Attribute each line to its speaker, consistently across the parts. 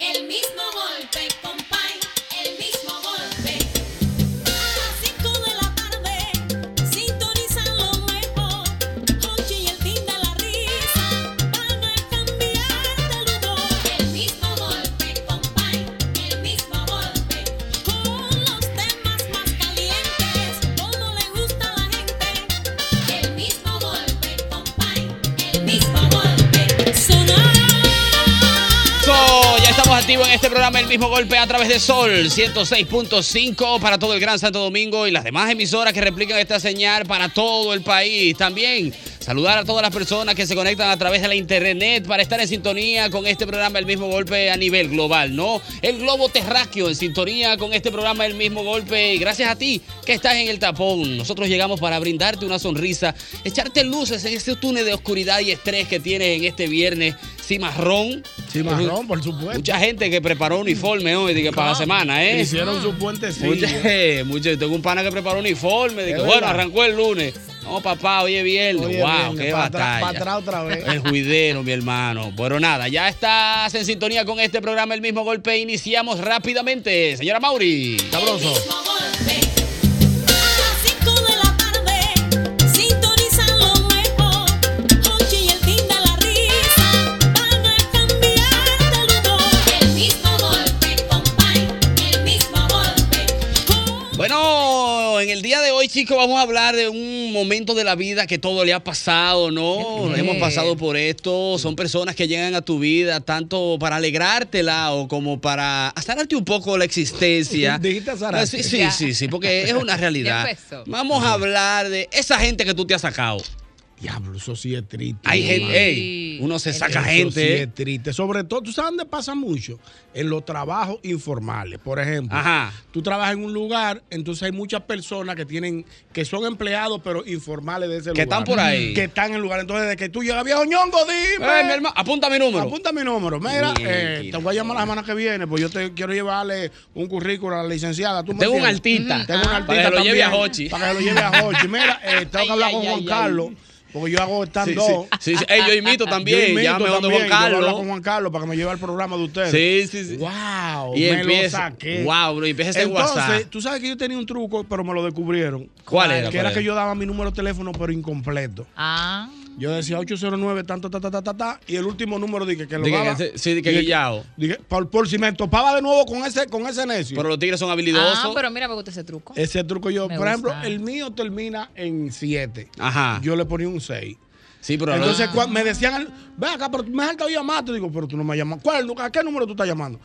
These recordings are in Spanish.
Speaker 1: mismo golpe, compay, el mismo golpe. A las 5 de la tarde, sintonizan lo nuevo. Hochi y el fin de la risa van a cambiar de humor. El mismo golpe, compay, el mismo golpe. Con los temas más calientes, como le gusta a la gente. El mismo golpe, compay, el mismo golpe. Sonar.
Speaker 2: Eso, ya estamos activos en este programa El mismo golpe a través de Sol 106.5 para todo el Gran Santo Domingo y las demás emisoras que replican esta señal para todo el país. También saludar a todas las personas que se conectan a través de la internet para estar en sintonía con este programa El mismo golpe a nivel global, ¿no? El globo terráqueo en sintonía con este programa El mismo golpe. Y gracias a ti que estás en el tapón. Nosotros llegamos para brindarte una sonrisa, echarte luces en ese túnel de oscuridad y estrés que tienes en este viernes cimarrón.
Speaker 3: Cimarrón, por supuesto.
Speaker 2: Mucha gente que preparó uniforme hoy, dije, para la semana, ¿eh?
Speaker 3: Ah, Hicieron su puentecillo.
Speaker 2: Mucha- mucho- Tengo un pana que preparó uniforme, dije,
Speaker 3: Es
Speaker 2: bueno,
Speaker 3: verdad.
Speaker 2: arrancó el lunes. No, papá, hoy es viernes.
Speaker 3: Oye,
Speaker 2: wow,
Speaker 3: bien,
Speaker 2: qué
Speaker 3: pa' atrás- pa'
Speaker 2: batalla.
Speaker 3: atrás otra vez.
Speaker 2: El juidero, mi hermano. Bueno, nada, ya estás en sintonía con este programa, el mismo golpe. Iniciamos rápidamente. Señora Mauri.
Speaker 3: Sabroso.
Speaker 1: mismo golpe. A las 5 de la tarde, sintonizan lo nuevo. Hochi y el fin de la risa van a cambiar de humor. El mismo golpe, compay, el mismo golpe.
Speaker 2: Bueno, en el día de hoy, chicos, vamos a hablar de un momento de la vida que todo le ha pasado, ¿no? Nos Hemos pasado por esto. Son personas que llegan a tu vida tanto para alegrártela o como para azararte un poco la existencia.
Speaker 3: Dijiste azararte.
Speaker 2: Sí, sí,
Speaker 4: Ya.
Speaker 2: sí, sí, porque es una realidad.
Speaker 4: Ya empezó.
Speaker 2: Vamos a hablar de esa gente que tú te has sacado.
Speaker 3: Diablo, eso sí es triste.
Speaker 2: Hay
Speaker 3: mi
Speaker 2: gente,
Speaker 3: hermano.
Speaker 2: ey, uno se saca
Speaker 3: Eso
Speaker 2: gente.
Speaker 3: sí
Speaker 2: ¿eh?
Speaker 3: es triste. Sobre todo, ¿tú sabes dónde pasa mucho? En los trabajos informales. Por ejemplo,
Speaker 2: Ajá.
Speaker 3: tú trabajas en un lugar, entonces hay muchas personas que tienen, que son empleados, pero informales de ese lugar.
Speaker 2: Que están por ahí.
Speaker 3: Que están en el lugar. Entonces, de que tú llegas, viejo ñongo, dime.
Speaker 2: Eh, mi hermano, apunta mi número.
Speaker 3: Apunta mi número. Mira, eh,
Speaker 2: Mierda.
Speaker 3: te voy a llamar la semana que viene, pues yo te quiero llevarle un currículo a la licenciada. ¿Tú me
Speaker 2: Tengo un
Speaker 3: entiendes?
Speaker 2: artista.
Speaker 3: Tengo un
Speaker 2: Para
Speaker 3: artista
Speaker 2: que lo lleve
Speaker 3: también,
Speaker 2: a Hochi.
Speaker 3: Para que lo lleve a Hochi. Mira, eh, tengo
Speaker 2: Ay,
Speaker 3: que hablar
Speaker 2: ay,
Speaker 3: con Juan
Speaker 2: ay,
Speaker 3: Carlos, porque yo hago
Speaker 2: Sí,
Speaker 3: stand-up.
Speaker 2: sí, sí, sí. Ey, yo imito también.
Speaker 3: Yo
Speaker 2: ya me mando
Speaker 3: invito también,
Speaker 2: Juan
Speaker 3: yo voy a hablar
Speaker 2: Carlos.
Speaker 3: con Juan Carlos para que me lleve al programa de ustedes.
Speaker 2: Sí, sí, sí.
Speaker 3: Wow,
Speaker 2: Y
Speaker 3: me
Speaker 2: empieza-
Speaker 3: lo saqué.
Speaker 2: wow, bro, y empieza ese
Speaker 3: Entonces,
Speaker 2: WhatsApp.
Speaker 3: tú sabes que yo tenía un truco, pero me lo descubrieron.
Speaker 2: ¿Cuál era,
Speaker 3: Que
Speaker 2: cuál
Speaker 3: era
Speaker 2: era?
Speaker 3: que yo daba mi número de teléfono, pero incompleto.
Speaker 4: Ah.
Speaker 3: Yo decía 809, tanto, ta, ta, ta, ta, ta, y el último número dije que lo
Speaker 2: Dije que
Speaker 3: daba.
Speaker 2: se- sí, dije que
Speaker 3: Dije-
Speaker 2: guillao.
Speaker 3: dije, por, por si me topaba de nuevo con ese, con ese necio.
Speaker 2: Pero los tigres son habilidosos.
Speaker 4: Ah, pero mira, me gusta ese truco.
Speaker 3: ese truco yo,
Speaker 4: Me
Speaker 3: por ejemplo,
Speaker 4: gusta.
Speaker 3: el mío termina en 7.
Speaker 2: Ajá.
Speaker 3: Yo le ponía un 6.
Speaker 2: Sí, pero ahora-
Speaker 3: Entonces cua- me decían, al- ve acá, pero tú me has estado llamando. Digo, pero tú no me has llamado. ¿Cuál, nu- ¿A qué número tú estás llamando?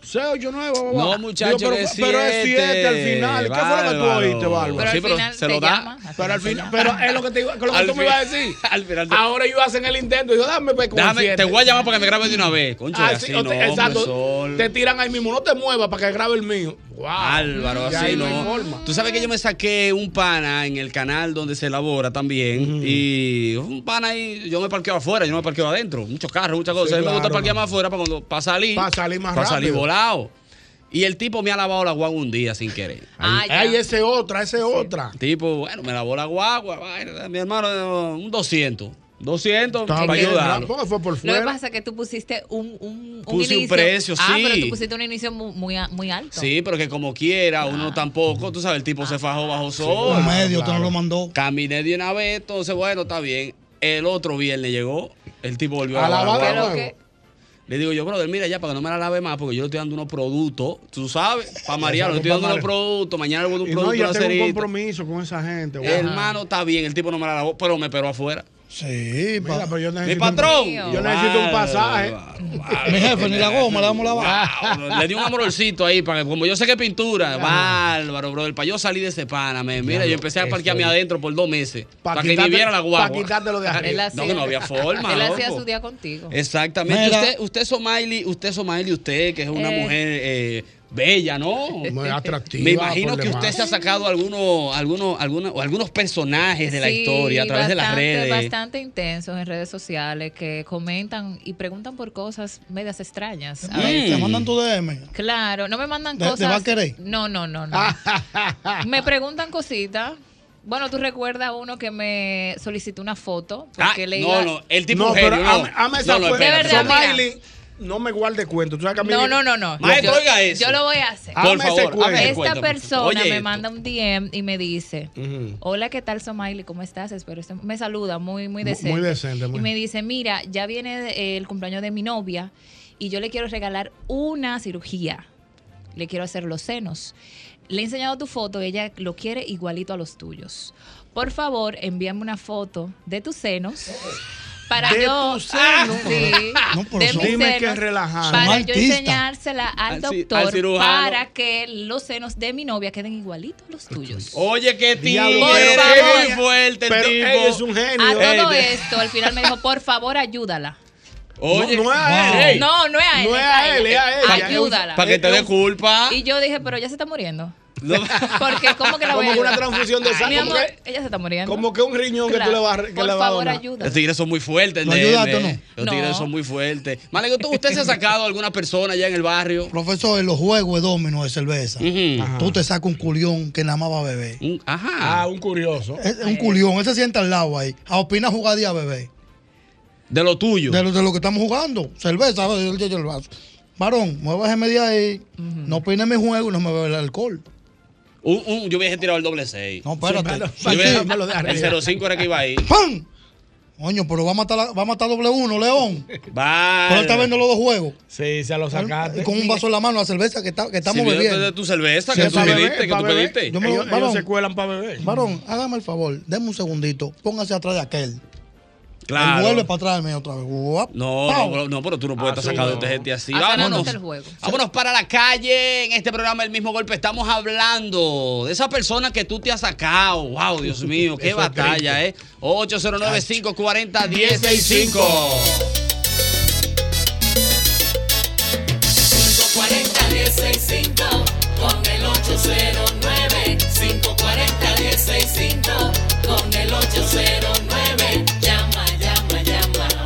Speaker 3: 689. bla, bla, bla.
Speaker 2: No,
Speaker 3: Digo,
Speaker 2: muchacho,
Speaker 3: pero,
Speaker 2: que es
Speaker 3: pero es 7 al
Speaker 2: siete.
Speaker 3: final. ¿Qué fue lo que tú
Speaker 2: Bárbaro.
Speaker 3: oíste, Bárbaro?
Speaker 4: pero
Speaker 2: sí,
Speaker 4: al
Speaker 2: pero
Speaker 4: final
Speaker 2: se
Speaker 4: te
Speaker 2: lo da.
Speaker 4: llama, al
Speaker 3: Pero al
Speaker 4: te
Speaker 3: final,
Speaker 4: llama.
Speaker 3: pero es lo que, te, iba- lo que
Speaker 2: Al
Speaker 3: tú
Speaker 2: fin-
Speaker 3: me ibas a decir.
Speaker 2: al final te-
Speaker 3: Ahora ellos hacen el intento. Y yo, dame pues, con
Speaker 2: Déjame,
Speaker 3: siete.
Speaker 2: te voy a llamar para que me grabes de una vez. Concho,
Speaker 3: Ah,
Speaker 2: así
Speaker 3: sí,
Speaker 2: no,
Speaker 3: o te- exacto.
Speaker 2: profesor.
Speaker 3: Te tiran ahí mismo. No te muevas para que grabe el mío. Wow.
Speaker 2: Álvaro,
Speaker 3: Ya
Speaker 2: así
Speaker 3: ahí no
Speaker 2: no.
Speaker 3: hay forma.
Speaker 2: Tú sabes que yo me saqué un pana en el canal donde se elabora
Speaker 3: Mm.
Speaker 2: también. Y un pana ahí, yo me parqueo afuera, yo no me parqueo adentro. Muchos carros, muchas cosas. A mí me
Speaker 3: claro,
Speaker 2: gusta parquear
Speaker 3: no.
Speaker 2: más afuera para, cuando, para salir.
Speaker 3: Pa' salir más
Speaker 2: Para salir
Speaker 3: rápido.
Speaker 2: volado. Y el tipo me ha lavado la guagua un día sin querer.
Speaker 4: Ah, ya.
Speaker 3: Ay, ese otra, ese otra.
Speaker 2: Tipo, bueno, me lavó la guagua. vaina, Mi hermano, un 200. 200 para
Speaker 4: bien,
Speaker 2: ayudarlo.
Speaker 3: Porque fue por
Speaker 4: Lo que
Speaker 3: fuera.
Speaker 4: pasa es que tú pusiste un, un, un
Speaker 2: Puse un
Speaker 4: inicio.
Speaker 2: precio,
Speaker 4: Ah,
Speaker 2: sí.
Speaker 4: pero tú pusiste un inicio mu- muy, a- muy alto.
Speaker 2: Sí, pero que como quiera, uno tampoco, tú sabes, el tipo se fajó bajo sol.
Speaker 5: Un medio, usted no lo mandó.
Speaker 2: Caminé de una vez, entonces bueno, está bien. El otro viernes llegó, el tipo volvió a
Speaker 3: A
Speaker 2: lavar la
Speaker 3: lavar la
Speaker 2: guagua.
Speaker 4: Pero
Speaker 3: Claro.
Speaker 4: que
Speaker 2: Le digo yo, brother, mira ya, para que no me la lave más, porque yo le estoy dando unos productos, tú sabes, para María, le estoy dando unos productos, mañana le voy a dar
Speaker 3: Y
Speaker 2: un
Speaker 3: no,
Speaker 2: producto,
Speaker 3: ya
Speaker 2: una
Speaker 3: tengo un
Speaker 2: cerita.
Speaker 3: compromiso con esa gente. wow.
Speaker 2: Hermano, está bien, el tipo no me la lavó, pero me esperó afuera.
Speaker 5: Sí,
Speaker 3: Mira,
Speaker 5: pa-
Speaker 3: pero yo
Speaker 2: ¡Mi
Speaker 3: necesito-
Speaker 2: patrón!
Speaker 4: mío.
Speaker 3: Yo necesito un pasaje.
Speaker 5: mi jefe, ni la goma, le damos la baja.
Speaker 2: Wow, le di un amorcito ahí, para que, como yo sé que pintura, bárbaro, bro. Para yo salí de ese pana, me- mira, yo empecé a parquearme adentro por dos meses.
Speaker 3: Pa'
Speaker 2: Para que ni
Speaker 3: quitarte-
Speaker 2: viera la guagua.
Speaker 3: pa' quitártelo de arriba.
Speaker 4: Él
Speaker 2: No,
Speaker 4: hacía-
Speaker 2: que no había forma.
Speaker 4: Él hacía
Speaker 2: loco.
Speaker 4: su día contigo.
Speaker 2: Exactamente.
Speaker 5: Mira.
Speaker 2: Usted, usted Somaili, usted Somaili, usted que es una
Speaker 4: Eh.
Speaker 2: mujer eh, bella, ¿no?
Speaker 3: Muy atractiva.
Speaker 2: Me imagino
Speaker 3: por
Speaker 2: que usted
Speaker 3: demás.
Speaker 2: se ha sacado algunos, algunos, algunos, o algunos personajes de la
Speaker 4: Sí,
Speaker 2: historia a través de las
Speaker 4: bastante-
Speaker 2: redes.
Speaker 4: Bastante intensos en redes sociales que comentan y preguntan por cosas medias extrañas. A
Speaker 2: Mm.
Speaker 4: veces.
Speaker 5: Te mandan tu DM.
Speaker 4: Claro, no me mandan
Speaker 5: ¿Te- te
Speaker 4: cosas.
Speaker 5: va a querer?
Speaker 4: No, no, no, no. me preguntan cositas. Bueno, tú recuerdas uno que me solicitó una foto
Speaker 2: Ah,
Speaker 4: porque le
Speaker 2: no,
Speaker 4: iba-
Speaker 2: no, el tipo
Speaker 3: no,
Speaker 2: un genio,
Speaker 3: pero
Speaker 2: no.
Speaker 3: ama, ama esa
Speaker 2: No, no,
Speaker 3: fuerza.
Speaker 2: espérate,
Speaker 4: De verdad,
Speaker 2: espérate.
Speaker 4: mira.
Speaker 3: Somaili, no me guarde cuento. Tú sabes que a mí-
Speaker 4: No, no, no, no.
Speaker 2: Maestro,
Speaker 4: yo,
Speaker 2: oiga eso.
Speaker 4: yo lo voy a hacer.
Speaker 3: Ah,
Speaker 2: Por
Speaker 3: Hazme ese
Speaker 2: favor,
Speaker 3: cuento.
Speaker 2: hazme ese
Speaker 4: Esta
Speaker 2: cuento.
Speaker 4: persona
Speaker 2: Oye,
Speaker 4: me
Speaker 2: esto.
Speaker 4: manda un DM y me dice,
Speaker 3: Ujú.
Speaker 4: hola, ¿qué tal, Somaili? ¿Cómo estás? Espero estés... Me saluda muy, muy
Speaker 5: Mu-
Speaker 4: decente.
Speaker 5: muy decente,
Speaker 3: pues.
Speaker 5: muy-
Speaker 4: Y me dice, mira, ya viene eh, el cumpleaños de mi novia y yo le quiero regalar una cirugía. Le quiero hacer los senos. Le he enseñado tu foto y ella lo quiere igualito a los tuyos. Por favor, envíame una foto de tus senos para
Speaker 3: De
Speaker 4: yo... Ah,
Speaker 3: tus senos.
Speaker 4: Sí,
Speaker 5: No, pero
Speaker 4: de
Speaker 5: son-
Speaker 4: mis
Speaker 3: Dime que
Speaker 4: senos,
Speaker 3: es relajante.
Speaker 4: Para
Speaker 5: Son
Speaker 4: yo
Speaker 5: artistas.
Speaker 4: enseñársela al
Speaker 2: Al ci- al
Speaker 4: doctor
Speaker 2: cirujano.
Speaker 4: para que los senos de mi novia queden igualitos a los tuyos.
Speaker 2: Oye, qué tipo,
Speaker 3: Diablo,
Speaker 4: Por
Speaker 2: qué
Speaker 4: favor.
Speaker 2: muy fuerte el
Speaker 3: Pero
Speaker 2: tipo.
Speaker 3: él es un genio.
Speaker 4: A Ah, todo
Speaker 2: Ey, de-
Speaker 4: esto, al final me dijo, por favor, ayúdala.
Speaker 2: Oye,
Speaker 3: No, no es a
Speaker 5: Wow.
Speaker 3: él.
Speaker 2: Ey,
Speaker 4: No, no es a él.
Speaker 3: Ah, eh, No
Speaker 4: es
Speaker 3: es a él, es a ella.
Speaker 4: Ayúdala.
Speaker 2: para que te dé culpa.
Speaker 4: Y yo dije, pero ella se está muriendo.
Speaker 2: No.
Speaker 4: Porque, ¿cómo que la voy a
Speaker 3: Como que una
Speaker 4: ayudar?
Speaker 3: transfusión de
Speaker 4: Mi
Speaker 3: sangre. Como,
Speaker 4: amor,
Speaker 3: que-
Speaker 4: ella se está muriendo.
Speaker 3: como que un riñón que
Speaker 4: Claro.
Speaker 3: tú le vas, a- que
Speaker 4: Por
Speaker 3: le vas a
Speaker 4: favor,
Speaker 3: donar.
Speaker 4: ayúdala.
Speaker 2: Los tigres son muy fuertes,
Speaker 5: ¿Lo
Speaker 2: nene.
Speaker 5: ayudaste o no?
Speaker 2: Los
Speaker 4: No.
Speaker 2: tigres son muy fuertes. Male, ¿usted, usted se ha sacado a alguna persona allá en el barrio?
Speaker 5: Profesor, en los juegos de dominos de cerveza,
Speaker 2: Ujú.
Speaker 3: Ajá.
Speaker 5: tú te sacas un culión que nada más va a beber.
Speaker 2: Un- Ajá.
Speaker 3: Ah, un curioso.
Speaker 5: Es un culión, él se sienta al lado ahí. A opinar jugadía, bebé.
Speaker 2: De lo tuyo.
Speaker 5: De lo, de lo que estamos jugando. Cerveza, yo le echo el vaso. Varón, muévase media ahí. No opine mi juego y no me bebe el alcohol.
Speaker 2: Un- un- yo hubiese tirado el doble seis.
Speaker 5: No, espérate.
Speaker 3: pero-
Speaker 5: Sí,
Speaker 2: Yo hubiese-
Speaker 5: sí.
Speaker 3: Sácamelo de
Speaker 2: el
Speaker 3: arriba.
Speaker 2: 05 era que iba ahí.
Speaker 5: ¡Pam! Coño, pero va a matar, la- va a matar doble uno, León. Pero él
Speaker 2: Vale.
Speaker 5: está viendo los dos juegos.
Speaker 3: Sí, se lo sacaste.
Speaker 5: Con un vaso en la mano, la cerveza que, está- que estamos
Speaker 2: Sí,
Speaker 5: bebiendo.
Speaker 2: de tu cerveza
Speaker 5: Sí,
Speaker 2: que tú
Speaker 5: pa' beber,
Speaker 2: pediste, que
Speaker 3: pa'
Speaker 2: tú
Speaker 3: beber.
Speaker 2: pediste.
Speaker 5: Yo me-
Speaker 3: ellos, ellos
Speaker 5: varón.
Speaker 3: se cuelan para beber.
Speaker 5: Varón, hágame el favor, deme un segundito, póngase atrás de aquel. Él
Speaker 2: Claro.
Speaker 5: vuelve para atrás de mí otra vez. Guap,
Speaker 2: No,
Speaker 5: pau.
Speaker 2: no, pero- no, pero tú no puedes
Speaker 3: Ah,
Speaker 2: estar
Speaker 3: sí,
Speaker 2: sacando a
Speaker 3: no. Ah,
Speaker 2: esta gente así.
Speaker 4: Hasta
Speaker 2: Vámonos.
Speaker 4: ganándote el juego.
Speaker 2: Vámonos para la calle. En este programa El mismo golpe estamos hablando de esa persona que tú te has sacado. Wow, Dios mío, qué
Speaker 3: Eso es
Speaker 2: batalla, ¿eh? 809-540-1065.
Speaker 6: 540-165 con el 809. 540-165 con el 809. Llama, llama, llama ahora.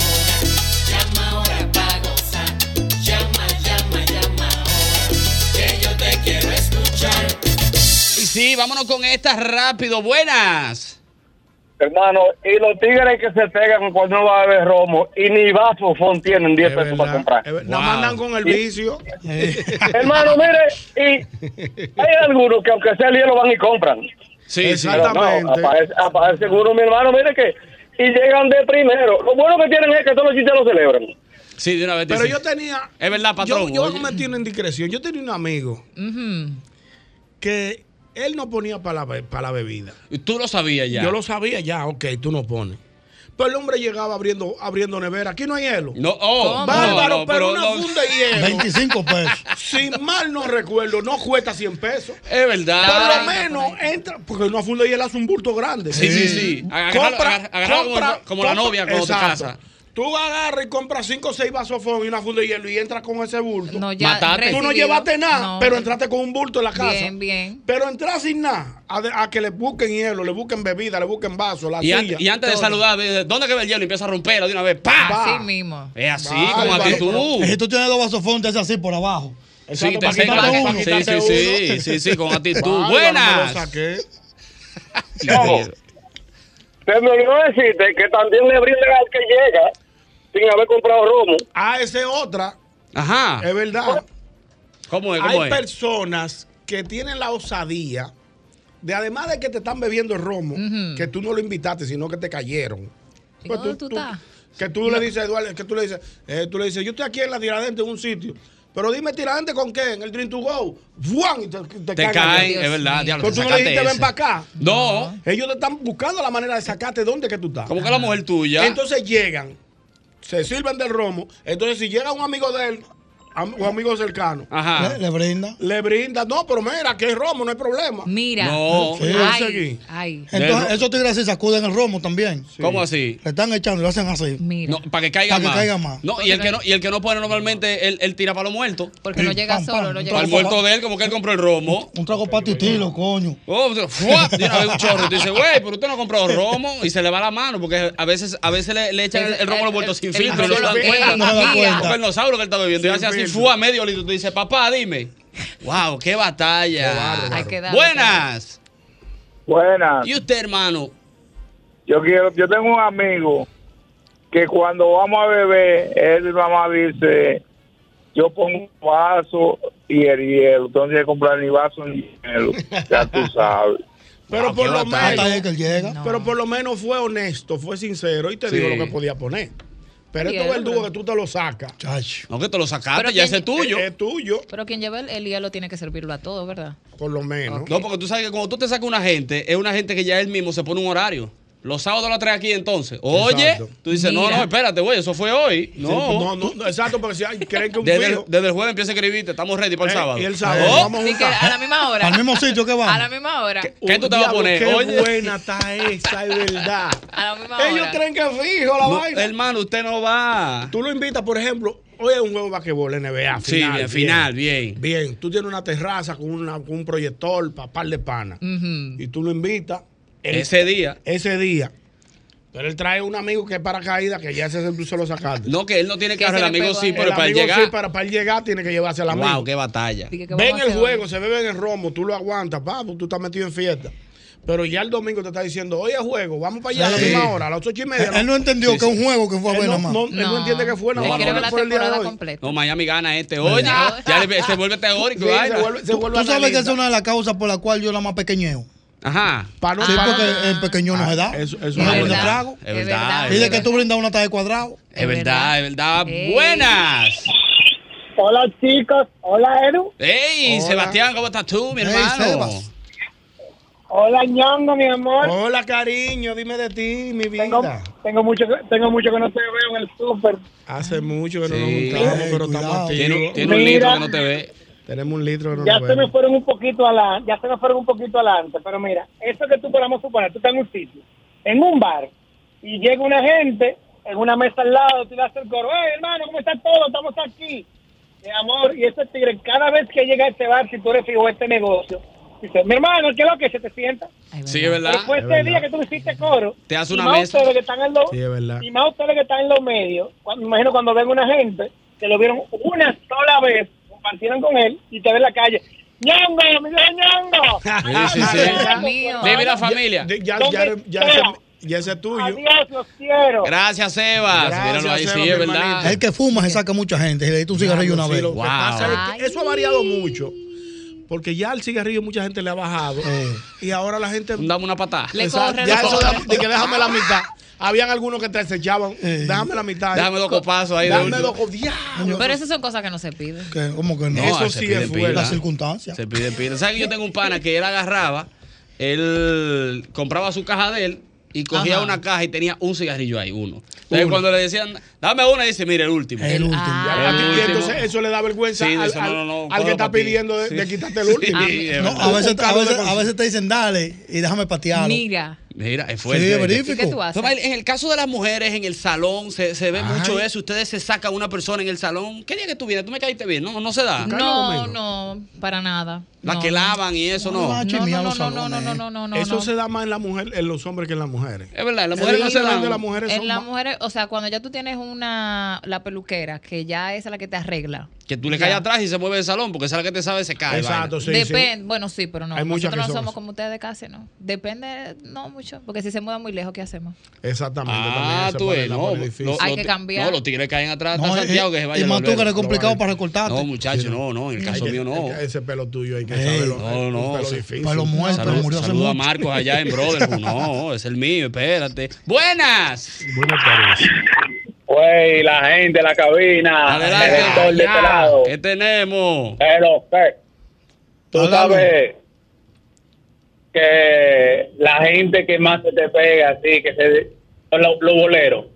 Speaker 6: Llama ahora para gozar. Llama, llama, llama ahora. Que yo te quiero escuchar.
Speaker 2: Y sí, vámonos con esta rápido. Buenas.
Speaker 7: Hermano, y los tigres que se pegan cuando no va a beber romo y ni vasofón tienen 10
Speaker 3: Es
Speaker 7: pesos para
Speaker 3: verdad.
Speaker 7: comprar.
Speaker 3: es verdad.
Speaker 2: Wow.
Speaker 3: Nos mandan con el vicio.
Speaker 7: Hermano, mire, y hay algunos que aunque sea el hielo van y compran.
Speaker 2: Sí, sí.
Speaker 3: Exacto.
Speaker 7: Pero no,
Speaker 3: Exactamente.
Speaker 7: aparece, aparece seguro, mi hermano, mire que. Y llegan de primero. Lo bueno que tienen es que todos los chistes lo celebran.
Speaker 2: Sí, de una vez.
Speaker 3: Pero
Speaker 2: dice.
Speaker 3: yo tenía.
Speaker 2: Es verdad, patrón.
Speaker 3: Yo, yo
Speaker 2: Oye.
Speaker 3: cometí una indiscreción. Yo tenía un amigo
Speaker 4: Ujú.
Speaker 3: que él no ponía para la, be- para la bebida.
Speaker 2: Y Tú lo sabías ya.
Speaker 3: Yo lo sabía ya, ok, tú no pones. Pero el hombre llegaba abriendo, abriendo nevera. Aquí no hay hielo.
Speaker 2: No, oh,
Speaker 4: ¿Cómo?
Speaker 3: Bárbaro,
Speaker 2: no, no,
Speaker 3: pero, una
Speaker 2: no.
Speaker 3: funda de hielo.
Speaker 5: 25 pesos.
Speaker 3: si mal no recuerdo, no cuesta 100 pesos.
Speaker 2: Es verdad.
Speaker 3: Por
Speaker 4: Ah,
Speaker 3: lo menos entra, porque una funda de hielo hace un bulto grande. Mm.
Speaker 2: Sí, sí, sí. Agárralo- agar- agárralo como- como la novia cuando te
Speaker 3: exacto.
Speaker 2: casas.
Speaker 3: Tú agarras y compras 5 o 6 vasofón y una funda de hielo y entras con ese bulto.
Speaker 4: No, ya
Speaker 2: Matate.
Speaker 3: Tú no
Speaker 4: recibido.
Speaker 3: llevaste nada,
Speaker 4: No.
Speaker 3: pero entraste con un bulto en la casa.
Speaker 4: Bien, bien.
Speaker 3: Pero entras sin nada, a, de- a que le busquen hielo, le busquen bebida, le busquen vaso, la
Speaker 2: Y, an-
Speaker 3: silla.
Speaker 2: y antes de
Speaker 3: todo.
Speaker 2: saludar, dice, ¿dónde que ve el hielo? Y empieza a romperlo de una vez. ¡Pam!
Speaker 3: Va.
Speaker 4: Así mismo.
Speaker 2: Es así,
Speaker 3: Bárbaro,
Speaker 2: con
Speaker 5: Y Si
Speaker 2: actitud.
Speaker 5: tú tienes dos vasofones, te hace así por abajo.
Speaker 3: Exacto,
Speaker 2: Sí, te
Speaker 3: para
Speaker 2: acercas.
Speaker 3: quitarte
Speaker 5: uno,
Speaker 3: para
Speaker 2: Sí, sí,
Speaker 3: quitarte uno.
Speaker 2: sí, sí, sí, con actitud.
Speaker 3: Bárbaro, me lo
Speaker 2: Buenas.
Speaker 3: saqué.
Speaker 7: Vamos. Se me olvidó decirte que también le brindan al que llega sin haber comprado romo.
Speaker 3: Ah, esa es otra,
Speaker 2: Ajá.
Speaker 3: es verdad.
Speaker 2: ¿Cómo es? ¿Cómo
Speaker 3: Hay
Speaker 2: es?
Speaker 3: personas que tienen la osadía de además de que te están bebiendo el romo,
Speaker 4: Ujú.
Speaker 3: que tú no lo invitaste, sino que te cayeron.
Speaker 4: ¿Y
Speaker 3: Pues
Speaker 4: dónde tú estás?
Speaker 3: que tú le dices, Eduardo, que tú le dices, eh, tú le dices, yo estoy aquí en la tiradente en un sitio. Pero dime tiradente con qué, en el drink to go. ¡Fuan! Y te,
Speaker 2: Te
Speaker 3: te cagan.
Speaker 2: caen,
Speaker 4: Dios
Speaker 2: es verdad.
Speaker 4: mío.
Speaker 2: Diablo,
Speaker 3: Pero
Speaker 2: te
Speaker 3: tú no le
Speaker 2: sacaste
Speaker 3: dijiste, ven
Speaker 2: ese.
Speaker 3: para acá.
Speaker 2: No,
Speaker 3: Ah. Ellos te están buscando la manera de sacarte dónde que tú estás.
Speaker 2: Oh. como que la mujer tuya.
Speaker 3: Entonces llegan, se sirven del romo. Entonces, si llega un amigo de él, am- un amigo cercano,
Speaker 5: Le,
Speaker 2: Ajá.
Speaker 5: le brinda.
Speaker 3: le brinda, no, pero mira, que es romo, no hay problema.
Speaker 4: Mira.
Speaker 2: No.
Speaker 5: Sí.
Speaker 4: Ay,
Speaker 3: Seguí.
Speaker 4: ay.
Speaker 5: Entonces,
Speaker 2: ro-
Speaker 5: esos tigres se sacuden el romo también.
Speaker 2: ¿Cómo así?
Speaker 5: Le están echando y lo hacen así.
Speaker 4: Mira.
Speaker 2: No, para que caiga
Speaker 5: Para que
Speaker 2: más.
Speaker 5: caiga más.
Speaker 2: No, y el que no, y el que no pone normalmente, él, él tira para los muertos.
Speaker 4: Porque no
Speaker 5: Sí,
Speaker 4: llega
Speaker 5: pam,
Speaker 4: solo,
Speaker 5: pam,
Speaker 4: no
Speaker 5: un
Speaker 4: llega
Speaker 2: Para el
Speaker 5: Ojo,
Speaker 4: solo.
Speaker 2: muerto de él, como que él compró el romo.
Speaker 5: Un trago para titilo, coño.
Speaker 2: Oh, ¡fua! de una vez un chorro. Tú dices, güey, pero usted no compró romo y se le va la mano porque a veces, a veces le, le echan el, el romo a los muertos sin
Speaker 4: El-
Speaker 2: filtro y
Speaker 4: el-
Speaker 2: no se dan
Speaker 4: el-
Speaker 2: cuenta.
Speaker 5: No se dan cuenta.
Speaker 2: Porque él no sabe lo que él está bebiendo. Y
Speaker 3: Sin
Speaker 2: hace así,
Speaker 3: filtro.
Speaker 2: fua, medio litro. Tú dices, papá, dime. ¡Wow, qué batalla!
Speaker 4: Hay que darle,
Speaker 2: Buenas.
Speaker 7: Buenas.
Speaker 2: ¿Y usted, hermano?
Speaker 7: Yo quiero, yo tengo un amigo que cuando vamos a beber, él mamá dice,
Speaker 8: yo pongo un vaso y el hielo. Tengo que comprar mi vaso y hielo. Ya tú sabes.
Speaker 2: Ah,
Speaker 3: Pero por lo
Speaker 5: Hasta ahí que
Speaker 3: menos.
Speaker 5: él llega.
Speaker 3: Pero por lo menos fue honesto, fue sincero y te
Speaker 2: Sí.
Speaker 3: dijo lo que podía poner. Pero esto
Speaker 4: Hielo,
Speaker 3: es el dúo
Speaker 4: ¿verdad?
Speaker 3: que tú te lo sacas.
Speaker 5: Chacho.
Speaker 2: No, que te lo sacaste,
Speaker 4: Pero
Speaker 2: ya
Speaker 4: que-
Speaker 2: ese es tuyo.
Speaker 3: Es tuyo,
Speaker 4: Pero quien lleva el, el hielo tiene que servirlo a todo, ¿verdad?
Speaker 3: por lo menos.
Speaker 2: No, porque tú sabes que cuando tú te sacas una gente, es una gente que ya él mismo se pone un horario. Los sábados la trae aquí entonces. Oye,
Speaker 3: Exacto.
Speaker 2: tú dices, no,
Speaker 4: Mira.
Speaker 2: no, espérate, güey, eso fue hoy.
Speaker 3: Sí,
Speaker 2: No.
Speaker 3: no, no, exacto, porque si hay- creen que un
Speaker 2: Desde el,
Speaker 3: fijo.
Speaker 2: desde el jueves empieza a escribirte, estamos ready para el
Speaker 3: Eh,
Speaker 2: sábado.
Speaker 3: y el sábado,
Speaker 2: Oh,
Speaker 3: vamos
Speaker 4: Así que
Speaker 3: juntas.
Speaker 4: a la misma hora.
Speaker 5: Al mismo sitio que
Speaker 4: A
Speaker 5: vamos.
Speaker 4: la misma hora.
Speaker 2: ¿Qué tú te vas a
Speaker 3: Diablo,
Speaker 2: poner?
Speaker 3: Qué
Speaker 2: Oye.
Speaker 3: buena está esa, es verdad.
Speaker 4: A la misma hora.
Speaker 3: Ellos creen que es fijo la
Speaker 2: no,
Speaker 3: vaina.
Speaker 2: hermano, usted no va.
Speaker 3: Tú lo invitas, por ejemplo, hoy es un juego de basquetbol, NBA, final.
Speaker 2: Sí, bien, final, bien.
Speaker 3: Bien, tú tienes una terraza con, una- con un proyector para par de pana.
Speaker 4: Ujú.
Speaker 3: Y tú lo invitas el-
Speaker 2: Ese día.
Speaker 3: ese día. Pero él trae un amigo que es paracaídas, que ya ese se lo sacaste.
Speaker 2: No, que él no tiene
Speaker 4: Que
Speaker 2: carro,
Speaker 4: se
Speaker 2: el
Speaker 4: le
Speaker 2: amigo
Speaker 4: pegó a
Speaker 2: sí,
Speaker 4: él.
Speaker 2: pero
Speaker 3: el
Speaker 2: para él
Speaker 3: amigo
Speaker 2: llegar.
Speaker 3: sí, para, para él llegar tiene que llevarse al amigo.
Speaker 2: Wow, qué batalla.
Speaker 4: Así que, ¿qué
Speaker 3: Ven
Speaker 4: vamos a
Speaker 3: el
Speaker 4: hacer
Speaker 3: juego,
Speaker 4: hoy?
Speaker 3: se beben el romo, tú lo aguantas, papo, tú estás metido en fiesta. Pero ya el domingo te está diciendo, oye, juego, vamos para allá a la
Speaker 5: Sí.
Speaker 3: misma hora, a las ocho y media.
Speaker 5: Él, él no entendió que es un juego que fue a
Speaker 3: Él
Speaker 5: ver
Speaker 3: no,
Speaker 5: nada más.
Speaker 3: no- él no entiende que fue nada
Speaker 4: Él
Speaker 3: más
Speaker 4: quiere ver la
Speaker 3: por el día de
Speaker 4: temporada
Speaker 3: hoy.
Speaker 4: completa.
Speaker 2: No, Miami gana este. Oye,
Speaker 4: Ya.
Speaker 2: ya le- se vuelve teórico.
Speaker 3: Sí,
Speaker 2: vaina.
Speaker 3: se vuelve, se
Speaker 5: Tú,
Speaker 3: vuelve
Speaker 5: tú sabes que esa
Speaker 3: analista.
Speaker 5: es una de las causas por la cual yo la más pequeñeo.
Speaker 2: Ajá.
Speaker 3: Pa' no-
Speaker 5: Sí,
Speaker 3: pa' no-
Speaker 5: porque el pequeño
Speaker 2: Ah,
Speaker 5: no se da.
Speaker 3: eso- eso
Speaker 5: no
Speaker 3: es
Speaker 5: se pone
Speaker 3: verdad.
Speaker 5: trago.
Speaker 2: Es verdad,
Speaker 5: Y
Speaker 2: es
Speaker 5: de que tú brindas una taza de cuadrado.
Speaker 2: Es verdad, es verdad.
Speaker 4: Ey.
Speaker 2: Buenas.
Speaker 9: Hola chicos, hola Edu,
Speaker 2: Ey,
Speaker 3: Hola.
Speaker 2: Sebastián, ¿cómo estás tú, mi
Speaker 5: Ey,
Speaker 2: hermano?
Speaker 5: Sebas.
Speaker 9: hola Ñongo, mi amor.
Speaker 3: Hola, cariño, dime de ti, mi vida.
Speaker 9: Tengo, tengo mucho, que- tengo mucho que no te veo en el súper.
Speaker 3: Hace mucho que no nos
Speaker 2: Sí.
Speaker 3: juntamos,
Speaker 5: Ey,
Speaker 3: pero
Speaker 5: cuidado.
Speaker 3: estamos
Speaker 2: Tiene,
Speaker 3: activos.
Speaker 2: tiene un
Speaker 9: Mira.
Speaker 2: litro que no te ve.
Speaker 3: Tenemos un litro que no
Speaker 9: Ya
Speaker 3: nos
Speaker 9: se me
Speaker 3: vemos.
Speaker 9: fueron un poquito adelante, ya se me fueron un poquito adelante, pero mira, eso que tú podamos suponer, tú estás en un sitio, en un bar, y llega una gente, en una mesa al lado, tú le haces el coro, hey hermano, ¿cómo está todo? Estamos aquí. Mi amor, y ese tigre, cada vez que llega a este bar, si tú eres fijo de este negocio, dice, mi hermano, ¿qué es lo que se te sienta?
Speaker 4: Ay,
Speaker 2: Sí, es verdad.
Speaker 9: Pero fue
Speaker 3: Es
Speaker 9: ese día
Speaker 3: verdad.
Speaker 9: que tú hiciste coro.
Speaker 2: Te hace
Speaker 9: y
Speaker 2: una
Speaker 9: más
Speaker 2: mesa.
Speaker 9: ustedes que están en los-
Speaker 3: Sí, es verdad.
Speaker 9: Y más ustedes que están en los medios. Cuando, me imagino cuando ven una gente que lo vieron una sola vez, compartieron con él y te ven en la calle. ¡Ñango! ¡Me dice ñango!
Speaker 2: Sí, sí, sí.
Speaker 4: Dios mío.
Speaker 2: Vive la familia.
Speaker 3: Ya, ya, ya,
Speaker 9: ¿Dónde
Speaker 3: ya,
Speaker 9: queda?
Speaker 3: ese- ya ese es tuyo.
Speaker 9: Adiós, los quiero.
Speaker 2: Gracias, Sebas.
Speaker 3: Gracias,
Speaker 2: Míralo ahí,
Speaker 3: Sebas,
Speaker 2: sí, es
Speaker 3: mi
Speaker 2: verdad.
Speaker 3: hermanito.
Speaker 5: El que fuma se saca mucha gente. Y le di un cigarrillo una
Speaker 3: Sí,
Speaker 5: vez.
Speaker 3: Lo que
Speaker 2: Wow.
Speaker 3: pasa es que
Speaker 4: Ay.
Speaker 3: eso ha variado mucho. Porque ya el cigarrillo mucha gente le ha bajado.
Speaker 5: Eh.
Speaker 3: Y ahora la gente.
Speaker 2: Dame una patada.
Speaker 4: Le
Speaker 3: Exacto,
Speaker 4: corre, le
Speaker 3: ya eso
Speaker 4: corre.
Speaker 3: de, de que déjame la mitad. Habían algunos que te acechaban. Déjame la mitad.
Speaker 2: Dame dos copazos ahí. de
Speaker 3: Dame
Speaker 2: último.
Speaker 3: dos co- diablo.
Speaker 4: Pero esas son cosas que no se piden.
Speaker 5: Que, ¿Cómo que no?
Speaker 3: Eso
Speaker 2: ahí se
Speaker 3: sí
Speaker 2: piden
Speaker 3: es
Speaker 2: pila.
Speaker 3: fuerte.
Speaker 5: Las circunstancias.
Speaker 2: Se piden pila. ¿Sabes que yo tengo un pana que él agarraba, él compraba su caja de él y cogía
Speaker 4: Ajá.
Speaker 2: una caja y tenía un cigarrillo ahí, uno. Entonces cuando le decían, dame una, dice, mire, el último.
Speaker 5: El último.
Speaker 4: Ah.
Speaker 3: Ya,
Speaker 2: El
Speaker 3: a ti- y
Speaker 2: último.
Speaker 3: entonces eso le da vergüenza
Speaker 2: Sí,
Speaker 3: al,
Speaker 2: dice,
Speaker 3: al-
Speaker 2: no, no, no,
Speaker 3: al que
Speaker 2: cógelo
Speaker 3: está
Speaker 2: pa' ti.
Speaker 3: pidiendo de,
Speaker 2: Sí.
Speaker 3: de quitarte el último.
Speaker 2: Sí,
Speaker 4: Ah,
Speaker 2: es
Speaker 5: No,
Speaker 2: verdad.
Speaker 5: a veces, a,
Speaker 3: Ocultarlo de
Speaker 5: veces, a
Speaker 3: conciencia.
Speaker 5: veces te dicen dale y déjame patearlo.
Speaker 4: Mira.
Speaker 2: Mira, es
Speaker 5: Sí,
Speaker 2: fuerte.
Speaker 4: ¿Y qué tú
Speaker 5: verifico.
Speaker 4: haces?
Speaker 2: Toma, en el caso de las mujeres en el salón se, se ve
Speaker 5: Ay.
Speaker 2: mucho eso. Ustedes se sacan una persona en el salón. ¿Qué día que tú vienes? ¿Tú me caíste bien? No, no se da.
Speaker 4: No, no, para nada.
Speaker 2: La
Speaker 4: No,
Speaker 2: que
Speaker 4: no.
Speaker 2: lavan y eso no.
Speaker 5: Ah,
Speaker 4: No,
Speaker 5: Chimía
Speaker 4: no, no,
Speaker 5: los
Speaker 4: no, no, no,
Speaker 5: salones.
Speaker 4: no, no, no, no.
Speaker 3: Eso se da más en la mujer, en los hombres que en las mujeres.
Speaker 2: Es verdad, las
Speaker 3: Sí,
Speaker 2: mujeres no se
Speaker 3: la
Speaker 2: dan.
Speaker 3: de las mujeres son
Speaker 4: En las
Speaker 3: más-
Speaker 4: mujeres, o sea, cuando ya tú tienes una, la peluquera, que ya es la que te arregla.
Speaker 2: Que tú le caes
Speaker 4: Ya.
Speaker 2: atrás y se mueve el salón porque esa es la que te sabe se cae. vaina.
Speaker 3: Exacto, Oh, sí, sí.
Speaker 4: Depende, bueno, sí, pero no.
Speaker 3: Hay muchas
Speaker 4: Nosotros no
Speaker 3: que son
Speaker 4: somos
Speaker 3: así.
Speaker 4: como ustedes de casa, ¿no? Depende, no mucho. Porque si se muda muy lejos, ¿qué hacemos?
Speaker 3: Exactamente.
Speaker 2: Ah, tú ves, no,
Speaker 3: difícil.
Speaker 2: los-
Speaker 4: Hay
Speaker 2: los
Speaker 4: que
Speaker 2: ti-
Speaker 4: cambiar.
Speaker 2: No, los tigres caen atrás. Está
Speaker 5: No, y-
Speaker 2: Santiago que se vaya
Speaker 5: y
Speaker 2: al
Speaker 5: más tú que
Speaker 2: albero.
Speaker 5: eres complicado
Speaker 3: Lo
Speaker 5: para
Speaker 2: No,
Speaker 5: recortarte.
Speaker 2: muchacho, no, no. En el caso mío, no.
Speaker 3: Ese pelo tuyo
Speaker 2: Eh,
Speaker 3: hay que
Speaker 5: Ey.
Speaker 3: saberlo.
Speaker 2: No,
Speaker 3: un
Speaker 2: no,
Speaker 3: Pelo
Speaker 2: sí.
Speaker 3: difícil.
Speaker 5: Palo muerto,
Speaker 2: Salud-
Speaker 5: murió hace
Speaker 2: saluda a
Speaker 5: mucho.
Speaker 2: Marcos allá en Brotherhood. No, es el mío, espérate. ¡Buenas!
Speaker 3: Buenas tardes.
Speaker 8: Güey, la gente, la cabina,
Speaker 2: Adelante.
Speaker 8: el editor de este lado.
Speaker 2: ¿Qué tenemos?
Speaker 8: Pero, ¿qué? tú
Speaker 5: Háblame.
Speaker 8: sabes que la gente que más se te pega, así, que se, son los, los boleros,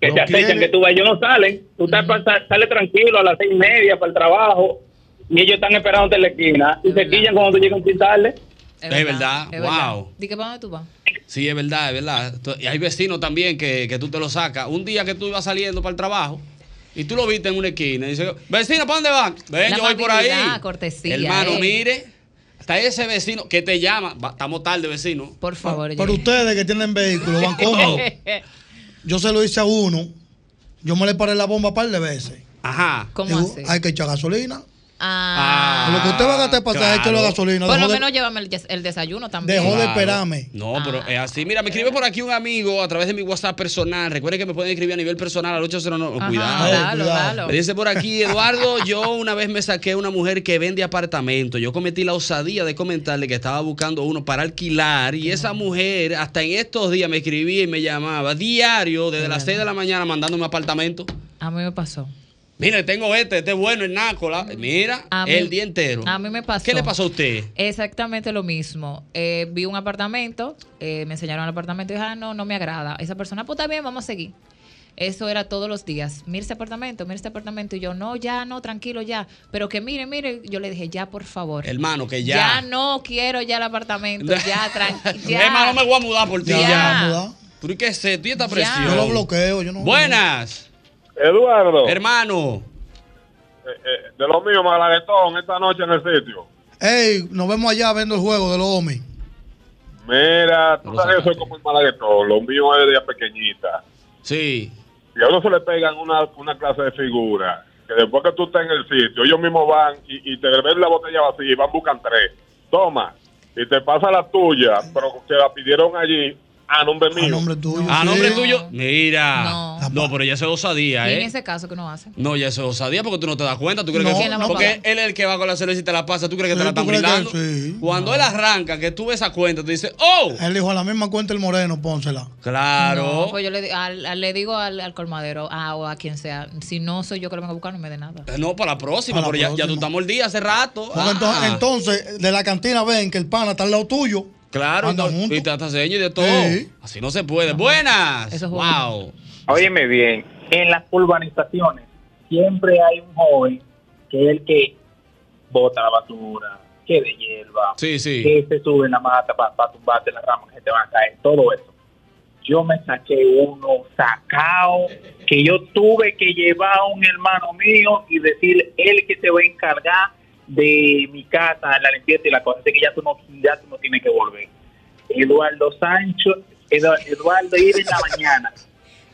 Speaker 8: que
Speaker 3: Los
Speaker 8: te acechan,
Speaker 3: quieren.
Speaker 8: que tú vas, ellos no salen, tú estás pa- sal- sales tranquilo a las seis y media para el trabajo y ellos están esperando en la esquina y
Speaker 4: Es
Speaker 8: se
Speaker 4: verdad.
Speaker 8: quillan cuando tú llegas sin tarde.
Speaker 2: Es verdad, wow.
Speaker 4: ¿De qué para dónde tú vas?
Speaker 2: Sí, es verdad, es verdad. Tú- Y hay vecinos también que, que tú te lo sacas. Un día que tú ibas saliendo para el trabajo y tú lo viste en una esquina y dices, vecino, ¿para dónde van? Ven,
Speaker 4: La
Speaker 2: yo voy por ahí.
Speaker 4: amabilidad, cortesía,
Speaker 2: Hermano,
Speaker 4: eh.
Speaker 2: mire, hasta ese vecino que te llama, "Va, estamos tarde, vecino.
Speaker 4: Por favor.
Speaker 5: Pero
Speaker 4: Jenny.
Speaker 5: ustedes que tienen vehículos van cómodos. Yo se lo hice a uno. Yo me le paré la bomba un par de veces.
Speaker 2: Ajá.
Speaker 4: ¿Cómo
Speaker 5: Digo,
Speaker 4: haces?
Speaker 5: Hay que echar gasolina.
Speaker 4: Ah.
Speaker 5: Lo que usted va a gastar para pasaje, échelo a gasolina.
Speaker 4: Por
Speaker 5: Dejó
Speaker 4: lo
Speaker 5: de-
Speaker 4: menos llévame el, des- el desayuno también.
Speaker 5: dejó de esperarme.
Speaker 2: No,
Speaker 4: Ah,
Speaker 2: pero es así. Mira, me escribe por aquí un amigo a través de mi WhatsApp personal. Recuerden que me pueden escribir a nivel personal al 809.
Speaker 4: Ajá,
Speaker 2: Cuidado.
Speaker 4: dalo,
Speaker 5: cuidado.
Speaker 4: dalo.
Speaker 2: Me dice por aquí, Eduardo, yo una vez me saqué una mujer que vende apartamentos. Yo cometí la osadía de comentarle que estaba buscando uno para alquilar y esa mujer hasta en estos días me escribía y me llamaba diario desde las 6 de la mañana mandándome apartamento.
Speaker 4: A mí me pasó.
Speaker 2: Mire, tengo este, este es bueno, el nácola. Mira,
Speaker 4: A mí-
Speaker 2: el día entero.
Speaker 4: a mí me pasó.
Speaker 2: ¿Qué le pasó a usted?
Speaker 4: Exactamente lo mismo. Eh, vi un apartamento, eh, me enseñaron el apartamento y dije, ah, no, no me agrada. Esa persona, pues está bien, vamos a seguir. Eso era todos los días. Mira este apartamento, mira este apartamento. Y yo, no, ya, no, tranquilo, ya. Pero que mire, mire. Yo le dije, ya, por favor.
Speaker 2: Hermano, que
Speaker 4: ya.
Speaker 2: Eh, ya.
Speaker 4: no quiero ya el apartamento. Pues Ya, tranquilo. Ya.
Speaker 2: Hermano, me voy a mudar por ti.
Speaker 4: Ya.
Speaker 2: Ya.
Speaker 5: ¿verdad?
Speaker 2: ¿Tú qué sé? ¿Tú y esta
Speaker 4: Ya.
Speaker 2: presión?
Speaker 5: Yo lo bloqueo, yo no.
Speaker 2: Buenas,
Speaker 7: Eduardo,
Speaker 2: hermano.
Speaker 7: eh, eh, de lo mío, Malaguetón, esta noche en el sitio.
Speaker 5: Ey, nos vemos allá viendo el juego de los homies.
Speaker 7: Mira,
Speaker 2: No
Speaker 7: tú
Speaker 2: lo
Speaker 7: sabes que soy
Speaker 2: sacaste.
Speaker 7: como el Malaguetón, lo mío es de ella pequeñita.
Speaker 2: Sí.
Speaker 7: Y a uno se le pegan una, una clase de figura, que después que tú estás en el sitio, ellos mismos van y, y te ven la botella vacía y van, buscan tres. Toma, y te pasa la tuya, pero te la pidieron allí a nombre
Speaker 5: A
Speaker 7: mío.
Speaker 5: nombre tuyo.
Speaker 2: ¿A
Speaker 5: sí.
Speaker 2: nombre tuyo? Mira.
Speaker 4: No.
Speaker 2: No, pero ya eso es osadía,
Speaker 4: Y en
Speaker 2: ¿eh?
Speaker 4: ese caso que no hacen.
Speaker 2: No, ya eso es osadía porque tú no te das cuenta. ¿Tú crees
Speaker 5: No,
Speaker 2: que
Speaker 4: no,
Speaker 2: Porque
Speaker 4: papá.
Speaker 2: él es el que va con la cerveza y te la pasa. ¿Tú crees que
Speaker 5: Sí,
Speaker 2: te la
Speaker 5: ¿tú
Speaker 2: están
Speaker 5: crees que
Speaker 2: brindando?
Speaker 5: sí?
Speaker 2: Cuando él arranca, que tú ves esa cuenta, tú dices, ¡Oh!
Speaker 5: Él dijo a la misma cuenta el moreno, pónsela.
Speaker 2: Claro.
Speaker 4: No, pues yo le, di- al- al- le digo al, al colmadero ah, o a quien sea, si no soy yo que lo vengo a buscar, no me dé nada.
Speaker 2: no, para la próxima,
Speaker 5: Para la
Speaker 2: pero ya- Ya, tú
Speaker 5: próxima.
Speaker 2: estás mordida hace rato.
Speaker 5: Porque
Speaker 2: Ah.
Speaker 5: entonces, entonces, de la cantina ven que el pana está al lado tuyo.
Speaker 2: Claro,
Speaker 5: Andan
Speaker 2: y no-
Speaker 5: juntos.
Speaker 2: y te hasta señas y de todo.
Speaker 5: Sí.
Speaker 2: Así no se puede. Buenas.
Speaker 4: Eso es
Speaker 2: wow.
Speaker 10: Óyeme bien,
Speaker 6: En las urbanizaciones siempre hay un joven que es el que bota la basura, que de hierba,
Speaker 2: Sí, sí.
Speaker 6: que se sube en la mata para tumbarte las ramas que se te van a caer, todo eso. Yo me saqué uno sacado que yo tuve que llevar a un hermano mío y decirle, él que se va a encargar de mi casa, la limpieza y la cosa, así que ya tú no, ya tú no tienes que volver. Eduardo Sancho, Edu- Eduardo iba en la mañana,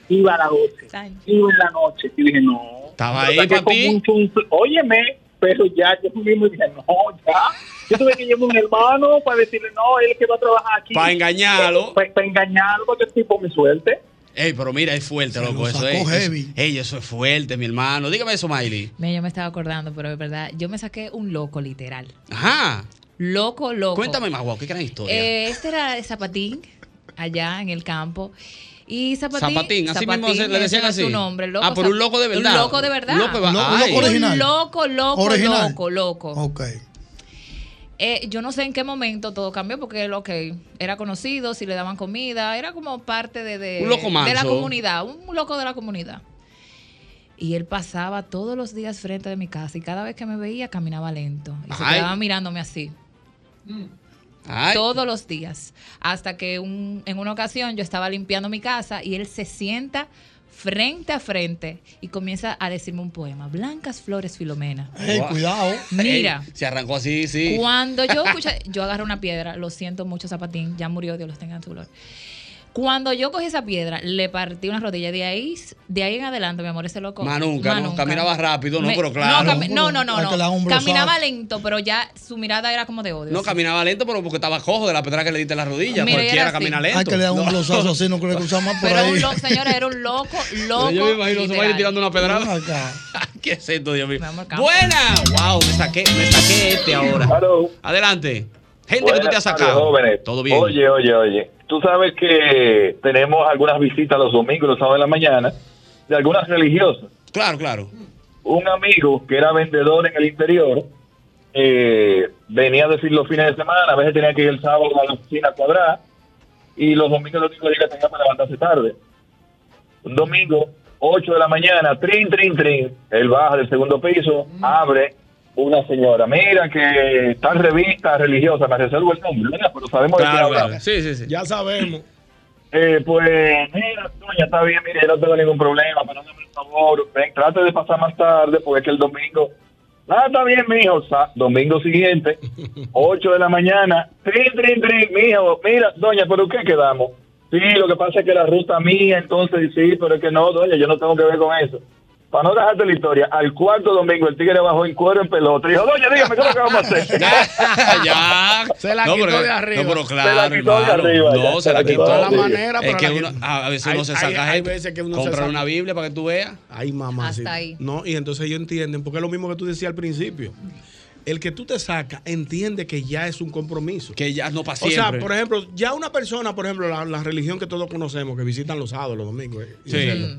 Speaker 6: iba a las 12,
Speaker 4: Sancho.
Speaker 6: iba en la noche, y dije, no.
Speaker 2: Estaba
Speaker 6: Yo
Speaker 2: ahí
Speaker 6: saqué
Speaker 2: pa'
Speaker 6: con
Speaker 2: ti.
Speaker 6: un chunfle- Óyeme, pero ya yo mismo dije, no, ya. Yo tuve que llevarme un hermano para decirle, no, él es que va a trabajar aquí.
Speaker 2: Para engañarlo.
Speaker 6: Para Pues, engañarlo, porque el tipo me suelte.
Speaker 2: Ey, pero mira, es fuerte,
Speaker 5: Se
Speaker 2: loco.
Speaker 5: lo
Speaker 2: eso
Speaker 5: sacó
Speaker 2: es. eso-
Speaker 5: heavy.
Speaker 2: Ey, eso es fuerte, mi hermano. Dígame eso, Miley.
Speaker 4: Mira, yo me estaba acordando, pero es verdad, yo me saqué un loco, literal.
Speaker 2: Ajá.
Speaker 4: Loco, loco.
Speaker 2: Cuéntame más, guau, qué gran historia.
Speaker 4: Eh, este era de Zapatín, allá en el campo. Y Zapatín.
Speaker 2: Zapatín, así mismo se- le
Speaker 4: ese
Speaker 2: decían
Speaker 4: era
Speaker 2: así.
Speaker 4: su nombre, loco.
Speaker 2: Ah, por un
Speaker 4: Zap-
Speaker 2: loco de verdad.
Speaker 4: Un loco de verdad.
Speaker 2: Un loco de verdad.
Speaker 5: Lo- un
Speaker 2: Ay.
Speaker 5: loco original.
Speaker 4: Un loco, loco,
Speaker 5: Original.
Speaker 4: loco, loco.
Speaker 5: Ok.
Speaker 4: Eh, yo no sé en qué momento todo cambió, porque él, ok, era conocido, si le daban comida, era como parte de, de-
Speaker 2: Un loco
Speaker 4: de la
Speaker 2: manso.
Speaker 4: comunidad, un loco de la comunidad. Y él pasaba todos los días frente de mi casa y cada vez que me veía caminaba lento y se
Speaker 2: Ay.
Speaker 4: quedaba mirándome así.
Speaker 2: Ay.
Speaker 4: todos los días. Hasta que un- en una ocasión yo estaba limpiando mi casa y él se sienta frente a frente y comienza a decirme un poema, Blancas Flores Filomena.
Speaker 5: Ey,
Speaker 2: Wow.
Speaker 5: cuidado.
Speaker 4: Mira,
Speaker 2: Ey, se arrancó así, sí.
Speaker 4: cuando yo escuché, yo agarré una piedra, lo siento mucho Zapatín, ya murió, Dios los tenga en su gloria. Cuando yo cogí esa piedra, le partí una rodilla de ahí, de ahí en adelante, mi amor, ese loco.
Speaker 2: Más nunca, ¿no? Caminaba rápido, no, pero claro.
Speaker 4: No, cami- no, no, no,
Speaker 5: Hay que
Speaker 4: no.
Speaker 5: le dar un blosazo.
Speaker 4: Caminaba lento, pero ya su mirada era como de odio.
Speaker 2: No
Speaker 4: así.
Speaker 2: caminaba lento, pero porque estaba cojo de la pedrada que le diste en la rodilla.
Speaker 4: Mira, y era
Speaker 2: Cualquiera
Speaker 4: así.
Speaker 2: camina lento.
Speaker 5: Hay que le dar un
Speaker 2: No.
Speaker 5: glosazo así, no creo que usamos por
Speaker 4: Pero un
Speaker 5: ahí.
Speaker 4: loco, señora, era un loco, loco.
Speaker 2: Pero Yo me imagino su madre
Speaker 4: literal.
Speaker 2: tirando una
Speaker 5: Ven
Speaker 2: pedrada.
Speaker 5: acá.
Speaker 2: ¿Qué es esto, Dios mío?
Speaker 4: Mi amor, campo.
Speaker 2: ¡Buena! ¡Wow! Me saqué, me saqué este ahora.
Speaker 7: Claro.
Speaker 2: Adelante. Gente que tú
Speaker 7: Buenas
Speaker 2: te has
Speaker 7: tardes,
Speaker 2: sacado.
Speaker 7: jóvenes.
Speaker 2: Todo bien.
Speaker 7: Oye, oye, oye. Tú sabes que tenemos algunas visitas los domingos, los sábados de la mañana, de algunas religiosas.
Speaker 2: Claro, claro.
Speaker 7: Un amigo que era vendedor en el interior eh, venía a decir los fines de semana, a veces tenía que ir el sábado a la oficina a cuadrar, y los domingos lo único que tenía para levantarse tarde. Un domingo, 8 de la mañana, trin, trin, trin, él baja del segundo piso, abre una señora, mira que tal revista religiosa, me reservo el nombre, ¿verdad? pero sabemos de qué
Speaker 2: Claro,
Speaker 7: hablamos.
Speaker 2: claro. Sí, sí, sí.
Speaker 3: Ya sabemos.
Speaker 7: Eh, pues, mira, doña, está bien, mire, yo no tengo ningún problema, pero dame un favor, ven, trate de pasar más tarde, porque es que el domingo... Ah, está bien, mijo. Sa- domingo siguiente, 8 de la mañana, trin, trin, trin, mijo, mira, doña, ¿pero qué quedamos? Sí, lo que pasa es que la ruta mía, entonces, sí, pero es que no, doña, yo no tengo que ver con eso. para no dejarte la historia, al cuarto domingo el tigre bajó en cuero en pelota y dijo, doña, dígame, ¿qué es lo que vamos a hacer?
Speaker 2: ya.
Speaker 5: Se la quitó de arriba.
Speaker 2: No, pero
Speaker 7: la
Speaker 2: claro,
Speaker 7: quitó de
Speaker 2: hermano.
Speaker 7: arriba, ya,
Speaker 2: no, se la quitó.
Speaker 7: de
Speaker 5: la manera,
Speaker 2: es
Speaker 5: pero
Speaker 2: que
Speaker 5: la
Speaker 2: uno,
Speaker 5: quitó.
Speaker 2: a a veces
Speaker 3: Hay-
Speaker 2: uno se
Speaker 3: hay-
Speaker 2: saca
Speaker 3: hay
Speaker 2: gente.
Speaker 3: veces que uno se
Speaker 2: Comprar
Speaker 3: saca.
Speaker 2: una Biblia para que tú veas.
Speaker 3: Ay, mamá.
Speaker 4: Hasta ahí.
Speaker 3: No, y entonces ellos entienden, porque es lo mismo que tú decías al principio. El que tú te sacas entiende que ya es un compromiso.
Speaker 2: Que ya no pasa
Speaker 3: O sea,
Speaker 2: siempre.
Speaker 3: por ejemplo, ya una persona, por ejemplo, la, la religión que todos conocemos, que visitan los sábados, los domingos. eh, y
Speaker 2: Sí.
Speaker 3: etcétera.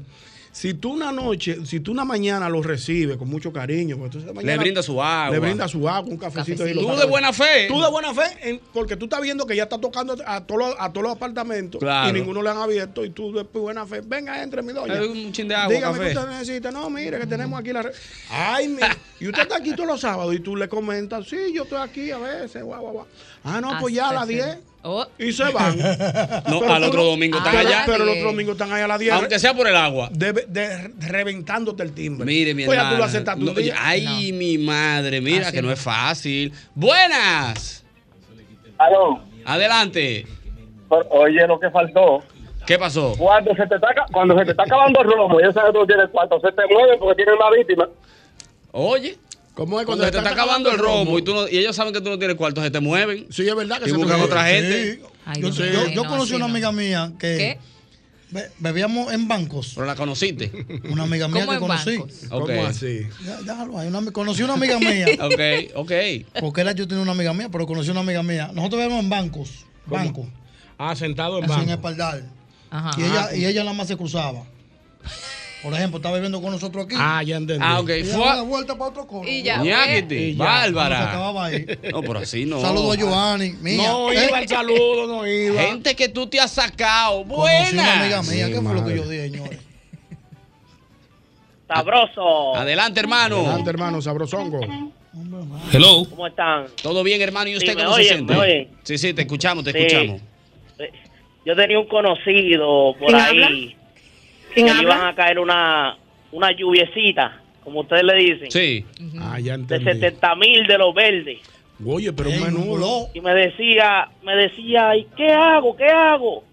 Speaker 3: Si tú una noche, si tú una mañana los recibes con mucho cariño, pues, entonces, mañana-
Speaker 2: brinda su agua.
Speaker 3: Le brinda su agua, un cafecito. ahí, lo
Speaker 4: Cafecito.
Speaker 2: Tú de
Speaker 3: paras.
Speaker 2: buena fe.
Speaker 3: Tú de buena fe, en- porque tú estás viendo que ya está tocando a todos los, a todos los apartamentos
Speaker 2: Claro.
Speaker 3: y ninguno le han abierto. Y tú de pues, buena fe, venga, entre mi doña.
Speaker 2: Hay un chin de agua,
Speaker 3: Dígame
Speaker 2: café.
Speaker 3: que usted necesita. No, mire, que tenemos aquí la. re- Ay, mire. Y usted está aquí todos los sábados y tú le comentas, sí, yo estoy aquí a veces, guau, guau, guau. Ah, no, pues ya a las 10.
Speaker 4: Oh,
Speaker 3: Y se van.
Speaker 2: No, Ah,
Speaker 3: Pero
Speaker 2: al
Speaker 3: tú
Speaker 2: otro domingo están
Speaker 3: pero-
Speaker 2: allá.
Speaker 3: Pero el otro domingo están allá a las 10.
Speaker 2: Aunque sea por el agua.
Speaker 3: de- de- reventándote el timbre.
Speaker 2: Mire, mi
Speaker 3: Pues ya
Speaker 2: hermana.
Speaker 3: tú lo aceptaste
Speaker 2: No, Ah,
Speaker 3: un día.
Speaker 2: ay, mi madre, mira
Speaker 4: Así
Speaker 2: que no
Speaker 4: no.
Speaker 2: es fácil. Buenas.
Speaker 7: Aló,
Speaker 2: Adelante.
Speaker 7: pero oye, lo que faltó.
Speaker 2: ¿Qué pasó?
Speaker 7: Cuando se te está, ca- cuando se te está acabando el romo, ya sabes que tú tienes cuánto, se te mueve porque tienes una víctima.
Speaker 2: Oye,
Speaker 3: ¿Cómo es
Speaker 2: cuando se te está acabando el romo y, tú no- y ellos saben que tú no tienes cuarto, se te mueven.
Speaker 3: Sí, es verdad que
Speaker 2: Y
Speaker 3: se te
Speaker 2: buscan
Speaker 3: mueve.
Speaker 2: otra gente.
Speaker 5: Sí.
Speaker 4: Ay,
Speaker 5: yo
Speaker 4: Dios
Speaker 5: yo-
Speaker 4: mío,
Speaker 5: yo
Speaker 4: no,
Speaker 5: conocí
Speaker 4: así
Speaker 5: una
Speaker 4: no.
Speaker 5: amiga mía que
Speaker 4: ¿Qué?
Speaker 5: be- bebíamos en bancos.
Speaker 2: Pero la conociste.
Speaker 5: Una amiga mía
Speaker 4: ¿Cómo
Speaker 5: que
Speaker 4: en
Speaker 5: conocí.
Speaker 4: bancos?
Speaker 2: Ok.
Speaker 3: ¿Cómo así?
Speaker 5: Ya, déjalo ahí, una ami- conocí una amiga mía.
Speaker 2: Ok, ok.
Speaker 5: Porque era yo tenía una amiga mía, pero conocí una amiga mía. Nosotros bebíamos en bancos. Bancos.
Speaker 3: Ah, sentado en
Speaker 5: Así en
Speaker 3: banco.
Speaker 5: espaldar.
Speaker 4: ajá.
Speaker 5: Y ella, y ella nada más se cruzaba. Por ejemplo, estaba bebiendo con nosotros aquí.
Speaker 3: Ah, ya entendí.
Speaker 2: Ah, ok.
Speaker 5: y ella daba la
Speaker 2: Fua.
Speaker 5: vuelta para otro coro.
Speaker 4: Y ya.
Speaker 2: Ñáquiti,
Speaker 3: Y ya.
Speaker 5: Se
Speaker 2: Bárbara.
Speaker 5: acababa ahí.
Speaker 2: No, pero así no.
Speaker 5: Saludos a Giovanni. Mía.
Speaker 3: No
Speaker 5: ¿Eh?
Speaker 3: iba el saludo, no iba.
Speaker 2: Gente que tú te has sacado.
Speaker 5: Conocí una amiga
Speaker 2: Buenas.
Speaker 5: mía.
Speaker 3: Sí,
Speaker 5: ¿Qué fue lo
Speaker 3: madre.
Speaker 5: que yo dije, señores?
Speaker 11: Sabroso.
Speaker 2: Adelante, hermano.
Speaker 3: Adelante, hermano, sabrosongo.
Speaker 12: Hello.
Speaker 11: ¿Cómo están?
Speaker 2: ¿Todo bien, hermano? ¿Y usted
Speaker 11: Sí, me
Speaker 2: cómo se
Speaker 11: oyen,
Speaker 2: siente?
Speaker 11: me oyen.
Speaker 2: Sí, sí, te escuchamos, te
Speaker 11: Sí.
Speaker 2: escuchamos.
Speaker 11: Eh, Yo tenía un conocido por
Speaker 13: ¿Quién
Speaker 11: ahí que le iban a caer una, una lluviecita, como ustedes le dicen,
Speaker 2: Sí.
Speaker 3: Ah, ya
Speaker 11: de
Speaker 3: entendí.
Speaker 11: 70 mil de los verdes.
Speaker 3: Oye, pero un
Speaker 5: Ey,
Speaker 3: menudo.
Speaker 5: voló.
Speaker 11: Y me decía, me decía, ¿y qué hago? ¿Qué hago?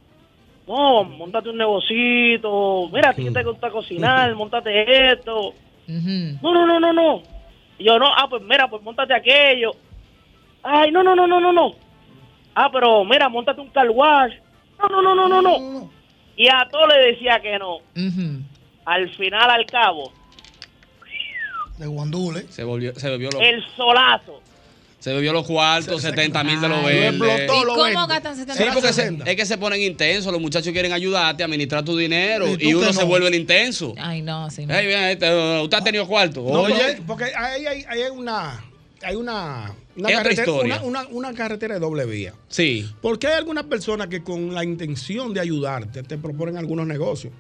Speaker 11: No, montate un negocito, mira, a ti que te gusta cocinar, montate esto.
Speaker 4: Ujú.
Speaker 11: No, no, no, no, no. Y yo, no, ah, pues mira, pues montate aquello. Ay, no, no, no, no, no, no. Ah, pero mira, montate un car wash. No, no, no, no, no, no. Y a todos le decía que no.
Speaker 4: Ujú.
Speaker 11: Al final, al cabo,
Speaker 5: De Guandule.
Speaker 2: Se, volvió, se, bebió los,
Speaker 11: el solazo.
Speaker 2: se bebió los cuartos, 70 mil de los
Speaker 4: Ay.
Speaker 2: verdes.
Speaker 4: ¿Y
Speaker 3: Todo lo
Speaker 4: cómo
Speaker 3: vende.
Speaker 4: gastan 70
Speaker 2: Sí, porque se-
Speaker 3: sesenta.
Speaker 2: es que se ponen intensos. Los muchachos quieren ayudarte a administrar tu dinero
Speaker 5: Y tú
Speaker 2: y, uno
Speaker 5: que
Speaker 2: se
Speaker 5: no.
Speaker 2: vuelve el intenso.
Speaker 4: Ay, no, sí. no.
Speaker 2: Ey, bien, este, usted ha tenido cuarto.
Speaker 3: No,
Speaker 2: Oye,
Speaker 3: porque- porque ahí hay, ahí hay una. Hay una. Una
Speaker 2: Es otra
Speaker 3: carretera,
Speaker 2: historia.
Speaker 3: una, una- una carretera de doble vía.
Speaker 2: sí.
Speaker 3: Porque hay algunas personas que con la intención de ayudarte te proponen algunos negocios.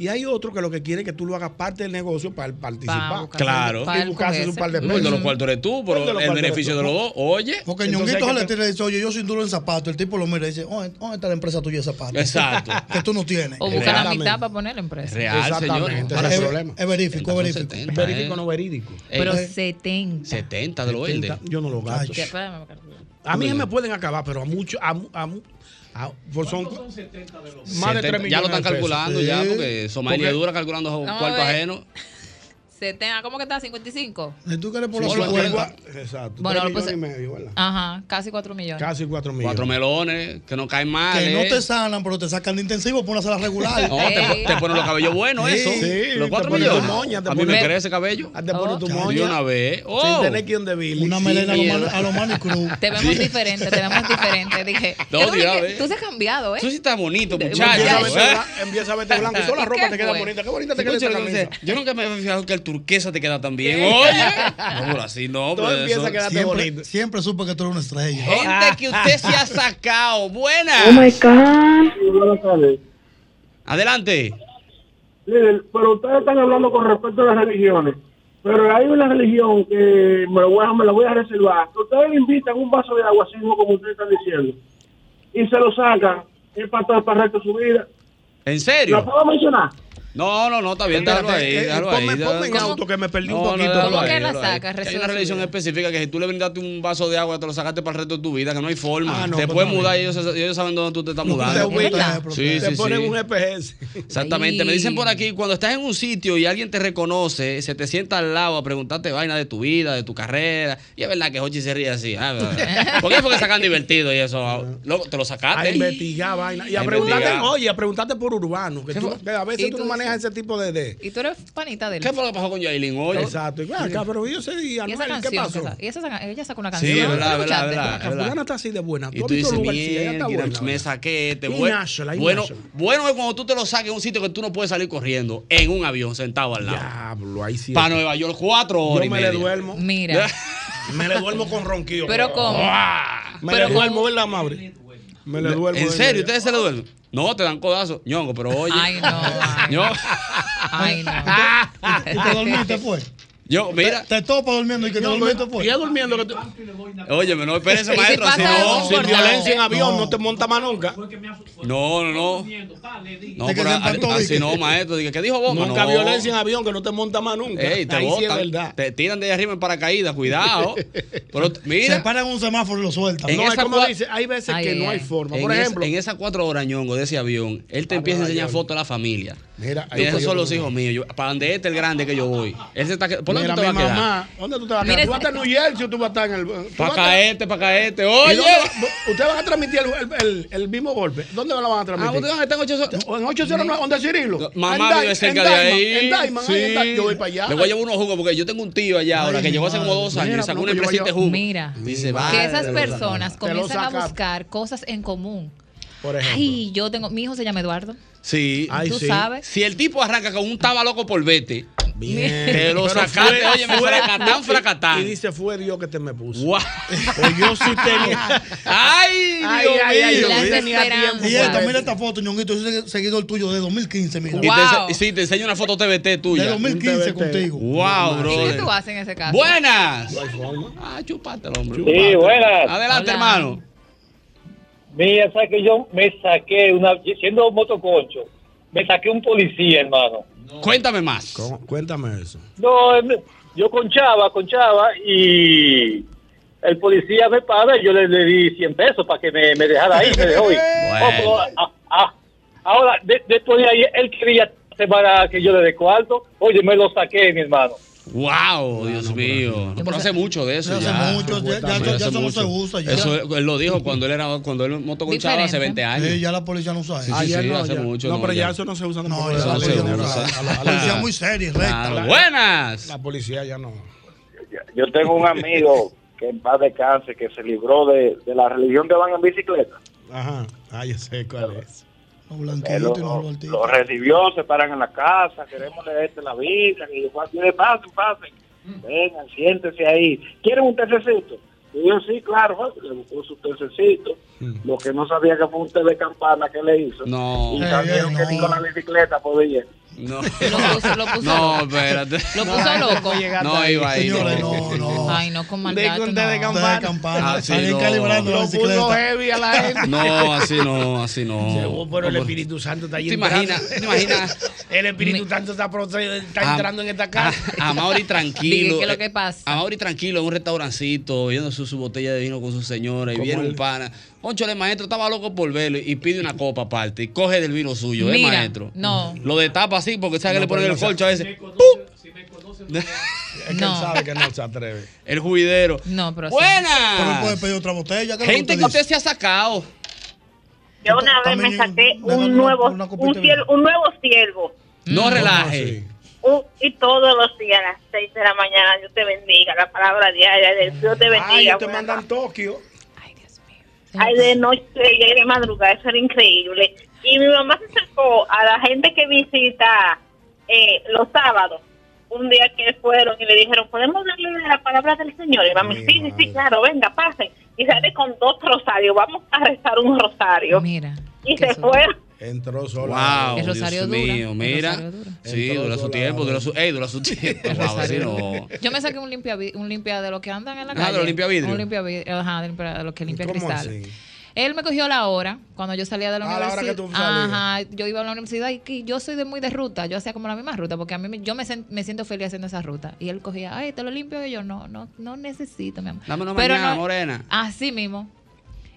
Speaker 3: Y hay otros que lo que quieren es que tú lo hagas parte del negocio para
Speaker 4: Pa'
Speaker 3: participar.
Speaker 4: buscarse-
Speaker 2: Claro.
Speaker 4: pa'
Speaker 3: Y buscarse
Speaker 4: cogerse.
Speaker 3: un par de
Speaker 2: No, el de los
Speaker 3: Ujú.
Speaker 2: cuartos eres tú,
Speaker 3: El
Speaker 2: pero
Speaker 3: de los
Speaker 2: el
Speaker 3: cuartos
Speaker 2: beneficio de
Speaker 3: eres
Speaker 2: los
Speaker 3: tú.
Speaker 2: dos. Oye.
Speaker 5: Porque
Speaker 3: Entonces
Speaker 5: Ñonguito se
Speaker 3: hay que
Speaker 5: le tira y le dice, oye, yo sin duro en zapato. El tipo lo mira y dice, "Oh, ¿dónde está la empresa tuya de zapato?
Speaker 2: Exacto.
Speaker 5: Que tú no tienes.
Speaker 4: O buscar la
Speaker 3: Realmente.
Speaker 4: mitad para poner la empresa.
Speaker 2: Real, señor.
Speaker 3: Exactamente,
Speaker 2: Ahora,
Speaker 3: ese
Speaker 5: es,
Speaker 3: el problema.
Speaker 5: es verífico, es
Speaker 2: Son
Speaker 5: verífico.
Speaker 2: 70,
Speaker 3: Verífico
Speaker 2: eh.
Speaker 3: no verídico.
Speaker 2: Ey,
Speaker 4: Pero 70.
Speaker 2: 70 de los verdes.
Speaker 3: Yo no lo gasto.
Speaker 4: Que- espérame, Carlos.
Speaker 3: A mí se me pueden acabar, pero a muchos. A, mu- a, mu- a- pues son, más de
Speaker 2: 70,
Speaker 3: 3 millones.
Speaker 2: ya lo están
Speaker 3: de pesos.
Speaker 2: calculando, ya,
Speaker 3: Sí.
Speaker 2: porque Somalia
Speaker 3: Porque-
Speaker 2: dura calculando esos
Speaker 4: Vamos a
Speaker 2: cuartos
Speaker 4: ver.
Speaker 2: ajenos.
Speaker 4: 70, eh. ¿cómo que está? 55.
Speaker 5: Si tú quieres por
Speaker 3: Sí,
Speaker 5: la
Speaker 3: sí, porque
Speaker 5: cuenta.
Speaker 3: igual- Exacto.
Speaker 4: Bueno,
Speaker 3: tres
Speaker 4: pues,
Speaker 3: millones y medio, ¿verdad?
Speaker 4: Ajá, casi 4 millones.
Speaker 3: Casi 4 millones.
Speaker 2: Cuatro melones, que no caen mal.
Speaker 5: Que no
Speaker 2: eh.
Speaker 5: te sanan, pero te sacan de intensivo, por una sala regular.
Speaker 2: No, te, te ponen los cabellos buenos,
Speaker 5: Sí,
Speaker 2: eso.
Speaker 3: sí,
Speaker 2: los
Speaker 3: te
Speaker 2: cuatro
Speaker 3: ponen tu
Speaker 2: millones.
Speaker 3: moña, te
Speaker 2: a mí me
Speaker 3: ponen-
Speaker 2: crece cabello.
Speaker 3: Ah, Te pones
Speaker 4: Oh.
Speaker 3: tu
Speaker 5: Ya,
Speaker 2: Y
Speaker 3: moña.
Speaker 2: una vez.
Speaker 3: Sin
Speaker 2: Oh.
Speaker 3: tener que ir donde Billy.
Speaker 5: Una melena a
Speaker 2: sí,
Speaker 5: lo
Speaker 2: mierda.
Speaker 5: Manny- a lo Manny Cruz.
Speaker 4: Te vemos ¿eh? diferente, te vemos diferente. Dije,
Speaker 2: No,
Speaker 4: yo no sé
Speaker 2: ya
Speaker 4: qué-
Speaker 2: ves.
Speaker 4: tú se has cambiado, ¿eh?
Speaker 2: Tú sí estás bonito, muchacho.
Speaker 3: Empieza a,
Speaker 4: Muchacho,
Speaker 2: ¿eh?
Speaker 3: verte blanco, empieza a verte blanco. Y toda la
Speaker 4: ¿Y
Speaker 3: ropa
Speaker 4: qué
Speaker 3: te queda
Speaker 4: fue?
Speaker 3: bonita. Qué bonita
Speaker 2: Sí,
Speaker 3: te queda esta
Speaker 2: conchero, dice,
Speaker 3: camisa.
Speaker 2: yo nunca me había fijado que el turquesa te queda tan bien. Oye, no, pero así no,
Speaker 3: Todo
Speaker 2: pero
Speaker 3: empieza
Speaker 2: eso-
Speaker 3: a quedarte bonito.
Speaker 5: Siempre, siempre supe que tú eres una estrella.
Speaker 2: Gente que usted se ha sacado.
Speaker 13: Oh my
Speaker 2: Buena.
Speaker 13: God.
Speaker 7: Sí, buenas tardes.
Speaker 2: Adelante.
Speaker 7: Líder, pero ustedes están hablando con respecto a las religiones. Pero hay una religión que me, lo voy a, me la voy a reservar. Que Ustedes le invitan un vaso de agua, así mismo como ustedes están diciendo, y se lo sacan, es para todo el resto de su vida.
Speaker 2: ¿En
Speaker 7: ¿Lo
Speaker 2: serio?
Speaker 7: puedo mencionar?
Speaker 2: No, no, no, está bien, déjalo
Speaker 3: Espérate,
Speaker 2: ahí,
Speaker 3: eh, eh,
Speaker 2: déjalo ahí.
Speaker 3: ponme,
Speaker 2: déjalo
Speaker 3: ponme en
Speaker 2: ahí.
Speaker 3: auto que me perdí
Speaker 2: No,
Speaker 3: un
Speaker 2: no,
Speaker 3: poquito.
Speaker 2: déjalo
Speaker 4: ¿Cómo
Speaker 2: ahí,
Speaker 4: que la
Speaker 2: déjalo ahí.
Speaker 4: sacas,
Speaker 2: Hay una relación
Speaker 4: resolución?
Speaker 2: específica que si tú le brindaste un vaso de agua, te lo sacaste para el resto de tu vida, que no hay forma.
Speaker 3: Ah, no,
Speaker 2: te
Speaker 3: pues
Speaker 2: puedes
Speaker 3: está
Speaker 2: mudar, y
Speaker 3: bien.
Speaker 2: ellos, ellos saben dónde tú te estás
Speaker 3: Te
Speaker 2: mudando.
Speaker 4: ubican,
Speaker 3: ubican,
Speaker 4: ¿verdad?
Speaker 2: Sí,
Speaker 3: te
Speaker 2: sí,
Speaker 3: ponen
Speaker 2: sí.
Speaker 3: un EPS.
Speaker 2: Exactamente, me
Speaker 4: Ahí.
Speaker 2: dicen por aquí, cuando estás en un sitio y alguien te reconoce, se te sienta al lado a preguntarte vaina de tu vida, de tu carrera. Y es verdad que Hochi se ríe así. ah, ¿verdad? ¿Por qué fue que sacan divertido y eso? Luego, te lo
Speaker 3: A
Speaker 2: sacaste.
Speaker 3: investigar vaina. Y a
Speaker 2: A
Speaker 3: preguntarte,
Speaker 2: investigar.
Speaker 3: oye, a preguntarte por urbano. Que,
Speaker 4: ¿Qué
Speaker 3: tú-
Speaker 4: fue?
Speaker 3: que a veces
Speaker 4: ¿Y
Speaker 3: tú no
Speaker 4: tú
Speaker 3: manejas
Speaker 4: dices?
Speaker 3: ese tipo de. de.
Speaker 4: Y tú eres panita de él.
Speaker 2: ¿Qué fue lo que pasó con Jailin hoy?
Speaker 3: Exacto. Y ven acá, pero yo sé, y
Speaker 4: Y esa
Speaker 3: Anuel, ¿qué
Speaker 4: canción, que
Speaker 3: pasó?
Speaker 4: sa- y esa sa- ella sacó una
Speaker 2: Sí,
Speaker 4: canción.
Speaker 2: es
Speaker 4: ¿no?
Speaker 2: verdad,
Speaker 4: ¿La
Speaker 2: es verdad, es
Speaker 4: escuchaste?
Speaker 2: verdad, es verdad.
Speaker 3: "Ah, Fulana está así de buena.
Speaker 2: Y
Speaker 3: ¿Tú has
Speaker 2: tú
Speaker 3: visto
Speaker 2: dices,
Speaker 3: Lugarcilla? Ella está
Speaker 2: "Mierda,
Speaker 3: buena.
Speaker 2: me saqué este.
Speaker 3: Y
Speaker 2: Bueno,
Speaker 3: National, y
Speaker 2: bueno,
Speaker 3: National.
Speaker 2: bueno es cuando tú te lo saques en un sitio que tú no puedes salir corriendo en un avión sentado al lado.
Speaker 3: Diablo, ahí sí.
Speaker 2: Para Nueva York, cuatro
Speaker 3: Yo
Speaker 2: horas. y
Speaker 3: me le
Speaker 2: media.
Speaker 3: duermo.
Speaker 4: Mira,
Speaker 3: Me le duermo con ronquido.
Speaker 4: pero como
Speaker 3: Me
Speaker 4: pero
Speaker 3: le duermo,
Speaker 4: con-
Speaker 3: ¿verdad, Mauri? Me le duermo.
Speaker 2: ¿En
Speaker 3: de
Speaker 2: serio?
Speaker 3: media.
Speaker 2: ¿Ustedes se le duermen? No, te dan codazo. Ñongo, pero oye.
Speaker 4: Ay, no. ay,
Speaker 2: Ño-
Speaker 4: Ay, no.
Speaker 5: Y te dormiste, pues.
Speaker 2: Yo, mira,
Speaker 5: Te topa durmiendo y que te dormiste,
Speaker 3: Y ya
Speaker 5: pues.
Speaker 3: durmiendo. Que tú-
Speaker 2: óyeme, no espérese,
Speaker 4: ¿Y si
Speaker 2: maestro.
Speaker 4: pasa
Speaker 2: Si
Speaker 4: algo
Speaker 2: no,
Speaker 3: Sin
Speaker 4: importante?
Speaker 3: violencia en avión, no,
Speaker 5: No.
Speaker 3: te monta más nunca.
Speaker 2: no, no, no. No,
Speaker 5: De
Speaker 2: pero
Speaker 5: que se
Speaker 2: a-
Speaker 5: impactó,
Speaker 2: así
Speaker 5: dije.
Speaker 2: no, maestro. Dije, ¿Qué dijo vos?
Speaker 3: Nunca
Speaker 2: no.
Speaker 3: violencia en avión, que no te monta más nunca.
Speaker 2: Ey, te
Speaker 3: ahí sí es
Speaker 2: botan,
Speaker 3: verdad.
Speaker 2: Te tiran de arriba en paracaídas, cuidado. Pero t-
Speaker 5: Se
Speaker 2: mira,
Speaker 5: paran en un semáforo y lo sueltan.
Speaker 2: En
Speaker 3: no, es
Speaker 2: esa
Speaker 3: como
Speaker 2: cua-
Speaker 3: dice, hay veces
Speaker 4: Ay,
Speaker 3: que
Speaker 4: ay,
Speaker 3: no hay
Speaker 4: ay.
Speaker 3: forma.
Speaker 2: en,
Speaker 3: Por
Speaker 2: es-
Speaker 3: ejemplo,
Speaker 2: en esas cuatro horas, Ñongo, de ese avión, él te empieza a
Speaker 3: Nueva
Speaker 2: enseñar
Speaker 3: York.
Speaker 2: fotos a la familia.
Speaker 3: mira, ahí
Speaker 2: Y esos
Speaker 3: voy yo
Speaker 2: son los
Speaker 3: con-
Speaker 2: hijos míos. Yo, para donde este el grande que yo voy. Él se está, que- ¿Por dónde
Speaker 3: Mira,
Speaker 2: tú te
Speaker 3: mi
Speaker 2: vas a quedar?
Speaker 3: mamá, ¿dónde tú te vas a quedar?
Speaker 4: Mira,
Speaker 3: ¿Tú vas a estar en New Jersey o tú vas a estar en el. tú vas
Speaker 2: Para
Speaker 3: a estar-
Speaker 2: caerte, para caerte.
Speaker 3: ¿Y
Speaker 2: Oye.
Speaker 3: dónde va- ¿Ustedes van a transmitir el, el- el- el mismo golpe? ¿Dónde lo van a
Speaker 2: Ah,
Speaker 3: transmitir?
Speaker 2: ustedes van a estar en ocho- Mm.
Speaker 3: O en 809, ¿dónde Cirilo?
Speaker 2: No,
Speaker 3: En
Speaker 2: Mamá
Speaker 3: Dai-
Speaker 2: vive cerca
Speaker 3: en
Speaker 2: de
Speaker 3: Diamond,
Speaker 2: ahí.
Speaker 3: En Diamond, ahí en
Speaker 2: Sí.
Speaker 3: Diamond. Yo voy para allá.
Speaker 2: Le voy a llevar unos jugos porque yo tengo un tío allá ahora
Speaker 5: Ay,
Speaker 2: que
Speaker 5: mi
Speaker 2: llegó hace como
Speaker 5: madre.
Speaker 2: dos años
Speaker 3: Mira,
Speaker 2: y sacó
Speaker 3: no,
Speaker 2: una
Speaker 3: pues yo voy
Speaker 2: empresita de jugo.
Speaker 4: Mira,
Speaker 2: Dice,
Speaker 4: que
Speaker 2: vale, vale,
Speaker 4: esas personas
Speaker 3: Te lo
Speaker 4: comienzan a
Speaker 3: sacaste.
Speaker 4: buscar cosas en común.
Speaker 3: Por ejemplo.
Speaker 4: Ay, yo tengo, mi hijo se llama Eduardo.
Speaker 2: Sí.
Speaker 3: Ay,
Speaker 4: tú
Speaker 3: sí.
Speaker 4: sabes.
Speaker 2: Si el tipo arranca con un taba loco por vete,
Speaker 3: Bien.
Speaker 2: te lo
Speaker 3: Eh, Pero
Speaker 2: sacaste,
Speaker 3: fue-
Speaker 2: oye, me
Speaker 3: fue-
Speaker 2: fracatán, fracatán.
Speaker 3: Y dice, fue Dios que te me puso.
Speaker 2: Guau.
Speaker 3: Pues yo sí tenía.
Speaker 2: Ay,
Speaker 3: Ay,
Speaker 2: Dios
Speaker 3: ay, ay,
Speaker 2: mío.
Speaker 3: Dios.
Speaker 4: Las
Speaker 3: yo tenía
Speaker 4: esperanzas.
Speaker 3: tiempo
Speaker 5: Y esta,
Speaker 3: Wow.
Speaker 5: mira esta foto, ñonguito, ese es seguidor tuyo de 2015, mira.
Speaker 2: Y te,
Speaker 4: Wow.
Speaker 2: ense- sí, te enseño una foto TBT
Speaker 5: De
Speaker 2: tuya.
Speaker 5: 2015
Speaker 3: Un TBT.
Speaker 5: contigo.
Speaker 2: Wow,
Speaker 4: ¿Qué tú
Speaker 2: bro.
Speaker 4: haces en ese caso?
Speaker 2: Buenas.
Speaker 3: No hay forma.
Speaker 2: Ah, chupate, hombre.
Speaker 7: Sí, buenas.
Speaker 2: Adelante,
Speaker 4: Hola.
Speaker 2: hermano.
Speaker 7: Mira, ¿sabes que yo me saqué, una, siendo motoconcho, me saqué un policía, hermano.
Speaker 2: Cuéntame más.
Speaker 3: Cu- Cuéntame eso.
Speaker 7: No, em, yo conchaba, conchaba y el policía me para y yo le, le di 100 pesos para que me, me dejara ahí, me dejó ir. Oh, pero, ah, ah, ahora, de- después de ahí, él quería semana que yo le dé cuarto. Oye, me lo saqué, mi hermano.
Speaker 2: Wow, Dios mío. No, pero hace mucho de
Speaker 5: Ya
Speaker 2: eso.
Speaker 5: hace
Speaker 2: ya.
Speaker 5: mucho, ya, ya,
Speaker 2: Hace
Speaker 5: ya eso no
Speaker 2: mucho.
Speaker 5: se usa. Ya,
Speaker 2: Eso él lo dijo cuando él era cuando él motoconchaba hace
Speaker 4: Diferente.
Speaker 2: 20 años.
Speaker 5: Sí, ya la policía no usa eso.
Speaker 2: Sí, sí,
Speaker 3: ya
Speaker 2: hace mucho,
Speaker 3: No,
Speaker 2: no,
Speaker 3: pero ya.
Speaker 2: ya.
Speaker 3: eso no se usa.
Speaker 5: No,
Speaker 3: tampoco.
Speaker 5: ya la
Speaker 2: no se
Speaker 5: policía no
Speaker 2: usa.
Speaker 5: usa. A la- a La policía es muy seria y recta.
Speaker 2: Claro.
Speaker 5: La-
Speaker 2: Ah, Buenas.
Speaker 3: La policía ya no.
Speaker 7: Yo tengo un amigo que en paz descanse, que se libró de, de la religión que van en bicicleta.
Speaker 3: Ajá. Ah, ya sé cuál es.
Speaker 5: Lo
Speaker 7: Eh, lo,
Speaker 5: blanquito y
Speaker 7: lo-
Speaker 5: no
Speaker 7: lo
Speaker 5: voltito.
Speaker 7: recibió, se paran en la casa, queremos leerte la vida, y yo, "Pasen, pasen, pasen, vengan, siéntese ahí. ¿Quieren un tececito? Y yo, sí, claro, bueno, le buscó su tececito, lo que no sabía que fue un té de campana que le hizo,
Speaker 2: Hmm. No.
Speaker 7: y
Speaker 5: Eh,
Speaker 7: también
Speaker 5: eh,
Speaker 7: que
Speaker 5: no.
Speaker 7: ni con la bicicleta podía.
Speaker 2: No.
Speaker 4: Lo puso, lo puso
Speaker 2: No,
Speaker 4: loco.
Speaker 2: espérate.
Speaker 4: Lo puso loco.
Speaker 2: No iba ahí.
Speaker 5: Señores, no, no.
Speaker 4: Ay, no, con maldad.
Speaker 3: De- de-
Speaker 4: tú
Speaker 3: de
Speaker 4: no.
Speaker 5: Ustedes de campana.
Speaker 2: Así
Speaker 5: Alguien
Speaker 2: no.
Speaker 5: calibrando la
Speaker 3: Lo puso
Speaker 5: bicicleta.
Speaker 3: heavy a la gente.
Speaker 2: No, así no, así
Speaker 3: Llegó,
Speaker 2: no.
Speaker 3: pero el Espíritu Santo está
Speaker 2: ¿Te
Speaker 3: allí
Speaker 2: imaginas?
Speaker 3: entrando.
Speaker 2: ¿Te imaginas?
Speaker 3: El Espíritu Santo está, pro- está
Speaker 2: a-
Speaker 3: entrando en esta casa.
Speaker 2: A, a Mauri Ah, tranquilo. eh, Ah,
Speaker 4: Dije, ¿qué es lo que pasa?
Speaker 2: A Mauri tranquilo en un restaurancito, bebiendo su, su botella de vino con su señora y
Speaker 3: Como
Speaker 2: viene
Speaker 3: el-
Speaker 2: un pana. Ónchole, maestro, estaba loco por verlo y pide una copa aparte. Y coge del vino suyo, ¿eh,
Speaker 4: Mira,
Speaker 2: maestro?
Speaker 4: no.
Speaker 2: Lo destapa así porque sabe que le ponen el colcho a veces.
Speaker 3: Es que él
Speaker 4: No.
Speaker 3: sabe que no se atreve.
Speaker 2: El juidero.
Speaker 4: No, pero sí.
Speaker 5: Pero él puede
Speaker 2: ¡Buena!
Speaker 5: pedir otra botella. ¿qué es lo
Speaker 2: Gente que usted
Speaker 5: usted dice?
Speaker 2: se ha sacado.
Speaker 11: Yo una vez
Speaker 5: También
Speaker 11: me saqué
Speaker 5: una-
Speaker 11: un
Speaker 5: una-
Speaker 11: nuevo,
Speaker 5: una
Speaker 11: un,
Speaker 5: copita de
Speaker 11: ciel-
Speaker 5: vino.
Speaker 11: un nuevo ciervo.
Speaker 2: No
Speaker 3: así?
Speaker 2: relaje.
Speaker 11: Un- Uh, y todos los días a las 6 de la mañana, Dios te bendiga, la palabra diaria, del Dios te bendiga.
Speaker 3: Ay, Ah, te
Speaker 11: buena
Speaker 3: mandan Tokio.
Speaker 4: Ay, Dios mío.
Speaker 11: Ay, de noche y de madrugada, eso era increíble. Y mi mamá se sacó a la gente que visita eh, los sábados, un día que fueron y le dijeron, ¿podemos darle de la palabra del Señor? Y mami,
Speaker 3: Mi
Speaker 11: sí, sí,
Speaker 3: madre.
Speaker 11: sí, claro, venga, pasen. Y sale con dos rosarios, vamos a rezar un rosario.
Speaker 4: Mira.
Speaker 11: y
Speaker 4: qué
Speaker 11: se
Speaker 4: suerte.
Speaker 11: fueron.
Speaker 3: Entró solo.
Speaker 2: Wow,
Speaker 4: El rosario
Speaker 2: Dios
Speaker 4: dura,
Speaker 2: mío,
Speaker 4: el
Speaker 2: mira.
Speaker 4: rosario dura.
Speaker 2: Sí,
Speaker 3: Entró
Speaker 2: dura su
Speaker 3: sola,
Speaker 2: tiempo, dura
Speaker 3: bro.
Speaker 2: su, ey, dura su tiempo. Wow, así no.
Speaker 4: Yo me saqué un limpia, vi- un limpia de los que andan en la
Speaker 2: Ajá, Ah, de
Speaker 4: calle.
Speaker 2: los limpia vidrio.
Speaker 4: Un limpia vidrio, ajá, de limpia- de los que limpia
Speaker 3: ¿Cómo
Speaker 4: cristales.
Speaker 3: así?
Speaker 4: Él me cogió la hora cuando yo salía de la
Speaker 3: Ah, la hora
Speaker 4: universidad.
Speaker 3: que tú salías.
Speaker 4: Ajá, yo iba a la universidad y que yo soy de muy de ruta. Yo hacía como la misma ruta porque a mí me- yo me, sen- me siento feliz haciendo esa ruta. Y él cogía, ay, te lo limpio. Y yo, no, no, no necesito, mi amor.
Speaker 2: Dame una
Speaker 4: Pero
Speaker 2: mañana,
Speaker 4: no-
Speaker 3: Ah.
Speaker 2: morena.
Speaker 4: Así mismo.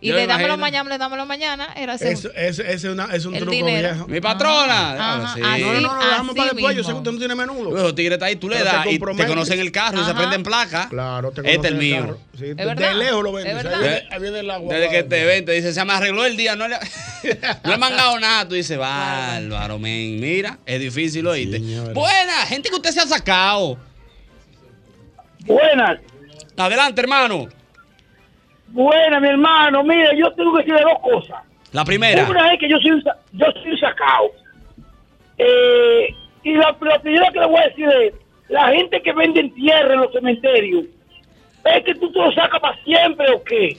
Speaker 4: Y
Speaker 2: Yo me
Speaker 4: le dámelo
Speaker 2: imagino.
Speaker 4: mañana, le dámelo mañana. Era así.
Speaker 3: Eso- Ese ese es una- es un
Speaker 4: Ah, El
Speaker 3: truco
Speaker 4: dinero.
Speaker 3: viejo.
Speaker 2: Mi patrona.
Speaker 4: Ajá,
Speaker 2: Diablo,
Speaker 4: ajá,
Speaker 2: sí.
Speaker 4: así.
Speaker 3: No, no, no, lo dejamos
Speaker 4: así
Speaker 3: para después. Yo sé que
Speaker 4: mismo.
Speaker 3: usted no tiene menudo.
Speaker 2: Los tigres están ahí, tú le
Speaker 3: Pero te
Speaker 2: das y te
Speaker 3: comprometes.
Speaker 2: conocen el carro y se
Speaker 4: Ajá.
Speaker 2: prenden placa.
Speaker 3: Claro, te
Speaker 2: Este es el
Speaker 3: conocen
Speaker 2: mío. Eh,
Speaker 3: carro. Sí, de-
Speaker 4: verdad,
Speaker 3: de lejos lo
Speaker 4: es
Speaker 3: vendes. Ahí
Speaker 4: verdad.
Speaker 3: viene- Ahí viene la guapa.
Speaker 2: Desde que te ven, te dicen, se me arregló el día, no le, no he mangado nada. Tú dices, bárbaro, men, mira, es difícil oírte.
Speaker 3: Señores.
Speaker 2: Buena, gente que usted se ha sacado.
Speaker 7: Buenas,
Speaker 2: Adelante, hermano.
Speaker 7: buenas, mi hermano. Mira, yo tengo que decirle dos cosas.
Speaker 2: La primera.
Speaker 7: Una es que yo soy un, sa- yo soy un sacao. Eh, y la, la primera que le voy a decir es, la gente que vende en tierra en los cementerios, ¿es que tú te lo sacas para siempre o qué?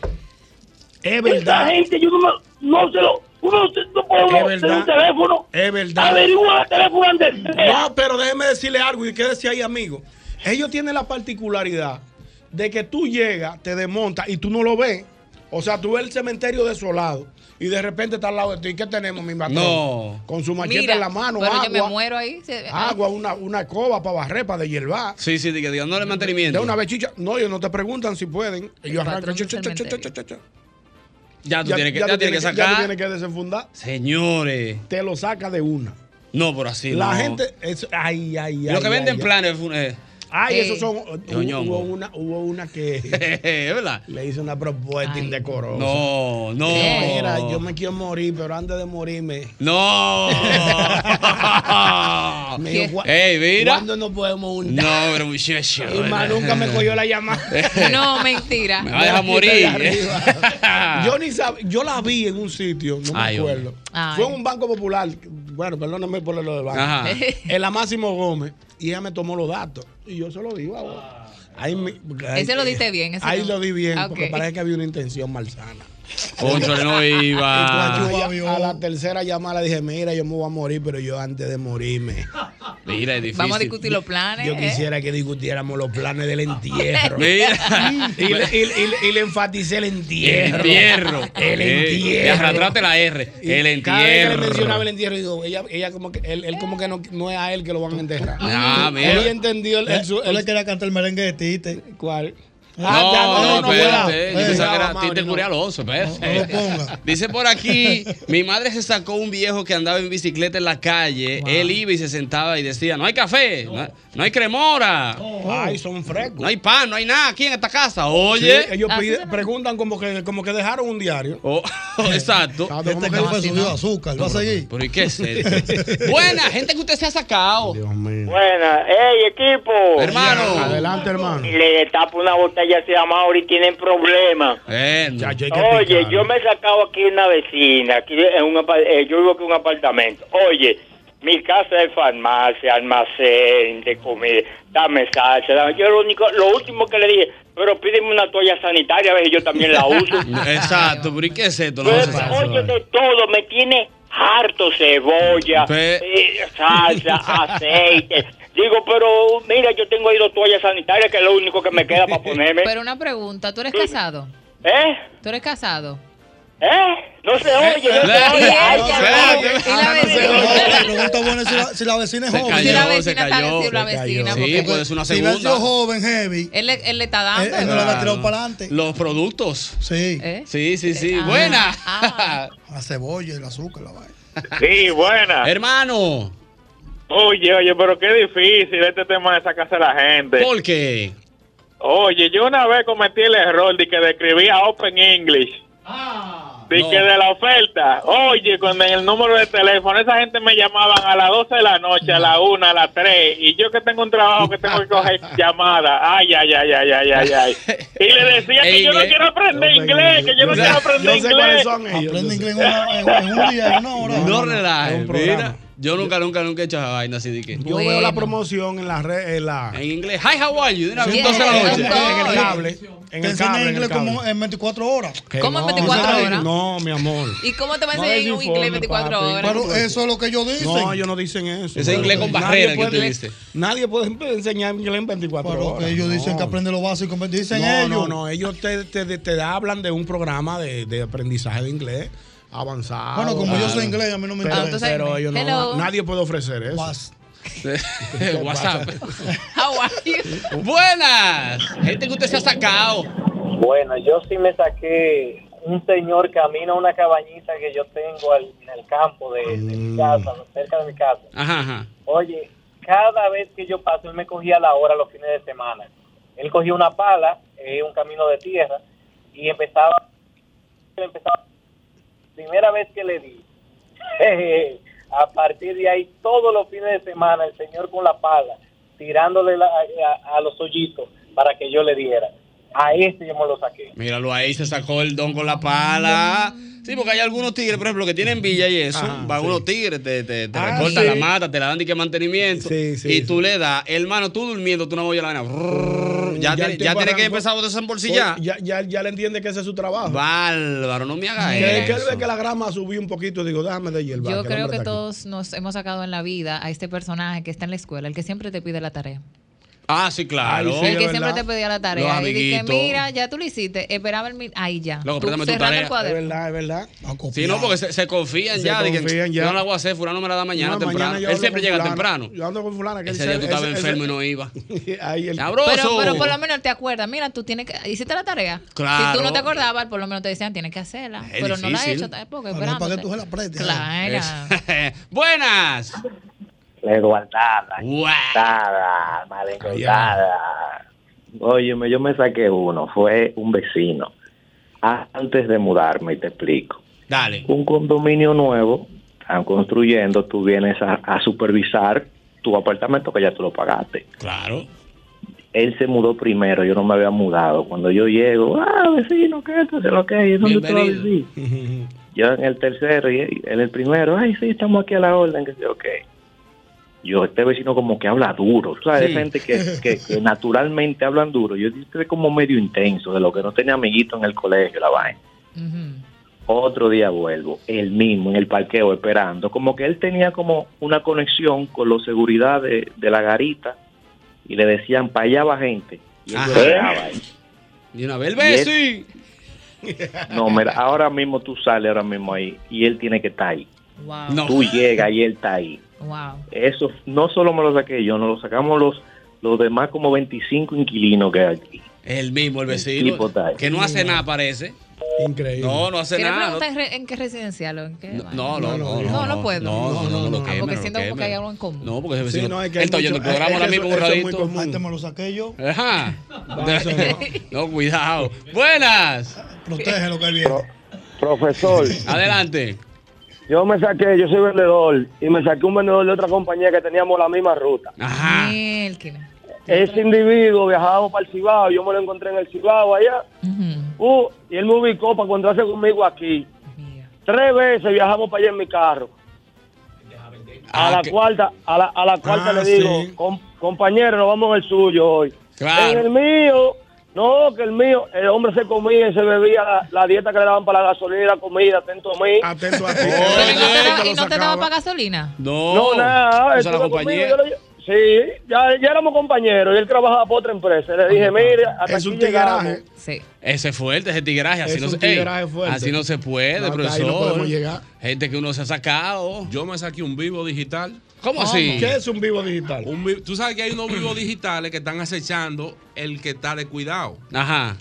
Speaker 3: Es
Speaker 7: Esa
Speaker 3: verdad.
Speaker 7: gente, yo no, me- no se lo... Uno no se- no puede uno
Speaker 3: Es
Speaker 7: tener un
Speaker 3: verdad.
Speaker 7: teléfono.
Speaker 3: Es verdad.
Speaker 7: Averigua el teléfono donde sea.
Speaker 3: No, pero déjeme decirle algo y quédese ahí, amigo. Ellos tienen la particularidad de que tú llegas, te desmontas y tú no lo ves. O sea, tú ves el cementerio desolado y de repente está al lado de ti. ¿Qué tenemos, mi patrón?
Speaker 2: No.
Speaker 3: Con su machete
Speaker 4: Mira,
Speaker 3: en la mano,
Speaker 4: pero
Speaker 3: agua,
Speaker 4: yo me muero ahí. se-
Speaker 3: agua, una, una escoba para barrer, para deshiervar.
Speaker 2: Sí, sí, que Dios no le
Speaker 3: De
Speaker 2: mantenimiento.
Speaker 3: una vez chicha. No, ellos no te preguntan si pueden. Ellos arrancan.
Speaker 4: patrón del
Speaker 3: cha, cha, cha, cha,
Speaker 4: cementerio.
Speaker 3: cha, cha.
Speaker 2: Ya tú
Speaker 3: Ya-
Speaker 2: tienes que,
Speaker 3: ya
Speaker 2: ya
Speaker 3: tú
Speaker 2: tienes que
Speaker 3: ya tú
Speaker 2: sacar.
Speaker 3: tienes que desenfundar.
Speaker 2: Señores.
Speaker 3: Te lo saca de una.
Speaker 2: No, por así.
Speaker 3: la
Speaker 2: no.
Speaker 3: gente. es- ay, ay,
Speaker 2: Y
Speaker 3: ay.
Speaker 2: Lo que
Speaker 3: ay,
Speaker 2: venden
Speaker 3: ay.
Speaker 2: planes. eh,
Speaker 3: Ay,
Speaker 4: Sí.
Speaker 3: esos son.
Speaker 2: Ñoñongo.
Speaker 3: Hubo una, hubo una que
Speaker 2: jejeje, ¿Verdad?
Speaker 3: le hizo una propuesta
Speaker 4: Ay.
Speaker 3: indecorosa.
Speaker 2: No, no.
Speaker 3: Dijo, Mira, yo me quiero morir, pero antes de morirme.
Speaker 2: No.
Speaker 3: Me dijo, "Gua-
Speaker 2: Ey, mira.
Speaker 3: ¿Cuándo nos podemos unir?
Speaker 2: no, pero muchacho.
Speaker 3: y más
Speaker 2: ¿verdad?
Speaker 3: nunca me cogió la llamada.
Speaker 4: No, mentira.
Speaker 2: Me va a dejar
Speaker 3: Ahí
Speaker 2: morir.
Speaker 3: arriba. yo ni sab- yo la vi en un sitio, no me
Speaker 2: Ay,
Speaker 3: acuerdo.
Speaker 4: Ay.
Speaker 3: Fue en un banco popular. Bueno, perdóname por lo del banco.
Speaker 2: Ajá.
Speaker 3: En la Máximo Gómez. Y ella me tomó los datos. Y yo se lo digo
Speaker 2: Ah.
Speaker 3: ahora. Ahí me- ahí-
Speaker 4: Ese lo diste bien, ese
Speaker 3: ahí
Speaker 4: no.
Speaker 3: lo di bien,
Speaker 4: Ah,
Speaker 3: porque
Speaker 4: ok.
Speaker 3: parece que había una intención malsana.
Speaker 2: Conchole, no iba.
Speaker 3: Entonces, yo a, a la tercera llamada le dije, mira, yo me voy a morir, pero yo antes de morirme,
Speaker 2: Mira, es difícil.
Speaker 4: Vamos a discutir los planes.
Speaker 3: yo
Speaker 4: ¿eh?
Speaker 3: quisiera que discutiéramos los planes del entierro.
Speaker 2: Mira.
Speaker 3: Y le, y le- y le enfaticé el entierro.
Speaker 2: El entierro.
Speaker 3: El
Speaker 2: Eh,
Speaker 3: entierro.
Speaker 2: Y arrastraste la R.
Speaker 3: Y
Speaker 2: El
Speaker 3: Cada vez que le mencionaba el
Speaker 2: entierro.
Speaker 3: entierro, digo, ella, ella como que, él, él como que no, no es a él que lo van a enterrar.
Speaker 2: Ah, mira.
Speaker 3: Él ya entendió el, el, su-
Speaker 5: Yo le
Speaker 3: el-
Speaker 5: quería cantar el merengue de Tite.
Speaker 3: cuál.
Speaker 2: No,
Speaker 3: Ah,
Speaker 2: no, espérate. Yo
Speaker 5: Eh,
Speaker 2: pensaba que era
Speaker 3: cuidado,
Speaker 2: Tite
Speaker 3: Mauri, no.
Speaker 2: Curialoso,
Speaker 5: No lo
Speaker 2: espérate.
Speaker 5: ponga.
Speaker 2: Dice por aquí, mi madre se sacó un viejo que andaba en bicicleta en la calle. Él iba y se sentaba y decía, no hay café, no, no hay cremora,
Speaker 3: Ay, son frescos.
Speaker 2: no hay pan, no hay nada aquí en esta casa.
Speaker 3: Sí,
Speaker 2: Oye,
Speaker 3: ellos
Speaker 4: Así
Speaker 3: pide-
Speaker 4: se llama.
Speaker 3: preguntan como que, como que dejaron un diario.
Speaker 2: Oh, exacto.
Speaker 3: Exacto,
Speaker 5: Este
Speaker 3: como que-
Speaker 5: café subió azúcar. ¿Va a seguir?
Speaker 2: Pero ¿y qué es esto? Buena, gente que usted se ha sacado.
Speaker 3: Dios mío.
Speaker 7: Buenas, hey equipo.
Speaker 2: Hermano.
Speaker 3: Adelante, hermano.
Speaker 7: Le tapa una botella así a Mauri, tienen problemas.
Speaker 2: Eh, no.
Speaker 3: Chacho, hay que
Speaker 7: Oye,
Speaker 3: picar.
Speaker 7: yo me he sacado aquí una vecina, aquí en un apa- eh, yo vivo aquí en un apartamento. Oye, mi casa es farmacia, almacén de comida, dame salsa, dame. Yo lo único, lo último que le dije, pero pídeme una toalla sanitaria, a ver si yo también la uso.
Speaker 2: Exacto, pero ¿y qué es esto? No
Speaker 7: Pero,
Speaker 6: Pues,
Speaker 2: se sabe.
Speaker 7: Pues, oye, de todo, me tiene harto cebolla,
Speaker 2: Pe-
Speaker 7: eh, salsa, aceite. Digo, pero mira, yo tengo ahí dos toallas sanitarias, que es lo único que me queda para ponerme.
Speaker 4: Pero una pregunta, ¿tú eres casado?
Speaker 7: ¿Eh?
Speaker 4: ¿Tú eres casado?
Speaker 7: ¿Eh? No se oye, no se
Speaker 2: Eh,
Speaker 7: oye. Ay,
Speaker 2: no
Speaker 7: ya
Speaker 2: se oye.
Speaker 7: no.
Speaker 4: Y la
Speaker 5: No,
Speaker 4: vecina.
Speaker 5: la pregunta buena es si la, si la vecina es
Speaker 2: Se
Speaker 5: joven.
Speaker 2: cayó,
Speaker 4: Si la
Speaker 2: se
Speaker 4: vecina está
Speaker 2: cayó,
Speaker 4: si la
Speaker 3: se cayó.
Speaker 4: vecina,
Speaker 2: Sí,
Speaker 4: porque
Speaker 2: puede ser una
Speaker 5: Si hubiera sido
Speaker 2: segunda.
Speaker 5: joven, heavy,
Speaker 4: él, le- él le está
Speaker 3: Eh,
Speaker 4: dando.
Speaker 5: él no la va a tirar para adelante.
Speaker 2: Eh, Los productos.
Speaker 5: Sí,
Speaker 4: ¿eh?
Speaker 2: Sí, sí, sí.
Speaker 4: Ah,
Speaker 2: Buena.
Speaker 4: ah.
Speaker 5: la cebolla, el azúcar, la vaina.
Speaker 6: Sí, buena.
Speaker 2: Hermano,
Speaker 6: Oye, oye, pero qué difícil este tema de sacarse a la gente.
Speaker 2: ¿por qué?
Speaker 6: Oye, yo una vez cometí el error de que describía Open English.
Speaker 5: Ah.
Speaker 6: De
Speaker 2: no.
Speaker 6: que de la oferta. Oye, cuando en el número de teléfono esa gente me llamaban a las 12 de la noche, a la 1, a las 3. Y yo que tengo un trabajo que tengo que coger llamadas. Ay, ay, ay, ay, ay, ay, ay. Y le decía que
Speaker 2: En
Speaker 6: yo no
Speaker 2: inglés.
Speaker 6: quiero aprender
Speaker 3: Open
Speaker 6: inglés, que yo no
Speaker 3: English. Yo
Speaker 6: quiero aprender
Speaker 3: sé cuáles
Speaker 6: inglés.
Speaker 3: son ellos.
Speaker 5: Aprende inglés en, una- en- en un día, en una hora.
Speaker 2: No
Speaker 3: no, no,
Speaker 2: relajes,
Speaker 3: es un
Speaker 2: mira.
Speaker 3: programa.
Speaker 2: Yo nunca, nunca, nunca he hecho esa vaina así de que.
Speaker 3: Yo veo la promoción en la red, en la.
Speaker 2: En inglés. Hi, how are you? De una vez,
Speaker 4: Yeah.
Speaker 2: 12 de la noche.
Speaker 3: En el cable. En
Speaker 5: Te
Speaker 3: el
Speaker 5: enseña
Speaker 3: cable. En
Speaker 5: inglés
Speaker 3: el cable.
Speaker 5: como en 24 horas.
Speaker 3: Que
Speaker 4: ¿Cómo en 24
Speaker 3: ¿sabes?
Speaker 4: horas?
Speaker 3: No, mi amor.
Speaker 4: ¿Y cómo te va a
Speaker 3: No
Speaker 4: enseñar en un
Speaker 3: desinforme,
Speaker 4: inglés 24
Speaker 3: papi.
Speaker 4: horas?
Speaker 5: Pero eso es lo que ellos dicen.
Speaker 3: No, ellos no dicen eso.
Speaker 2: Ese inglés con barrera que
Speaker 3: puede-
Speaker 2: tú diste.
Speaker 3: Nadie puede enseñar inglés en 24
Speaker 5: Pero
Speaker 3: horas.
Speaker 5: que ellos dicen
Speaker 3: no.
Speaker 5: que aprende lo básico. Dicen
Speaker 3: no,
Speaker 5: ellos.
Speaker 3: No, no, ellos te, te- te hablan de un programa de, de aprendizaje de inglés avanzado.
Speaker 5: Bueno, como yo
Speaker 3: claro.
Speaker 5: soy inglés, a mí no me
Speaker 3: Pero,
Speaker 4: Ah, entonces-
Speaker 5: interesa.
Speaker 3: pero ellos
Speaker 4: Hello.
Speaker 3: no, nadie puede ofrecer eso.
Speaker 5: Más.
Speaker 2: WhatsApp.
Speaker 4: How are you?
Speaker 2: Buenas. Gente que usted se ha sacado.
Speaker 14: Bueno, yo sí me saqué un señor camino a una cabañita que yo tengo al- en el campo de, de
Speaker 2: Mm.
Speaker 14: mi casa, cerca de mi casa.
Speaker 2: Ajá, ajá.
Speaker 14: Oye, cada vez que yo paso, él me cogía la hora los fines de semana. Él cogía una pala, eh, un camino de tierra, y empezaba, empezaba, primera vez que le di, a partir de ahí, todos los fines de semana, el señor con la pala, tirándole la- a, a los hoyitos para que yo le diera. A este yo me lo saqué.
Speaker 2: Míralo ahí, se sacó el don con la pala. Sí, porque hay algunos tigres, por ejemplo, que tienen villa y eso.
Speaker 3: Ajá,
Speaker 2: Va
Speaker 3: sí.
Speaker 2: unos tigres, te, te, te
Speaker 3: Ah,
Speaker 2: recortan
Speaker 3: sí.
Speaker 2: la mata, te la dan de que mantenimiento.
Speaker 3: Sí, sí,
Speaker 2: y
Speaker 3: sí.
Speaker 2: tú le das, hermano, tú durmiendo, tú no voy a la vaina. Brrr, Ya,
Speaker 3: el
Speaker 2: tiene- ya
Speaker 3: tipo
Speaker 2: tienes que
Speaker 3: arrancó.
Speaker 2: empezar a desembolsillar.
Speaker 3: Ya, ya, ya le entiende que ese es su trabajo.
Speaker 2: Bárbaro, no me hagas
Speaker 3: que, que él
Speaker 2: eso.
Speaker 3: ve que la grama subió un poquito y digo, déjame de hierba.
Speaker 4: Yo creo que
Speaker 3: todo
Speaker 4: todos nos hemos sacado en la vida a este personaje que está en la escuela, el que siempre te pide la tarea.
Speaker 2: Ah, sí, claro.
Speaker 3: Ay, sí.
Speaker 4: el
Speaker 3: de
Speaker 4: que
Speaker 3: verdad.
Speaker 4: siempre te pedía la
Speaker 2: Los
Speaker 4: tarea. y dije,
Speaker 2: amiguitos.
Speaker 4: mira, ya tú lo hiciste. Esperaba el. mi- Ahí ya.
Speaker 2: Loco,
Speaker 4: Tú
Speaker 2: préstame tu
Speaker 4: cerrando
Speaker 2: tarea.
Speaker 4: el
Speaker 3: Es
Speaker 4: cuaderno.
Speaker 3: verdad, es verdad.
Speaker 5: A copiar.
Speaker 2: Sí, no, porque se, se confían
Speaker 3: Se
Speaker 2: ya. de que,
Speaker 3: confían ya.
Speaker 2: Yo no la voy a hacer, fulano me la da mañana
Speaker 3: No,
Speaker 2: temprano.
Speaker 3: yo
Speaker 2: Él
Speaker 3: hablo
Speaker 2: siempre
Speaker 3: con
Speaker 2: llega
Speaker 3: fulano.
Speaker 2: temprano.
Speaker 3: Yo ando con fulana. que
Speaker 2: Ese
Speaker 3: él
Speaker 2: día
Speaker 3: se-
Speaker 2: tú estabas
Speaker 3: ese-
Speaker 2: enfermo y
Speaker 3: ese-
Speaker 2: no iba.
Speaker 3: Ahí el-
Speaker 2: Cabroso.
Speaker 4: Pero, pero por lo menos te acuerdas. Mira, tú tienes que. Hiciste la tarea.
Speaker 2: Claro.
Speaker 4: Si tú no te acordabas, por lo menos te decían, tienes que hacerla.
Speaker 2: Es
Speaker 4: pero no la he
Speaker 2: difícil.
Speaker 4: hecho tampoco.
Speaker 5: Pero
Speaker 4: Esperándote.
Speaker 5: para que tú se la ¿eh? prestes.
Speaker 4: Claro.
Speaker 2: Buenas.
Speaker 14: Guardada,
Speaker 2: Guau.
Speaker 14: guardada, mal Óyeme, yo me saqué uno, fue un vecino. Antes de mudarme, y te explico.
Speaker 2: Dale.
Speaker 14: un condominio nuevo, están construyendo, tú vienes a, a supervisar tu apartamento que ya tú lo pagaste.
Speaker 2: Claro.
Speaker 14: Él se mudó primero, yo no me había mudado. Cuando yo llego, ah, vecino, ¿qué esto? ¿Qué lo que hay? ¿Dónde tú vas a
Speaker 2: Bienvenido.
Speaker 14: vivir? Yo en el tercero y él en el primero, ay, sí, estamos aquí a la orden. Que, sé yo, ok. Yo, este vecino como que habla duro, tú ¿sabes? Hay gente que, que- que naturalmente hablan duro. Yo estoy como medio intenso, de lo que no tenía amiguito en el colegio, la vaina.
Speaker 4: Ujú.
Speaker 14: Otro día vuelvo, el mismo, en el parqueo, esperando. Como que él tenía como una conexión con los seguridad de, de la garita y le decían, para allá va gente. Y él
Speaker 2: Ajá.
Speaker 14: lloraba ahí.
Speaker 2: Y una vez el
Speaker 14: Y es-
Speaker 2: Bessi.
Speaker 14: No, mira, ahora mismo tú sales, ahora mismo ahí, y él tiene que estar ahí.
Speaker 15: Ah.
Speaker 4: Wow.
Speaker 2: No.
Speaker 14: Tú llegas y él está ahí.
Speaker 4: Wow.
Speaker 14: Eso no solo me lo saqué yo, nos lo sacamos los, los demás como 25 inquilinos que hay aquí.
Speaker 2: El mismo, el
Speaker 14: El
Speaker 2: vecino.
Speaker 14: tipo está ahí.
Speaker 2: Que no hace nada, parece.
Speaker 3: Increíble.
Speaker 2: No, no hace
Speaker 4: ¿Quieres
Speaker 2: nada.
Speaker 4: preguntar
Speaker 2: no-
Speaker 4: en re- en qué residencial o en qué? vaina?
Speaker 2: No, no, no, no,
Speaker 4: No, no puedo.
Speaker 2: No, no, no, no, lo
Speaker 3: Ah,
Speaker 2: quemen,
Speaker 4: porque
Speaker 2: lo
Speaker 4: siento como que
Speaker 2: quemen.
Speaker 4: hay algo en común.
Speaker 2: No, porque ese
Speaker 3: Sí,
Speaker 2: vecino.
Speaker 3: no, es que
Speaker 2: él
Speaker 3: hay
Speaker 2: está oyendo el
Speaker 3: mucho-
Speaker 2: programa
Speaker 3: es que
Speaker 2: ahora mismo
Speaker 3: eso-
Speaker 2: un
Speaker 3: eso es muy
Speaker 2: ratito.
Speaker 3: común.
Speaker 5: Antes Este me lo saqué yo.
Speaker 2: Ajá.
Speaker 3: eso
Speaker 2: No, cuidado. Buenas.
Speaker 5: Protege lo que él viene.
Speaker 7: Profesor,
Speaker 2: Adelante.
Speaker 7: yo me saqué, yo soy vendedor y me saqué un vendedor de otra compañía que teníamos la misma ruta.
Speaker 2: Ajá.
Speaker 4: Mielquina.
Speaker 7: Ese individuo viajaba para el Cibao, yo me lo encontré en el Cibao allá,
Speaker 4: Ujú.
Speaker 7: uh, y él me ubicó para encontrarse conmigo aquí.
Speaker 4: Mira.
Speaker 7: Tres veces viajamos para allá en mi carro. A
Speaker 2: Ah,
Speaker 7: la
Speaker 2: que-
Speaker 7: cuarta, a la, a la cuarta
Speaker 3: Ah,
Speaker 7: le digo,
Speaker 3: sí.
Speaker 7: "Com- compañero, nos vamos en el suyo hoy.
Speaker 2: Claro.
Speaker 7: En el mío, no, que el mío, el hombre se comía y se bebía la, la dieta que le daban para la gasolina y la comida, atento a mí.
Speaker 3: Atento a ti.
Speaker 4: Pero ¿y no te
Speaker 2: Oye,
Speaker 4: da- Ah, ¿Y no te daba para gasolina?
Speaker 2: No.
Speaker 7: No, nada.
Speaker 2: Usa la
Speaker 7: estuvo
Speaker 2: compañía.
Speaker 7: conmigo, yo lo- sí, ya, ya éramos compañeros y él trabajaba para otra empresa. Le dije, mire, hasta
Speaker 3: Es un
Speaker 7: aquí llegamos".
Speaker 3: tigreaje.
Speaker 4: Sí.
Speaker 2: Ese es fuerte, ese tigraje. Así,
Speaker 3: Es
Speaker 2: no, se,
Speaker 3: un tigraje
Speaker 2: Ey,
Speaker 3: fuerte.
Speaker 2: así no se puede,
Speaker 3: No, hasta
Speaker 2: profesor.
Speaker 3: ahí no podemos llegar.
Speaker 2: Gente que uno se ha sacado.
Speaker 16: Yo me saqué un vivo digital.
Speaker 2: ¿Cómo así?
Speaker 3: ¿Qué es un vivo digital?
Speaker 16: Un vi- Tú sabes que hay unos vivos digitales que están acechando el que está descuidado.
Speaker 2: Ajá.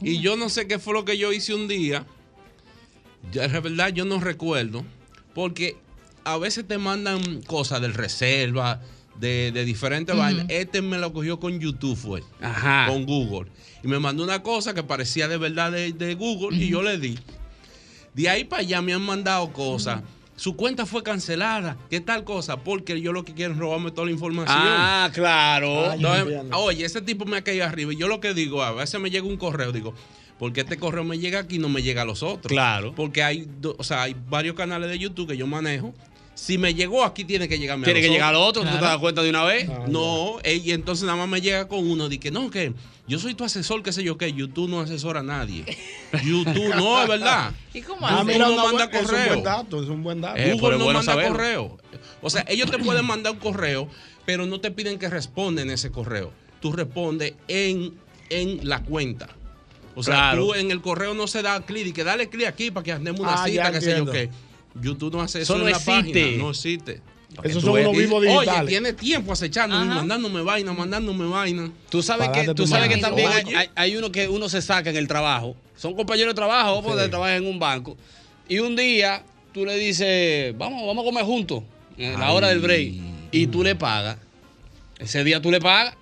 Speaker 16: Y yo no sé qué fue lo que yo hice un día. Ya, la verdad, yo no recuerdo. Porque a veces te mandan cosas del reserva, de, de diferentes vainas. Este me lo cogió con YouTube, fue.
Speaker 2: Ajá.
Speaker 16: Con Google. Y me mandó una cosa que parecía de verdad de, de Google y yo le di. De ahí para allá me han mandado cosas. Su cuenta fue cancelada. ¿Qué tal cosa? Porque yo lo que quiero es robarme toda la información.
Speaker 2: Ah, claro.
Speaker 16: No, em- oye, ese tipo me ha caído arriba. Y yo lo que digo, a veces me llega un correo, digo, porque este correo me llega aquí y no me llega a los otros.
Speaker 2: Claro.
Speaker 16: Porque hay, do- o sea, hay varios canales de YouTube que yo manejo. Si me llegó aquí, tiene que llegarme
Speaker 2: Tiene
Speaker 16: a los
Speaker 2: que
Speaker 16: otros.
Speaker 2: llegar al otro, ¿tú te das
Speaker 16: cuenta de una vez? No, eh, y entonces nada más me llega con uno. Dije, no, que yo soy tu asesor, qué sé yo qué. YouTube no asesora a nadie. YouTube, no, es verdad.
Speaker 4: ¿Y cómo
Speaker 3: Ah,
Speaker 16: Google
Speaker 3: mira,
Speaker 16: no
Speaker 3: una
Speaker 16: manda
Speaker 3: buena- es un
Speaker 16: correo.
Speaker 3: buen dato, es un buen
Speaker 2: Ah, eh,
Speaker 3: dato.
Speaker 16: Google no manda correo. O sea, ellos te pueden mandar un correo, pero no te piden que responda en ese correo. Tú respondes en, en la cuenta. O sea,
Speaker 2: Claro.
Speaker 16: tú en el correo no se da clic y que dale clic aquí para que andemos una
Speaker 2: Ah, ya
Speaker 16: cita, que sé yo
Speaker 2: entiendo.
Speaker 16: qué. YouTube no hace eso,
Speaker 2: Eso no
Speaker 16: en la
Speaker 2: existe.
Speaker 16: página. No existe.
Speaker 2: que Esos tú son veas. unos vivos
Speaker 16: Y, Oye,
Speaker 2: digitales.
Speaker 16: tiene tiempo acechándome,
Speaker 2: Ajá.
Speaker 16: mandándome vaina, mandándome vaina.
Speaker 2: Tú sabes que, tú sabes que también hay, hay- hay uno que uno se saca en el trabajo. Son compañeros de trabajo, vamos a trabajar en un banco. Y un día tú le dices, vamos, vamos a comer juntos, en la hora del break. Y tú le pagas. Ese día tú le pagas.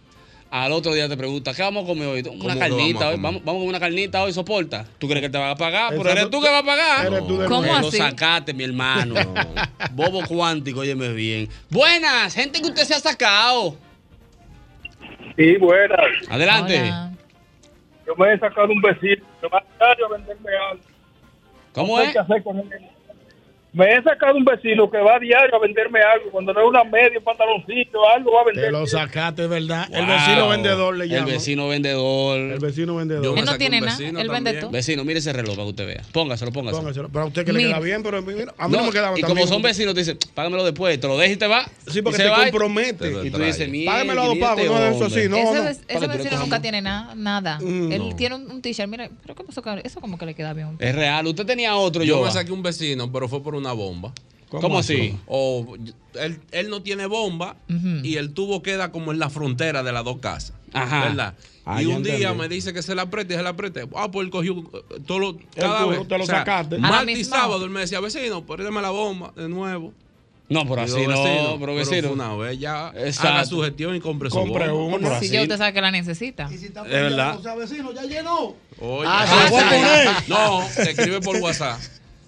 Speaker 2: Al otro día te pregunta, ¿qué vamos a comer hoy?
Speaker 16: ¿Cómo
Speaker 2: Una
Speaker 16: que
Speaker 2: carnita
Speaker 16: vamos a
Speaker 2: hoy.
Speaker 16: comer?
Speaker 2: Vamos, vamos con una carnita hoy, soporta. ¿Tú crees que te van a pagar? Pero
Speaker 16: Exacto.
Speaker 2: eres tú que vas a pagar.
Speaker 16: Eres tú de ¿Cómo
Speaker 2: Pero
Speaker 16: así?
Speaker 2: sacate, mi hermano. Bobo cuántico, óyeme bien. Buenas, gente que usted se ha sacado.
Speaker 7: Sí, buenas.
Speaker 2: Adelante.
Speaker 7: Yo me he sacado un besito. Me va a dar yo a venderme algo.
Speaker 2: ¿Cómo
Speaker 7: No sé
Speaker 2: es?
Speaker 7: qué hacer con él. Me he sacado un vecino que va a diario a venderme algo. Cuando no es una media, un pantaloncito, algo va a vender.
Speaker 3: Te lo sacaste, ¿verdad? El
Speaker 2: Wow.
Speaker 3: vecino vendedor le
Speaker 2: El
Speaker 3: llama.
Speaker 2: vecino vendedor. El
Speaker 3: vecino vendedor.
Speaker 4: Él no tiene nada, él vende todo.
Speaker 2: Vecino, mire ese reloj para que usted vea. Póngaselo, póngaselo.
Speaker 3: Póngaselo. Pero a usted que le
Speaker 2: Mira.
Speaker 3: queda bien, pero mira, a mí no, me quedaba
Speaker 2: Y
Speaker 3: tan
Speaker 2: como
Speaker 3: bien.
Speaker 2: son vecinos, te dicen, págamelo después. Te lo dejas y te va.
Speaker 3: Sí, porque
Speaker 2: Y se
Speaker 3: te
Speaker 2: va y-
Speaker 3: compromete.
Speaker 2: Y tú dices, mira.
Speaker 3: Págamelo a dos
Speaker 2: mira
Speaker 3: pagos,
Speaker 2: este
Speaker 3: no, eso
Speaker 2: hombre.
Speaker 3: sí, no,
Speaker 4: ese
Speaker 3: no.
Speaker 4: ves- ese
Speaker 2: Para que tú
Speaker 4: vecino
Speaker 2: le
Speaker 4: nunca tiene nada, nada.
Speaker 2: Mm,
Speaker 4: Él
Speaker 2: no.
Speaker 4: tiene un, un t-shirt, mira, pero ¿qué pasó con eso? como que le queda bien.
Speaker 2: Es real, usted tenía otro.
Speaker 16: Yo
Speaker 2: Yoba.
Speaker 16: me saqué un vecino, pero fue por una bomba.
Speaker 2: ¿Cómo ¿Cómo así? así?
Speaker 16: O él, él no tiene bomba y el tubo queda como en la frontera de las dos casas.
Speaker 2: Ajá.
Speaker 16: ¿Verdad?
Speaker 2: Ah,
Speaker 16: y
Speaker 2: ya
Speaker 16: un día
Speaker 2: entendí.
Speaker 16: me dice que se la preste y se la preste. Ah, pues él cogió eh, todo lo,
Speaker 2: tubo,
Speaker 16: vez,
Speaker 2: te lo sacaste. A la
Speaker 16: Martes y
Speaker 2: misma
Speaker 16: sábado él me decía, vecino, préstame la bomba de nuevo.
Speaker 2: No, por
Speaker 16: Y yo,
Speaker 2: así no, pero vecino.
Speaker 16: fue Una vez ya
Speaker 2: Exacto.
Speaker 16: haga su gestión y compre su
Speaker 2: Compre
Speaker 16: bomba.
Speaker 2: uno, pero
Speaker 4: Si ya usted sabe que la necesita.
Speaker 2: Es verdad.
Speaker 5: vecino, ya llenó.
Speaker 16: Oye.
Speaker 5: Ah, se fue con él.
Speaker 16: No, te escribe por WhatsApp.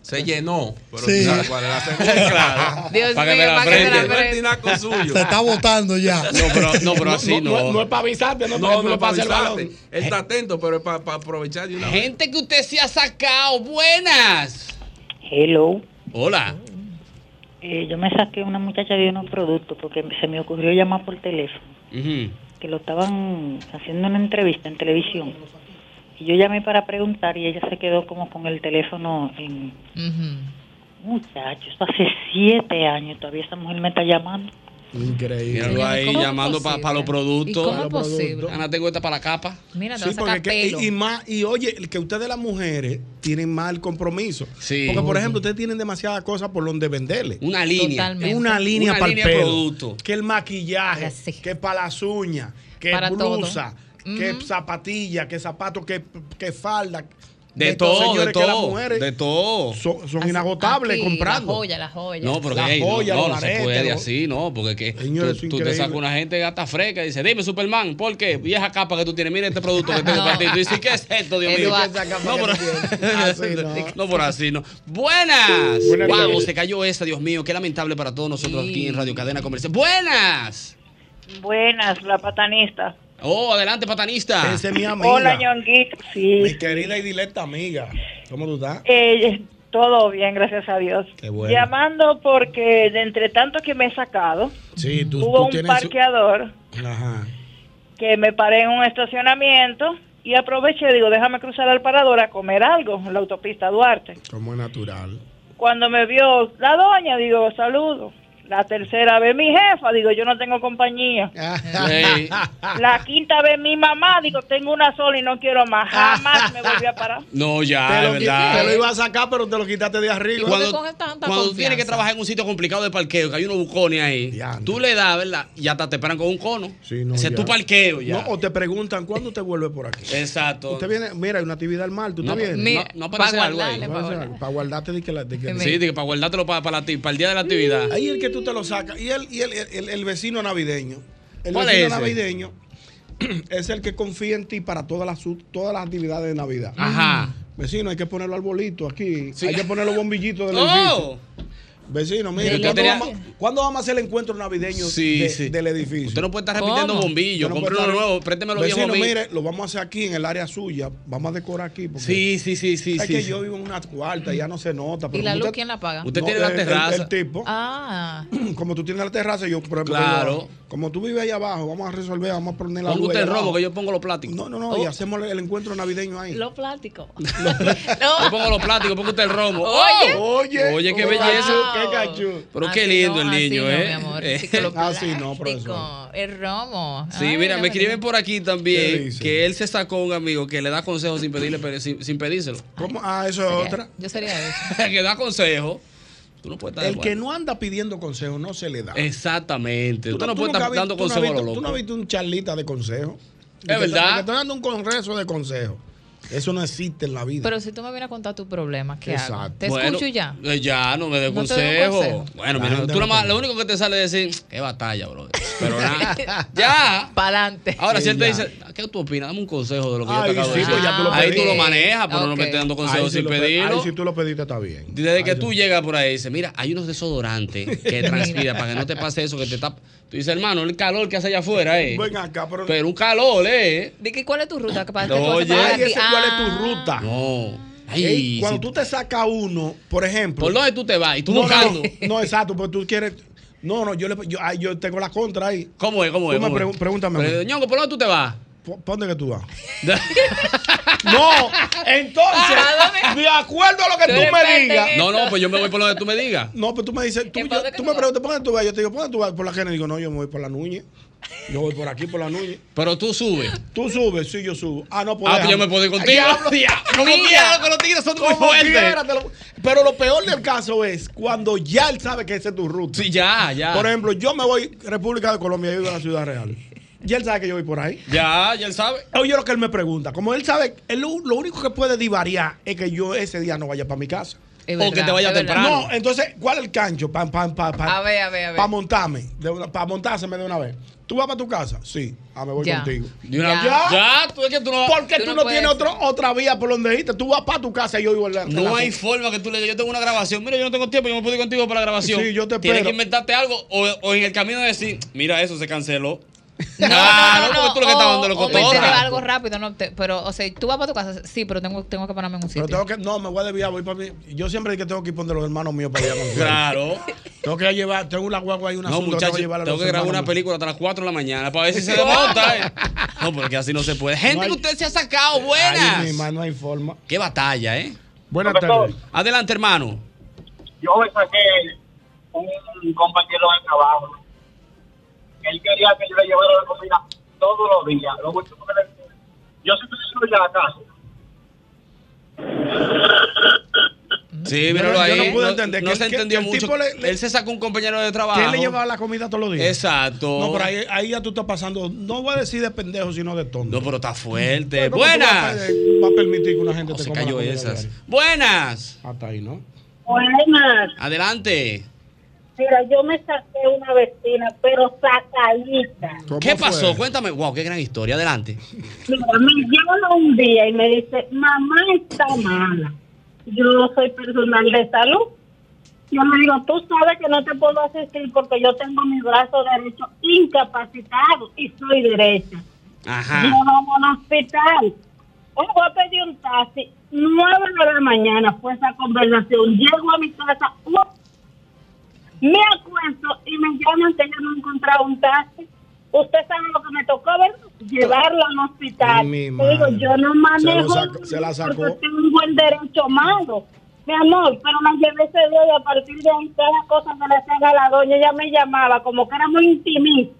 Speaker 16: Se llenó, pero
Speaker 5: Sí.
Speaker 16: tú sabes cuál es la segunda.
Speaker 2: Claro.
Speaker 5: Dios
Speaker 16: para
Speaker 5: mío,
Speaker 16: que me la
Speaker 5: para que te la
Speaker 16: preste.
Speaker 5: preste.
Speaker 16: No es tinaco suyo.
Speaker 5: Se está votando ya.
Speaker 2: No, pero, no, pero así no.
Speaker 3: No es para avisarte, no,
Speaker 16: No,
Speaker 3: para que tú
Speaker 16: no,
Speaker 3: le
Speaker 16: para
Speaker 3: pases el
Speaker 16: avisarte.
Speaker 3: balón.
Speaker 16: Él está atento, pero es para, para aprovechar de una vez.
Speaker 2: Gente que usted se ha sacado. Buenas.
Speaker 17: Hello.
Speaker 2: Hola.
Speaker 17: Eh, yo me saqué una muchacha de unos productos porque se me ocurrió llamar por teléfono, que lo estaban haciendo una entrevista en televisión. Y yo llamé para preguntar y ella se quedó como con el teléfono en... Muchachos, hace siete años todavía esa mujer me está llamando.
Speaker 3: Increíble.
Speaker 2: Míralo ahí
Speaker 17: ¿cómo es
Speaker 2: llamando para los productos.
Speaker 17: ¿Y cómo
Speaker 2: Para
Speaker 17: es
Speaker 2: los
Speaker 17: posible?
Speaker 2: productos. Ana, tengo esta para la capa.
Speaker 4: Mira,
Speaker 3: Sí, porque es que- y, y más, y oye, el que ustedes las mujeres tienen mal compromiso. Porque, por ejemplo, ustedes tienen demasiadas cosas por donde venderle.
Speaker 2: Una línea. Totalmente.
Speaker 3: Una línea
Speaker 2: Una
Speaker 3: para
Speaker 2: línea
Speaker 3: el
Speaker 2: de
Speaker 3: pelo,
Speaker 2: producto.
Speaker 3: Que el maquillaje, que para las uñas, que
Speaker 2: Para
Speaker 3: blusa, que
Speaker 2: Ujú.
Speaker 3: zapatilla, que zapato, que, que falda.
Speaker 2: De
Speaker 3: Esto,
Speaker 2: todo, de
Speaker 3: que las
Speaker 2: todo,
Speaker 3: mujeres
Speaker 2: de todo.
Speaker 3: Son, son inagotables
Speaker 4: Aquí,
Speaker 3: comprando.
Speaker 4: La joya, la joya.
Speaker 2: No, porque
Speaker 3: Las
Speaker 2: ey, no,
Speaker 3: joyas,
Speaker 2: no,
Speaker 3: los
Speaker 2: no se
Speaker 3: aretes,
Speaker 2: puede
Speaker 3: los-
Speaker 2: así, no, porque que
Speaker 3: Señores,
Speaker 2: tú,
Speaker 3: eso es
Speaker 2: tú te sacas
Speaker 3: increíble.
Speaker 2: una gente gata fresca y dice, dime Superman, ¿por qué? Y esa capa que tú tienes, mira este producto que tengo para ti. Tú dices, ¿qué es esto, Dios mío?
Speaker 3: Eduardo. Esa capa
Speaker 2: No,
Speaker 3: que Ah,
Speaker 2: por-
Speaker 3: no.
Speaker 2: no, por así, no. Buenas.
Speaker 3: Buenas
Speaker 2: Wow,
Speaker 3: tardes.
Speaker 2: se cayó esta, Dios mío, qué lamentable para todos nosotros aquí en Radio Cadena Comercial. Buenas.
Speaker 17: Buenas, la patanista.
Speaker 2: Oh, adelante, patanista.
Speaker 3: Ese es mi amiga.
Speaker 17: Hola, ñonguito. Sí.
Speaker 3: Mi querida y directa amiga. ¿Cómo tú estás?
Speaker 17: Eh, todo bien, gracias a Dios.
Speaker 3: Qué bueno.
Speaker 17: Llamando porque de entre tanto que me he sacado,
Speaker 3: Sí, tú, tú
Speaker 17: hubo un
Speaker 3: tienes. su-
Speaker 17: parqueador
Speaker 3: Ajá.
Speaker 17: que me paré en un estacionamiento y aproveché, digo, déjame cruzar al parador a comer algo en la autopista Duarte.
Speaker 3: Como es natural.
Speaker 17: Cuando me vio la doña, digo, saludo. La tercera vez mi jefa, digo, yo no tengo compañía.
Speaker 2: Ey,
Speaker 17: La quinta vez mi mamá, digo, tengo una sola y no quiero más. Jamás me volví a parar.
Speaker 2: no,
Speaker 3: Te
Speaker 2: ya,
Speaker 3: lo
Speaker 2: es
Speaker 3: quité,
Speaker 2: verdad.
Speaker 3: Te lo iba a sacar, pero te lo quitaste de arriba.
Speaker 2: cuando cuando tú tienes que trabajar en un sitio complicado de parqueo, que hay unos bucones ahí, tú le das, ¿verdad? Y hasta te esperan con un cono. Ese es
Speaker 3: ya.
Speaker 2: tu parqueo ya.
Speaker 3: No, o te preguntan, ¿cuándo te vuelve por aquí?
Speaker 2: Exacto.
Speaker 3: Usted viene, mira, hay una actividad al mar, tú
Speaker 2: No,
Speaker 3: te vienes.
Speaker 2: mira, No- no aparece pa' algo ahí. guardarle, pa'
Speaker 3: Para guardarte de que la. de que-
Speaker 2: Sí, de que para guardártelo para, para, la acti- para el día de la actividad.
Speaker 3: Ahí el que tú te lo sacas. Y el, y el, el- el vecino navideño. El
Speaker 2: ¿Cuál
Speaker 3: vecino
Speaker 2: es ese?
Speaker 3: navideño es el que confía en ti para todas las, su- todas las actividades de Navidad.
Speaker 2: Ajá.
Speaker 3: Vecino, hay que poner los arbolitos aquí. Hay que poner los bombillitos del
Speaker 2: Oh.
Speaker 3: edificio. Vecino, mire,
Speaker 2: Del
Speaker 3: ¿cuándo,
Speaker 2: edificio.
Speaker 3: vamos, cuándo vamos a hacer el encuentro navideño
Speaker 2: Sí,
Speaker 3: de-
Speaker 2: sí.
Speaker 3: del edificio?
Speaker 2: Usted no puede estar repitiendo ¿Cómo? bombillos,
Speaker 3: Yo no
Speaker 2: compre
Speaker 3: puedo
Speaker 2: uno
Speaker 3: estar-
Speaker 2: nuevo, présteme los
Speaker 3: Vecino,
Speaker 2: viejos a mí.
Speaker 3: mire, lo vamos a hacer aquí en el área suya. Vamos a decorar aquí. Porque
Speaker 2: Sí, sí, sí, sí,
Speaker 3: Es
Speaker 2: sí,
Speaker 3: que
Speaker 2: sí.
Speaker 3: yo vivo en una cuarta, ya no se nota.
Speaker 4: ¿Y
Speaker 3: pero
Speaker 4: la
Speaker 3: usted-
Speaker 4: luz quién la paga?
Speaker 3: No, el- el- El tipo.
Speaker 4: Ah,
Speaker 3: Como tú tienes la terraza, yo por ejemplo,
Speaker 2: Claro.
Speaker 3: yo- como tú vives ahí abajo, vamos a resolver, vamos a poner la
Speaker 2: Ponga
Speaker 3: luz
Speaker 2: usted el
Speaker 3: ahí
Speaker 2: robo
Speaker 3: abajo.
Speaker 2: que yo pongo los plásticos.
Speaker 3: No, no, no,
Speaker 4: Oh.
Speaker 3: y hacemos el encuentro navideño ahí.
Speaker 4: lo plástico.
Speaker 2: Yo pongo los plásticos, pongo usted el romo.
Speaker 4: Oye.
Speaker 2: oye, oye, qué belleza.
Speaker 3: Qué oh, cachú.
Speaker 2: Pero qué lindo el niño,
Speaker 4: no,
Speaker 2: ¿eh?
Speaker 4: mi amor,
Speaker 2: Eh.
Speaker 3: Así Ah, no, profesor.
Speaker 4: Plástico, el romo.
Speaker 2: Sí,
Speaker 4: Ay,
Speaker 2: mira,
Speaker 4: no
Speaker 2: me escriben por aquí también que él se sacó un amigo que le da consejos sin pedirle pe- sin, sin pedírselo.
Speaker 3: ¿Cómo? Ah, eso es otra.
Speaker 4: Yo sería eso.
Speaker 2: que da consejos. Tú no puedes estar de
Speaker 3: El que
Speaker 2: acuerdo.
Speaker 3: no anda pidiendo consejos no se le da.
Speaker 2: Exactamente. Usted no, puede
Speaker 3: nunca
Speaker 2: estar
Speaker 3: has
Speaker 2: dando
Speaker 3: visto- tú no has
Speaker 2: consejos a lo
Speaker 3: visto- Tú no has
Speaker 2: loco.
Speaker 3: visto un charlita de consejos.
Speaker 2: Es verdad.
Speaker 3: Te estoy dando un congreso de consejos. Eso no existe en la vida.
Speaker 4: Pero si tú me vienes a contar tu problema, ¿qué hago?
Speaker 3: Exacto.
Speaker 4: Te
Speaker 2: Bueno,
Speaker 4: escucho y ya.
Speaker 2: eh, ya, no me dé
Speaker 4: No te doy un
Speaker 2: consejos.
Speaker 4: consejo.
Speaker 2: Bueno,
Speaker 3: La
Speaker 2: mira,
Speaker 3: gente
Speaker 2: tú
Speaker 3: no
Speaker 2: nada más, lo único que te sale es decir, qué batalla, brother. Pero nada. ya.
Speaker 4: Para adelante.
Speaker 2: Ahora, si él te dice, ¿qué tú opinas? Dame un consejo de lo que yo
Speaker 3: Eh, Ay,
Speaker 2: te acabo de
Speaker 3: sí,
Speaker 2: decir.
Speaker 3: pues ya tú lo
Speaker 2: ahí tú lo
Speaker 3: pediste.
Speaker 2: manejas, pero no me
Speaker 3: Ok.
Speaker 2: estés dando
Speaker 3: Ahí
Speaker 2: consejos
Speaker 3: sí
Speaker 2: sin
Speaker 3: lo pe-
Speaker 2: pedirlo.
Speaker 3: ahí sí tú lo pediste, está bien.
Speaker 2: Desde que tú llegas por ahí, dices, mira, hay unos desodorantes que transpira para que no te pase eso que te tapa. Tú dices, hermano, el calor que hace allá afuera, eh.
Speaker 3: Ven acá, pero.
Speaker 2: Pero un calor, eh.
Speaker 4: ¿De qué, ¿Cuál es tu ruta? Para
Speaker 2: No,
Speaker 4: que tú vas a
Speaker 2: oye.
Speaker 4: parar
Speaker 2: Ay,
Speaker 4: aquí.
Speaker 2: ese cuál es tu
Speaker 4: Ah.
Speaker 3: Ruta.
Speaker 2: No. Ay,
Speaker 3: Ey, cuando
Speaker 2: si-
Speaker 3: tú te sacas uno, por ejemplo.
Speaker 2: ¿Por dónde tú te vas? Y tú
Speaker 3: no,
Speaker 2: buscando.
Speaker 3: No, no, exacto, porque tú quieres. No, no, yo, le, yo, ay, yo tengo la contra ahí.
Speaker 2: ¿Cómo es? ¿Cómo
Speaker 3: Tú
Speaker 2: es?
Speaker 3: me
Speaker 2: ¿Cómo es?
Speaker 3: pregun- pregúntame.
Speaker 2: Pero, Ñongo, ¿por dónde tú te vas?
Speaker 3: ¿Por dónde que tú vas? no, entonces,
Speaker 4: Ah,
Speaker 3: de acuerdo a lo que tú me digas.
Speaker 2: No, no, pues yo me voy por donde tú me digas.
Speaker 3: No, pero tú me dices, tú, yo- tú me preguntas, ¿por dónde tú vas? Yo te digo, ¿por dónde tú vas? Por la Kennedy. Digo, no, yo me voy por la Núñez. Yo voy por aquí, por la Núñez.
Speaker 2: Pero tú subes.
Speaker 3: Tú subes, sí, yo subo. Ah, no,
Speaker 2: Ah, pues yo me puedo ir contigo.
Speaker 3: Diablo, diablo.
Speaker 2: Como
Speaker 3: Mira,
Speaker 2: quiera, que los tigres son muy
Speaker 3: como
Speaker 2: fuertes.
Speaker 3: quiera, te lo- Pero lo peor del caso es cuando ya él sabe que esa es tu ruta.
Speaker 2: Sí, ya, ya.
Speaker 3: Por ejemplo, yo me voy República de Colombia, yo vivo en la Ciudad Real. Ya él sabe que yo voy por ahí.
Speaker 2: Ya, ya él sabe.
Speaker 3: Oye, lo que él me pregunta. Como él sabe, él lo, lo único que puede divariar es que yo ese día no vaya para mi casa.
Speaker 4: Es O verdad, que te vaya es verdad. temprano.
Speaker 3: No, entonces, ¿cuál es el cancho? Para
Speaker 4: A ver, a ver, a ver.
Speaker 3: montarme, para montárseme de una vez. ¿Tú vas para tu casa? Sí. Ah, me voy
Speaker 4: Ya.
Speaker 3: contigo.
Speaker 2: De una-
Speaker 3: ¿Ya?
Speaker 2: Ya, tú es que tú no
Speaker 3: ¿Por qué tú,
Speaker 2: tú no
Speaker 3: no,
Speaker 2: puedes.
Speaker 3: tienes otro- otra vía por donde irte? Tú vas para tu casa y yo voy a la
Speaker 2: No hay forma que tú le digas, yo tengo una grabación. Mira, yo no tengo tiempo, yo me puedo ir contigo para la grabación.
Speaker 3: Sí, yo te
Speaker 2: Tienes que
Speaker 3: espero.
Speaker 2: inventarte algo o, o en el camino decir, mira, eso se canceló.
Speaker 4: No,
Speaker 2: Claro,
Speaker 4: no, no,
Speaker 2: Ah, porque
Speaker 4: no.
Speaker 2: tú lo que estás
Speaker 4: o-
Speaker 2: dándole
Speaker 4: o
Speaker 2: cotorra.
Speaker 4: meterle algo rápido, no te- pero, o sea, tú vas para tu casa, sí, pero tengo, tengo que pararme en un sitio.
Speaker 3: Pero tengo que, no, me voy a desviar, voy para mí. Yo siempre que tengo que ir poner los hermanos míos para allá. con ustedes.
Speaker 2: Claro.
Speaker 3: Tengo que llevar, tengo una guagua y una
Speaker 2: No, muchachos, tengo, que grabar una película hasta las 4 de la mañana para ver si se desmonta. eh. No, porque así no se puede. Gente,
Speaker 3: No hay-
Speaker 2: que usted se ha sacado, buenas.
Speaker 3: Ay, mi hermano, no hay forma.
Speaker 2: Qué batalla, ¿eh?
Speaker 3: Buenas
Speaker 7: Profesor. tardes.
Speaker 2: Adelante, hermano.
Speaker 7: yo me saqué un compañero de trabajo. Él quería que yo le llevara la comida todos los días. Lo último que le- yo siempre se lo llevo a la casa.
Speaker 2: Sí,
Speaker 3: Yo
Speaker 2: míralo
Speaker 3: no-
Speaker 2: ahí.
Speaker 3: yo no pude entender.
Speaker 2: No
Speaker 3: Que
Speaker 2: se
Speaker 3: el- que-
Speaker 2: entendió
Speaker 3: que el
Speaker 2: mucho.
Speaker 3: tipo le- le-
Speaker 2: Él se sacó un compañero de trabajo.
Speaker 3: Que él le llevaba la comida todos los días.
Speaker 2: Exacto.
Speaker 3: No, pero ahí, ahí ya tú estás pasando, no voy a decir de pendejo, sino de tonto.
Speaker 2: No, pero está fuerte.
Speaker 3: Pero ¿cómo tú
Speaker 2: Buenas.
Speaker 3: vas a- eh, Va a permitir que una gente
Speaker 2: No,
Speaker 3: te
Speaker 2: se
Speaker 3: coma la
Speaker 2: cayó
Speaker 3: comida
Speaker 2: esas.
Speaker 3: diaria?
Speaker 2: Buenas.
Speaker 3: Hasta ahí, ¿no?
Speaker 18: Buenas.
Speaker 2: Adelante.
Speaker 18: Mira, yo me saqué una vecina, pero sacadita.
Speaker 2: ¿Qué
Speaker 18: fue?
Speaker 2: pasó? Cuéntame. Wow, qué gran historia. Adelante.
Speaker 18: Mira, me llama un día y me dice, mamá está mala. Yo soy personal de salud. Yo le digo, tú sabes que no te puedo asistir porque yo tengo mi brazo derecho incapacitado y soy derecha. Yo
Speaker 2: Ajá.
Speaker 18: vamos al hospital. Hoy voy a pedir un taxi. Nueve de la mañana fue esa conversación. Llego a mi casa, ¡uh! me acuesto y me llaman que yo no he encontrado un taxi. Usted sabe lo que me tocó, ¿verdad? Llevarla al hospital.
Speaker 3: Ay, mi
Speaker 18: Le digo,
Speaker 3: madre.
Speaker 18: yo no
Speaker 3: Se lo
Speaker 18: manejo
Speaker 3: sacó- se la sacó.
Speaker 18: porque tengo un buen derecho malo. Mi amor, pero la llevé ese día y a partir de ahí todas las cosas que le hacía a la doña, ella me llamaba como que era muy intimista.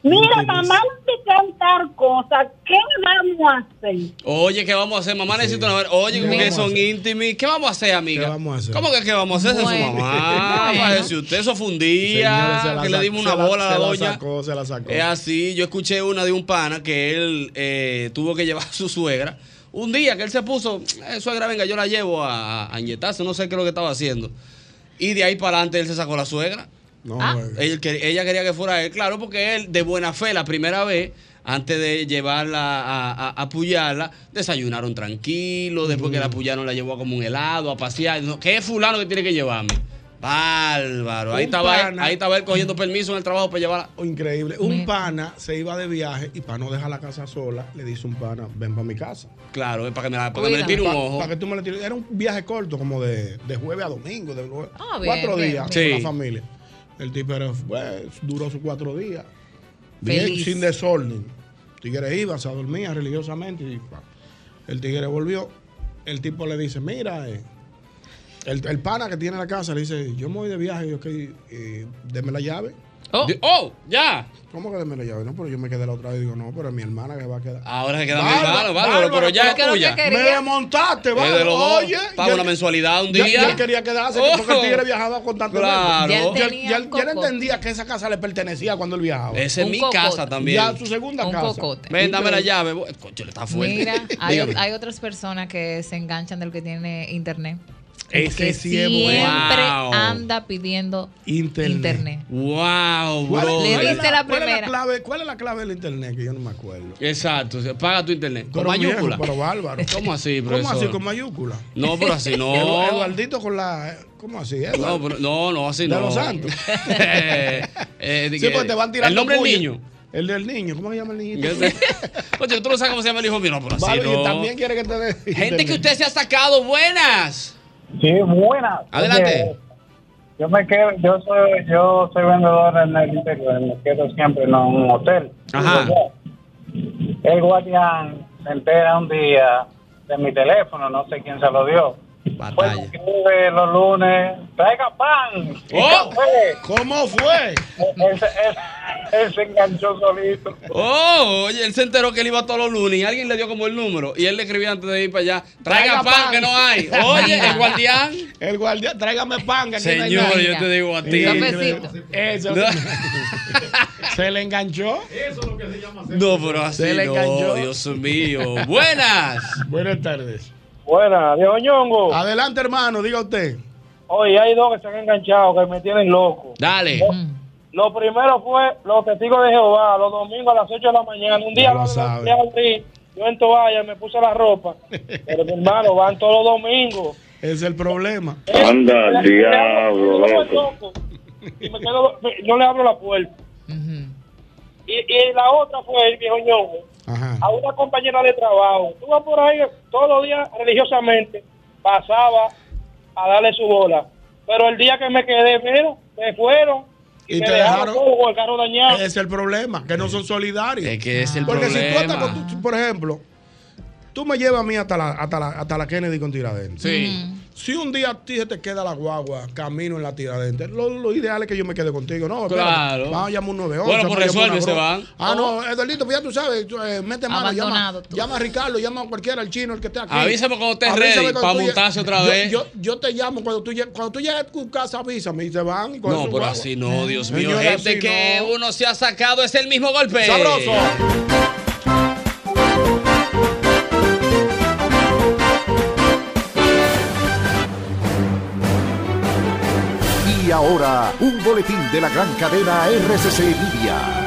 Speaker 18: Mira, mamá necesitan tal cosa. ¿Qué vamos a hacer?
Speaker 2: Oye, ¿qué vamos a hacer? Mamá necesito una Oye, ¿con qué son íntimos? ¿Qué vamos a hacer, amiga? ¿Cómo que qué vamos a hacer? Esa Es su
Speaker 3: Bueno.
Speaker 2: mamá.
Speaker 3: Bueno.
Speaker 2: Bájese usted eso fundía.
Speaker 3: Señores, se la
Speaker 2: ah, que le
Speaker 3: sac-
Speaker 2: dimos
Speaker 3: se
Speaker 2: una bola a la Eh, ah,
Speaker 3: se
Speaker 2: doña.
Speaker 3: sacó, se la sacó.
Speaker 2: Es así, yo escuché una de un pana que él eh, tuvo que llevar a su suegra. Un día que él se puso, "Eh, suegra, venga, yo la llevo a, a inyectarse, no sé qué es lo que estaba haciendo. Y de ahí para adelante él se sacó la suegra.
Speaker 3: No, eh.
Speaker 2: Él que- ella quería que fuera él, claro, porque él de buena fe la primera vez, antes de llevarla a, a- a apoyarla, desayunaron
Speaker 3: Mm.
Speaker 2: tranquilo, después que la apoyaron la llevó a como un helado, a pasear. No, ¿Qué es fulano que tiene que llevarme? Bárbaro. Ahí
Speaker 3: Un
Speaker 2: estaba, él-
Speaker 3: pana. Oh,
Speaker 2: ahí estaba él cogiendo permiso en el trabajo para llevarla.
Speaker 3: Increíble. Un pana se iba de viaje y para no dejar la casa sola, le dice un pana, ven para mi casa.
Speaker 2: Claro, es para que me, la- Ah, para que me le tire un
Speaker 3: Pa-
Speaker 2: ojo.
Speaker 3: Para que tú me le tires. Era un viaje corto, como de, de jueves a domingo, de jue-
Speaker 2: Ah, bien,
Speaker 3: cuatro
Speaker 2: bien,
Speaker 3: días
Speaker 2: bien.
Speaker 3: con
Speaker 2: Sí.
Speaker 3: la familia. El tipo era- fue, duró sus cuatro días. Bien,
Speaker 2: Feliz.
Speaker 3: sin desorden. El tigre iba, se dormía religiosamente. y pa. el tigre volvió. El tipo le dice, mira, eh, el, el pana que tiene la casa le dice, yo me voy de viaje, y yo que eh, deme la llave.
Speaker 2: Oh. ya.
Speaker 3: ¿Cómo que deme la llave? No, pero yo me quedé la otra vez y digo, no, pero es mi hermana que va a quedar.
Speaker 2: Ahora se queda mi
Speaker 3: Bárbaro,
Speaker 2: hermano, bárbaro,
Speaker 3: bárbaro,
Speaker 2: pero ya es
Speaker 3: pero
Speaker 2: tuya.
Speaker 3: que quería- Me montaste,
Speaker 2: Es Eh, de
Speaker 3: bárbaro.
Speaker 2: los dos.
Speaker 3: Oye,
Speaker 2: Paga
Speaker 3: ya-
Speaker 2: una mensualidad un día.
Speaker 3: Ya-
Speaker 2: Oh.
Speaker 3: Ya, él quería quedarse
Speaker 2: Ojo.
Speaker 3: porque el tigre viajaba con tanto
Speaker 2: Claro. Ya él
Speaker 3: tiempo. Ya,
Speaker 2: tenía
Speaker 3: ya-
Speaker 2: un
Speaker 3: ya él
Speaker 2: cocote.
Speaker 3: entendía que esa casa le pertenecía cuando él viajaba.
Speaker 2: Esa es Un mi cocote. casa también.
Speaker 3: Ya su segunda
Speaker 4: Un
Speaker 3: casa.
Speaker 4: cocote.
Speaker 2: Ven, dame la llave. Bo- Concho, le está fuerte.
Speaker 4: Mira, hay,
Speaker 2: Dígame.
Speaker 4: hay otras personas que se enganchan del que tiene internet.
Speaker 2: Ese
Speaker 4: Que
Speaker 2: sí es
Speaker 4: siempre
Speaker 2: bueno.
Speaker 4: anda pidiendo
Speaker 3: Internet.
Speaker 4: internet.
Speaker 2: Wow,
Speaker 3: ¿Cuál es-
Speaker 2: bro.
Speaker 3: cuál es
Speaker 4: la
Speaker 3: cuál es
Speaker 4: primera.
Speaker 3: clave, ¿Cuál es la clave del internet? Que yo no me acuerdo.
Speaker 2: Exacto, o sea, paga tu internet. Con
Speaker 3: Pero viejo,
Speaker 2: mayúscula.
Speaker 3: pero bárbaro.
Speaker 2: ¿Cómo así,
Speaker 3: ¿Cómo
Speaker 2: profesor?
Speaker 3: así con mayúscula?
Speaker 2: No, pero así no.
Speaker 3: Edu- Eduardito con la. ¿Cómo así?
Speaker 2: No,
Speaker 3: Eduardo?
Speaker 2: pero- no, no, así
Speaker 3: de
Speaker 2: no.
Speaker 3: los santos.
Speaker 2: Eh, eh,
Speaker 3: Sí,
Speaker 2: dije,
Speaker 3: porque te van tirando
Speaker 2: El nombre del
Speaker 3: puya.
Speaker 2: niño.
Speaker 3: El del niño. ¿Cómo se llama el niñito?
Speaker 2: Oye, tú no sabes cómo se llama el hijo mío. No, pero así
Speaker 3: Vale,
Speaker 2: no.
Speaker 3: y también quiere que te dé.
Speaker 2: Gente que
Speaker 3: internet.
Speaker 2: usted se ha sacado, buenas.
Speaker 19: Sí, buenas.
Speaker 2: Adelante.
Speaker 19: Oye, yo me quedo, yo soy, yo soy vendedor en el interior, me quedo siempre en un hotel.
Speaker 2: Ajá.
Speaker 19: El guardián se entera un día de mi teléfono, no sé quién se lo dio.
Speaker 2: Batalla.
Speaker 19: Sube los lunes, traiga pan. y
Speaker 2: Oh,
Speaker 19: café".
Speaker 3: ¿Cómo fue?
Speaker 19: Él, se- él- él se enganchó solito.
Speaker 2: Oh, oye, él se enteró que él iba todos los lunes y alguien le dio como el número y él le escribió antes de ir para allá. Traiga pan, que no hay. Oye, el guardián.
Speaker 3: El guardián, tráigame pan. Que aquí no hay
Speaker 2: Señor,
Speaker 3: nada.
Speaker 2: yo te digo a ti.
Speaker 3: Increíble. Eso.
Speaker 2: No.
Speaker 3: ¿Se le enganchó? Eso es lo que se llama.
Speaker 2: No, pero así
Speaker 3: Se le
Speaker 2: no,
Speaker 3: enganchó.
Speaker 2: Dios mío. Buenas.
Speaker 3: Buenas tardes.
Speaker 7: Buenas, viejo ñongo.
Speaker 3: Adelante, hermano, diga usted.
Speaker 7: Oye, hay dos que se han enganchado que me tienen loco.
Speaker 2: Dale.
Speaker 4: Mm.
Speaker 7: Lo primero fue los testigos de Jehová, los domingos a las 8 de la mañana. Un día
Speaker 3: Ya lo
Speaker 7: lo
Speaker 3: sabe.
Speaker 7: fui a abrir, yo en toalla me puse la ropa. Pero mi hermano, van todos los domingos.
Speaker 3: Ese es el problema.
Speaker 20: Anda, diablo, loco.
Speaker 7: Y me quedo, no le abro la puerta. y, y la otra fue el viejo ñongo. A una compañera de trabajo. Estuvo por ahí todos los días religiosamente. Pasaba a darle su bola. Pero el día que me quedé, mira, me fueron.
Speaker 3: Y
Speaker 7: me
Speaker 3: te dejaron-
Speaker 7: todo, el carro dañado.
Speaker 3: Ese es el problema, que no son solidarios.
Speaker 2: Es que es el
Speaker 3: Porque si tú,
Speaker 2: problema.
Speaker 3: andas con tu- por ejemplo, tú me llevas a mí hasta la, hasta la, hasta la Kennedy con Tiradentes.
Speaker 2: Sí.
Speaker 3: Mm. Si un día a ti se te queda la guagua camino en la Tiradentes, lo, lo ideal es que yo me quede contigo. No, espérate,
Speaker 2: Claro.
Speaker 3: Vamos a llamar un 911.
Speaker 2: Bueno, pues
Speaker 3: vamos a llamar
Speaker 2: resuelve,
Speaker 3: una
Speaker 2: se
Speaker 3: broma.
Speaker 2: van.
Speaker 3: Ah, no, Eduardito, pues ya tú sabes, tú, eh, mete mano, llama,
Speaker 2: Abandonado tú.
Speaker 3: llama a Ricardo, llama a cualquiera, al chino, el que esté aquí.
Speaker 2: Avísame cuando estés
Speaker 3: Avísame
Speaker 2: ready
Speaker 3: cuando
Speaker 2: pa'
Speaker 3: tú llegues.
Speaker 2: montarse otra
Speaker 3: Yo-
Speaker 2: vez.
Speaker 3: Yo, yo te llamo cuando tú, llegues- cuando tú llegues a tu casa, avísame y se van. y cogen
Speaker 2: No,
Speaker 3: su
Speaker 2: pero
Speaker 3: guagua.
Speaker 2: así no, Dios mío.
Speaker 3: Señora,
Speaker 2: Gente
Speaker 3: así
Speaker 2: que
Speaker 3: no.
Speaker 2: uno se ha sacado es el mismo golpe.
Speaker 3: Sabroso.
Speaker 21: Y ahora, un boletín de la gran cadena RCC Media.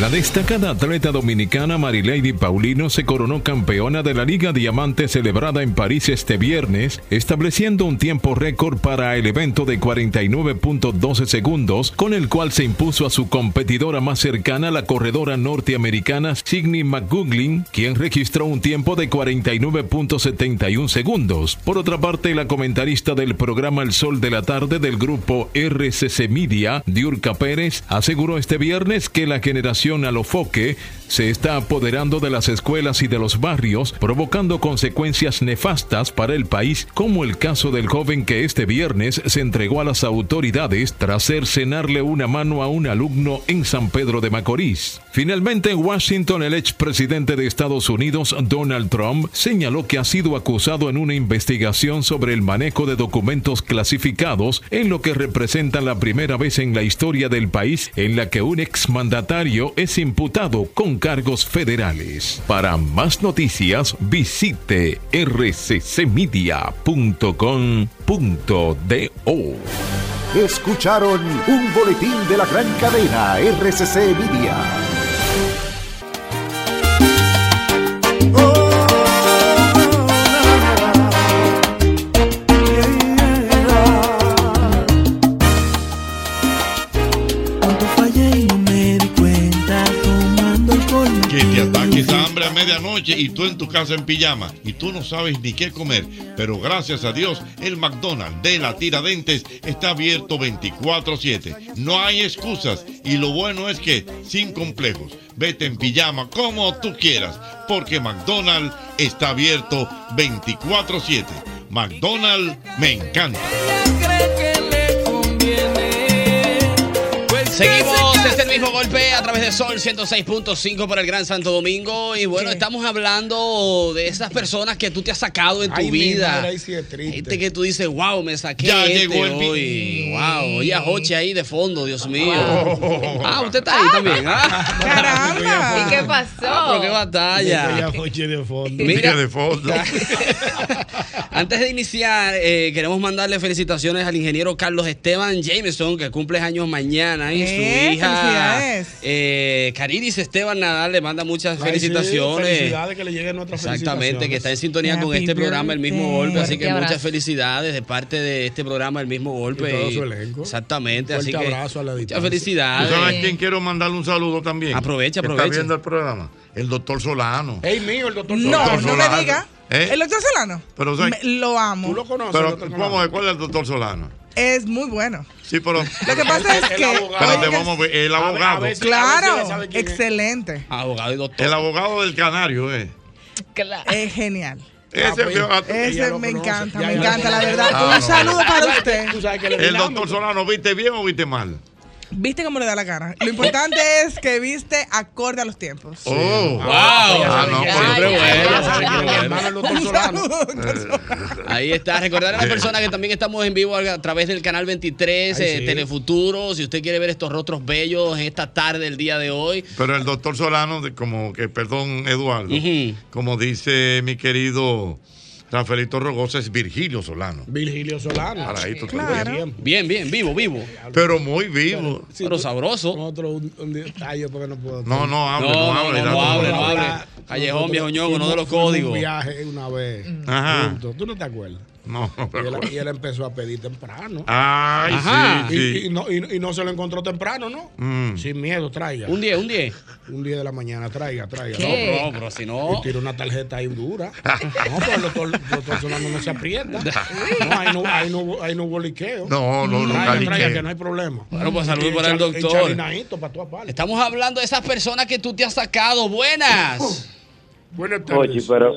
Speaker 22: La destacada atleta dominicana Marilady Paulino se coronó campeona de la Liga Diamante celebrada en París este viernes, estableciendo un tiempo récord para el evento de 49.12 segundos, con el cual se impuso a su competidora más cercana, la corredora norteamericana Signe McGuglin, quien registró un tiempo de 49.71 segundos. Por otra parte, la comentarista del programa El Sol de la Tarde del grupo RCC Media, Diurka Pérez, aseguró este viernes que la generación alofoque se está apoderando de las escuelas y de los barrios, provocando consecuencias nefastas para el país, como el caso del joven que este viernes se entregó a las autoridades tras cercenarle una mano a un alumno en San Pedro de Macorís. Finalmente, en Washington, el expresidente de Estados Unidos, Donald Trump, señaló que ha sido acusado en una investigación sobre el manejo de documentos clasificados, en lo que representa la primera vez en la historia del país en la que un exmandatario es imputado con cargos federales. Para más noticias, visite rccmedia.com.do.
Speaker 21: Escucharon un boletín de la gran cadena RCC Media.
Speaker 23: Yeah. y tú en tu casa en pijama y tú no sabes ni qué comer. Pero gracias a Dios, el McDonald's de la Tiradentes está abierto 24/7. No hay excusas y lo bueno es que sin complejos, vete en pijama como tú quieras, porque McDonald's está abierto 24/7. McDonald's me encanta.
Speaker 2: Seguimos, es el mismo golpe a través de Sol 106.5 para el Gran Santo Domingo. Y bueno, estamos hablando de esas personas que tú te has sacado en tu
Speaker 3: Ay, mi
Speaker 2: vida.
Speaker 3: madre, ahí sí es triste.
Speaker 2: Gente que tú dices, wow, me saqué.
Speaker 3: Ya
Speaker 2: este
Speaker 3: llegó el vi-
Speaker 2: hoy. Wow, oye, a Jochi ahí de fondo, Dios mío. Ah, usted está ahí también. Ah.
Speaker 4: Caramba. ¿Y qué pasó?
Speaker 2: Ah, pero qué batalla.
Speaker 3: Ya Jochi de fondo.
Speaker 2: Mira.
Speaker 23: de fondo.
Speaker 2: Antes de iniciar, eh, queremos mandarle felicitaciones al ingeniero Carlos Esteban Jameson, que cumple años mañana. Y
Speaker 24: Eh,
Speaker 2: su hija
Speaker 24: felicidades.
Speaker 2: eh, Cariris Esteban Nadal le manda muchas
Speaker 3: Ay, sí,
Speaker 2: felicitaciones.
Speaker 3: Felicidades que le lleguen nuestras
Speaker 2: Exactamente, que está en sintonía con
Speaker 3: Happy
Speaker 2: este programa, el mismo golpe. Así que
Speaker 3: Fuerte
Speaker 2: muchas
Speaker 3: abrazo.
Speaker 2: felicidades de parte de este programa, el mismo golpe.
Speaker 23: Y todo su elenco.
Speaker 2: Exactamente, así que. Muchas
Speaker 23: ¿Tú
Speaker 2: felicidades.
Speaker 23: sabes a quién quiero mandarle un saludo también?
Speaker 2: Aprovecha,
Speaker 23: Que
Speaker 2: aprovecha.
Speaker 23: Está viendo el programa. El doctor Solano.
Speaker 3: Ey, mío, el doctor
Speaker 23: No,
Speaker 3: Solano.
Speaker 23: no me diga. ¿Eh?
Speaker 24: El doctor Solano.
Speaker 23: Pero, o sea,
Speaker 24: me- lo amo.
Speaker 3: Tú lo conoces,
Speaker 23: pero
Speaker 3: el doctor Solano.
Speaker 23: vamos a ver cuál es el doctor Solano.
Speaker 24: Es muy bueno.
Speaker 23: Sí, pero.
Speaker 24: Lo que pasa es que.
Speaker 23: Espérate, vamos a ver. El abogado.
Speaker 24: Claro, excelente.
Speaker 2: Abogado y doctor.
Speaker 23: El abogado del canario, ¿eh?
Speaker 24: Es genial.
Speaker 23: Ese,
Speaker 24: Ese me encanta,
Speaker 3: Ya,
Speaker 24: me
Speaker 3: ya lo
Speaker 24: encanta, la
Speaker 3: conoce.
Speaker 24: verdad.
Speaker 23: Ah,
Speaker 24: Un
Speaker 23: no.
Speaker 24: saludo para
Speaker 3: Tú sabes que-
Speaker 24: usted.
Speaker 3: tú sabes que le
Speaker 23: El
Speaker 3: miramos.
Speaker 23: doctor Solano, ¿viste bien o viste mal?
Speaker 24: Viste cómo le da la cara. Lo importante es que viste acorde a los tiempos.
Speaker 23: Oh, wow.
Speaker 3: pues
Speaker 2: Ah, no,
Speaker 23: Ya,
Speaker 2: siempre
Speaker 23: ya,
Speaker 2: bueno,
Speaker 23: ya,
Speaker 2: siempre
Speaker 23: ya.
Speaker 2: bueno. Ahí está. Recordar a las personas que también estamos en vivo a través del canal 23,
Speaker 23: Ay,
Speaker 2: eh,
Speaker 23: sí.
Speaker 2: Telefuturo. Si usted quiere ver estos rostros bellos en esta tarde, el día de hoy.
Speaker 23: Pero el doctor Solano, de- como que, perdón, Eduardo, como dice mi querido Rafaelito Rogosa, es Virgilio Solano.
Speaker 3: Virgilio Solano.
Speaker 23: Ahora ahí tú te
Speaker 3: Claro.
Speaker 23: ves.
Speaker 2: Bien, bien, vivo, vivo.
Speaker 23: Pero muy vivo.
Speaker 2: Pero sabroso.
Speaker 3: Nosotros un, un día. Ay, yo porque no puedo.
Speaker 23: No, no, hable,
Speaker 2: No,
Speaker 23: no,
Speaker 2: no,
Speaker 23: hable.
Speaker 2: no,
Speaker 23: Eduardo,
Speaker 2: no hable,
Speaker 23: hable.
Speaker 2: no hable.
Speaker 23: Nosotros
Speaker 2: Callejón, viejo ñongo,
Speaker 23: fuimos-
Speaker 2: no de los
Speaker 23: fuimos
Speaker 2: códigos.
Speaker 3: Un viaje una vez.
Speaker 23: Ajá.
Speaker 3: juntos. ¿Tú no te acuerdas?
Speaker 23: No, no
Speaker 3: Y
Speaker 23: me
Speaker 3: él,
Speaker 23: acuerdo.
Speaker 3: y él empezó a pedir temprano.
Speaker 23: Ay,
Speaker 3: Ajá.
Speaker 23: sí,
Speaker 3: Y-
Speaker 23: sí.
Speaker 3: Y, no, y- y no se lo encontró temprano, ¿no?
Speaker 23: Mm.
Speaker 3: Sin miedo, traiga.
Speaker 2: Un 10, un 10.
Speaker 3: Un 10 de la mañana, traiga, traiga.
Speaker 2: ¿Qué? No, pero si no-
Speaker 3: Y tira una tarjeta ahí dura. No, pues, pero el doctor, el doctor Solano no se aprieta. No, ahí no, ahí no, ahí no hubo liqueo. Mm.
Speaker 23: No, no, no,
Speaker 3: Traiga,
Speaker 23: liqueo.
Speaker 3: traiga, que no hay problema.
Speaker 2: Bueno, pues salud
Speaker 3: Y
Speaker 2: para el
Speaker 3: echa-
Speaker 2: doctor.
Speaker 3: echa linaíto para tu aparte.
Speaker 2: Estamos hablando de esas personas que tú te has sacado. Buenas.
Speaker 3: Buenas
Speaker 7: Ochi, pero,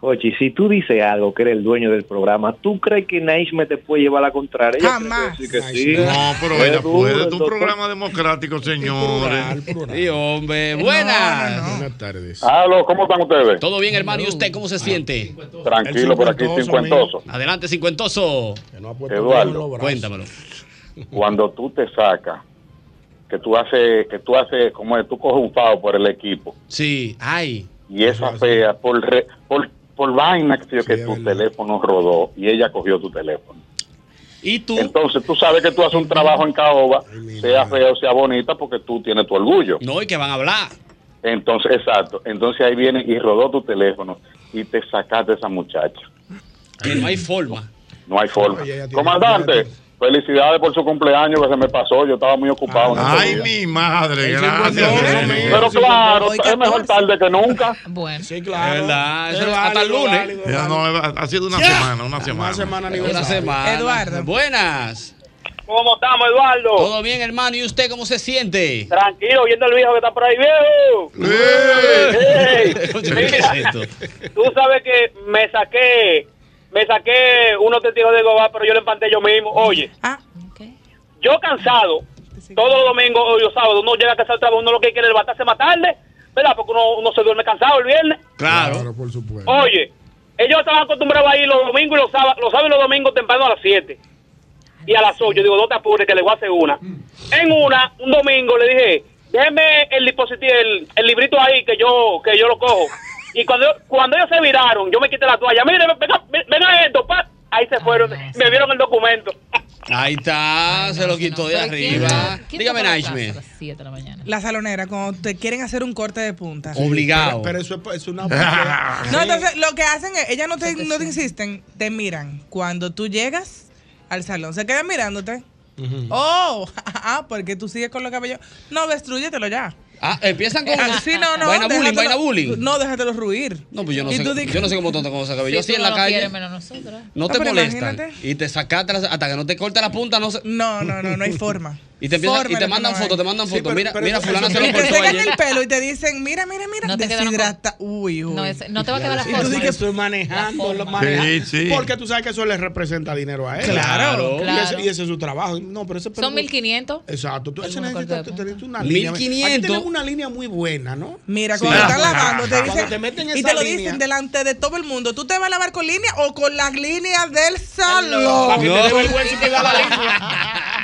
Speaker 7: Ochi, si tú dices algo que eres el dueño del programa, ¿tú crees que Naishme te puede llevar la contraria? Ella
Speaker 24: Jamás.
Speaker 7: cree que sí, que sí.
Speaker 23: No, pero
Speaker 7: Es
Speaker 23: ella
Speaker 7: duro,
Speaker 23: puede.
Speaker 7: el
Speaker 23: Es un
Speaker 7: doctor-
Speaker 23: programa democrático, señores.
Speaker 2: Sí, hombre. Buenas.
Speaker 3: Buenas tardes.
Speaker 25: Aló, ¿cómo están ustedes?
Speaker 2: Todo bien, hermano. ¿Y usted cómo se siente?
Speaker 25: Tranquilo, por aquí cincuentoso.
Speaker 2: Adelante, cincuentoso.
Speaker 25: Eduardo,
Speaker 2: Cuéntamelo.
Speaker 25: cuando tú te sacas, que tú haces, que tú haces, como es, tú coges un fao por el equipo.
Speaker 2: Sí, ay.
Speaker 25: Y esa fea, por, re- por, por vaina que, que tu teléfono rodó y ella cogió tu teléfono.
Speaker 2: ¿Y tú?
Speaker 25: Entonces tú sabes que tú haces un trabajo en caoba, sea fea o sea bonita, porque tú tienes tu orgullo.
Speaker 2: No, y que van a hablar.
Speaker 25: Entonces, exacto. Entonces ahí viene y rodó tu teléfono y te sacaste a esa muchacha.
Speaker 2: Que no hay forma.
Speaker 25: No hay forma.
Speaker 2: Oye, ella tiene-
Speaker 25: Comandante, felicidades por su cumpleaños que se me pasó. Yo estaba muy ocupado. en estos
Speaker 23: Ay,
Speaker 25: días.
Speaker 23: mi madre, gracias.
Speaker 25: Pero claro, es mejor tarde que nunca.
Speaker 4: Bueno.
Speaker 3: Sí,
Speaker 23: Es verdad, eso es hasta el lunes. Ya no, ha sido una semana, una semana.
Speaker 3: semana
Speaker 2: Una semana.
Speaker 23: Eduardo.
Speaker 2: Buenas.
Speaker 7: ¿Cómo estamos, Eduardo?
Speaker 2: Todo bien, hermano. ¿Y usted cómo se siente?
Speaker 7: Tranquilo, viendo el viejo que está por ahí, viejo. Ey.
Speaker 2: ¿Qué es esto?
Speaker 7: Tú sabes que me saqué, me saqué unos testigos de Jehová, pero yo lo empanté yo mismo. Oye, yo cansado, todos los domingos o los sábados, uno llega a casa al trabajo, uno lo que quiere es levantarse más tarde, ¿verdad? Porque uno, uno se duerme cansado el viernes.
Speaker 2: Claro.
Speaker 7: Oye, ellos estaban acostumbrados a ir los domingos y los sábados, los sábados y los domingos temprano a las 7 y a las 8. Digo, no te apures, que le voy a hacer una. En una, un domingo le dije, déjeme el dispositivo, el, el librito ahí que yo que yo lo cojo. Y cuando, cuando ellos se viraron, yo me quité la toalla. Mire, venga, venga esto, pa. Ahí se fueron, me vieron el documento.
Speaker 2: Ahí está, se lo quitó de arriba. Dígame, Naishme.
Speaker 24: La salonera, cuando te quieren hacer un corte de punta.
Speaker 2: Obligado.
Speaker 3: Pero eso es, es una.
Speaker 24: No, entonces lo que hacen es, ellas no te, no te insisten, te miran. Cuando tú llegas al salón, se quedan mirándote. Oh, ah, porque tú sigues con los cabellos. No, destruyetelo ya.
Speaker 2: Ah, empiezan con.
Speaker 24: Sí, no, no.
Speaker 2: Vaina bullying,
Speaker 24: déjatelo-
Speaker 2: vaina bullying.
Speaker 24: No, déjatelo ruir.
Speaker 2: No, pues yo no
Speaker 24: Y
Speaker 2: sé,
Speaker 24: tú di-
Speaker 2: yo no sé cómo tonta cómo se cabello. Yo así en la calle. No
Speaker 24: Ah,
Speaker 2: te
Speaker 24: pero
Speaker 2: molestan.
Speaker 24: imagínate.
Speaker 2: Y te sacaste las- hasta que no te corta la punta, no
Speaker 24: No, no, no, no hay forma.
Speaker 2: Y te, empiezan-
Speaker 24: Forma
Speaker 2: y
Speaker 24: de
Speaker 2: te
Speaker 24: que
Speaker 2: mandan
Speaker 24: no hay.
Speaker 2: fotos, te mandan
Speaker 24: Sí,
Speaker 2: fotos.
Speaker 24: pero-
Speaker 2: Mira,
Speaker 24: pero-
Speaker 2: mira, fulano se
Speaker 24: Y
Speaker 2: lo
Speaker 24: te
Speaker 2: cortó
Speaker 24: secan
Speaker 2: ayer.
Speaker 24: el pelo y te dicen, mira, mira, mira,
Speaker 4: No te quedaron
Speaker 24: deshidrata. Uy, uy.
Speaker 4: No, ese- no te va a quedar la
Speaker 3: Y
Speaker 4: forma.
Speaker 3: tú dices que estoy manejando, lo manejando.
Speaker 24: sí.
Speaker 3: ah, Porque tú sabes que eso le representa dinero a él.
Speaker 4: Claro.
Speaker 3: Y ese-
Speaker 4: Claro.
Speaker 3: Y, ese, es su trabajo. No, pero ese
Speaker 4: Son 1500.
Speaker 3: Exacto. Tú, ese
Speaker 4: Algunos
Speaker 3: necesita,
Speaker 4: cortes
Speaker 3: tú- necesitas una
Speaker 2: 1500.
Speaker 3: línea. Aquí tenemos una línea muy buena, ¿no?
Speaker 24: Mira,
Speaker 3: Sí.
Speaker 24: cuando
Speaker 3: Ah,
Speaker 24: están
Speaker 3: bueno.
Speaker 24: lavando, te
Speaker 3: Cuando
Speaker 24: dicen.
Speaker 3: te meten
Speaker 24: y
Speaker 3: esa
Speaker 24: te lo
Speaker 3: línea.
Speaker 24: dicen delante de todo el mundo. ¿Tú te vas a lavar con línea o con las líneas del salón?
Speaker 3: Papi, te
Speaker 2: No.
Speaker 3: dé vergüenza y te da la línea.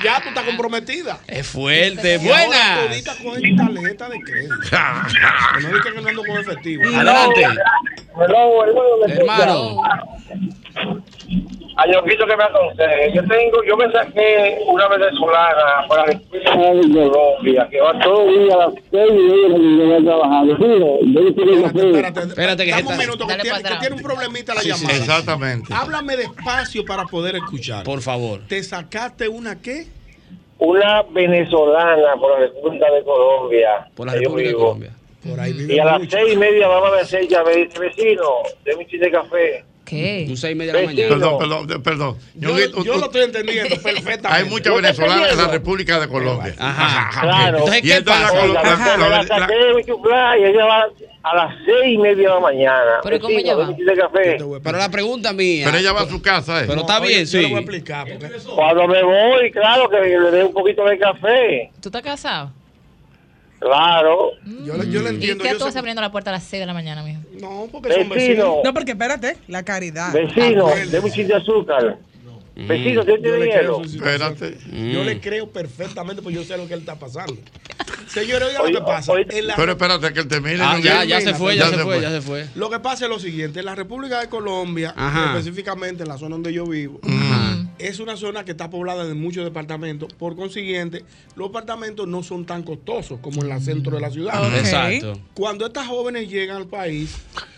Speaker 3: Ya tú estás comprometida.
Speaker 2: Es fuerte,
Speaker 3: Y ahora
Speaker 2: buena.
Speaker 3: todita con esta tarjeta de crédito. Que No dije que no ando con efectivo.
Speaker 2: Adelante.
Speaker 7: Hello, hello,
Speaker 2: Hermano.
Speaker 7: A Yoquito que me aconseje. Yo tengo, yo me saqué una venezolana para después de Colombia, que va todo el día a las seis y media de la mañana trabajando. Digo, yo quiero ir a
Speaker 2: Espérate que
Speaker 3: Dame un
Speaker 2: esta-
Speaker 3: minuto que tiene, que tiene un problemita la
Speaker 23: Sí, sí,
Speaker 3: llamada.
Speaker 23: exactamente.
Speaker 3: Háblame despacio para poder escuchar.
Speaker 2: Por favor.
Speaker 3: ¿Te sacaste una qué?
Speaker 7: Una venezolana por la República de Colombia.
Speaker 2: Por la
Speaker 7: que yo
Speaker 2: República de
Speaker 7: vivo.
Speaker 2: Colombia.
Speaker 3: Por ahí vive
Speaker 7: Y a las
Speaker 3: mucho.
Speaker 7: seis y media vamos a decir, ya me dice, vecino, de un chiste de café.
Speaker 4: ¿Qué?
Speaker 2: Tú seis y media de la mañana.
Speaker 23: Perdón, perdón, de- perdón.
Speaker 3: Yo,
Speaker 23: Ñonguito,
Speaker 3: yo
Speaker 23: u-
Speaker 3: lo estoy entendiendo perfectamente.
Speaker 23: hay muchas
Speaker 7: Yo te
Speaker 23: venezolanas en la
Speaker 7: entiendo.
Speaker 23: República de Colombia. Ajá.
Speaker 7: Claro.
Speaker 23: Y entonces la
Speaker 7: Oiga,
Speaker 23: colo- la-
Speaker 7: me
Speaker 23: la-
Speaker 7: la
Speaker 23: la-
Speaker 7: saqué de mi chufla y ella va a las seis y media de la mañana.
Speaker 4: Pero ¿y cómo
Speaker 7: Vecino,
Speaker 4: ella
Speaker 7: de
Speaker 4: va?
Speaker 7: un chiste de café.
Speaker 2: Pero la pregunta mía.
Speaker 23: Pero ella va a su casa, ¿eh?
Speaker 2: Pero está
Speaker 3: Oye,
Speaker 2: bien,
Speaker 3: yo le
Speaker 2: sí.
Speaker 3: voy a explicar. porque-
Speaker 7: Cuando me voy, claro que le dé un poquito de café.
Speaker 4: ¿Tú estás casado?
Speaker 7: Claro.
Speaker 3: Yo, le- yo le
Speaker 4: ¿Y
Speaker 3: entiendo.
Speaker 4: qué
Speaker 3: yo
Speaker 4: tú
Speaker 3: sé-
Speaker 4: vas abriendo la puerta a las 6 de la mañana, mijo?
Speaker 3: No,
Speaker 23: Eh,
Speaker 3: porque son vecinos.
Speaker 7: Vecino,
Speaker 24: No, porque espérate, la caridad.
Speaker 7: vecino, de un chiste de azúcar. Vecino, ¿qué
Speaker 3: Mm. Yo
Speaker 7: tiene
Speaker 3: le, creo,
Speaker 7: dinero?
Speaker 3: su situación.
Speaker 23: Espérate.
Speaker 3: yo
Speaker 2: Mm.
Speaker 23: Mm.
Speaker 3: le creo perfectamente porque yo sé lo que él está pasando. Señores, oigan lo que pasa. En la-
Speaker 23: Pero espérate que él termine.
Speaker 2: Ah,
Speaker 23: Ñonguito.
Speaker 2: ya, ya se fue, ya se fue, ya se fue.
Speaker 3: Lo que pasa es lo siguiente, en la República de Colombia,
Speaker 2: Ajá.
Speaker 3: específicamente en la zona donde yo vivo, es una zona que está poblada de muchos departamentos. Por consiguiente, los apartamentos no son tan costosos como en el centro de la ciudad.
Speaker 24: Ok.
Speaker 2: Exacto.
Speaker 3: Cuando estas jóvenes llegan al país,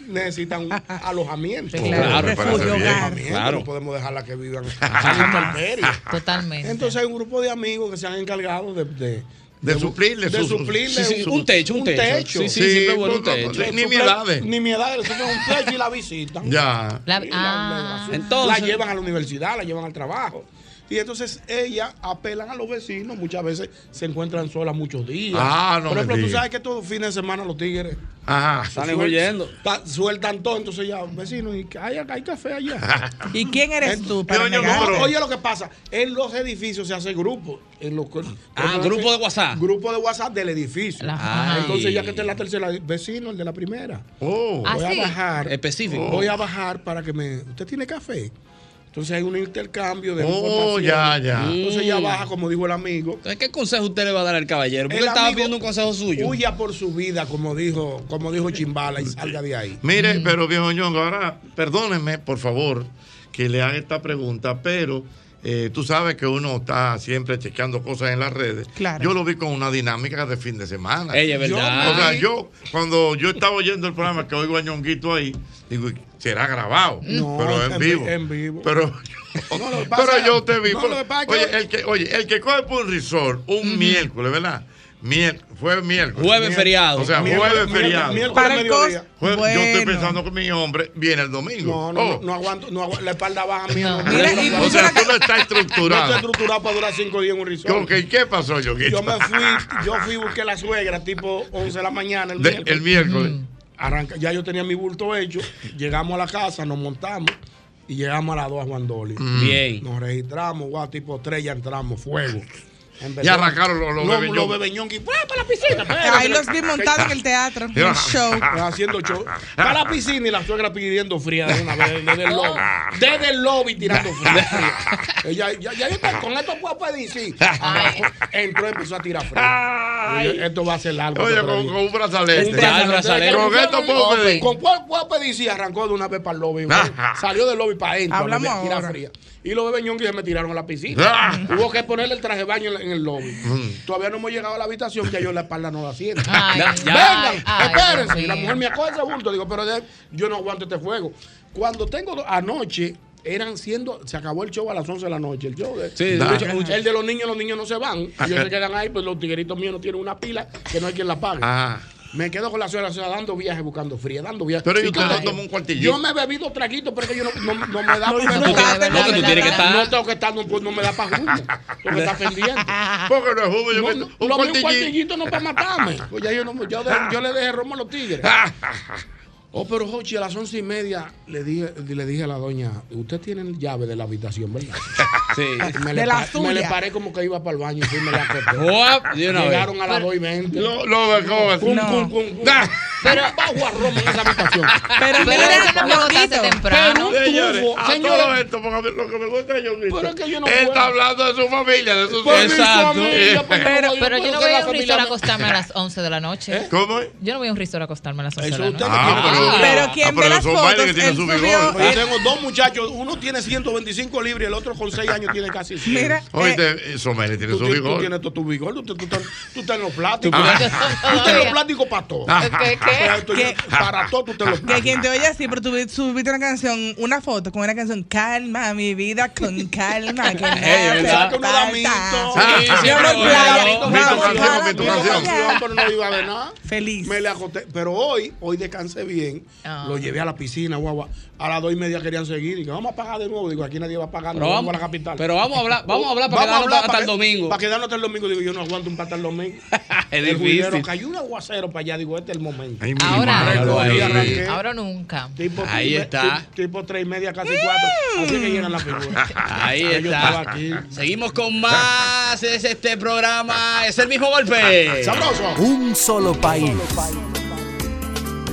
Speaker 3: necesitan un alojamiento.
Speaker 2: Claro,
Speaker 24: refugio,
Speaker 23: parece bien.
Speaker 24: hogar.
Speaker 3: Alojamiento,
Speaker 2: Claro.
Speaker 3: No podemos dejarlas que vivan en intemperie.
Speaker 4: Totalmente.
Speaker 3: Entonces hay un grupo de amigos que se han encargado de... de
Speaker 23: De suplirle
Speaker 3: de
Speaker 23: sus-
Speaker 3: suplirle
Speaker 2: Sí, sí, un techo, un techo. Sí,
Speaker 23: Sí,
Speaker 2: sí, siempre es bueno un
Speaker 23: no, no,
Speaker 2: techo.
Speaker 23: sí. Nimiedades.
Speaker 3: Ni mi edad, le sufren un techo y la visitan.
Speaker 23: eh. Ya.
Speaker 4: La-
Speaker 3: Y la-
Speaker 4: ah,
Speaker 3: la-
Speaker 2: Entonces-
Speaker 3: la llevan a la universidad, la llevan al trabajo. Y entonces ellas apelan a los vecinos, muchas veces se encuentran solas muchos días.
Speaker 23: Ah, no
Speaker 3: Por
Speaker 23: me
Speaker 3: ejemplo, tú
Speaker 23: digas.
Speaker 3: sabes que todos fines de semana los tigres
Speaker 23: Ajá.
Speaker 2: Salen
Speaker 3: suel-
Speaker 2: huyendo.
Speaker 3: ta- sueltan todo, entonces ya, vecinos, y que hay, hay café allá.
Speaker 24: ¿Y quién eres tú para
Speaker 23: Ñoño, no,
Speaker 24: negar?
Speaker 23: pero-
Speaker 3: Oye, lo que pasa, en los edificios se hace grupo. En los,
Speaker 2: Ah, grupo de WhatsApp.
Speaker 3: Grupo de WhatsApp del edificio.
Speaker 4: La-
Speaker 2: Ay.
Speaker 3: Entonces, ya que está en la tercera, vecino, el de la primera.
Speaker 23: Oh.
Speaker 4: Ah,
Speaker 3: Voy
Speaker 4: sí.
Speaker 3: a bajar.
Speaker 2: Específico.
Speaker 3: Voy a bajar para que me. ¿Usted tiene café? Entonces hay un intercambio de.
Speaker 23: Oh,
Speaker 3: información.
Speaker 23: ya, ya.
Speaker 3: Entonces ya
Speaker 2: Mm.
Speaker 3: baja, como dijo el amigo.
Speaker 2: Entonces, ¿qué consejo usted le va a dar al caballero? Porque
Speaker 3: El
Speaker 2: él estaba
Speaker 3: amigo
Speaker 2: pidiendo un consejo suyo.
Speaker 3: Huya por su vida, como dijo, como dijo Chimbala, y salga de ahí.
Speaker 23: Mire, pero viejo Ñongo, ahora perdónenme, por favor, que le haga esta pregunta, pero eh, tú sabes que uno está siempre chequeando cosas en las redes.
Speaker 24: Claro.
Speaker 23: Yo lo vi con una dinámica de fin de semana.
Speaker 2: Ella,
Speaker 23: Yo-
Speaker 2: ¿verdad?
Speaker 23: o sea, yo, cuando yo estaba oyendo el programa que oigo a Ñonguito ahí, digo, será grabado,
Speaker 3: No,
Speaker 23: pero en
Speaker 3: en
Speaker 23: vivo.
Speaker 3: vi- en vivo.
Speaker 23: Pero,
Speaker 3: No, lo que pasa
Speaker 23: pero
Speaker 3: es-
Speaker 23: yo te vi.
Speaker 3: no,
Speaker 23: por-
Speaker 3: lo que pasa es que-
Speaker 23: oye, el que, oye, el que coge por un resort un miércoles, ¿verdad? Mier- fue miércoles.
Speaker 2: Jueves
Speaker 23: Mier-
Speaker 2: feriado.
Speaker 23: O sea,
Speaker 3: Miércoles-
Speaker 23: jueves feriado.
Speaker 3: miércoles- miércoles
Speaker 24: Para el
Speaker 3: mediodía.
Speaker 24: cos-
Speaker 23: Jue- Yo estoy
Speaker 24: Bueno.
Speaker 23: pensando que mi hombre viene el domingo.
Speaker 3: No, no,
Speaker 23: Oh.
Speaker 3: no, no aguanto, no agu- la espalda baja mía. no-
Speaker 24: Mira,
Speaker 3: no
Speaker 24: y
Speaker 3: aguanto.
Speaker 23: O sea, tú no estás
Speaker 3: No estoy
Speaker 23: estructurado.
Speaker 3: estructurado para durar cinco días en un resort.
Speaker 23: Ok, ¿Qué pasó, yo?
Speaker 3: Yo me fui, yo fui y busqué la suegra tipo 11 de la mañana el miércoles. Mm.
Speaker 23: el miércoles.
Speaker 3: Arranca, ya yo tenía mi bulto hecho, llegamos a la casa, nos montamos y llegamos a las 2 a Juan Dolio.
Speaker 23: Mm.
Speaker 2: Bien.
Speaker 3: Nos registramos, guau, tipo 3 ya entramos, fuego. Empezamos-
Speaker 23: Ya arrancaron los, los
Speaker 3: los,
Speaker 23: bebeños.
Speaker 3: los bebeñonquis, ¡fue para la piscina! espérate,
Speaker 24: Ahí los vi
Speaker 3: que-
Speaker 24: montados en el teatro. en El show.
Speaker 3: Haciendo show. Para la piscina y la suegra pidiendo fría de una vez, desde el lobby. Desde el lobby tirando fría. fría. Ella, ya, ya yo estoy- con esto puedo pedir, sí. Ay, ah, Entró y empezó a tirar fría. Oye, esto va a ser largo.
Speaker 23: Oye,
Speaker 3: otro
Speaker 23: con,
Speaker 3: día.
Speaker 23: con un brazalete.
Speaker 2: Un brazalete. brazalete.
Speaker 23: Con esto puedo
Speaker 3: Hombre,
Speaker 23: pedir.
Speaker 3: Con cuál cuál pedí sí, arrancó de una vez para el lobby. güey.
Speaker 23: Ajá.
Speaker 3: Salió del lobby para adentro.
Speaker 24: Hablamos
Speaker 3: a la tira
Speaker 24: ahora.
Speaker 3: fría. Y los bebeñón que se me tiraron a la piscina.
Speaker 23: Ah. Mm.
Speaker 3: Hubo que ponerle el traje de baño en la- en el lobby. Todavía no hemos llegado a la habitación, ya yo la espalda no la siento.
Speaker 4: Ay,
Speaker 2: Ya, ya.
Speaker 3: Vengan,
Speaker 4: ay,
Speaker 3: espérense.
Speaker 4: Dios
Speaker 3: Y la
Speaker 4: mío.
Speaker 3: mujer me acoge ese bulto. Digo, pero de- yo no aguanto este fuego. Cuando tengo do- anoche, eran siendo, se acabó el show a las 11 de la noche, el show de,
Speaker 16: Sí,
Speaker 3: Yo
Speaker 16: sí.
Speaker 3: dije, el de los niños, los niños no se van, ellos se quedan ahí, pues los tigueritos míos no tienen una pila que no hay quien la pague.
Speaker 23: Ah.
Speaker 3: Me quedo con la suela, dando viajes, buscando fría, dando viajes.
Speaker 23: Pero
Speaker 3: Y
Speaker 23: yo usted
Speaker 3: claro,
Speaker 23: no tomó un cuartillito.
Speaker 3: Yo me he bebido traguitos, pero es que yo no, no- no me da
Speaker 23: No,
Speaker 3: porque
Speaker 23: no, no, no, tú tienes que estar-
Speaker 3: No tengo que estar, no, pues, no me da para jugo, porque está pendiente.
Speaker 23: Porque no es jugo, yo
Speaker 3: No,
Speaker 23: me- un
Speaker 3: no, lo mío, un
Speaker 23: cuartillito.
Speaker 3: cuartillito no para matarme. Pues ya yo, no, yo, de- yo le dejé Roma a los tigres. Oh, pero Jochi, a las once y media le dije, le dije a la doña, usted tiene llave de la habitación, ¿verdad?
Speaker 2: Sí.
Speaker 3: Me,
Speaker 2: De
Speaker 3: le
Speaker 2: la
Speaker 3: pa-
Speaker 2: suya.
Speaker 3: me le paré como que iba para el baño y fui y me la apreté.
Speaker 2: Guap, de una vez.
Speaker 3: Llegaron a las 2 y 20.
Speaker 23: No, no, ¿cómo así?
Speaker 3: Cum,
Speaker 23: No.
Speaker 3: cum, cum, cum. Pero bajo a Roma en esa habitación.
Speaker 24: Pero
Speaker 3: mira,
Speaker 24: eso no me botaste
Speaker 3: pero un
Speaker 24: temprano.
Speaker 3: tufo,
Speaker 23: Señores, a
Speaker 3: señores,
Speaker 23: todo esto, porque lo que me gusta es John
Speaker 3: Pero es que yo no
Speaker 23: Él
Speaker 3: puedo.
Speaker 23: está hablando de su familia, de sus
Speaker 3: Por mi
Speaker 23: Exacto.
Speaker 2: pues,
Speaker 3: familia, por mi
Speaker 23: Pero-
Speaker 3: familia,
Speaker 4: Pero
Speaker 3: por
Speaker 4: yo no
Speaker 3: ser la
Speaker 4: voy a un
Speaker 3: familia
Speaker 4: resort a
Speaker 3: mía.
Speaker 4: acostarme a las 11 de la noche.
Speaker 23: ¿Eh? ¿Cómo?
Speaker 4: Yo no voy a un resort a acostarme a las 11 de la noche.
Speaker 23: Ah, pero-
Speaker 24: Pero ¿quién ve las fotos? Él subió-
Speaker 3: Yo
Speaker 24: él-
Speaker 3: tengo dos muchachos, uno tiene 125 libras y el otro con 6 años tiene casi 100.
Speaker 23: Oíste, eh, Somalia tiene
Speaker 3: tú,
Speaker 23: su
Speaker 3: ti- tú
Speaker 23: vigor.
Speaker 3: tienes todo tu vigor, tú, tú- tú- tú estás en los plásticos.
Speaker 23: Ah.
Speaker 3: Tú estás en los plásticos para todo.
Speaker 24: ¿Qué, qué?
Speaker 3: Tú-
Speaker 24: ¿Qué?
Speaker 3: Para todo tú te los
Speaker 24: Que quien te oye así, pero tú vi- subiste una canción, una foto con una canción, calma, mi vida con calma, que nada
Speaker 3: Ey,
Speaker 24: te
Speaker 3: ¿verdad? Que uno da
Speaker 24: falta.
Speaker 3: Ah, Sí,
Speaker 24: Yo
Speaker 3: siempre
Speaker 24: no
Speaker 3: voy
Speaker 24: playa,
Speaker 3: a la boca.
Speaker 24: vamos
Speaker 3: Mi
Speaker 24: para la
Speaker 3: canción, mi
Speaker 24: playa.
Speaker 3: canción, pero no iba a ver nada. Feliz. Me le acosté. Pero hoy, hoy descansé bien.
Speaker 4: Ah.
Speaker 3: Lo llevé a la piscina, guagua. A las dos y media querían seguir. Digo, vamos a pagar de nuevo. Digo, aquí nadie va a pagar.
Speaker 2: Pero
Speaker 3: no
Speaker 2: vamos-
Speaker 3: a la capital. Oh,
Speaker 2: pero vamos a hablar- vamos a hablar para
Speaker 3: Vamos a
Speaker 2: quedarnos hasta
Speaker 3: para
Speaker 2: el
Speaker 3: que-
Speaker 2: domingo.
Speaker 3: Para quedarnos hasta el domingo. Digo, yo no aguanto un hasta el domingo.
Speaker 2: Es
Speaker 3: El
Speaker 2: difícil.
Speaker 3: juidero, cayó un aguacero para allá. Digo, este es el momento.
Speaker 23: Ay, mi
Speaker 4: Ahora,
Speaker 3: madre,
Speaker 4: ahora,
Speaker 3: ahí arranqué.
Speaker 4: ahora nunca.
Speaker 3: Tipo
Speaker 2: Ahí
Speaker 3: tres-
Speaker 2: está.
Speaker 3: ti- Tipo tres y media, casi cuatro. Así que llegan las figuras.
Speaker 2: Ahí
Speaker 3: Ya yo
Speaker 2: está.
Speaker 3: estaba aquí.
Speaker 2: Seguimos con más. Es este programa. Es el mismo golpe.
Speaker 1: Un solo país.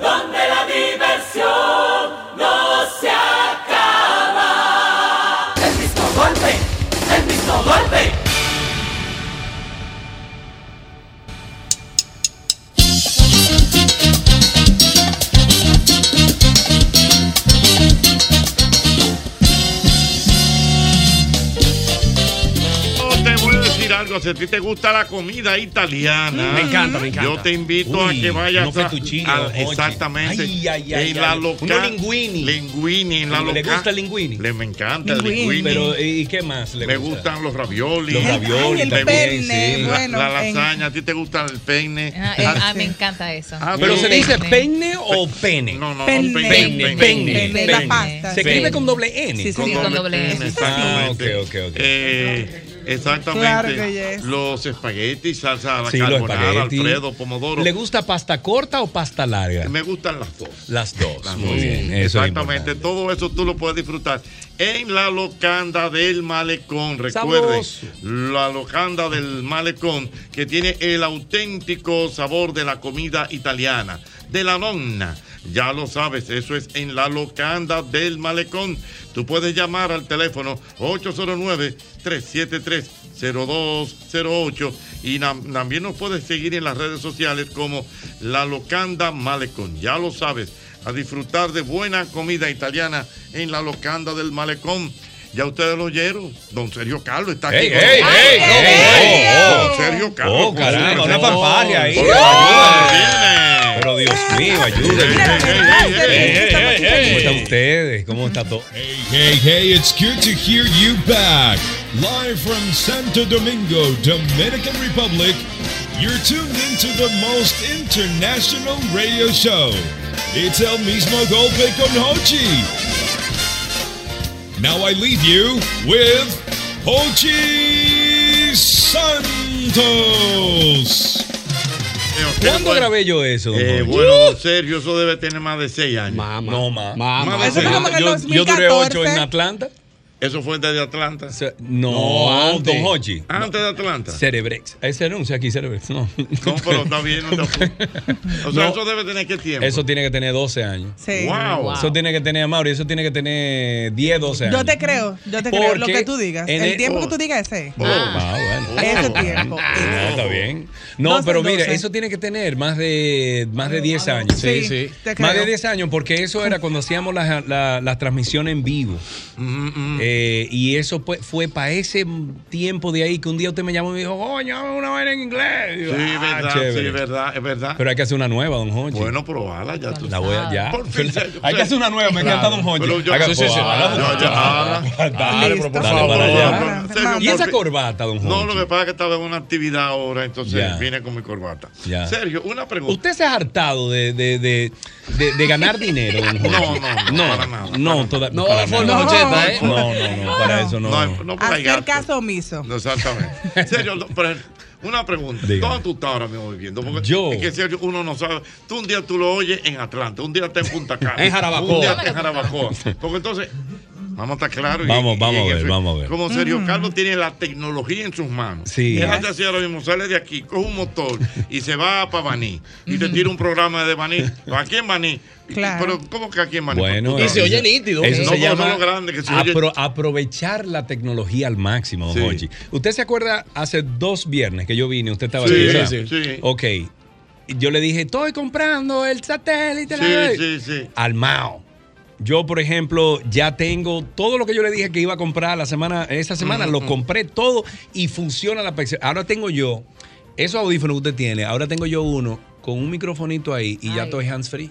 Speaker 15: donde la diversión no se acaba. El mismo golpe, el mismo golpe.
Speaker 23: Yo te voy a decir algo. Si a ti te gusta la comida italiana,
Speaker 2: Me encanta, me encanta.
Speaker 23: Yo te invito
Speaker 2: Uy,
Speaker 23: a que vayas
Speaker 2: unos fettuccini,
Speaker 23: a,
Speaker 2: oye.
Speaker 23: exactamente
Speaker 2: Ay, ay, ay,
Speaker 23: en
Speaker 2: ay.
Speaker 23: la
Speaker 2: Unos
Speaker 23: local.
Speaker 2: linguini.
Speaker 23: Linguini en la
Speaker 26: ¿Le
Speaker 23: local.
Speaker 26: gusta el linguini?
Speaker 23: Le me encanta el
Speaker 26: Linguini.
Speaker 23: linguini.
Speaker 26: Pero, ¿y qué más le
Speaker 23: me
Speaker 26: gusta?
Speaker 23: gustan los raviolis.
Speaker 26: Los raviolis Ay, el
Speaker 23: Me
Speaker 26: penne,
Speaker 23: gusta- la-
Speaker 26: bueno,
Speaker 23: la,
Speaker 26: en-
Speaker 23: lasaña. A ti te gusta el peine.
Speaker 4: Ah, eh, ah, me encanta eso.
Speaker 26: Pero se dice
Speaker 4: peine.
Speaker 26: penne o pene. No,
Speaker 23: no,
Speaker 26: pene.
Speaker 23: penne,
Speaker 26: Penne.
Speaker 23: penne,
Speaker 26: penne.
Speaker 23: la pasta.
Speaker 26: Se escribe
Speaker 23: Penne.
Speaker 26: con doble N.
Speaker 23: Sí, sí, Con sí, con doble doble N, N, exactamente.
Speaker 26: Ah, ok, ok, ok.
Speaker 23: Eh, exactamente.
Speaker 26: Claro que yes.
Speaker 23: Los espaguetis, salsa a la
Speaker 26: Sí, los
Speaker 23: carbonara,
Speaker 26: espaguetis.
Speaker 23: Alfredo, pomodoro.
Speaker 26: ¿Le gusta pasta corta o pasta larga?
Speaker 23: Me gustan las dos.
Speaker 26: Las dos.
Speaker 23: Las
Speaker 26: Muy
Speaker 23: dos.
Speaker 26: bien. Eso es importante.
Speaker 23: Exactamente, todo eso tú lo puedes disfrutar en la locanda del malecón. Recuerden,
Speaker 26: Sabroso.
Speaker 23: la locanda del malecón que tiene el auténtico sabor de la comida italiana, de la nonna. Ya lo sabes, eso es en la locanda del malecón. Tú puedes llamar al teléfono 809-373-0208 y nam- también nos puedes seguir en las redes sociales como la locanda malecón. Ya lo sabes, a disfrutar de buena comida italiana en la locanda del malecón. Ya ustedes lo oyeron, don Sergio Carlos está aquí.
Speaker 26: ¡Ey,
Speaker 23: con
Speaker 26: ey,
Speaker 23: nosotros. Don
Speaker 26: ey! ¡Ey, ey!
Speaker 23: Sergio, don Sergio Carlos.
Speaker 26: Oh, caramba, una
Speaker 23: Oh,
Speaker 26: fanfarria ahí.
Speaker 23: por
Speaker 26: Oh.
Speaker 23: favor, viene.
Speaker 26: Pero Dios mío, ayúdenme.
Speaker 23: Ey, ey, ey, ey, ey, ey, ey.
Speaker 26: ¿Cómo están ustedes? ¿Cómo está todo?
Speaker 27: Hey, hey, it's good to hear you back. Live from Santo Domingo, Dominican Republic, you're tuned into the most international radio show. It's El Mismo Golpe con Hochi. Now I leave you with Hochi Santos.
Speaker 23: ¿Cuándo
Speaker 26: ¿Cuándo grabé yo eso? don
Speaker 23: Eh,
Speaker 26: Jorge?
Speaker 23: bueno, don Sergio, eso debe tener más de seis años.
Speaker 26: No, ma.
Speaker 23: Más de
Speaker 26: Eso fue
Speaker 23: seis
Speaker 26: como en el
Speaker 23: años.
Speaker 26: Yo- yo duré 2014. ocho en Atlanta.
Speaker 23: Eso fue antes de Atlanta.
Speaker 26: No,
Speaker 23: antes.
Speaker 26: Don Hochi.
Speaker 23: Antes de Atlanta.
Speaker 26: Cerebrex. Ese anuncia aquí, Cerebrex. No,
Speaker 23: No, pero está bien. no te- O sea,
Speaker 26: No.
Speaker 23: eso debe tener que tiempo.
Speaker 26: Eso tiene que tener 12 años.
Speaker 24: Sí.
Speaker 23: Wow.
Speaker 26: Eso tiene que tener, Mauri, eso tiene que tener 10, 12 años.
Speaker 24: Yo te creo, yo te creo. Lo
Speaker 26: Porque
Speaker 24: que tú digas.
Speaker 26: en
Speaker 24: El,
Speaker 26: el-
Speaker 24: tiempo
Speaker 26: Oh.
Speaker 24: que tú digas ese.
Speaker 26: Ah,
Speaker 23: Oh.
Speaker 26: bueno.
Speaker 24: Ese tiempo.
Speaker 26: No, Ah, está bien. No,
Speaker 24: Doce,
Speaker 26: pero mire,
Speaker 24: doce.
Speaker 26: eso tiene que tener más de más de 10 años. Sí, sí. Más Más creo. de 10 años, porque eso era cuando hacíamos las, la- las transmisiones en vivo.
Speaker 23: Mm,
Speaker 26: Eh, y eso fue, fue para ese tiempo de ahí que un día usted me llamó y me dijo, coño, dame una vaina en inglés. Y
Speaker 23: Sí,
Speaker 26: yo, "Ah,
Speaker 23: verdad,
Speaker 26: chévere".
Speaker 23: sí, verdad, es verdad.
Speaker 26: Pero hay que hacer una nueva, don Jorge.
Speaker 23: Bueno, probala, ya tú
Speaker 26: La voy a,
Speaker 23: sabes.
Speaker 26: ya.
Speaker 23: Por fin, ya-
Speaker 26: Hay que hacer una nueva, me encanta
Speaker 23: Claro.
Speaker 26: Don Jorge.
Speaker 23: Pero yo-
Speaker 26: Haga-
Speaker 23: sí, sí, sí.
Speaker 26: Ojalá.
Speaker 23: Ya, ya.
Speaker 26: Dale,
Speaker 23: Listo.
Speaker 26: por
Speaker 23: Dale
Speaker 26: favor.
Speaker 23: para allá.
Speaker 26: Hermano,
Speaker 23: En serio,
Speaker 26: hermano. ¿Y
Speaker 23: por
Speaker 26: esa
Speaker 23: fin-
Speaker 26: corbata, don
Speaker 23: No,
Speaker 26: Jorge?
Speaker 23: lo que pasa es que estaba en una actividad ahora, entonces
Speaker 26: Ya.
Speaker 23: vine con mi corbata.
Speaker 26: Ya.
Speaker 23: Sergio, una pregunta.
Speaker 26: ¿Usted se ha hartado de, de, de, de, de ganar dinero, don Jorge?
Speaker 23: No, no, no,
Speaker 26: no,
Speaker 23: para nada,
Speaker 26: no, toda-
Speaker 23: No,
Speaker 26: para
Speaker 23: forma
Speaker 26: nada.
Speaker 23: ochenta, ¿eh?
Speaker 26: No, no, no, para eso no. Ah,
Speaker 23: No, no por ahí
Speaker 24: Hacer
Speaker 23: gasto.
Speaker 24: caso omiso.
Speaker 23: No, exactamente. Sergio, lo- pero una pregunta. ¿Dónde tú estás ahora mismo viviendo? Porque
Speaker 26: Yo.
Speaker 23: Es que Sergio, uno no sabe. Tú un día tú lo oyes en Atlanta, un día está en Punta Cana.
Speaker 26: En Jarabacoa.
Speaker 23: Un día está en Jarabacoa. Porque entonces, vamos a estar claros. y-
Speaker 26: Vamos,
Speaker 23: y-
Speaker 26: vamos
Speaker 23: y
Speaker 26: a
Speaker 23: en
Speaker 26: ver,
Speaker 23: eso-
Speaker 26: vamos a ver.
Speaker 23: Como Sergio Carlos tiene la tecnología en sus manos.
Speaker 26: Sí.
Speaker 23: Déjate así ahora mismo, sale de aquí, coge un motor y se va para Baní. Y te tira un programa de Baní. Aquí en Baní. Y- Pero, ¿cómo que aquí en Baní?
Speaker 26: Bueno,
Speaker 23: Tú- tú-
Speaker 26: eso- Eso
Speaker 23: no,
Speaker 26: se
Speaker 23: porque son
Speaker 26: llama Ah,
Speaker 23: los grandes que se oyen.
Speaker 26: apro- aprovechar la tecnología al máximo, don
Speaker 23: Sí.
Speaker 26: Jochi. ¿Usted se acuerda hace dos viernes que yo vine? Usted estaba
Speaker 23: Sí,
Speaker 26: aquí, ¿verdad?
Speaker 23: sí, sí.
Speaker 26: Ok. Yo le dije, estoy comprando el satélite. la- la- la".
Speaker 23: Sí, sí, sí.
Speaker 26: al Mao. Yo, por ejemplo, ya tengo todo lo que yo le dije que iba a comprar la semana, esta semana,
Speaker 23: Mm,
Speaker 26: lo compré todo y funciona a la perfección. Ahora tengo yo, esos audífonos que usted tiene, ahora tengo yo uno con un microfonito ahí y ya estoy hands free.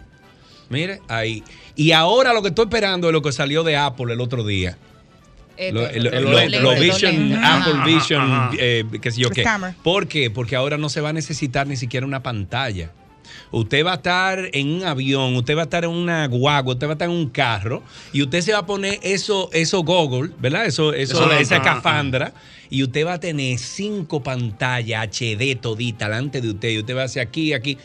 Speaker 26: Mire, ahí. Y ahora lo que estoy esperando es lo que salió de Apple el otro día. Lo, lo-
Speaker 23: el
Speaker 26: lo-
Speaker 23: OLED.
Speaker 26: lo
Speaker 23: El
Speaker 26: Vision,
Speaker 23: OLED.
Speaker 26: Apple
Speaker 23: Ajá,
Speaker 26: Vision,
Speaker 23: ajá.
Speaker 26: eh, qué sé yo qué.
Speaker 24: Scammer.
Speaker 26: ¿Por qué? Porque ahora no se va a necesitar ni siquiera una pantalla. Usted va a estar en un avión, usted va a estar en una guagua, usted va a estar en un carro y usted se va a poner eso, eso goggle, ¿verdad? Eso, eso,
Speaker 23: Eso,
Speaker 26: esa
Speaker 23: ajá,
Speaker 26: escafandra y usted va a tener cinco pantallas HD todita delante de usted y usted va hacia aquí, aquí.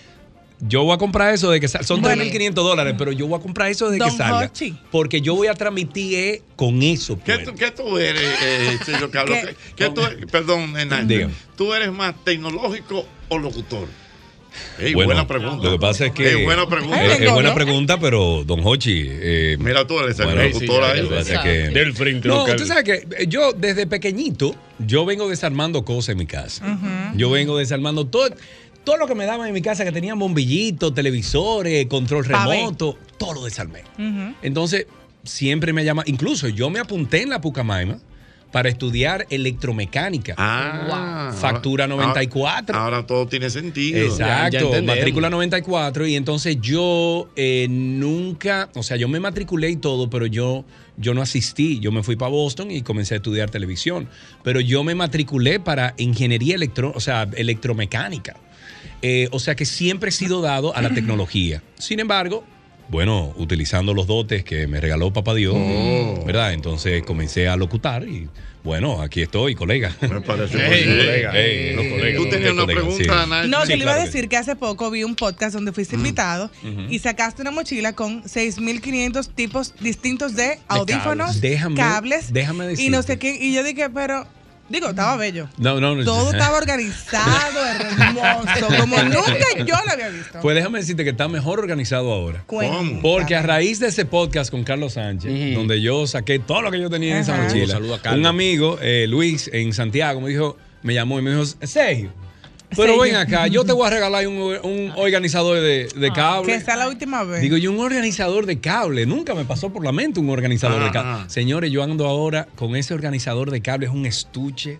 Speaker 26: Yo voy a comprar eso de que salga. Son
Speaker 24: Bueno.
Speaker 26: 3.500 dólares, pero yo voy a comprar eso de que
Speaker 24: Don
Speaker 26: salga.
Speaker 24: Hochi.
Speaker 26: Porque yo voy a transmitir eh, con eso.
Speaker 23: ¿Qué
Speaker 26: pues.
Speaker 23: tú, qué tú eres, eh, señor Carlos?
Speaker 26: ¿Qué?
Speaker 23: ¿Qué- qué tú eres? Perdón, Hernán.
Speaker 26: Dígame.
Speaker 23: ¿Tú eres más tecnológico o locutor? Ey,
Speaker 26: Bueno,
Speaker 23: buena pregunta.
Speaker 26: Lo que pasa es que.
Speaker 23: Ey, buena pregunta.
Speaker 26: Es, es buena pregunta, pero, don Hochi. eh,
Speaker 23: Mira tú, eres el
Speaker 26: bueno,
Speaker 23: locutor
Speaker 26: sí,
Speaker 23: ahí.
Speaker 26: lo que pasa es que-
Speaker 23: Del frente
Speaker 26: No,
Speaker 23: local.
Speaker 26: tú sabes que eh, yo desde pequeñito, yo vengo desarmando cosas en mi casa. Yo vengo desarmando todo. Todo lo que me daban en mi casa, que tenían bombillitos, televisores, control
Speaker 8: Pa' ver.
Speaker 26: remoto, todo lo desarmé. Entonces, siempre me llama. Incluso yo me apunté en la Pucamaima para estudiar electromecánica.
Speaker 23: Ah.
Speaker 26: Factura
Speaker 23: Ahora-
Speaker 26: 94.
Speaker 23: Ah, Ahora, todo tiene sentido.
Speaker 26: Exacto, matrícula 94 y entonces yo eh, nunca, o sea, yo me matriculé y todo, pero yo, yo no asistí, yo me fui para Boston y comencé a estudiar televisión, pero yo me matriculé para ingeniería electro, o sea, electromecánica. Eh, o sea que siempre he sido dado a la tecnología. Sin embargo, bueno, utilizando los dotes que me regaló Papá Dios,
Speaker 23: Oh.
Speaker 26: ¿verdad? Entonces comencé a locutar y bueno, aquí estoy, colega. Me
Speaker 23: parece muy bien. Ey,
Speaker 26: los colegas,
Speaker 23: tú
Speaker 26: los
Speaker 23: tenías una
Speaker 26: colegas, sí.
Speaker 23: pregunta, Ana.
Speaker 24: Eh, No,
Speaker 23: Sí,
Speaker 24: yo le iba a
Speaker 23: claro que
Speaker 24: decir que... hace poco vi un podcast donde fuiste invitado
Speaker 26: Ujú.
Speaker 24: y sacaste una mochila con 6.500 tipos distintos de audífonos,
Speaker 26: cables. Déjame-
Speaker 24: cables
Speaker 26: déjame
Speaker 24: y no
Speaker 26: decirte.
Speaker 24: sé qué. Y yo dije, pero, digo, estaba bello.
Speaker 26: No, no, no.
Speaker 24: Todo estaba organizado, hermoso, como nunca yo lo había visto.
Speaker 26: Pues déjame decirte que está mejor organizado ahora.
Speaker 24: Cuéntame.
Speaker 26: Porque a raíz de ese podcast con Carlos Sánchez, donde yo saqué todo lo que yo tenía en esa
Speaker 15: Ajá.
Speaker 26: mochila,
Speaker 15: Un saludo a Carlos.
Speaker 26: un amigo, eh, Luis, en Santiago, me dijo, me llamó y me dijo, Sergio, pero
Speaker 24: Sergio. Ah,
Speaker 26: ven acá, yo te voy a regalar un, un organizador de, de
Speaker 24: Que
Speaker 26: cable.
Speaker 24: sea la última vez.
Speaker 26: Digo, yo un organizador de cable, nunca me pasó por la mente un organizador de
Speaker 23: Ajá.
Speaker 26: cable. Señores, yo ando ahora con ese organizador de cable, es un estuche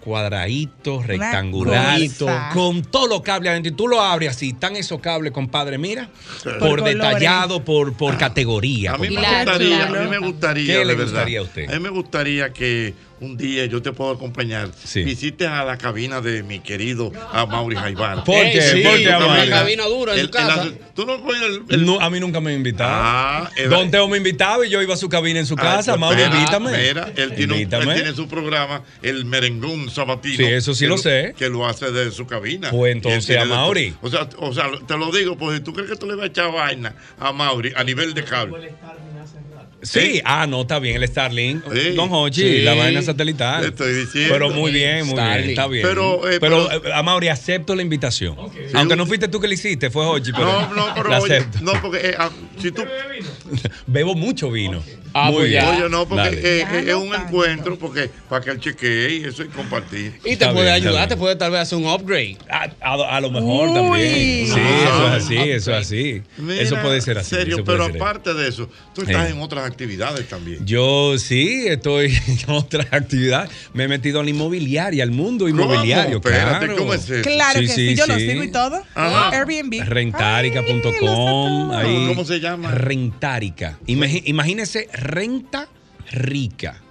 Speaker 26: cuadradito, rectangular,
Speaker 23: cosa.
Speaker 26: con todos los cables adentro. Y tú lo abres así, están esos cables, compadre, mira, por,
Speaker 23: Por colores. Ah.
Speaker 26: detallado, por, por categoría.
Speaker 23: A mí me
Speaker 26: compadre.
Speaker 23: gustaría, a mí me gustaría,
Speaker 26: ¿Qué
Speaker 23: de
Speaker 26: le
Speaker 23: verdad.
Speaker 26: gustaría a usted?
Speaker 23: A mí me gustaría que un día yo te puedo acompañar. Visites a la cabina de mi querido a Mauri Jaibar.
Speaker 26: ¿Por qué?
Speaker 23: Sí,
Speaker 26: ¿Por qué,
Speaker 23: tu
Speaker 26: Amaury?
Speaker 23: cabina.
Speaker 26: Cabina dura en
Speaker 23: El-
Speaker 26: su casa.
Speaker 23: el- tú no puedes el-
Speaker 26: No, a mí nunca me invitaron.
Speaker 23: eh,
Speaker 26: Don Teo me invitaba y yo iba a su cabina en su casa.
Speaker 23: Ah,
Speaker 26: Mauro,
Speaker 23: espera,
Speaker 26: invítame.
Speaker 23: espera, él, tiene un- él
Speaker 26: Invítame.
Speaker 23: tiene su programa, el merengón sabatino.
Speaker 26: Sí, eso sí
Speaker 23: que
Speaker 26: lo sé.
Speaker 23: Que lo hace desde su cabina.
Speaker 26: Pues
Speaker 23: Y él
Speaker 26: entonces,
Speaker 23: tiene
Speaker 26: a
Speaker 23: de
Speaker 26: Mauri.
Speaker 23: todo. O sea, o sea, te lo digo, pues si tú crees que tú le vas a echar vaina a Mauri a nivel de cable.
Speaker 26: Sí, ah, no, está bien el Starlink.
Speaker 16: Sí.
Speaker 26: Don Hochi,
Speaker 16: Sí.
Speaker 26: la vaina satelital.
Speaker 16: Te estoy diciendo.
Speaker 26: Pero muy bien, muy
Speaker 16: Starlink.
Speaker 26: bien, está bien.
Speaker 16: Pero, eh,
Speaker 26: pero,
Speaker 16: pero-
Speaker 26: eh, a Mauri, acepto la invitación. Aunque no fuiste tú que la hiciste, fue Hochi. Pero
Speaker 23: No, no, pero
Speaker 26: la
Speaker 23: oye,
Speaker 26: acepto.
Speaker 23: no, porque eh, ah, si tú.
Speaker 26: Bebo mucho vino. Ah, Muy
Speaker 23: Oye,
Speaker 26: bien.
Speaker 23: Oye, no, porque
Speaker 26: pues Dale.
Speaker 23: eh, eh, es un encuentro porque para que él chequee y eso y compartir.
Speaker 2: Y te puede ayudar, te puede tal vez hacer un upgrade.
Speaker 26: A,
Speaker 23: Ah,
Speaker 26: lo mejor también. Sí, eso es así, eso es así.
Speaker 23: pues, Mira,
Speaker 26: eso puede ser así.
Speaker 23: Serio,
Speaker 26: eso puede
Speaker 23: pero
Speaker 26: ser así.
Speaker 23: aparte de eso, tú estás
Speaker 26: Eh.
Speaker 23: en otras actividades también.
Speaker 26: Yo sí, estoy en otras actividades. Me he metido en la inmobiliaria, al mundo inmobiliario.
Speaker 23: Espérate,
Speaker 26: claro.
Speaker 23: ¿cómo es eso?
Speaker 24: Claro que sí, yo lo
Speaker 26: sí.
Speaker 24: sigo y todo.
Speaker 23: Ajá.
Speaker 24: Airbnb.
Speaker 26: Rentarica.com. ahí.
Speaker 23: ¿Cómo se llama?
Speaker 26: Rentarica. Imagi- imagínese renta rica.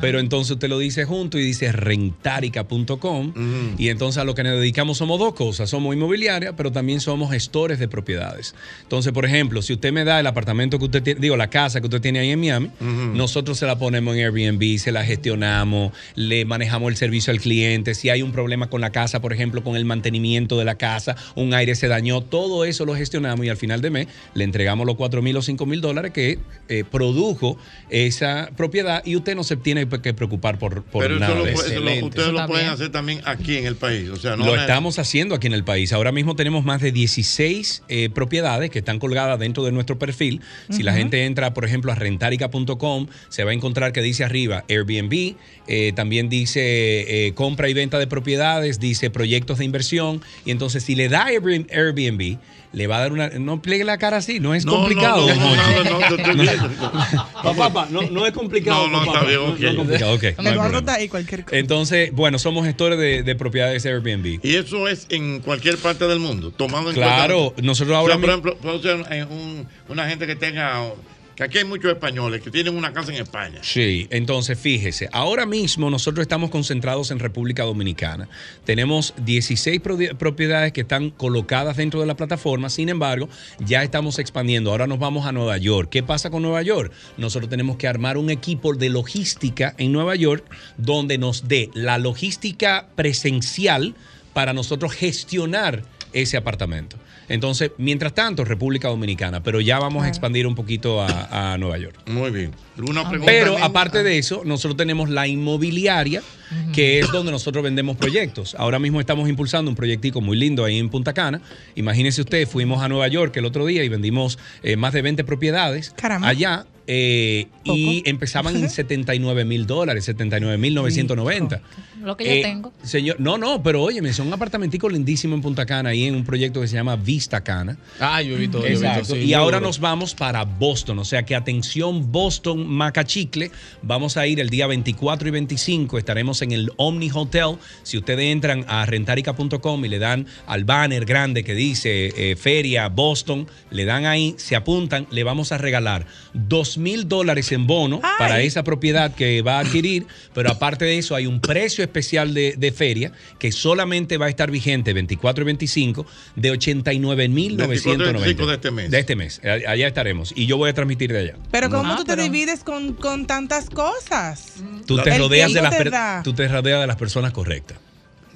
Speaker 26: Pero entonces usted lo dice junto y dice rentarica.com. Y entonces a lo que nos dedicamos somos dos cosas. Somos inmobiliaria, pero también somos gestores de propiedades. Entonces, por ejemplo, si usted me da el apartamento que usted tiene, digo, la casa que usted tiene ahí en Miami, nosotros se la ponemos en Airbnb, se la gestionamos, le manejamos el servicio al cliente. Si hay un problema con la casa, por ejemplo, con el mantenimiento de la casa, un aire se dañó, todo eso lo gestionamos y al final de mes le entregamos los 4 mil o 5 mil dólares que eh, produjo esa propiedad y usted no se tiene que preocupar por, por
Speaker 23: Pero
Speaker 26: nada
Speaker 23: eso lo,
Speaker 26: de
Speaker 23: pu-
Speaker 26: eso.
Speaker 23: eso lo- ustedes lo pueden hacer también aquí en el país. O sea, no
Speaker 26: Lo
Speaker 23: es-
Speaker 26: estamos haciendo aquí en el país. Ahora mismo tenemos más de 16 eh, propiedades que están colgadas dentro de nuestro perfil. Si la
Speaker 8: Ujú.
Speaker 26: gente entra, por ejemplo, a rentarica.com, se va a encontrar que dice arriba Airbnb, eh, también dice eh, compra y venta de propiedades, dice proyectos de inversión. Y entonces, si le da Airbnb, Airbnb, le va a dar una. No pliegue la cara así, no es
Speaker 23: No, no,
Speaker 26: complicado.
Speaker 23: no, no,
Speaker 26: Mochi.
Speaker 23: no, no, no, no, no, no,
Speaker 26: Papá, papá, no, no es complicado.
Speaker 23: No, no,
Speaker 26: papá.
Speaker 23: está bien,
Speaker 26: No, no es
Speaker 23: ok.
Speaker 26: complicado, ok, no hay
Speaker 24: Eduardo
Speaker 26: problema.
Speaker 24: está Ah, ahí cualquier cosa.
Speaker 26: Entonces, bueno, somos gestores de, de propiedades Airbnb.
Speaker 23: Y eso es en cualquier parte del mundo, tomando en
Speaker 26: Claro,
Speaker 23: cuenta.
Speaker 26: nosotros ahora
Speaker 23: O sea,
Speaker 26: mismo-
Speaker 23: por ejemplo, puede ser, eh, un- una gente que tenga. Que aquí hay muchos españoles que tienen una casa en España.
Speaker 26: Sí, entonces fíjese, ahora mismo nosotros estamos concentrados en República Dominicana. Tenemos 16 pro- propiedades que están colocadas dentro de la plataforma, sin embargo, ya estamos expandiendo. Ahora nos vamos a Nueva York. ¿Qué pasa con Nueva York? Nosotros tenemos que armar un equipo de logística en Nueva York donde nos dé la logística presencial para nosotros gestionar ese apartamento. Entonces, mientras tanto, República Dominicana, pero ya vamos a expandir un poquito a, a Nueva York.
Speaker 23: Muy bien. pregunta,
Speaker 26: Ah, Pero
Speaker 23: Mingo?
Speaker 26: aparte de eso, nosotros tenemos la inmobiliaria, que es donde nosotros vendemos proyectos. Ahora mismo estamos impulsando un proyectico muy lindo ahí en Punta Cana. Imagínense ustedes, fuimos a Nueva York el otro día y vendimos eh, más de 20 propiedades
Speaker 24: Caramba.
Speaker 26: allá. eh, y empezaban en 79 mil dólares, 79 mil 990.
Speaker 4: Lo que yo
Speaker 26: Eh,
Speaker 4: tengo.
Speaker 26: Señor, no, no, pero óyeme, son apartamenticos lindísimos en Punta Cana, ahí en un proyecto que se llama Vista Cana.
Speaker 2: Ah, yo he visto, yo he visto,
Speaker 26: Exacto.
Speaker 2: sí,
Speaker 26: y
Speaker 2: muy
Speaker 26: ahora
Speaker 2: duro.
Speaker 26: nos vamos para Boston, o sea que atención Boston, Macachicle, vamos a ir el día 24 y 25, estaremos en el Omni Hotel, si ustedes entran a rentarica.com y le dan al banner grande que dice eh, Feria Boston, le dan ahí, se apuntan, le vamos a regalar 2 mil dólares en bono para esa propiedad que va a adquirir, pero aparte de eso hay un precio especial de, de feria que solamente va a estar vigente 24 y 25 de 89 mil
Speaker 23: 24
Speaker 26: 990
Speaker 23: de este mes.
Speaker 26: De este mes. A- Allá estaremos. Y yo voy a transmitir de allá.
Speaker 24: Pero ¿cómo tú te divides con, con tantas cosas?
Speaker 26: Tú te,
Speaker 24: El
Speaker 26: rodeas de
Speaker 24: tiempo
Speaker 26: las
Speaker 24: te
Speaker 26: per-
Speaker 24: da.
Speaker 26: tú te rodeas de las personas correctas.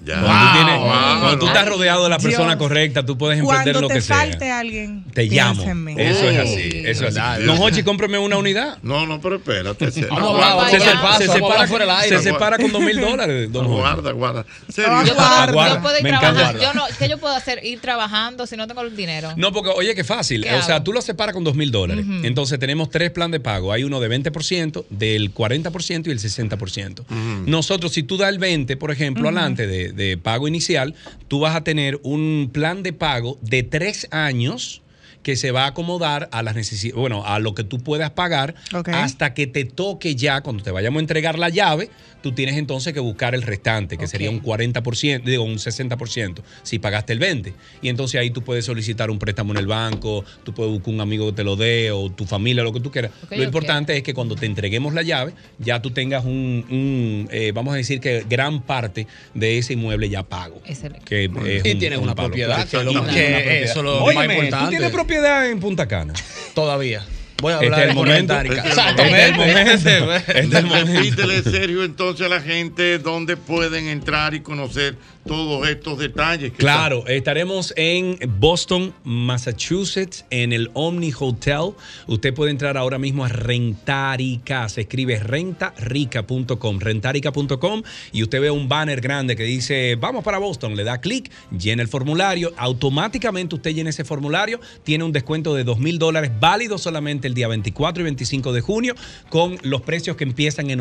Speaker 26: Cuando,
Speaker 23: Wow,
Speaker 26: tú, tienes-
Speaker 23: wow,
Speaker 26: cuando tú
Speaker 23: no.
Speaker 26: estás rodeado de las
Speaker 23: Dios.
Speaker 26: personas correctas, tú puedes emprender
Speaker 24: Cuando
Speaker 26: lo
Speaker 24: te
Speaker 26: que sea.
Speaker 24: falte alguien.
Speaker 26: Te llamo.
Speaker 24: piensa en mí.
Speaker 26: Eso es así. Eso es así. Don Hochi, cómprame una unidad.
Speaker 23: No, no, pero espérate. se-
Speaker 26: Vamos a hablar, vamos a
Speaker 23: se-
Speaker 26: hablar al paso,
Speaker 23: se
Speaker 26: vamos a hablar
Speaker 23: separa-
Speaker 26: fuera del aire.
Speaker 23: se separa con
Speaker 26: 2 mil dólares. don Jorge.
Speaker 23: Guarda, guarda.
Speaker 4: Yo puedo, yo puedo ir
Speaker 26: Me encanta.
Speaker 4: trabajando. Yo no, ¿Qué yo puedo hacer? Ir trabajando si no tengo el dinero.
Speaker 26: No, porque oye, qué fácil.
Speaker 4: ¿Qué
Speaker 26: o sea,
Speaker 4: hago?
Speaker 26: tú lo separas con 2 mil dólares.
Speaker 4: Ujú.
Speaker 26: Entonces tenemos tres planes de pago. Hay uno de 20%, del 40% y el 60%. Nosotros, si tú das el 20, por ejemplo,
Speaker 9: Ujú.
Speaker 26: adelante de, de pago inicial, tú vas a tener un plan de pago de tres años que se va a acomodar a las necesi- bueno, a lo que tú puedas pagar
Speaker 9: Ok.
Speaker 26: hasta que te toque ya, cuando te vayamos a entregar la llave, tú tienes entonces que buscar el restante, que sería un 40%, digo, un 60%, si pagaste el 20%. Y entonces ahí tú puedes solicitar un préstamo en el banco, tú puedes buscar un amigo que te lo dé, o tu familia, lo que tú quieras.
Speaker 9: Ok,
Speaker 26: lo
Speaker 9: ok.
Speaker 26: importante es que cuando te entreguemos la llave, ya tú tengas un, un, eh, vamos a decir que gran parte de ese inmueble ya pago. Que eh, es
Speaker 2: Y
Speaker 26: un-
Speaker 2: tienes
Speaker 26: un
Speaker 2: una
Speaker 26: palo.
Speaker 2: propiedad, que es lo más-
Speaker 26: Y
Speaker 2: que
Speaker 26: tienes una propiedad.
Speaker 2: eso es lo más
Speaker 26: Óyeme, ¿tú
Speaker 2: importante.
Speaker 26: tienes propiedad en Punta Cana?
Speaker 2: Todavía. Voy a
Speaker 26: Este
Speaker 2: hablar
Speaker 26: es el
Speaker 2: de
Speaker 26: momento.
Speaker 2: Rentarica.
Speaker 26: Este es el momento. Este es el momento.
Speaker 23: Repítele, Sergio, entonces a la gente dónde pueden entrar y conocer todos estos detalles. que
Speaker 26: Claro, estaremos en Boston, Massachusetts, en el Omni Hotel. Usted puede entrar ahora mismo a Rentarica. Se escribe rentarica.com, rentarica.com, y usted ve un banner grande que dice, vamos para Boston. Le da clic, llena el formulario. Automáticamente usted llena ese formulario. Tiene un descuento de 2 mil dólares, válido solamente el día 24 y 25 de junio, con los precios que empiezan en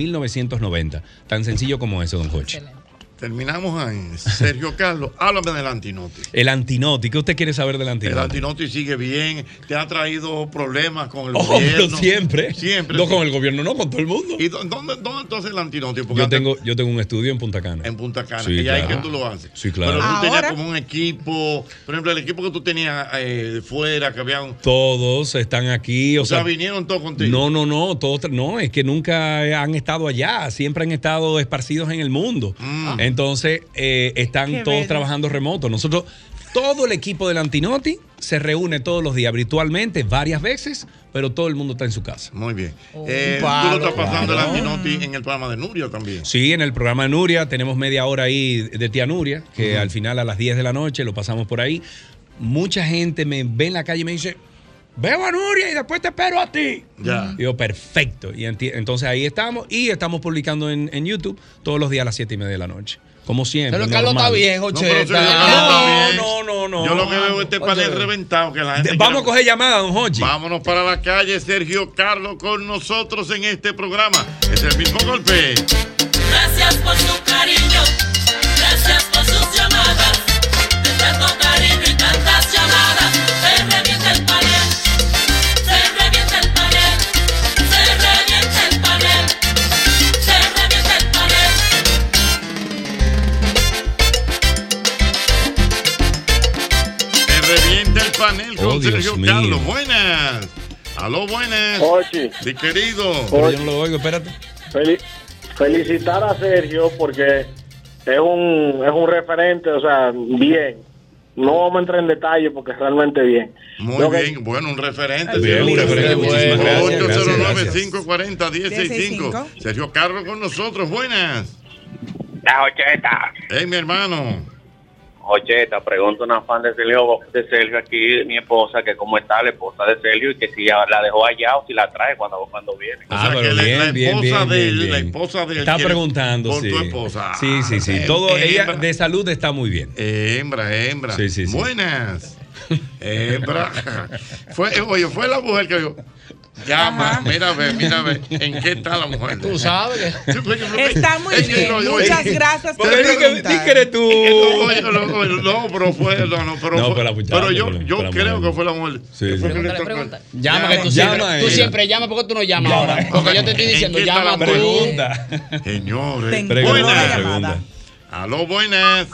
Speaker 26: 89.990. Tan sencillo como eso, don Jorge.
Speaker 23: Terminamos en Sergio Carlos. Háblame del antinoti.
Speaker 26: El antinoti, ¿qué usted quiere saber del
Speaker 23: El
Speaker 26: antinoti?
Speaker 23: antinoti sigue bien. Te ha traído problemas con el
Speaker 26: Oh,
Speaker 23: gobierno.
Speaker 26: pero siempre.
Speaker 23: Siempre.
Speaker 26: No con el gobierno, no, con todo el mundo.
Speaker 23: ¿Y dó- dónde, dónde entonces el antinoti? Porque
Speaker 26: Yo
Speaker 23: antes-
Speaker 26: tengo, yo tengo un estudio en Punta Cana. En
Speaker 23: Punta Cana, que ya es que tú lo haces.
Speaker 26: Sí, claro.
Speaker 23: Pero
Speaker 15: Ah,
Speaker 23: tú tenías como un equipo. Por ejemplo, el equipo que tú tenías eh, de fuera, que había un.
Speaker 26: Todos están aquí. O,
Speaker 23: O sea, vinieron todos contigo.
Speaker 26: No, no, no. Todos, tra- no, es que nunca han estado allá. Siempre han estado esparcidos en el mundo.
Speaker 23: Mm.
Speaker 26: Entonces, eh, están
Speaker 15: Ah. Qué
Speaker 26: todos
Speaker 15: bello.
Speaker 26: trabajando remoto. Nosotros, todo el equipo del Antinoti se reúne todos los días, virtualmente, varias veces, pero todo el mundo está en su casa.
Speaker 23: Muy bien.
Speaker 15: Oh.
Speaker 23: Eh, tú lo estás pasando el antinoti en el programa de Nuria también.
Speaker 26: Sí, en el programa de Nuria tenemos media hora ahí de tía Nuria, que
Speaker 23: Ujú.
Speaker 26: al final a las 10 de la noche lo pasamos por ahí. Mucha gente me ve en la calle y me dice, veo a Nuria y después te espero a ti.
Speaker 23: Ya.
Speaker 26: Y yo, perfecto. Y enti- entonces ahí estamos y estamos publicando en, en YouTube todos los días a las 7 y media de la noche. Como siempre.
Speaker 8: Pero Carlos
Speaker 26: normal.
Speaker 8: está bien,
Speaker 26: No,
Speaker 8: Ocheta.
Speaker 26: pero sí,
Speaker 8: Ah,
Speaker 26: No, no, no, no.
Speaker 23: Yo lo que veo es este panel
Speaker 26: Oye.
Speaker 23: reventado que la gente.
Speaker 26: De- vamos a coger llamada, don Hochi.
Speaker 23: Vámonos para la calle, Sergio Carlos, con nosotros en este programa. Es el mismo golpe.
Speaker 15: Gracias por su cariño, gracias por sus llamadas. De tanto cariño y tantas llamadas, se revienta el panel, se revienta el panel, se revienta el panel, se revienta el panel.
Speaker 23: Se revienta el panel con
Speaker 26: Oh, Dios
Speaker 23: Sergio
Speaker 26: mío.
Speaker 23: Carlos. Buenas. Aló, buenas. Mi querido.
Speaker 26: Pero yo no lo oigo, espérate.
Speaker 25: Fel- felicitar a Sergio porque es un, es un referente, o sea, bien. No vamos a entrar en detalle porque realmente bien.
Speaker 23: Muy
Speaker 25: Lo que-
Speaker 23: bien, bueno, un referente.
Speaker 26: Bien, un referente, muchísimas gracias, gracias,
Speaker 23: 809-540-165. Sergio Carlos con nosotros, buenas.
Speaker 9: La ocheta.
Speaker 23: Hey, mi hermano.
Speaker 9: Ocheta, pregunta una fan de Sergio, de Sergio aquí, mi esposa, que cómo está la esposa de Sergio y que si ya la dejó allá o si la trae cuando, cuando viene.
Speaker 26: Ah, pero bien, bien, bien,
Speaker 23: de él,
Speaker 26: bien,
Speaker 23: la
Speaker 26: bien.
Speaker 23: esposa de él
Speaker 26: Está
Speaker 23: quiere-
Speaker 26: preguntando,
Speaker 23: con
Speaker 26: sí.
Speaker 23: tu esposa. Ah,
Speaker 26: Sí, sí, sí. Todo, ella de salud está muy bien.
Speaker 23: Hembra, hembra.
Speaker 26: Sí, sí, sí.
Speaker 23: Buenas. Hembra. Fue, eh, oye, fue la mujer que dijo, llama, mira a ver, mira a ver, ¿en qué está la mujer? Tú
Speaker 8: sabes.
Speaker 24: Está
Speaker 8: Eh,
Speaker 24: muy
Speaker 23: Es que
Speaker 24: bien.
Speaker 23: no, yo-
Speaker 24: Muchas gracias por preguntar.
Speaker 26: tú.
Speaker 23: No, oye, no, oye, no, pero fue, no, no, pero,
Speaker 26: No,
Speaker 23: fue-
Speaker 26: fue la muchacha,
Speaker 23: pero yo,
Speaker 26: fue la-
Speaker 23: yo
Speaker 26: fue la
Speaker 23: creo
Speaker 26: mujer.
Speaker 23: que fue la mujer.
Speaker 26: Sí, sí.
Speaker 8: Llama, que tú siempre,
Speaker 23: Llama
Speaker 8: tú
Speaker 23: ella.
Speaker 8: siempre llamas, ¿por qué tú no llamas ahora? Porque yo te estoy diciendo,
Speaker 23: ¿En qué está
Speaker 8: llama
Speaker 23: la
Speaker 8: tú.
Speaker 23: pregunta? Señores,
Speaker 8: Pregunta,
Speaker 23: buenas.
Speaker 8: pregunta.
Speaker 23: Aló, buenas.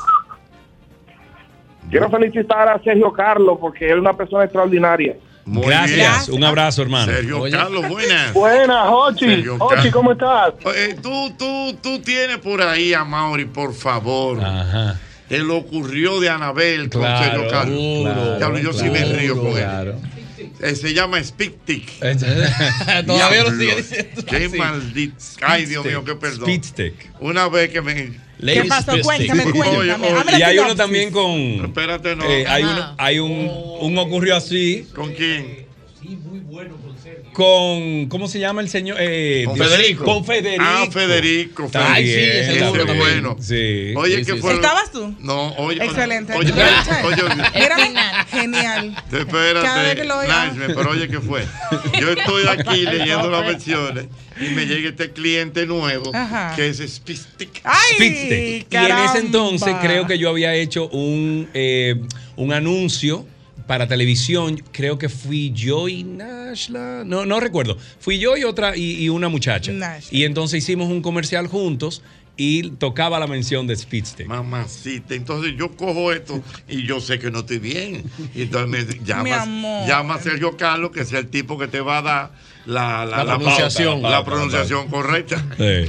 Speaker 14: Quiero felicitar a Sergio Carlos porque él es una persona extraordinaria.
Speaker 26: Gracias. Un abrazo, hermano.
Speaker 23: Sergio Carlos, buenas.
Speaker 14: Buenas, Hochi.
Speaker 23: Sergio
Speaker 14: Hochi,
Speaker 23: Carlos.
Speaker 14: ¿cómo estás?
Speaker 23: Oye, tú, tú, tú tienes por ahí a Mauri, por favor. Ajá. Él ocurrió de Anabel
Speaker 26: Claro,
Speaker 23: con Sergio Carlos.
Speaker 26: claro,
Speaker 23: Diablo, yo sí me
Speaker 26: claro,
Speaker 23: río con él.
Speaker 26: claro.
Speaker 23: Eh, se llama Spictic.
Speaker 8: Todavía lo sigue diciendo
Speaker 23: Qué
Speaker 8: así.
Speaker 23: maldito. Ay, Dios mío, qué perdón. Una vez que me.
Speaker 26: Lady
Speaker 8: pasó?
Speaker 26: Spitstick.
Speaker 8: Cuéntame, cuéntame.
Speaker 23: Oye, oye,
Speaker 8: Hazme la
Speaker 26: Y pues, hay uno
Speaker 8: sinopsis.
Speaker 26: también con.
Speaker 23: Espérate, no.
Speaker 26: eh, hay
Speaker 23: Ajá.
Speaker 26: uno, hay un, un ocurrió así.
Speaker 23: ¿Con quién?
Speaker 26: Con. ¿Cómo se llama el señor? Eh,
Speaker 23: Con
Speaker 26: Dios-
Speaker 23: Federico.
Speaker 26: Con Federico.
Speaker 23: Ah, Federico, Federico.
Speaker 26: También,
Speaker 23: Ay, sí, ese
Speaker 26: también.
Speaker 23: es bueno.
Speaker 26: Sí.
Speaker 23: Oye,
Speaker 26: sí,
Speaker 23: ¿qué
Speaker 26: sí,
Speaker 23: fue?
Speaker 6: sí. ¿Estabas tú?
Speaker 23: No, oye. oye,
Speaker 24: Excelente.
Speaker 23: Oye, oye, oye,
Speaker 24: Mírame, genial.
Speaker 23: Espérate,
Speaker 24: Cada vez que lo oiga.
Speaker 23: Naime, pero oye, ¿qué fue? Yo estoy aquí leyendo las versiones y me llega este cliente nuevo
Speaker 24: Ajá.
Speaker 23: que es Spistic.
Speaker 26: Spitstick. Y en ese entonces creo que yo había hecho un, eh, un anuncio para televisión. Creo que fui yo y Nashla. No, no recuerdo. Fui yo y otra y, y una muchacha.
Speaker 24: Nashla.
Speaker 26: Y entonces hicimos un comercial juntos y tocaba la mención de Spitstick.
Speaker 23: Mamacita, entonces yo cojo esto y yo sé que no estoy bien. Y entonces me
Speaker 24: Mi
Speaker 23: llama,
Speaker 24: amor.
Speaker 23: llama a Sergio Carlos, que es el tipo que te va a dar la, la-
Speaker 26: La
Speaker 23: la
Speaker 26: pronunciación.
Speaker 23: pauta, la pronunciación correcta. Porque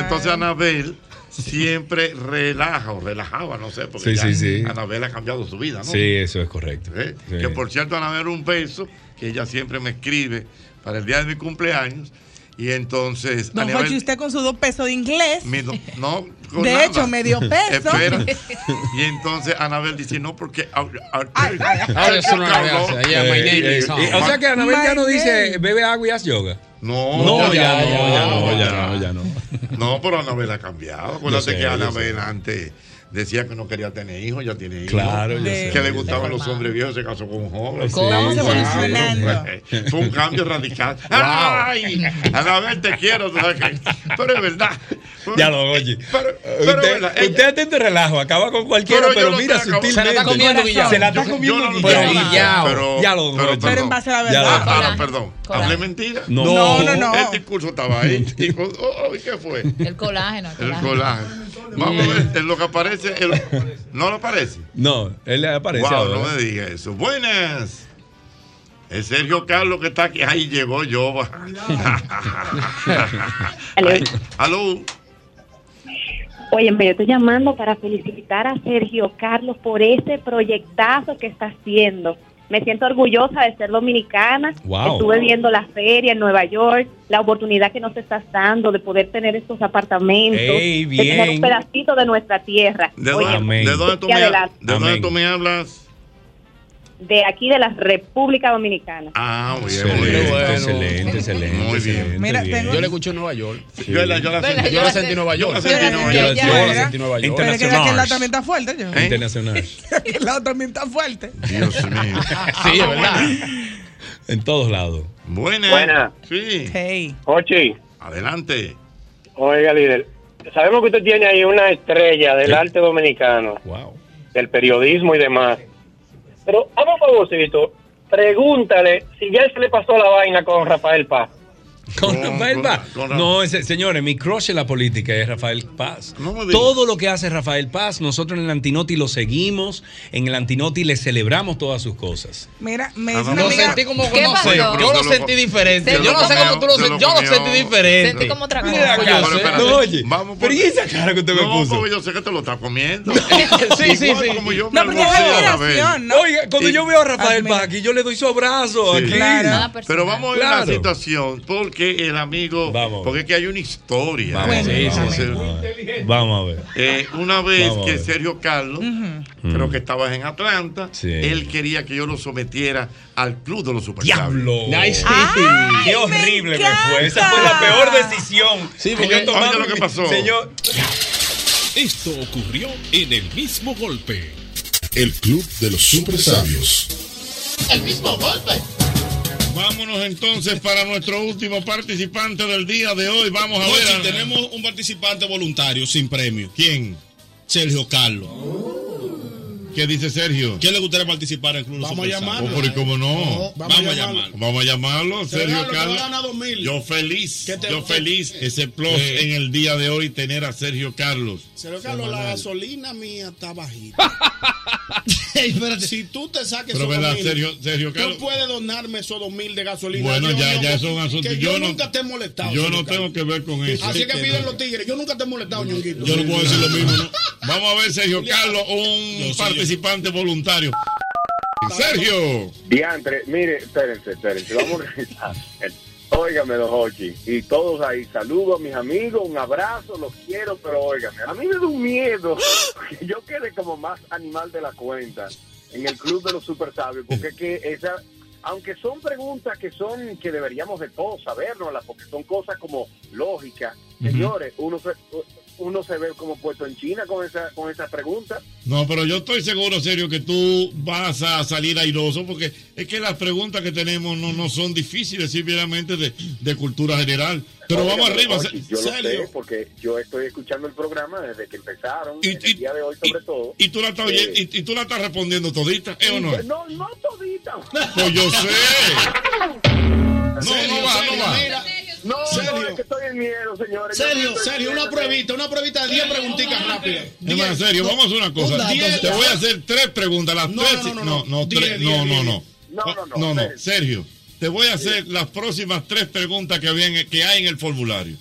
Speaker 23: entonces Anabel siempre relaja o relajaba, no sé, porque
Speaker 26: Sí,
Speaker 23: ya
Speaker 26: sí, sí.
Speaker 23: Anabel ha cambiado su vida, ¿no?
Speaker 26: Sí, eso es correcto.
Speaker 23: ¿Eh?
Speaker 26: Sí.
Speaker 23: Que por cierto, Anabel, un beso, que ella siempre me escribe para el día de mi cumpleaños. Y entonces,
Speaker 24: Don
Speaker 23: Anibal-
Speaker 24: Jochi, usted con sus dos pesos de inglés.
Speaker 23: mi do- no, con
Speaker 24: De
Speaker 23: nada.
Speaker 24: hecho, medio peso.
Speaker 23: Espera. Y entonces Anabel dice, no, porque...
Speaker 26: Ahora eso no lo voy a hacer. Yeah, my
Speaker 23: Eh,
Speaker 26: name is- Eh, O sea que Anabel ya no dice bebe agua y haz yoga.
Speaker 23: No,
Speaker 26: No, ya, ya, ya no, ya no,
Speaker 23: ya no. No, pero Anabel ha cambiado.
Speaker 26: Yo
Speaker 23: Acuérdate
Speaker 26: sé,
Speaker 23: que
Speaker 26: yo
Speaker 23: Anabel antes decía que no quería tener hijos, ya tiene hijos.
Speaker 26: Claro, yo
Speaker 23: Que
Speaker 26: sé,
Speaker 23: le
Speaker 26: yo
Speaker 23: gustaban
Speaker 26: sé.
Speaker 23: los hombres viejos, se casó con un joven.
Speaker 26: Sí, Vamos sí, evolucionando.
Speaker 23: sí. Fue un cambio radical. ¡Ay! Anabel, te quiero. tú sabes que- Pero es verdad.
Speaker 26: Ya lo oye. usted,
Speaker 23: verdad,
Speaker 26: usted atenta y relajo, acaba con cualquiera,
Speaker 23: eh, Pero yo no
Speaker 26: pero,
Speaker 23: te
Speaker 26: mira
Speaker 23: la acabo-
Speaker 26: sutilmente.
Speaker 23: Se la está comiendo guillao.
Speaker 26: Se la está
Speaker 23: Yo-
Speaker 26: comiendo
Speaker 23: yo no-
Speaker 26: guillao.
Speaker 23: pero guillao. Pero-
Speaker 26: Ya
Speaker 23: pero
Speaker 26: lo oye.
Speaker 23: perdón. Pero en base a la
Speaker 26: Ya lo
Speaker 23: verdad.
Speaker 26: oye.
Speaker 23: Ahora, perdón. ¿Hablé mentira?
Speaker 26: No. No, no,
Speaker 4: no.
Speaker 23: El discurso estaba ahí. Y, oh, oh, ¿y ¿Qué fue?
Speaker 4: El colágeno.
Speaker 23: El colágeno. Vamos a ver, en lo que aparece. el- ¿No lo aparece?
Speaker 26: No, él le aparece
Speaker 23: Wow,
Speaker 26: ahora.
Speaker 23: no me diga eso. Buenas. Es Sergio Carlos que está aquí. Ahí llegó yo. Ay, Aló.
Speaker 11: Oye, yo estoy llamando para felicitar a Sergio Carlos por ese proyectazo que está haciendo. Me siento orgullosa de ser dominicana.
Speaker 15: Wow.
Speaker 11: Estuve viendo la feria en Nueva York, la oportunidad que nos estás dando de poder tener estos apartamentos,
Speaker 23: Ey,
Speaker 11: de tener
Speaker 23: bien.
Speaker 11: un pedacito de nuestra tierra.
Speaker 23: ¿De
Speaker 11: Oye,
Speaker 23: dónde, de dónde tú, me,
Speaker 11: sigue adelante.
Speaker 23: de dónde tú me hablas?
Speaker 11: de aquí de la República Dominicana.
Speaker 23: Ah, muy bien. muy
Speaker 26: Excelente,
Speaker 23: bien.
Speaker 26: excelente, excelente.
Speaker 23: Muy
Speaker 26: excelente,
Speaker 23: bien.
Speaker 26: bien.
Speaker 2: Yo le escuché en Nueva York.
Speaker 23: Yo la- yo la
Speaker 2: Yo
Speaker 23: sentí-
Speaker 2: la sentí en Nueva
Speaker 23: Yo la
Speaker 2: York.
Speaker 23: sentí en Nueva
Speaker 2: Yo la
Speaker 23: York.
Speaker 2: sentí- yo la sentí en Nueva York.
Speaker 24: Pero es que aquel lado también está fuerte.
Speaker 26: ¿Eh?
Speaker 23: ¿Eh?
Speaker 24: Yo.
Speaker 26: Internacional.
Speaker 24: Aquel lado también está fuerte.
Speaker 23: Dios mío.
Speaker 26: Sí, es verdad. En todos lados.
Speaker 23: Buenas.
Speaker 11: Buenas.
Speaker 23: Sí.
Speaker 24: Hey.
Speaker 11: Ochi.
Speaker 23: Adelante.
Speaker 11: Oiga, líder. Sabemos que usted tiene ahí una estrella del arte dominicano.
Speaker 28: del periodismo y demás. Pero haga un favorcito, pregúntale si ya se le pasó la vaina con Rafael Paz.
Speaker 26: Con Rafael Paz. No, ese- señores, mi crush en la política es Rafael Paz.
Speaker 23: digas.
Speaker 26: Todo lo que hace Rafael Paz, nosotros en el Antinoti lo seguimos, en el Antinoti le celebramos todas sus cosas.
Speaker 24: Mira, me
Speaker 26: Ah,
Speaker 24: dice una
Speaker 26: no
Speaker 24: amiga.
Speaker 26: sentí como- ¿Qué no sé, pasó?
Speaker 2: Yo lo sentí diferente.
Speaker 24: Se
Speaker 2: Yo no
Speaker 24: lo
Speaker 2: sé cómo tú lo
Speaker 24: comió,
Speaker 2: sentí.
Speaker 24: se lo
Speaker 2: Yo lo
Speaker 24: comió.
Speaker 2: sentí diferente.
Speaker 24: Sentí como otra
Speaker 2: Mira
Speaker 24: cosa.
Speaker 2: acá,
Speaker 24: Pero
Speaker 2: yo sé.
Speaker 24: espérate.
Speaker 2: No,
Speaker 26: oye.
Speaker 23: Vamos por... ¿Pero
Speaker 26: y esa cara que usted
Speaker 23: me
Speaker 26: puso?
Speaker 23: porque yo sé que te lo está comiendo.
Speaker 26: Sí, sí,
Speaker 23: Igual
Speaker 26: sí.
Speaker 23: como yo me
Speaker 26: No, porque es
Speaker 23: almorcé la vez.
Speaker 26: admiración, ¿no? Oiga, cuando
Speaker 23: Sí.
Speaker 26: yo veo a Rafael Paz aquí, yo le doy su abrazo.
Speaker 23: Sí.
Speaker 26: aquí.
Speaker 23: Pero vamos a ver la
Speaker 26: Claro.
Speaker 23: situación, porque el amigo, porque es que hay una historia.
Speaker 26: Vamos, sí, sí,
Speaker 23: Vamos a
Speaker 26: sí.
Speaker 23: hacer-
Speaker 26: Vamos a ver.
Speaker 23: Eh, una vez
Speaker 26: Vamos a
Speaker 23: que
Speaker 26: ver.
Speaker 23: Sergio Carlos, creo que estabas en Atlanta,
Speaker 26: Sí.
Speaker 23: él quería que yo lo sometiera al club de los supercables.
Speaker 26: Nice. Qué horrible me fue. Esa fue la peor decisión que yo tomaba.
Speaker 23: Oye lo que pasó.
Speaker 26: Señor.
Speaker 22: Esto ocurrió en el mismo golpe. El Club de los Super Sabios.
Speaker 23: El mismo golpe. Vámonos entonces para nuestro último participante del día de hoy. Vamos a ver.
Speaker 22: tenemos un participante voluntario sin premio.
Speaker 23: ¿Quién?
Speaker 22: Sergio Carlos.
Speaker 23: ¿Qué dice Sergio?
Speaker 22: ¿Quién le gustaría participar en el Club de los
Speaker 23: Vamos a
Speaker 22: Super
Speaker 23: llamarlo.
Speaker 22: Sabios?
Speaker 23: Oh, pero ¿y cómo no? No,
Speaker 22: vamos, a llamarlo.
Speaker 23: Vamos a llamarlo, Sergio
Speaker 22: Regalo, te va a
Speaker 23: Carlos.
Speaker 22: ganar
Speaker 23: Yo feliz,
Speaker 22: te-
Speaker 23: yo
Speaker 22: que-
Speaker 23: feliz ese plus
Speaker 22: Sí.
Speaker 23: en el día de hoy tener a Sergio Carlos.
Speaker 3: Sergio Carlos, la
Speaker 23: Semanal.
Speaker 3: gasolina mía está bajita. Ey, espérate. Si tú te saques
Speaker 23: Pero
Speaker 3: esos
Speaker 23: verdad,
Speaker 3: dos mil,
Speaker 23: Sergio- Sergio Carlos.
Speaker 3: tú puedes donarme esos dos mil de gasolina.
Speaker 23: Bueno,
Speaker 3: Yo,
Speaker 23: ya,
Speaker 3: yo,
Speaker 23: ya
Speaker 3: que-
Speaker 23: es un asunto.
Speaker 3: que
Speaker 23: Yo
Speaker 3: yo,
Speaker 23: no-
Speaker 3: nunca te he molestado.
Speaker 23: Yo
Speaker 3: Sergio
Speaker 23: no tengo que ver con
Speaker 3: Carlos.
Speaker 23: eso.
Speaker 3: Así que piden los tigres. Yo nunca te he molestado, ñonguito.
Speaker 23: Yo no puedo decir lo mismo, ¿no? Vamos a ver, Sergio Carlos, un participante voluntario. Sergio.
Speaker 7: Diantre, mire, espérense, espérense, vamos a regresar. Óigame, don Hochi, y todos ahí, saludo a mis amigos, un abrazo, los quiero, pero óigame, a mí me da un miedo que yo quede como más animal de la cuenta en el club de los super sabios, porque es que esa, aunque son preguntas que son, que deberíamos de todos sabérnoslas, porque son cosas como lógicas,
Speaker 23: Ujú.
Speaker 7: señores, uno se, uno se ve como puesto en China con esa, con esa pregunta.
Speaker 23: No, pero yo estoy seguro, Sergio, que tú vas a salir airoso porque es que las preguntas que tenemos no, no son difíciles, simplemente de, de cultura general. Pero
Speaker 7: Oiga,
Speaker 23: vamos arriba,
Speaker 7: Jorge,
Speaker 23: Se-
Speaker 7: Yo lo
Speaker 23: Sergio.
Speaker 7: sé porque yo estoy escuchando el programa desde que empezaron, en el día de hoy sobre todo. Eh,
Speaker 23: Y tú la estás, oyen- y, y tú la estás respondiendo todita, ¿eh o no?
Speaker 7: No, no todita.
Speaker 23: Pues yo sé.
Speaker 7: No,
Speaker 3: Sergio, Sergio, mira.
Speaker 7: No, no,
Speaker 3: Sergio.
Speaker 7: es que estoy en miedo, señores. Yo
Speaker 3: Sergio,
Speaker 7: estoy
Speaker 3: Sergio,
Speaker 7: en
Speaker 3: una
Speaker 7: miedo.
Speaker 3: pruebita, una pruebita de 10 preguntitas rápidas.
Speaker 23: Es más, Sergio, vamos a hacer una
Speaker 3: Un
Speaker 23: cosa.
Speaker 3: dato,
Speaker 23: Te voy a
Speaker 3: Sergio.
Speaker 23: hacer tres preguntas. Las
Speaker 3: No,
Speaker 23: tres.
Speaker 3: no, no,
Speaker 23: No,
Speaker 3: no,
Speaker 23: no,
Speaker 3: diez,
Speaker 23: tres-
Speaker 3: diez,
Speaker 23: no, no,
Speaker 3: diez.
Speaker 23: no.
Speaker 3: No, no, no,
Speaker 23: No, no,
Speaker 3: Sergio.
Speaker 23: Sergio. Te voy a hacer las próximas tres preguntas que, habían- que hay en el formulario.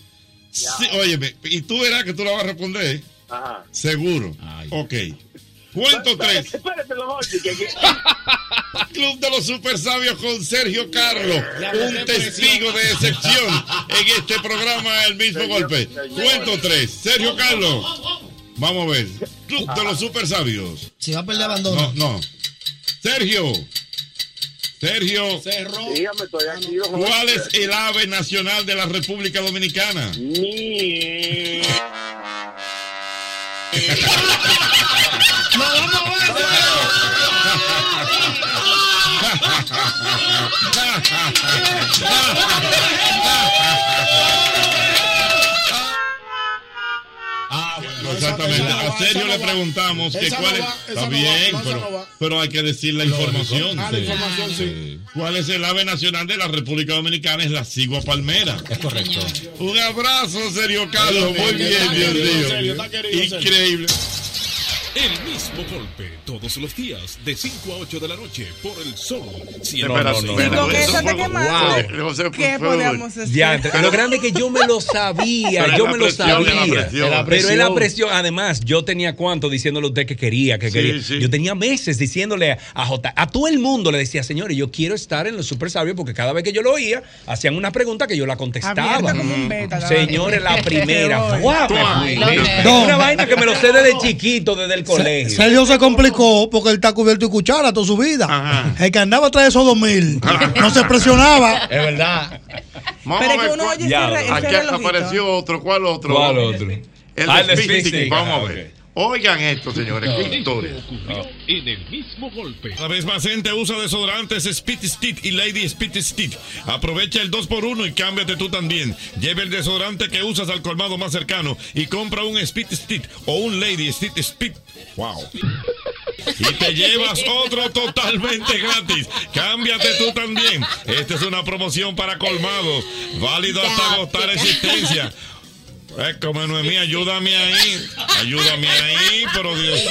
Speaker 23: Sí, óyeme, y tú verás que tú la vas a responder. ¿eh?
Speaker 7: Ajá.
Speaker 23: Seguro. Ok. Cuento tres. Club de los Super Sabios con Sergio Carlos, un testigo de excepción en este programa El mismo golpe. Cuento tres. Sergio Carlos. Vamos a ver. Club de los Super Sabios.
Speaker 3: Se va a perder
Speaker 23: No,
Speaker 3: abandono.
Speaker 23: no. Sergio. Sergio.
Speaker 29: Dígame, estoy aquí. ojo.
Speaker 23: ¿Cuál es el ave nacional de la República Dominicana?
Speaker 3: ¡No, vamos a ver!
Speaker 23: No, Ah, exactamente.
Speaker 3: esa no va,
Speaker 23: A Sergio
Speaker 3: esa
Speaker 23: le
Speaker 3: no va.
Speaker 23: preguntamos que
Speaker 3: Esa no
Speaker 23: cuál es.
Speaker 3: va, esa
Speaker 23: Está
Speaker 3: no
Speaker 23: bien,
Speaker 3: va, no, esa no
Speaker 23: pero,
Speaker 3: va.
Speaker 23: pero hay que decir la información.
Speaker 3: Ah, la
Speaker 23: sí.
Speaker 3: información, sí.
Speaker 23: ¿Cuál es el ave nacional de la República Dominicana? Es la cigua palmera. Es correcto. Un abrazo, Sergio Carlos. Muy bien, Dios mío. Increíble.
Speaker 22: El mismo golpe todos los días de 5 a 8 de la noche por el sol.
Speaker 23: Espera, espera, Y con espera, eso te fue- quemaste.
Speaker 22: Wow.
Speaker 23: José, por
Speaker 5: ¿Qué
Speaker 23: favor.
Speaker 5: podemos hacer?
Speaker 26: Ya, entre- lo grande es que yo me
Speaker 23: Pero
Speaker 26: lo sabía,
Speaker 23: es
Speaker 26: yo
Speaker 23: la
Speaker 26: me lo
Speaker 23: presión, es la
Speaker 26: sabía.
Speaker 23: presión.
Speaker 26: Pero es
Speaker 23: Es la
Speaker 26: la presión. Además, yo tenía cuánto diciéndole a usted que quería, que quería. Yo tenía meses diciéndole a- a J, a todo el mundo le decía, señores, yo quiero estar en los super sabios porque cada vez que yo lo oía, hacían una pregunta que yo la contestaba. Mm.
Speaker 5: Abierta como un beta, la
Speaker 26: Señores, la primera.
Speaker 5: Qué
Speaker 26: ¡Guau!
Speaker 5: hoy.
Speaker 26: Me fui.
Speaker 5: Lo
Speaker 26: Una
Speaker 5: veo.
Speaker 26: vaina que me lo sé desde chiquito, desde el colegio.
Speaker 3: Sergio se complicó porque él está cubierto de cuchara toda su vida. El que andaba trae esos dos mil. No se presionaba.
Speaker 30: Es verdad.
Speaker 23: Vamos
Speaker 3: Pero
Speaker 23: a
Speaker 3: es que
Speaker 23: ver
Speaker 3: uno
Speaker 23: cuál-
Speaker 3: oye ese Ya, re- ese
Speaker 23: Aquí
Speaker 3: relojito.
Speaker 23: apareció otro. ¿Cuál otro?
Speaker 26: ¿Cuál otro?
Speaker 23: El
Speaker 26: Ah, el
Speaker 23: de
Speaker 26: de
Speaker 23: Spitting.
Speaker 26: Spitting.
Speaker 23: Vamos
Speaker 26: Ah,
Speaker 23: a ver. Oigan esto, señores. Qué historia.
Speaker 22: En el mismo golpe.
Speaker 23: Cada vez más gente usa desodorantes Spit Stick y Lady Spit Stick. Aprovecha el 2x1 y cámbiate tú también. Lleva el desodorante que usas al colmado más cercano y compra un Spit Stick o un Lady Spit Stick. ¡Wow! Y te llevas otro totalmente gratis. Cámbiate tú también. Esta es una promoción para colmados. Válido hasta agotar existencia. Es como Noemí, ayúdame ahí. Ayúdame ahí, pero Dios.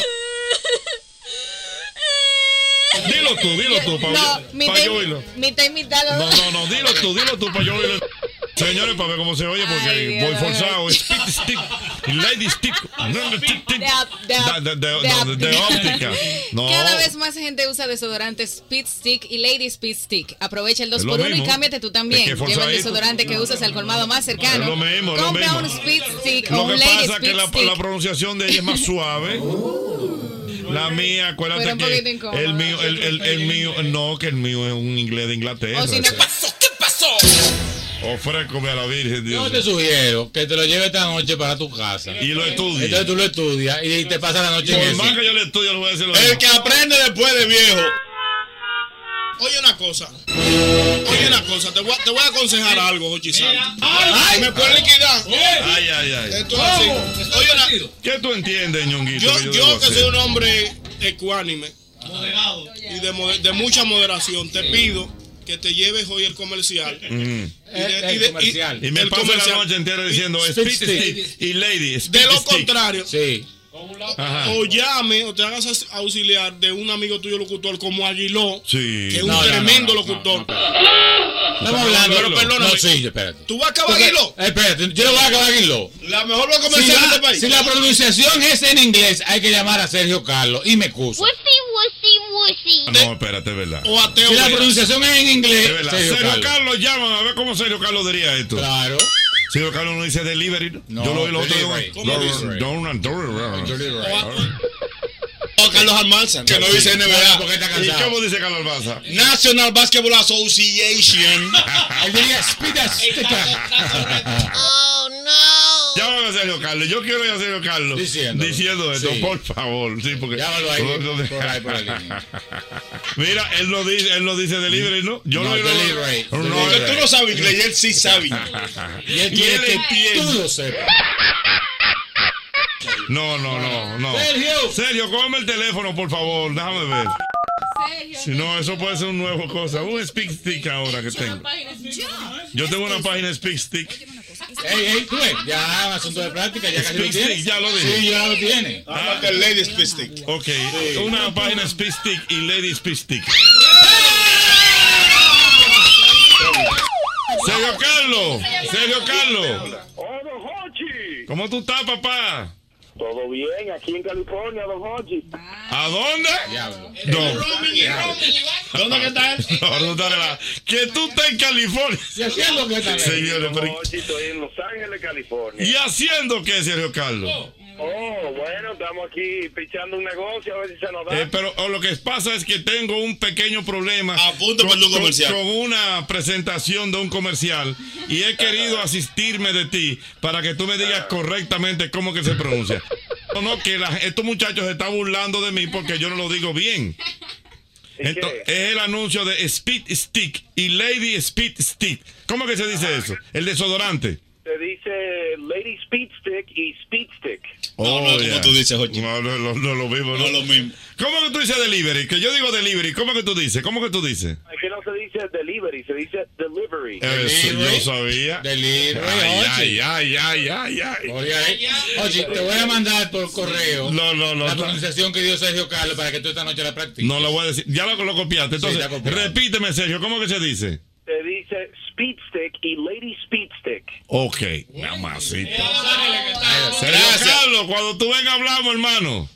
Speaker 23: Dilo tú, dilo tú, para
Speaker 30: No,
Speaker 23: yo,
Speaker 30: mitad
Speaker 23: pa'
Speaker 30: y-
Speaker 23: yo oírlo.
Speaker 30: mitad y mitad. lo-
Speaker 23: No, no, no, dilo tú, dilo tú, para yo oírlo. Señores, para ver cómo se oye, porque
Speaker 30: Ay, Dios.
Speaker 23: voy forzado. Spit stick, lady stick, no, no, tic, tic.
Speaker 30: De, op- de op-
Speaker 23: Da- de, de-
Speaker 30: de
Speaker 23: no, de-
Speaker 30: op-
Speaker 23: de óptica. No.
Speaker 30: Cada vez más gente usa desodorante Speed Stick y Lady Speed Stick. Aprovecha el
Speaker 23: Es lo
Speaker 30: 2x1 y
Speaker 23: mismo.
Speaker 30: cámbiate tú
Speaker 23: Es
Speaker 30: también.
Speaker 23: que es
Speaker 30: Lleva el
Speaker 23: forzadito.
Speaker 30: desodorante que usas al colmado más cercano.
Speaker 23: Es lo mismo, es lo
Speaker 30: Compra
Speaker 23: mismo.
Speaker 30: un Speed Stick o
Speaker 23: Lo que
Speaker 30: un Lady
Speaker 23: pasa es
Speaker 30: Speed
Speaker 23: que la,
Speaker 30: Stick.
Speaker 23: la pronunciación de ella es más suave. La mía,
Speaker 30: Pero
Speaker 23: acuérdate
Speaker 30: un
Speaker 23: que
Speaker 30: poquito incómodo.
Speaker 23: el mío, el, el, el mío, no, que el mío es un inglés de Inglaterra.
Speaker 30: O si Oh, no-
Speaker 23: ¿Qué pasó? Ofrécome a la Virgen, Dios.
Speaker 30: Yo
Speaker 23: mío.
Speaker 30: te
Speaker 7: Sugiero que te lo lleves esta noche para tu casa.
Speaker 23: Y lo estudias.
Speaker 7: Entonces tú lo estudias y te pasas la noche
Speaker 23: Por
Speaker 7: en eso.
Speaker 23: más que yo le estudie, lo voy a decir lo
Speaker 7: El
Speaker 23: mismo.
Speaker 7: que aprende después de viejo.
Speaker 3: Oye una cosa. Oye una cosa. Te voy a, te voy a aconsejar algo, Jochi Santos.
Speaker 23: ay.
Speaker 3: me puedes liquidar.
Speaker 23: Ay, ay, ay.
Speaker 3: Esto es así. Oye una-
Speaker 23: ¿Qué tú entiendes, ñonguito?
Speaker 3: Yo, yo
Speaker 23: debo
Speaker 3: que
Speaker 23: hacer?
Speaker 3: soy un hombre ecuánime y de, mo- de mucha moderación, te pido que te lleves hoy el comercial.
Speaker 23: Mm.
Speaker 3: Y, de- y de- y-
Speaker 23: Y me
Speaker 3: el
Speaker 23: paso
Speaker 3: comercial.
Speaker 23: la noche entera diciendo
Speaker 3: Y-
Speaker 23: Speed
Speaker 3: Speed
Speaker 23: Stick y Lady. Speed
Speaker 3: De lo
Speaker 23: Stick.
Speaker 3: contrario.
Speaker 7: Sí.
Speaker 23: Ajá.
Speaker 3: O llame o te hagas as- auxiliar de un amigo tuyo locutor como Aguiló,
Speaker 23: Sí.
Speaker 3: que es un
Speaker 7: No, no, no,
Speaker 3: tremendo
Speaker 7: no,
Speaker 3: locutor.
Speaker 7: Estamos hablando.
Speaker 3: Pero perdóname.
Speaker 7: No, sí, espérate.
Speaker 3: ¿Tú vas a acabar Aguiló?
Speaker 7: Espérate, yo no voy a acabar Guiló.
Speaker 3: La mejor va a
Speaker 7: Si
Speaker 3: comercial de este
Speaker 7: la,
Speaker 3: país.
Speaker 7: si la pronunciación es en inglés, hay que llamar a Sergio Carlos y me excuso.
Speaker 23: No, espérate, es verdad.
Speaker 7: O ateo. Si la pronunciación es en inglés,
Speaker 23: Es verdad.
Speaker 7: Sergio
Speaker 23: Sergio,
Speaker 7: Carlos.
Speaker 23: Carlos. llama a ver cómo Sergio Carlos diría esto.
Speaker 7: Claro.
Speaker 23: Sergio Carlos no dice delivery.
Speaker 7: No,
Speaker 23: yo lo oí lo otro.
Speaker 7: delivery.
Speaker 23: ¿Cómo
Speaker 7: ¿Cómo dice?
Speaker 23: Donald
Speaker 31: O Carlos Almanza, que no dice NBA.
Speaker 7: porque está
Speaker 23: ¿Y
Speaker 7: cansado.
Speaker 23: cómo dice Carlos Almanza?
Speaker 31: National Basketball Association.
Speaker 7: Él diría Speed Oh,
Speaker 23: Llámame a Sergio Carlos. Yo quiero ir a Sergio Carlos.
Speaker 7: Diciéndolo.
Speaker 23: Diciendo esto,
Speaker 7: Sí.
Speaker 23: por favor. Sí, porque.
Speaker 7: Llámalo ahí,
Speaker 23: ¿Dónde-
Speaker 7: por ahí, por la línea.
Speaker 23: Mira, él no dice, él no dice delivery, ¿no? Yo
Speaker 7: No,
Speaker 23: lo oí-
Speaker 7: delivery,
Speaker 23: No, eh,
Speaker 7: delivery.
Speaker 23: que sí sabe.
Speaker 7: Y él quiere que tú lo sepas.
Speaker 23: No, no, no, no.
Speaker 7: Sergio.
Speaker 23: Sergio, cógeme el teléfono, por favor. Déjame ver. Si no, eso puede ser un nuevo cosa. Un speak stick ahora que tengo. Yo tengo una página speak stick.
Speaker 7: Ey, ey, tú ves, ya asunto de práctica, ya casi lo
Speaker 23: Speak
Speaker 7: tienes.
Speaker 23: stick, ya lo dije.
Speaker 7: Sí, ya lo tienes.
Speaker 23: Aparte Ah, el Lady Speak Stick. Ok, una página speak stick y Lady speak stick. Sergio Carlos, Sergio Carlos. ¿Cómo tú estás, papá?
Speaker 25: Todo bien, aquí en California, don Hochi.
Speaker 23: ¿A dónde? No. ¿Dónde que está él? No, no está la... Que tú estás en California.
Speaker 25: ¿Y haciendo qué tal?
Speaker 23: Señores,
Speaker 25: Don
Speaker 23: pero...
Speaker 25: Hochi, estoy en Los Ángeles, California.
Speaker 23: ¿Y haciendo qué, Sergio Carlos?
Speaker 25: Oh, bueno, estamos aquí pichando un negocio, a ver si se nos da.
Speaker 23: Eh, pero o lo que pasa es que tengo un pequeño problema
Speaker 20: Apunte para el comercial.
Speaker 23: con una presentación de un comercial y he querido asistirme de ti para que tú me digas correctamente cómo que se pronuncia. No, no, que la- estos muchachos se están burlando de mí porque yo no lo digo bien. Ento- es el anuncio de Speed Stick y Lady Speed Stick. ¿Cómo que se dice eso? El desodorante.
Speaker 25: Se dice Lady Speed Stick y Speed Stick.
Speaker 23: No, no, como tú dices, Oh, No, no, no, no lo mismo. No, lo mismo. ¿Cómo que tú dices delivery? Que yo digo delivery. ¿Cómo que tú dices? ¿Cómo que tú dices?
Speaker 25: Aquí no se dice delivery, se dice delivery.
Speaker 23: Eso yo sabía.
Speaker 19: Delivery.
Speaker 23: Ay, ay, ay, ay, ay, ay.
Speaker 19: Oye, ahí- Oye, te voy a mandar por correo
Speaker 23: No, no, no.
Speaker 19: la pronunciación que dio Sergio Carlos para que tú esta noche la practiques.
Speaker 23: No lo voy a decir. Ya lo, lo copiaste. Entonces,
Speaker 19: está copiado.
Speaker 23: repíteme, Sergio. ¿Cómo que se dice?
Speaker 25: Se dice Speed Stick y Lady Speed Stick.
Speaker 23: Ok. Nada más. Sergio Carlos, cuando tú vengas hablamos, hermano.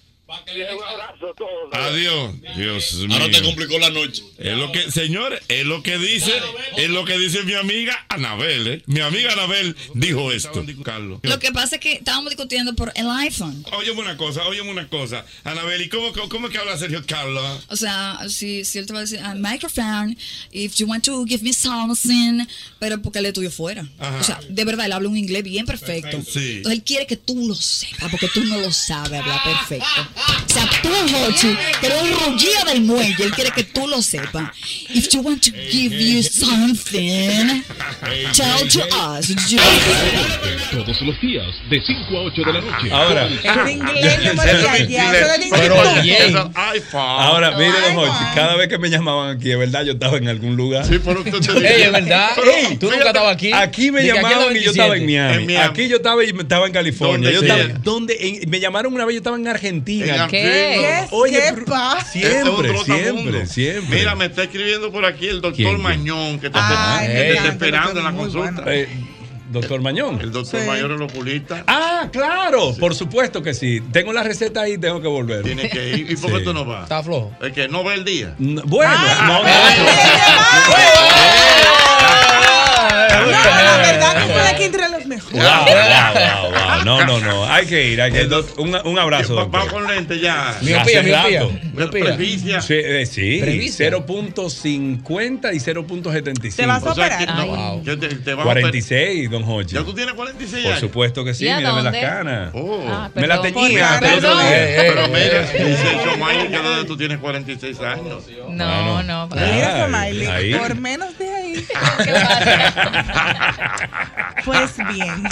Speaker 23: Adiós. Dios mío.
Speaker 20: Ahora te complicó la noche.
Speaker 23: Es lo que, señor, es lo que dice, es lo que dice mi amiga Anabel, ¿eh? Mi amiga Anabel dijo esto. Carlos.
Speaker 1: Lo que pasa es que estábamos discutiendo por el iPhone.
Speaker 23: Óyeme una cosa, óyeme una cosa. Anabel, ¿y cómo, cómo, cómo es que habla Sergio Carlos?
Speaker 1: O sea, si, si él te va a decir, "Ah, microphone, if you want to give me something, pero porque él es tuyo fuera.
Speaker 23: Ajá.
Speaker 1: O sea, de verdad, él habla un inglés bien perfecto.
Speaker 23: Sí.
Speaker 1: Entonces él quiere que tú lo sepas, porque tú no lo sabes hablar perfecto. O sea, tú, Hochi, pero un ruggido del muelle, él quiere que tú lo sepas. If you want to give you something, tell to us.
Speaker 32: Todos los días, de 5 a 8 de la noche.
Speaker 26: Ahora.
Speaker 32: Es
Speaker 24: inglés, mi amor, ya, ya, eso es
Speaker 26: Pero
Speaker 24: inglés.
Speaker 26: bien. Ahora,
Speaker 24: No,
Speaker 26: mire,
Speaker 24: ay,
Speaker 26: don Hochi,
Speaker 24: Juan.
Speaker 26: cada vez que me llamaban aquí, es verdad, yo estaba en algún lugar. Sí,
Speaker 23: pero usted
Speaker 2: Ey, es verdad. tú nunca estabas aquí.
Speaker 26: Aquí me
Speaker 2: Ni que aquí en
Speaker 26: llamaban y yo estaba en
Speaker 2: 97.
Speaker 26: Miami.
Speaker 2: En Miami.
Speaker 26: Aquí yo estaba y estaba en California.
Speaker 2: ¿Dónde
Speaker 26: Yo
Speaker 2: sí?
Speaker 26: estaba, ¿dónde? En- me llamaron una vez, yo estaba en Argentina.
Speaker 23: ¿Qué? ¿Qué?
Speaker 26: Oye,
Speaker 23: ¿Qué
Speaker 26: pero-
Speaker 23: pasa? Este es
Speaker 26: siempre,
Speaker 23: otro
Speaker 26: siempre,
Speaker 23: mundo.
Speaker 26: siempre.
Speaker 23: Mira, me está escribiendo por aquí el doctor
Speaker 26: ¿Quién?
Speaker 23: Mañón, que te
Speaker 26: Ay,
Speaker 23: que
Speaker 26: me
Speaker 23: te está
Speaker 26: encanta,
Speaker 23: esperando en la consulta.
Speaker 26: Eh, doctor Mañón.
Speaker 23: El doctor Mayor es oculista.
Speaker 26: Ah, claro, por supuesto que sí. Tengo la receta ahí, tengo que volver.
Speaker 23: Tienes que ir. ¿Y por qué tú no vas? Está
Speaker 2: flojo.
Speaker 23: Es que no ve el día.
Speaker 26: Bueno, no, no.
Speaker 24: No, no, la verdad que fue aquí entre los mejores.
Speaker 26: Wow, wow, wow, wow. No, no, no. Hay que ir, hay que ir. Un, un abrazo. Vamos
Speaker 23: con lente ya.
Speaker 2: Miopía, miopía, miopía.
Speaker 26: Sí, eh, sí.
Speaker 2: Presbicia.
Speaker 26: 0.50 y 0.75.
Speaker 23: Te vas a O sea, operar. que no,
Speaker 26: Wow.
Speaker 23: que te- te vas a operar.
Speaker 26: 46, don Hochi.
Speaker 23: Ya tú tienes 46
Speaker 26: Por
Speaker 23: años.
Speaker 26: supuesto que Pues sí,
Speaker 23: ¿Y a
Speaker 26: mírame las
Speaker 23: dónde?
Speaker 26: canas.
Speaker 23: Ah,
Speaker 26: me Eh, las
Speaker 23: perdón,
Speaker 26: teñí
Speaker 23: por
Speaker 26: hasta el otro
Speaker 23: favor.
Speaker 26: día.
Speaker 23: Pero mira, Eh, dice Chomay que desde tú tienes 46 años.
Speaker 24: No,
Speaker 26: no,
Speaker 24: Mira,
Speaker 26: Ay,
Speaker 24: Somaili,
Speaker 26: ahí.
Speaker 24: por menos de ahí.
Speaker 26: Ah,
Speaker 24: pues bien,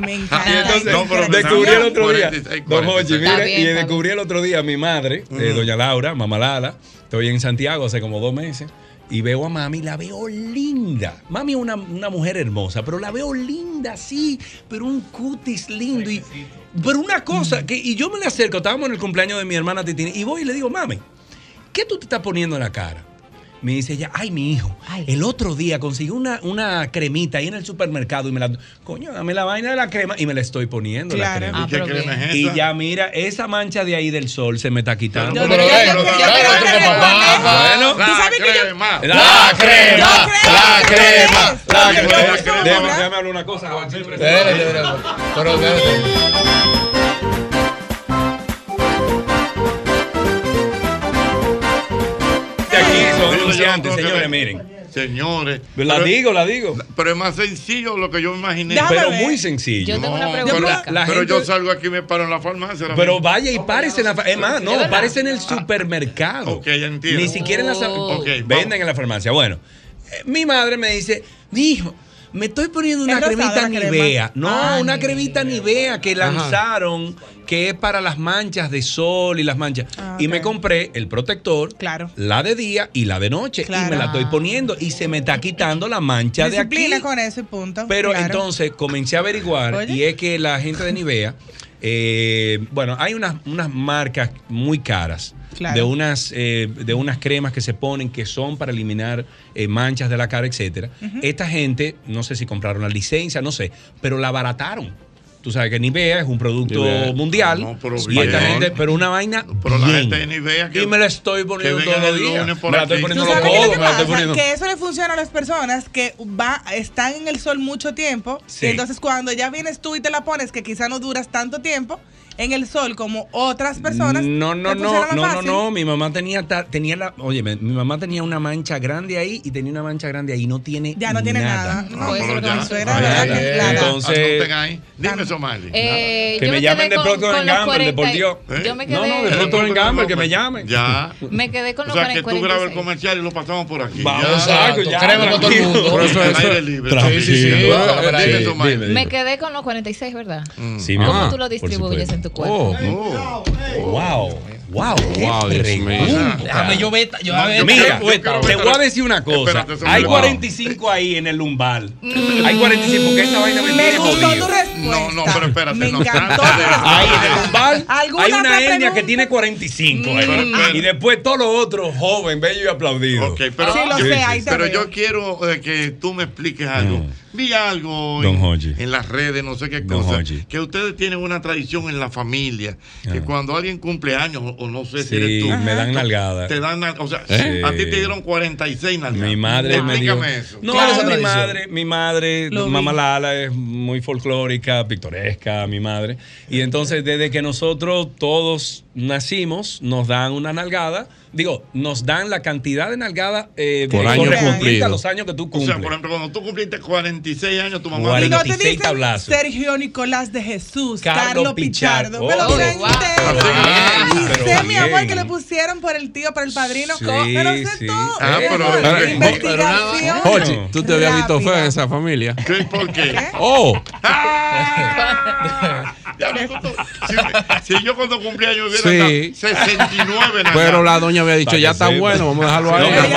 Speaker 24: me encanta.
Speaker 26: Y entonces
Speaker 24: No, pero
Speaker 26: descubrí el otro día,
Speaker 23: 46,
Speaker 26: don Hochi,
Speaker 23: 46.
Speaker 26: mire,
Speaker 23: Está bien, está
Speaker 26: y
Speaker 23: bien.
Speaker 26: descubrí el otro día a mi madre, eh,
Speaker 23: Ujú.
Speaker 26: doña Laura, mamá Lala, estoy en Santiago hace como dos meses, y veo a mami, la veo linda. Mami es una, una mujer hermosa, pero la veo linda, sí, pero un cutis lindo. Y, pero una cosa, que, y yo me le acerco, estábamos en el cumpleaños de mi hermana Titina, y voy y le digo, mami, ¿qué tú te estás poniendo en la cara? Me dice ella, ay, mi hijo, el otro día conseguí una, una cremita ahí en el supermercado y me la. Coño, dame la vaina de la crema y me la estoy poniendo
Speaker 23: Claro.
Speaker 26: la crema.
Speaker 23: Ah, ¿Y qué pero crema bien. es
Speaker 26: Y
Speaker 23: esa?
Speaker 26: ya mira, esa mancha de ahí del sol se me está quitando.
Speaker 23: Pero, pero, pero, pero, pero, pero,
Speaker 26: Bueno,
Speaker 23: la crema.
Speaker 26: ¿eh? La crema, la crema, la
Speaker 23: Yo
Speaker 26: crema.
Speaker 23: creo que somos
Speaker 26: Déjame
Speaker 23: una-
Speaker 26: déjame hablar una cosa, Juan. siempre- aquí son anunciantes, señores, miren.
Speaker 23: Señores.
Speaker 26: La
Speaker 23: Pero-
Speaker 26: digo, la digo.
Speaker 23: Pero es más sencillo lo que yo me imaginé.
Speaker 26: Déjame Pero ver. muy sencillo. Yo tengo una pregunta.
Speaker 23: Pero,
Speaker 26: La- la
Speaker 23: pero
Speaker 26: gente-
Speaker 23: yo salgo aquí y me paro en la farmacia. ahora
Speaker 26: Pero
Speaker 23: mismo.
Speaker 26: vaya y párese en la farmacia. Es más,
Speaker 23: ¿De
Speaker 26: no,
Speaker 23: verdad?
Speaker 26: párese en el supermercado.
Speaker 23: Ok, ya entiendo.
Speaker 26: Ni siquiera en la sa-
Speaker 23: Oh. Ok, vamos.
Speaker 26: Venden en la farmacia. Bueno, eh, mi madre me dice, hijo, me estoy poniendo una
Speaker 19: ¿Es rosada
Speaker 26: cremita
Speaker 19: la crema?
Speaker 26: Nivea. No,
Speaker 19: Ah,
Speaker 26: una cremita Nivea que
Speaker 19: Ajá.
Speaker 26: lanzaron, que es para las manchas de sol y las manchas. Y me compré el protector, la de día y la de noche. Y me la estoy poniendo y se me está quitando la mancha de aquí.
Speaker 24: Ah. Disciplina con ese punto.
Speaker 26: Pero
Speaker 24: claro.
Speaker 26: entonces comencé a averiguar
Speaker 24: Oye.
Speaker 26: y es que la gente de Nivea, eh, bueno, hay unas, unas marcas muy caras
Speaker 19: Claro.
Speaker 26: de, unas, eh, de unas cremas que se ponen que son para eliminar eh, manchas de la cara, etcétera.
Speaker 19: Ujú.
Speaker 26: Esta gente, no sé si compraron la licencia, no sé, pero la abarataron. Tú sabes que Nivea es un producto
Speaker 23: Nivea.
Speaker 26: mundial.
Speaker 23: No, pero
Speaker 26: y esta
Speaker 23: bien.
Speaker 26: gente, pero una vaina.
Speaker 23: Pero la
Speaker 26: bien.
Speaker 23: gente de Nivea que-
Speaker 26: y me la estoy poniendo
Speaker 23: que
Speaker 26: todos
Speaker 23: vengan
Speaker 26: los
Speaker 23: el
Speaker 26: días.
Speaker 23: lunes por
Speaker 26: Me la estoy
Speaker 23: aquí.
Speaker 26: poniendo
Speaker 23: ¿Tú
Speaker 26: los
Speaker 23: sabes qué es lo
Speaker 24: ¿Qué
Speaker 26: codos, me la
Speaker 24: pasa?
Speaker 26: estoy poniendo.
Speaker 24: Que eso le funciona a las personas que va, están en el sol mucho tiempo.
Speaker 26: Sí.
Speaker 24: Y entonces cuando ya vienes tú y te la pones, que quizá no duras tanto tiempo en el sol como otras personas.
Speaker 26: No, no,
Speaker 24: te
Speaker 26: no,
Speaker 24: funciona más
Speaker 26: no, no,
Speaker 24: fácil.
Speaker 26: no. Mi mamá tenía, ta- tenía la, oye, me- mi mamá tenía una mancha grande ahí y tenía una mancha grande ahí. No tiene
Speaker 24: Ya no tiene nada. No, pues, eso
Speaker 26: Ah, pero
Speaker 24: es lo que
Speaker 26: ya.
Speaker 24: me suena,
Speaker 26: Ah,
Speaker 24: ¿verdad?
Speaker 26: ya,
Speaker 24: Que
Speaker 26: ya.
Speaker 24: la-
Speaker 26: Entonces,
Speaker 23: Dime, Somali.
Speaker 4: Eh,
Speaker 26: que
Speaker 4: yo
Speaker 26: me
Speaker 4: quedé
Speaker 26: llamen de
Speaker 4: con-
Speaker 26: Procter
Speaker 4: con
Speaker 26: and
Speaker 4: los
Speaker 26: Gamble, por
Speaker 4: 40
Speaker 26: Dios.
Speaker 4: Yo me
Speaker 23: ¿Eh?
Speaker 4: quedé,
Speaker 23: No, no, de Procter and Gamble, que me llamen. Ya.
Speaker 4: me quedé con
Speaker 23: O
Speaker 4: los
Speaker 23: sea, que tú
Speaker 4: 46.
Speaker 23: grabas el comercial y lo pasamos por aquí.
Speaker 26: Vamos, algo, ya.
Speaker 23: Por eso es aire libre. Sí, sí, sí. Dime, Somali.
Speaker 4: Me quedé con los 46, ¿verdad?
Speaker 26: Mm. Sí, mi
Speaker 4: ¿Cómo
Speaker 26: mamá,
Speaker 4: tú lo
Speaker 26: por
Speaker 4: distribuyes
Speaker 26: supuesto.
Speaker 4: en tu cuerpo?
Speaker 26: Wow.
Speaker 23: Wow,
Speaker 26: Wow, qué
Speaker 23: Dios mío.
Speaker 26: pregunta.
Speaker 23: Déjame yo ver- yo a ver- yo
Speaker 26: Mira,
Speaker 23: quiero- yo quiero
Speaker 26: te
Speaker 23: ver-
Speaker 26: voy a decir una cosa.
Speaker 23: Espérate, eso
Speaker 26: Hay
Speaker 23: me-
Speaker 26: 45 ahí en el lumbar.
Speaker 24: Mm.
Speaker 26: Hay 45 porque esa vaina me tiene jodido.
Speaker 23: No, no, pero espérate. no.
Speaker 26: Ahí en el lumbar
Speaker 24: ¿Alguna
Speaker 26: hay una
Speaker 24: otra
Speaker 26: etnia que tiene 45 ahí.
Speaker 23: Pero, espérate.
Speaker 26: Y después todos los otros, joven, bello y aplaudido.
Speaker 23: Pero, yo, pero
Speaker 26: yo
Speaker 23: yo quiero eh, que tú me expliques algo.
Speaker 26: Mm.
Speaker 23: Vi algo
Speaker 26: Don
Speaker 23: en,
Speaker 26: Hochi.
Speaker 23: en las redes, no sé qué
Speaker 26: Don
Speaker 23: cosa.
Speaker 26: Hochi.
Speaker 23: Que ustedes tienen una tradición en la familia. Que cuando alguien cumple años, o- o no sé si
Speaker 26: Ah. Sí,
Speaker 23: eres tú.
Speaker 26: me dan
Speaker 23: tú-
Speaker 26: nalgada.
Speaker 23: Te dan, nal- o sea,
Speaker 26: ¿Eh?
Speaker 23: a ti te dieron 46 nalgadas.
Speaker 26: Mi madre me dio.
Speaker 23: Explícame eso.
Speaker 26: No, mi madre, mi madre,
Speaker 23: Lo vi.
Speaker 26: mamá Lala es muy folclórica, pictoresca, mi madre. Y entonces desde que nosotros todos nacimos, nos dan una nalgada. Digo, nos dan la cantidad de nalgada eh,
Speaker 23: Por
Speaker 26: que
Speaker 23: año
Speaker 26: correspondiente
Speaker 23: cumplido.
Speaker 26: a los años que tú
Speaker 23: O
Speaker 26: cumples.
Speaker 23: sea, por ejemplo, cuando tú cumpliste 46 años, tu mamá
Speaker 24: Y no te
Speaker 26: 46
Speaker 24: dicen
Speaker 26: tablazos.
Speaker 24: Sergio Nicolás de Jesús,
Speaker 26: Carlos
Speaker 24: Carlos,
Speaker 26: Pichardo.
Speaker 24: Pichardo. Me lo
Speaker 26: Oh,
Speaker 24: sé
Speaker 26: wow.
Speaker 24: entero.
Speaker 26: Pero bien,
Speaker 24: Y sé,
Speaker 26: pero
Speaker 24: mi amor,
Speaker 26: bien.
Speaker 24: que le pusieron por el tío, por el padrino.
Speaker 26: Sí,
Speaker 24: Me lo sé
Speaker 26: sí.
Speaker 24: todo.
Speaker 26: Ah,
Speaker 24: mi
Speaker 26: pero-
Speaker 24: amor.
Speaker 26: pero- pero-
Speaker 24: Investigación.
Speaker 16: Ochi, tú te habías visto feo en esa familia.
Speaker 23: ¿Por qué?
Speaker 16: ¡Oh!
Speaker 23: Ya me contó. si, me- si yo cuando cumplí años hubiera
Speaker 16: Oh. Sí.
Speaker 23: estado 69 nalgadas.
Speaker 16: Pero la doña había dicho, ya está bueno, vamos a dejarlo ahí.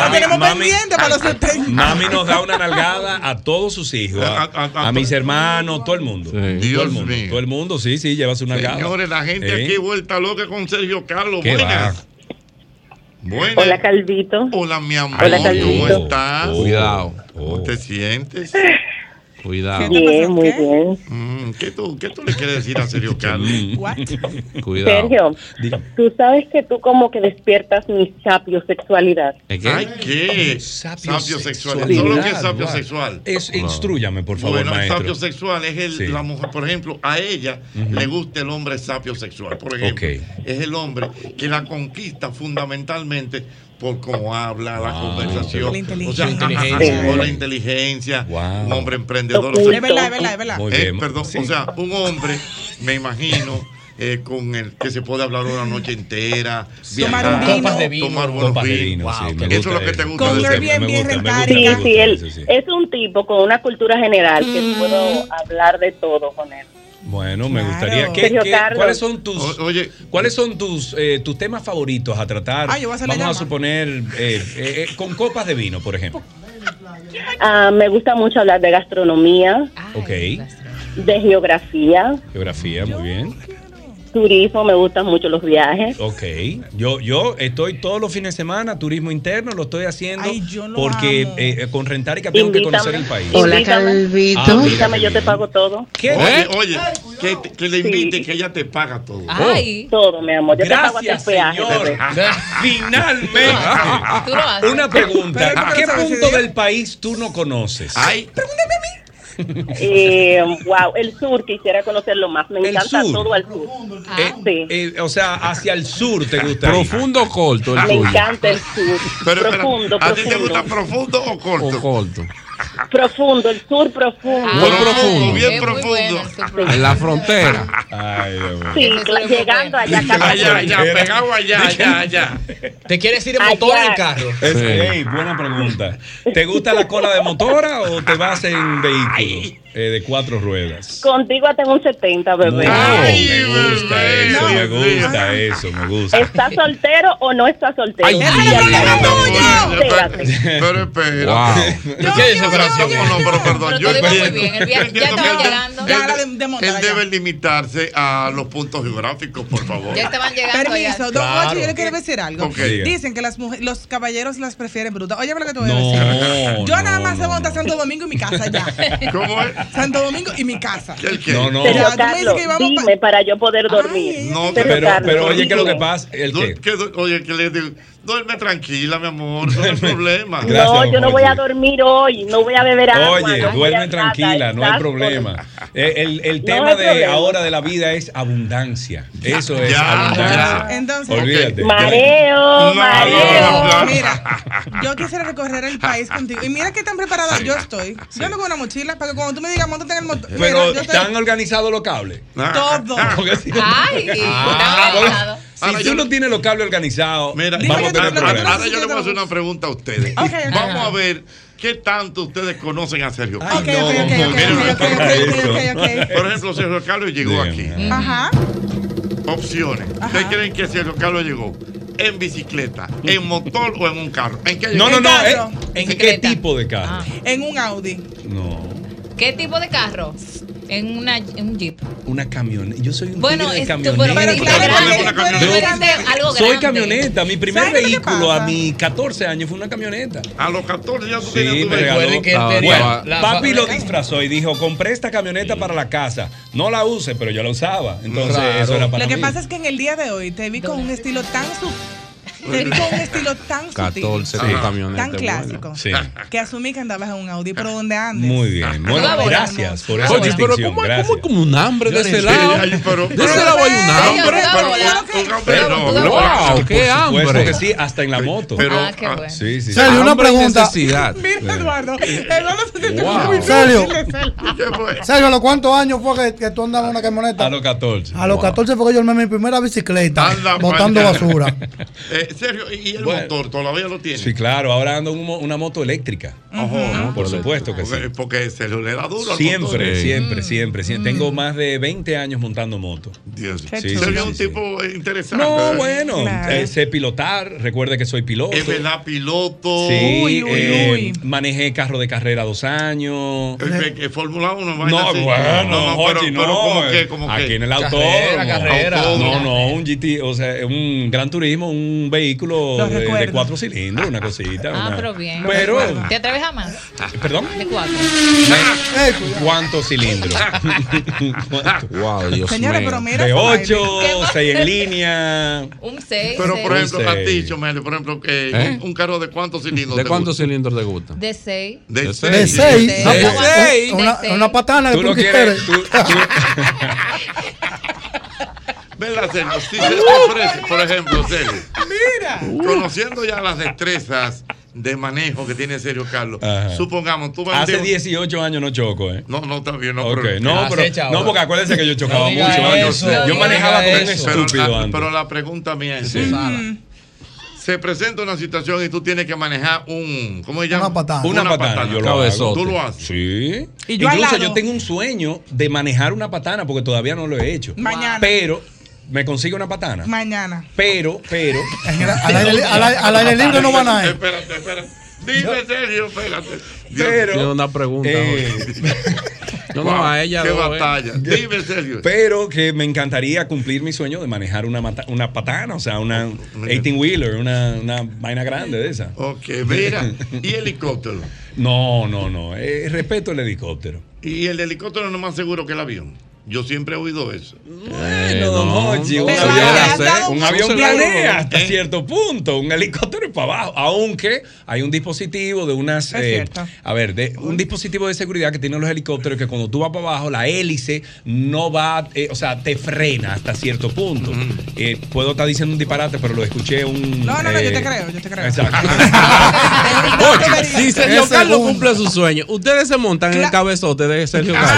Speaker 26: Mami nos da una nalgada a todos sus hijos, a, a mis hermanos, todo el mundo. todo el mundo, todo el mundo, sí, sí, lleva su nalgada.
Speaker 23: Señores, la gente
Speaker 26: Eh,
Speaker 23: aquí vuelta loca con Sergio Carlos.
Speaker 26: ¿Qué
Speaker 23: Buenas. Buenas.
Speaker 11: Hola, Calvito.
Speaker 23: Hola, mi amor.
Speaker 11: Hola,
Speaker 23: ¿Cómo
Speaker 11: Calvito.
Speaker 23: estás?
Speaker 16: Cuidado. Oh.
Speaker 23: ¿Cómo te sientes?
Speaker 16: Cuidado.
Speaker 11: Bien, muy
Speaker 24: ¿Eh?
Speaker 11: bien.
Speaker 23: Mm, ¿Qué tú, ¿Qué tú le quieres decir a Sergio Carlos?
Speaker 16: Cuidado.
Speaker 11: Sergio, tú sabes que tú como que despiertas mi sapiosexualidad.
Speaker 23: Ay, ¿qué? Sapiosexual. Todo lo que es sapiosexual.
Speaker 26: Es, instrúyame, por favor,
Speaker 23: Bueno, el
Speaker 26: maestro.
Speaker 23: sapio sexual es el,
Speaker 26: Sí.
Speaker 23: la mujer, por ejemplo, a ella le gusta el hombre sapio sexual. Por ejemplo, es el hombre que la conquista fundamentalmente por cómo habla, la conversación,
Speaker 24: La
Speaker 23: o sea,
Speaker 24: inteligencia.
Speaker 23: inteligencia.
Speaker 24: Inteligencia.
Speaker 23: la inteligencia, un hombre emprendedor.
Speaker 24: Oculto.
Speaker 23: o sea,
Speaker 24: Es verdad, es verdad, es verdad. Muy
Speaker 23: Eh,
Speaker 24: bien.
Speaker 23: perdón, o sea, un hombre, me imagino. eh, con el que se puede hablar una noche entera,
Speaker 24: Tomar
Speaker 23: viajar,
Speaker 24: un vino. Copas
Speaker 11: de
Speaker 24: vino.
Speaker 23: tomar buenos
Speaker 26: Copas de
Speaker 23: vinos.
Speaker 26: vino, sí, me
Speaker 23: eso es lo
Speaker 26: gusta
Speaker 23: que te
Speaker 26: eso.
Speaker 23: gusta.
Speaker 24: Comer
Speaker 23: de
Speaker 24: bien,
Speaker 23: Sergio.
Speaker 24: bien rentable.
Speaker 11: Sí,
Speaker 26: gusta
Speaker 11: sí, él
Speaker 26: eso, sí.
Speaker 11: es un tipo con una cultura general que puedo hablar de todo con él.
Speaker 26: Bueno, me gustaría. ¿Qué-
Speaker 11: Sergio
Speaker 26: qué-
Speaker 11: Carlos.
Speaker 26: ¿Cuáles son tus, ¿cuáles son tus, eh, tus temas favoritos a tratar?
Speaker 11: Ah, yo voy a hacer la
Speaker 26: Vamos a
Speaker 11: llama.
Speaker 26: suponer eh, eh, eh, con copas de vino, por ejemplo.
Speaker 11: Ah, me gusta mucho hablar de gastronomía,
Speaker 26: Ok,
Speaker 11: Ah, de geografía,
Speaker 26: geografía, muy bien.
Speaker 11: turismo, me gustan mucho los viajes.
Speaker 26: Ok, yo, yo estoy todos los fines de semana, turismo interno, lo estoy haciendo
Speaker 11: lo
Speaker 26: porque eh, eh, con Rentárica tengo que conocer el país.
Speaker 11: Calvito.
Speaker 26: Ah, mira,
Speaker 11: Invítame,
Speaker 26: qué
Speaker 11: yo te
Speaker 26: bien.
Speaker 11: pago todo.
Speaker 26: ¿Qué?
Speaker 23: Oye, oye, que, te- que le invite, que ella te paga todo.
Speaker 11: Todo, mi amor. Yo
Speaker 26: Oh. Gracias,
Speaker 11: te pago hasta el
Speaker 26: señor.
Speaker 11: peaje.
Speaker 26: Finalmente.
Speaker 11: Tú lo haces.
Speaker 26: Una pregunta.
Speaker 11: Pero, pero,
Speaker 26: ¿Qué
Speaker 11: ¿sabes
Speaker 26: punto del país tú no conoces? Ay,
Speaker 11: Eh, wow, el sur quisiera conocerlo más. Me
Speaker 26: El
Speaker 11: encanta
Speaker 26: sur.
Speaker 11: todo al sur.
Speaker 26: Eh, Ah. o sea, hacia el sur te gusta.
Speaker 16: Profundo o corto el
Speaker 11: Me
Speaker 16: tuyo.
Speaker 11: encanta el sur. profundo,
Speaker 23: ¿a ti te
Speaker 11: profundo.
Speaker 23: gusta profundo o corto?
Speaker 16: O corto.
Speaker 11: Profundo, el sur profundo.
Speaker 16: Muy profundo.
Speaker 23: Bien profundo.
Speaker 16: En la frontera.
Speaker 11: Sí, cla- llegando allá.
Speaker 23: Allá, allá,
Speaker 26: Era-
Speaker 23: pegado allá, allá, allá.
Speaker 2: ¿Te quieres ir
Speaker 11: en motor o en carro?
Speaker 26: Es- ey, buena pregunta. ¿Te gusta la cola de motora o te vas en vehículos eh, de cuatro ruedas? Oh,
Speaker 11: Contigo tengo un 70, bebé.
Speaker 26: me gusta eso, me gusta eso, me gusta.
Speaker 11: ¿Estás soltero o no estás soltero?
Speaker 26: Ay, Dios mío.
Speaker 11: Espérate.
Speaker 23: Pero espera.
Speaker 26: Wow.
Speaker 23: ¿Qué es gracias. No, no, pero perdón. Yo
Speaker 4: Pero todo iba muy
Speaker 23: entiendo,
Speaker 4: bien, el viaje- ya
Speaker 23: yo entiendo
Speaker 4: estaba
Speaker 23: que él-
Speaker 4: llegando.
Speaker 23: él
Speaker 4: Ya la
Speaker 23: de-
Speaker 4: de- desmonta,
Speaker 23: Él
Speaker 4: ya.
Speaker 23: debe limitarse a los puntos geográficos, por favor.
Speaker 4: Ya estaban llegando
Speaker 24: Permiso,
Speaker 4: allá.
Speaker 24: don
Speaker 23: Claro.
Speaker 24: Ochi, yo le quiero decir algo.
Speaker 23: Ok. Diga.
Speaker 24: Dicen que las mujeres, los caballeros las prefieren brutas. Oye, lo que te voy a
Speaker 23: No,
Speaker 24: decir. Yo nada
Speaker 23: no,
Speaker 24: más se monta Santo Domingo y mi casa ya.
Speaker 23: ¿Cómo es?
Speaker 24: Santo Domingo y mi casa.
Speaker 23: No, no.
Speaker 5: Sergio
Speaker 24: Ya, tú me dices
Speaker 5: Carlos,
Speaker 24: que íbamos
Speaker 5: dime para yo poder dormir.
Speaker 23: No,
Speaker 5: Sergio Carlos, dime.
Speaker 23: pasa? oye, que le digo, duerme tranquila, mi amor, no hay problema.
Speaker 5: no, yo no voy a dormir hoy, no voy a beber agua.
Speaker 26: Oye,
Speaker 5: no voy a
Speaker 26: duerme
Speaker 5: nada,
Speaker 26: tranquila, no hay
Speaker 5: estás
Speaker 26: problema. Eh, El, el
Speaker 5: No
Speaker 26: tema
Speaker 5: hay
Speaker 26: de
Speaker 5: problema.
Speaker 26: ahora de la vida es abundancia. Eso es
Speaker 23: ya,
Speaker 26: abundancia.
Speaker 23: ya.
Speaker 24: Entonces-
Speaker 26: Olvídate.
Speaker 5: Mareo,
Speaker 24: mareo.
Speaker 5: mareo.
Speaker 24: Mira, yo quisiera recorrer el país contigo. Y mira qué tan preparada yo estoy. Yo no con una mochila para que cuando tú me digas, montate en el motor. Mira,
Speaker 26: Pero
Speaker 24: yo
Speaker 26: ¿están organizados los cables?
Speaker 24: Todo.
Speaker 26: Porque si no-
Speaker 24: Ay,
Speaker 26: Ah,
Speaker 24: está
Speaker 26: porque
Speaker 24: organizado.
Speaker 26: Si tú no tienes los cables organizados, vamos a tener
Speaker 23: Ahora, ahora
Speaker 26: problemas.
Speaker 23: yo le voy a hacer una pregunta a ustedes. Vamos a ver qué tanto ustedes conocen a Sergio Carlos.
Speaker 24: ok, ok, ok, ok,
Speaker 23: Miren,
Speaker 24: ok, ok, ok, ok, ok.
Speaker 23: Por ejemplo, Sergio Carlos llegó aquí.
Speaker 24: Ajá.
Speaker 3: Mm.
Speaker 23: Opciones. ¿Ustedes creen que Sergio Carlos llegó? ¿En bicicleta? ¿En motor o en un carro? ¿En qué
Speaker 26: No, no,
Speaker 23: llegó?
Speaker 26: no. ¿eh? ¿En qué tipo de
Speaker 4: Ah.
Speaker 26: carro?
Speaker 30: Oh.
Speaker 24: En un Audi.
Speaker 26: No,
Speaker 4: ¿Qué tipo de carro? En, una, en un jeep.
Speaker 26: una camioneta. Yo soy un
Speaker 4: Bueno,
Speaker 26: tigre de
Speaker 4: es- pero-
Speaker 26: camioneta.
Speaker 4: pero claro, Pero una pero camioneta.
Speaker 26: Yo-
Speaker 4: grande, algo
Speaker 26: Soy
Speaker 4: grande.
Speaker 26: camioneta. Mi primer
Speaker 4: ¿Sabes lo que
Speaker 26: vehículo a
Speaker 4: pasa?
Speaker 26: mis 14 años fue una camioneta.
Speaker 23: A los 14 ya tú
Speaker 26: Sí,
Speaker 23: tenías tu
Speaker 26: me
Speaker 23: vehículo.
Speaker 26: regaló.
Speaker 23: Recuerden que él
Speaker 3: Ah,
Speaker 26: Estaba-
Speaker 23: tenía
Speaker 26: Bueno,
Speaker 23: la-
Speaker 26: papi lo disfrazó y dijo, compré esta camioneta para la casa. No la use, pero yo la usaba. Entonces
Speaker 24: Claro.
Speaker 26: eso era para
Speaker 24: Lo que
Speaker 26: mí.
Speaker 24: pasa es que en el día de hoy te vi con un estilo tan su- te vi con un estilo tan sutil,
Speaker 26: 14
Speaker 24: tan
Speaker 26: con camioneta,
Speaker 24: tan
Speaker 26: bueno.
Speaker 24: clásico,
Speaker 26: Sí.
Speaker 24: que asumí que andabas en un Audi, pero donde andes.
Speaker 26: Muy bien. Bueno,
Speaker 24: Ahora
Speaker 26: gracias por esa
Speaker 3: Oye, pero
Speaker 26: distinción.
Speaker 3: ¿cómo es-
Speaker 26: gracias.
Speaker 3: cómo es como un hambre de ese lado? De ese lado hay un hambre.
Speaker 26: Pero,
Speaker 3: Pero, wow,
Speaker 26: por
Speaker 3: qué
Speaker 26: supuesto
Speaker 3: hambre.
Speaker 26: que sí, hasta en la moto.
Speaker 3: Pero-
Speaker 26: ah, qué bueno. Sí, sí.
Speaker 3: Sergio, una
Speaker 26: Hambre y
Speaker 16: pregunta.
Speaker 26: necesidad.
Speaker 24: Mira, Eduardo, Eduardo se siente
Speaker 3: Wow.
Speaker 24: como muy
Speaker 16: Sergio.
Speaker 24: difícil,
Speaker 16: Sergio, ¿a los cuántos años fue que, que tú andabas en una camioneta?
Speaker 26: A los 14.
Speaker 16: A los 14 fue que yo armé mi primera bicicleta
Speaker 23: Anda,
Speaker 16: botando
Speaker 23: vaya.
Speaker 16: basura.
Speaker 23: Eh, Sergio, ¿y y el
Speaker 26: Bueno.
Speaker 23: motor todavía lo tiene?
Speaker 26: Sí, claro, ahora ando en un mo- una moto eléctrica.
Speaker 23: Ojo.
Speaker 26: Por supuesto que sí.
Speaker 23: Porque, porque se le da duro al
Speaker 26: Siempre,
Speaker 23: motor. Mm.
Speaker 26: siempre, siempre, sie- Tengo más de 20 años montando moto.
Speaker 23: Dios.
Speaker 26: Sí, sí,
Speaker 23: Sergio es
Speaker 26: sí,
Speaker 23: un
Speaker 26: sí.
Speaker 23: tipo eh, interesante.
Speaker 26: No,
Speaker 23: ¿verdad?
Speaker 26: bueno, eh, sé pilotar, recuerde que soy piloto.
Speaker 23: Es verdad, piloto.
Speaker 26: Sí, eh, manejé carro de carrera dos años.
Speaker 23: Eh, eh, Fórmula 1
Speaker 26: No,
Speaker 23: vaina así.
Speaker 26: bueno, no,
Speaker 23: pero,
Speaker 26: Jochi, no. eh,
Speaker 23: pero ¿cómo que? ¿Cómo
Speaker 26: Aquí
Speaker 23: que?
Speaker 26: en el autódromo.
Speaker 23: Autódromo.
Speaker 26: No, no, un GT, o sea, un Gran Turismo, un vehículo
Speaker 4: Los
Speaker 26: de, de
Speaker 4: recuerdos.
Speaker 26: cuatro cilindros, una cosita.
Speaker 4: Ah,
Speaker 26: una-
Speaker 4: pero bien.
Speaker 26: Pero,
Speaker 4: ¿Te atreves a más?
Speaker 26: perdón.
Speaker 4: De cuatro.
Speaker 30: Ah, eh, pues.
Speaker 26: ¿Cuántos cilindros? wow,
Speaker 23: Dios Señores, mío. pero mira
Speaker 26: De
Speaker 23: esa
Speaker 26: 8,
Speaker 23: vaina.
Speaker 26: 6 en línea.
Speaker 4: Un seis.
Speaker 23: Pero, por
Speaker 26: Un
Speaker 23: ejemplo, a ti,
Speaker 26: seis.
Speaker 23: Chomel, por ejemplo, que
Speaker 26: ¿Eh?
Speaker 23: un carro de cuántos cilindros
Speaker 3: ¿De
Speaker 23: te
Speaker 3: cuántos
Speaker 23: gusta?
Speaker 3: cilindros te gusta?
Speaker 4: De seis.
Speaker 23: De
Speaker 16: De 6.
Speaker 3: De seis.
Speaker 16: Una, una patana que
Speaker 3: Tú
Speaker 16: tú
Speaker 3: no
Speaker 16: quieres.
Speaker 3: quieres.
Speaker 23: ¿Verdad, Sergio? Si se te ofrece, por ejemplo, Sergio,
Speaker 24: Mira.
Speaker 23: conociendo ya las destrezas de manejo que tiene Sergio Carlos,
Speaker 26: Ajá.
Speaker 23: supongamos tú vas
Speaker 26: Hace
Speaker 23: de-
Speaker 26: 18 años no choco, ¿eh?
Speaker 23: No, no, también no.
Speaker 26: Ok,
Speaker 23: pero-
Speaker 26: no, pero-
Speaker 23: Acecha ahora.
Speaker 26: no, porque acuérdense que yo chocaba
Speaker 23: No diga
Speaker 26: mucho antes.
Speaker 23: eso,
Speaker 26: Yo
Speaker 23: no
Speaker 26: manejaba
Speaker 23: diga
Speaker 26: como un
Speaker 23: eso.
Speaker 26: estúpido
Speaker 23: pero, la-
Speaker 26: antes.
Speaker 23: Pero la pregunta mía es:
Speaker 26: Sí.
Speaker 23: Susana, se presenta una situación y tú tienes que manejar un. ¿Cómo se llama?
Speaker 26: Una patada. Una patada, yo lo hago.
Speaker 23: Tú lo haces.
Speaker 26: Sí.
Speaker 23: Y yo al
Speaker 26: Incluso
Speaker 23: lado.
Speaker 26: yo tengo un sueño de manejar una patana porque todavía no lo he hecho.
Speaker 24: Mañana.
Speaker 26: Pero me consigue una patana.
Speaker 24: Mañana.
Speaker 26: Pero, pero.
Speaker 16: Al aire, li- al aire- al aire libre no van a ir.
Speaker 23: Espérate, espérate. Dime, Sergio, espérate.
Speaker 3: Pero. Tiene una pregunta.
Speaker 26: Eh,
Speaker 3: No, no, a ella
Speaker 23: Qué
Speaker 3: no, eh.
Speaker 23: batalla. Dime, Sergio.
Speaker 26: Pero que me encantaría cumplir mi sueño de manejar una, mata- una patana, o sea, una
Speaker 23: Oh,
Speaker 26: 18-wheeler, una, una vaina grande de esa.
Speaker 23: Ok, mira. ¿Y helicóptero?
Speaker 26: No, no, no. eh, respeto el helicóptero.
Speaker 23: Y el helicóptero no es más seguro que el avión. Yo siempre he oído eso.
Speaker 26: Bueno, don Hochi, un
Speaker 23: Pero
Speaker 26: avión,
Speaker 23: adelantado
Speaker 26: un
Speaker 23: mucho.
Speaker 26: avión
Speaker 23: Seguro,
Speaker 26: planea
Speaker 23: ¿no?
Speaker 26: hasta
Speaker 24: ¿eh?
Speaker 26: cierto punto, un helicóptero y para abajo, aunque hay un dispositivo de unas, eh,
Speaker 21: cierto.
Speaker 26: a ver, de, un dispositivo de seguridad que tienen los helicópteros que cuando tú vas para abajo la hélice no va, eh, o sea, te frena hasta cierto punto. Eh, puedo estar diciendo un disparate, pero lo escuché un.
Speaker 24: No, no, no, yo
Speaker 26: eh,
Speaker 24: te creo, yo te creo.
Speaker 26: Exacto.
Speaker 3: Oye, si Sergio
Speaker 24: Es
Speaker 3: Carlos
Speaker 24: segundo.
Speaker 3: cumple su sueño, ustedes se montan en el cabezote de Sergio Carlos.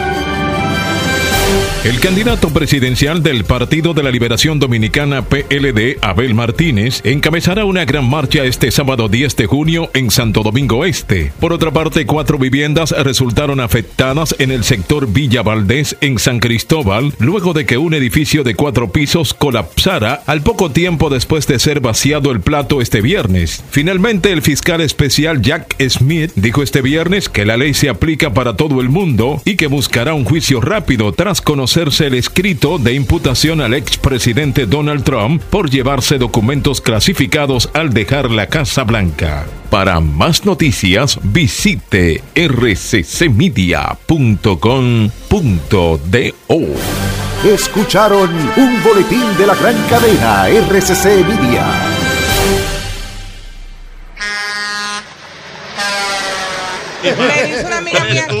Speaker 22: El candidato presidencial del Partido de la Liberación Dominicana PLD, Abel Martínez, encabezará una gran marcha este sábado 10 de junio en Santo Domingo Este. Por otra parte, cuatro viviendas resultaron afectadas en el sector Villa Valdés en San Cristóbal, luego de que un edificio de cuatro pisos colapsara al poco tiempo después de ser vaciado el plato este viernes. Finalmente, el fiscal especial Jack Smith dijo este viernes que la ley se aplica para todo el mundo y que buscará un juicio rápido tras conocerse el escrito de imputación al expresidente Donald Trump por llevarse documentos clasificados al dejar la Casa Blanca. Para más noticias, visite rccmedia.com.do.
Speaker 9: Escucharon un boletín de la gran cadena RCC Media.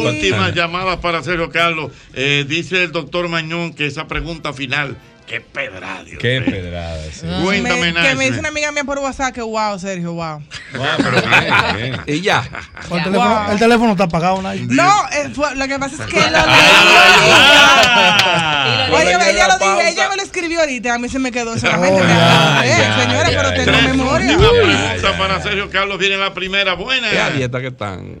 Speaker 23: Última llamada para Sergio Carlos. Eh, dice el doctor Mañón que esa pregunta final, qué pedrada. Dios
Speaker 26: Qué
Speaker 23: mío.
Speaker 26: pedrada. sí.
Speaker 23: Cuéntame
Speaker 24: Me-
Speaker 23: nada.
Speaker 24: que me dice una amiga mía por WhatsApp que wow, Sergio, wow.
Speaker 16: Ah,
Speaker 26: Y ya.
Speaker 5: O El teléfono, el teléfono está apagado, Nay.
Speaker 24: No, eh, fue- lo que pasa es que lo Oye, ella lo dije, ella me lo escribió ahorita, a mí se me
Speaker 16: Oh,
Speaker 24: quedó solamente. me acordé. ¿eh? Señora, pero tengo memoria.
Speaker 23: Última pregunta para Sergio Carlos. Viene la primera. Buena.
Speaker 16: ¿Qué a dieta que están?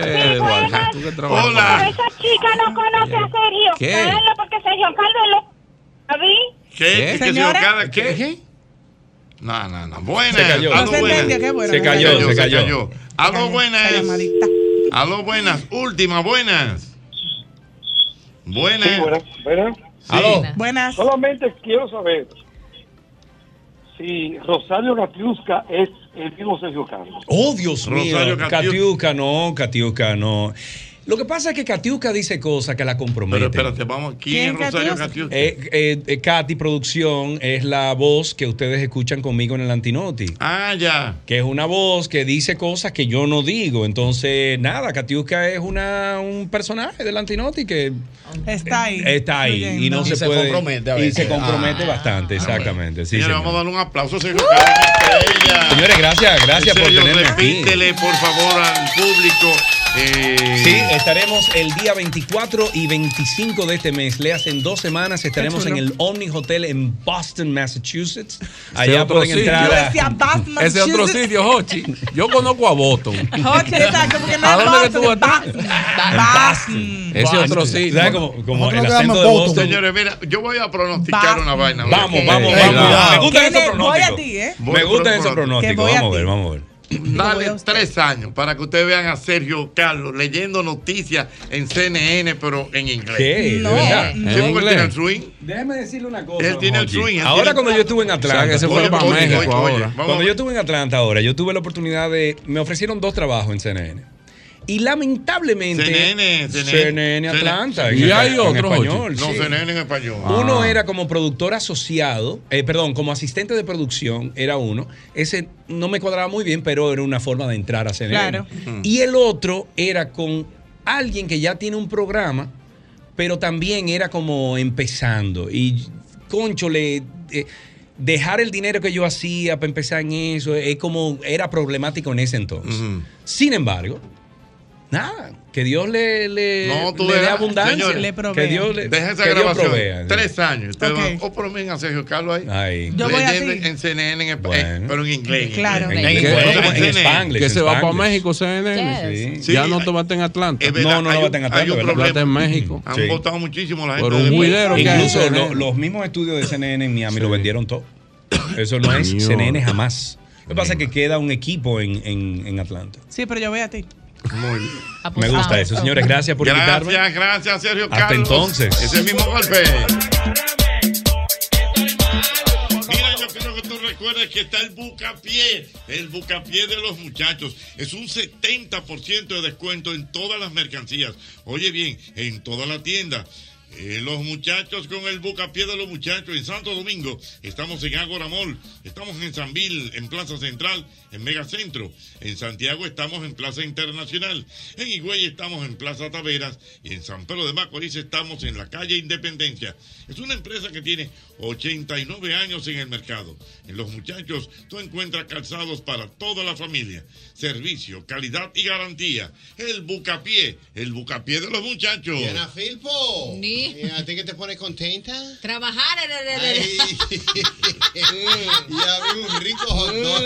Speaker 16: Eh, Eduardo, tú que trabajas.
Speaker 18: Pero esa chica no conoce a Sergio
Speaker 16: ¿Qué?
Speaker 18: Carlos porque Sergio Carlos lo... ¿A mí?
Speaker 23: ¿Qué? ¿Qué?
Speaker 2: ¿Eh,
Speaker 23: ¿Qué Sergio
Speaker 18: Señora.
Speaker 23: Carlos? ¿Qué? No, no, no. Buena.
Speaker 26: Se cayó.
Speaker 23: Aló,
Speaker 26: No se
Speaker 23: buena.
Speaker 26: entendió, qué bueno. Se cayó, se cayó.
Speaker 23: Aló, buenas. Aló, buenas. Última, buenas. Buenas.
Speaker 7: Sí, buenas. buenas.
Speaker 23: Aló.
Speaker 24: Buenas.
Speaker 7: Solamente quiero saber si Rosario Natiusca es el mismo Sergio Carlos.
Speaker 26: Oh, Dios
Speaker 23: Rosario
Speaker 26: mío.
Speaker 23: Catiusca.
Speaker 26: Catiuca, no, Catiuca, no. Lo que pasa es que Catiuca dice cosas que la
Speaker 23: Pero
Speaker 26: comprometen.
Speaker 23: espérate, vamos, ¿quién ¿Quién es Rosario Catiusca? Catiusca?
Speaker 26: Eh, eh, eh, Cati Producción es la voz que ustedes escuchan conmigo en el Antinoti.
Speaker 23: Ah, ya.
Speaker 26: Que es una voz que dice cosas que yo no digo. Entonces, nada, Catiuca es una, un personaje del Antinoti que
Speaker 24: Está ahí.
Speaker 26: está ahí y no
Speaker 24: Fluyendo.
Speaker 26: se, puede. y se compromete
Speaker 23: Ah,
Speaker 26: bastante, exactamente. Sí,
Speaker 23: Señores,
Speaker 26: señor.
Speaker 23: vamos a darle un aplauso a Sergio Carlos.
Speaker 26: Señores, gracias, gracias
Speaker 23: En
Speaker 26: por
Speaker 23: serio,
Speaker 26: tenerme aquí.
Speaker 23: Repítele, por favor, al público. eh,
Speaker 26: Sí, estaremos el día 24 y 25 de este mes. Le hacen dos semanas estaremos
Speaker 23: Qué
Speaker 26: en
Speaker 23: chulo.
Speaker 26: el Omni Hotel en Boston, Massachusetts.
Speaker 16: Ese
Speaker 26: Allá
Speaker 16: otro
Speaker 26: pueden
Speaker 16: sitio.
Speaker 26: entrar.
Speaker 16: Yo
Speaker 26: a-
Speaker 24: decía Batman,
Speaker 16: Ese otro
Speaker 24: Massachusetts.
Speaker 16: sitio, Hochi. Yo conozco a Boston.
Speaker 24: Jorge, exacto, porque no
Speaker 16: ¿A
Speaker 24: es
Speaker 16: dónde que
Speaker 24: Boston,
Speaker 16: tú
Speaker 24: es Boston.
Speaker 16: Ese otro sitio.
Speaker 23: ¿Sabes
Speaker 26: como,
Speaker 23: el acento de Boston? Señores, mira, yo voy a pronosticar una vaina.
Speaker 26: Vamos,
Speaker 23: Eh,
Speaker 26: vamos,
Speaker 23: cuidado.
Speaker 26: vamos. Me gustan
Speaker 24: Tiene-
Speaker 26: esos
Speaker 24: voy a
Speaker 26: pronósticos.
Speaker 24: ti, ¿eh?
Speaker 23: Voy
Speaker 26: Me
Speaker 23: por-
Speaker 26: gustan
Speaker 23: por-
Speaker 26: esos
Speaker 23: por-
Speaker 26: pronósticos.
Speaker 23: Que voy a
Speaker 26: Vamos a ver,
Speaker 23: ti.
Speaker 26: vamos a ver.
Speaker 23: Dale tres años para que ustedes vean a Sergio Carlos leyendo noticias en CNN, pero en inglés.
Speaker 26: ¿Qué? ¿De No, verdad?
Speaker 23: Sí,
Speaker 26: no.
Speaker 23: porque él
Speaker 26: ¿En
Speaker 23: tiene el
Speaker 26: inglés?
Speaker 23: swing.
Speaker 26: Déjame decirle una cosa.
Speaker 23: Él tiene el swing. él
Speaker 26: Ahora
Speaker 23: tiene-
Speaker 26: cuando yo estuve en Atlanta,
Speaker 23: Exacto, se fue para México ahora.
Speaker 26: Cuando yo estuve en Atlanta ahora, yo tuve la oportunidad de me ofrecieron dos trabajos en CNN. Y lamentablemente
Speaker 23: CNN,
Speaker 26: CNN Atlanta. en-
Speaker 16: Y hay
Speaker 26: en
Speaker 16: otro
Speaker 26: español,
Speaker 23: No,
Speaker 26: sí.
Speaker 23: CNN en español.
Speaker 26: Uno era como productor asociado, eh, perdón, como asistente de producción, era uno. Ese no me cuadraba muy bien, pero era una forma de entrar a CNN.
Speaker 24: Claro.
Speaker 23: Mm.
Speaker 16: Mm.
Speaker 26: Y el otro era con alguien que ya tiene un programa, pero también era como empezando. Y, conchole, eh, dejar el dinero que yo hacía para empezar en eso, es como era problemático en ese entonces. Sin embargo, nada, que Dios le, le,
Speaker 23: Ah, No, tú
Speaker 26: le dé
Speaker 23: deja-
Speaker 26: abundancia.
Speaker 23: señores,
Speaker 26: que Dios le
Speaker 23: Deja esa
Speaker 26: que Dios
Speaker 23: grabación.
Speaker 26: provea.
Speaker 23: Tres años. Ustedes
Speaker 26: Ok.
Speaker 23: van, o promen a Sergio Carlos ahí.
Speaker 26: Ahí.
Speaker 16: Yo voy a
Speaker 23: Leyendo
Speaker 16: ti.
Speaker 23: en CNN, en espa- eh, pero en inglés.
Speaker 16: Claro.
Speaker 23: En
Speaker 16: En
Speaker 23: inglés.
Speaker 16: inglés.
Speaker 23: En
Speaker 16: En
Speaker 23: CNN.
Speaker 16: Spanglish, Que se va para México, CNN.
Speaker 23: Yes.
Speaker 16: sí.
Speaker 23: Sí,
Speaker 16: ya no
Speaker 23: hay-
Speaker 16: te bate en Atlanta.
Speaker 23: Es verdad,
Speaker 16: no, no
Speaker 23: hay
Speaker 16: la
Speaker 23: un-
Speaker 16: baten en Atlanta.
Speaker 23: hay un
Speaker 16: ¿verdad?
Speaker 23: problema.
Speaker 16: Plata en México.
Speaker 23: Han
Speaker 26: Sí.
Speaker 23: votado muchísimo la gente.
Speaker 16: Por un
Speaker 23: de-
Speaker 16: juidero que hay en
Speaker 23: Incluso
Speaker 26: Incluso
Speaker 23: lo-
Speaker 26: lo- los mismos estudios de CNN en Miami lo vendieron todo. Eso no es
Speaker 16: Señor.
Speaker 26: CNN jamás. Lo que pasa es que queda un equipo en, en- en Atlanta.
Speaker 24: Sí, pero yo voy a ti.
Speaker 26: Me gusta eso, señores. Gracias por
Speaker 23: gracias,
Speaker 26: invitarme.
Speaker 23: Gracias, Sergio
Speaker 26: Hasta
Speaker 23: Carlos.
Speaker 26: entonces.
Speaker 23: Ese mismo golpe. Mira, yo creo que tú recuerdes que está el bucapié, el bucapié de los muchachos. Es un 70% de descuento en todas las mercancías. Oye bien, en toda la tienda. Eh, los muchachos con el bucapié de los muchachos en Santo Domingo. Estamos en Ágora Mall, estamos en Sanvil, en Plaza Central, en Megacentro. En Santiago estamos en Plaza Internacional. En Higüey estamos en Plaza Taveras. Y en San Pedro de Macorís estamos en la calle Independencia. Es una empresa que tiene 89 años en el mercado. En Los Muchachos tú encuentras calzados para toda la familia. Servicio, calidad y garantía. El bucapié, el bucapié de los muchachos.
Speaker 8: Filpo.
Speaker 30: Sí.
Speaker 8: ¿Y a ti qué te pone contenta?
Speaker 30: Trabajar. eh, eh, eh, eh.
Speaker 8: Mm, ya vi un rico hot dog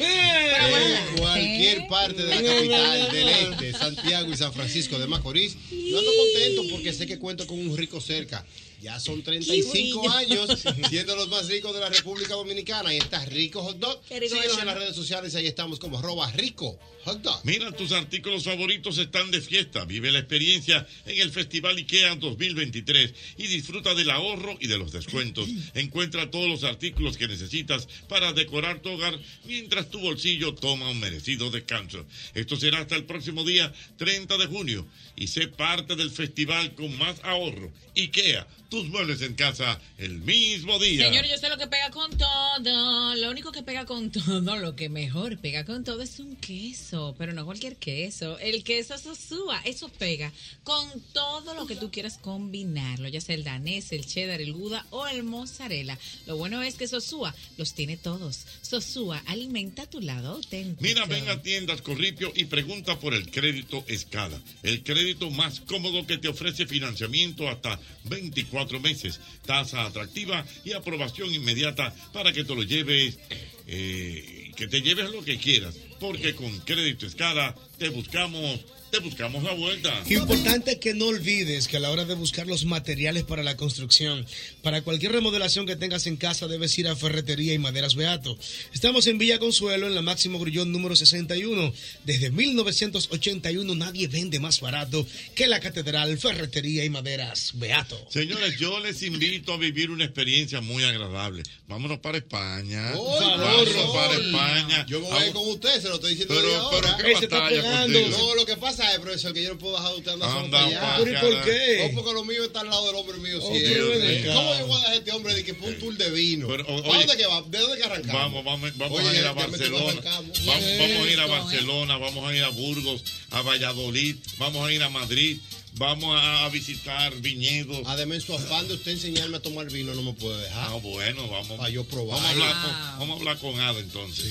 Speaker 8: en cualquier parte de la capital del este, Santiago y San Francisco de Macorís. Yo ando contento porque sé que cuento con un rico cerca. Ya son 35
Speaker 7: Qué brillo.
Speaker 8: años siendo los más ricos de la República Dominicana y está rico hot dog.
Speaker 7: Qué rico
Speaker 8: Síguenos
Speaker 7: hot
Speaker 8: en
Speaker 7: dog.
Speaker 8: las redes sociales, ahí estamos como arroba rico hot dog.
Speaker 23: Mira, tus artículos favoritos están de fiesta. Vive la experiencia en el Festival IKEA 2023 y disfruta del ahorro y de los descuentos. Encuentra todos los artículos que necesitas para decorar tu hogar mientras tu bolsillo toma un merecido descanso. Esto será hasta el próximo día 30 de junio y sé parte del festival con más ahorro. IKEA, tus muebles en casa el mismo día.
Speaker 30: Señor, yo sé lo que pega con todo. Lo único que pega con todo, lo que mejor pega con todo es un queso, pero no cualquier queso. El queso Sosúa, eso pega con todo lo que tú quieras combinarlo, ya sea el danés, el cheddar, el gouda o el mozzarella. Lo bueno es que Sosúa los tiene todos. Sosúa alimenta tu lado auténtico.
Speaker 23: Mira, ven a tiendas Corripio y pregunta por el crédito Escala, el crédito más cómodo que te ofrece financiamiento hasta 24 meses, tasa atractiva y aprobación inmediata para que te lo lleves, eh, que te lleves lo que quieras, porque con crédito Escala te buscamos, te buscamos la vuelta.
Speaker 21: Importante que no olvides que a la hora de buscar los materiales para la construcción, para cualquier remodelación que tengas en casa, debes ir a Ferretería y Maderas Beato. Estamos en Villa Consuelo, en la Máximo Grullón número 61. Desde 1981 nadie vende más barato que la Catedral Ferretería y Maderas Beato.
Speaker 23: Señores, yo les invito a vivir una experiencia muy agradable. Vámonos para España.
Speaker 8: Hoy,
Speaker 23: Vámonos
Speaker 8: hoy.
Speaker 23: para España.
Speaker 8: Yo me voy
Speaker 23: A
Speaker 8: a ir
Speaker 23: un-
Speaker 8: con usted, se lo estoy diciendo
Speaker 23: Pero-
Speaker 8: desde
Speaker 23: pero
Speaker 8: ahora.
Speaker 23: qué Él se está batalla pegando. contigo.
Speaker 8: No, lo que pasa es, profesor, que yo no puedo dejar a usted andar solo
Speaker 23: Anda
Speaker 8: para allá.
Speaker 23: pa' Pero, ¿y por acá. qué?
Speaker 8: No, porque lo mío está al lado del hombre mío.
Speaker 23: Oh,
Speaker 8: sí.
Speaker 23: Dios mío.
Speaker 8: ¿Cómo yo voy a dejar a este hombre de que fue un tour de vino?
Speaker 23: Pero, o-
Speaker 8: ¿Para
Speaker 23: oye,
Speaker 8: dónde que va? ¿De dónde que arrancamos?
Speaker 23: Vamos, vamos, vamos
Speaker 8: Oye,
Speaker 23: a ir a
Speaker 8: ya me tengo
Speaker 23: Barcelona.
Speaker 8: arrancamos.
Speaker 23: Vamos, vamos a ir a
Speaker 8: Esto, eh.
Speaker 23: Barcelona, vamos a ir a Burgos, a Valladolid, vamos a ir a Madrid, vamos a, a visitar viñedos.
Speaker 8: Además, su afán de usted enseñarme a tomar vino no me puede dejar.
Speaker 23: Ah, bueno, vamos.
Speaker 8: Para yo probar.
Speaker 23: Vamos a hablar con, vamos a hablar con Ada entonces.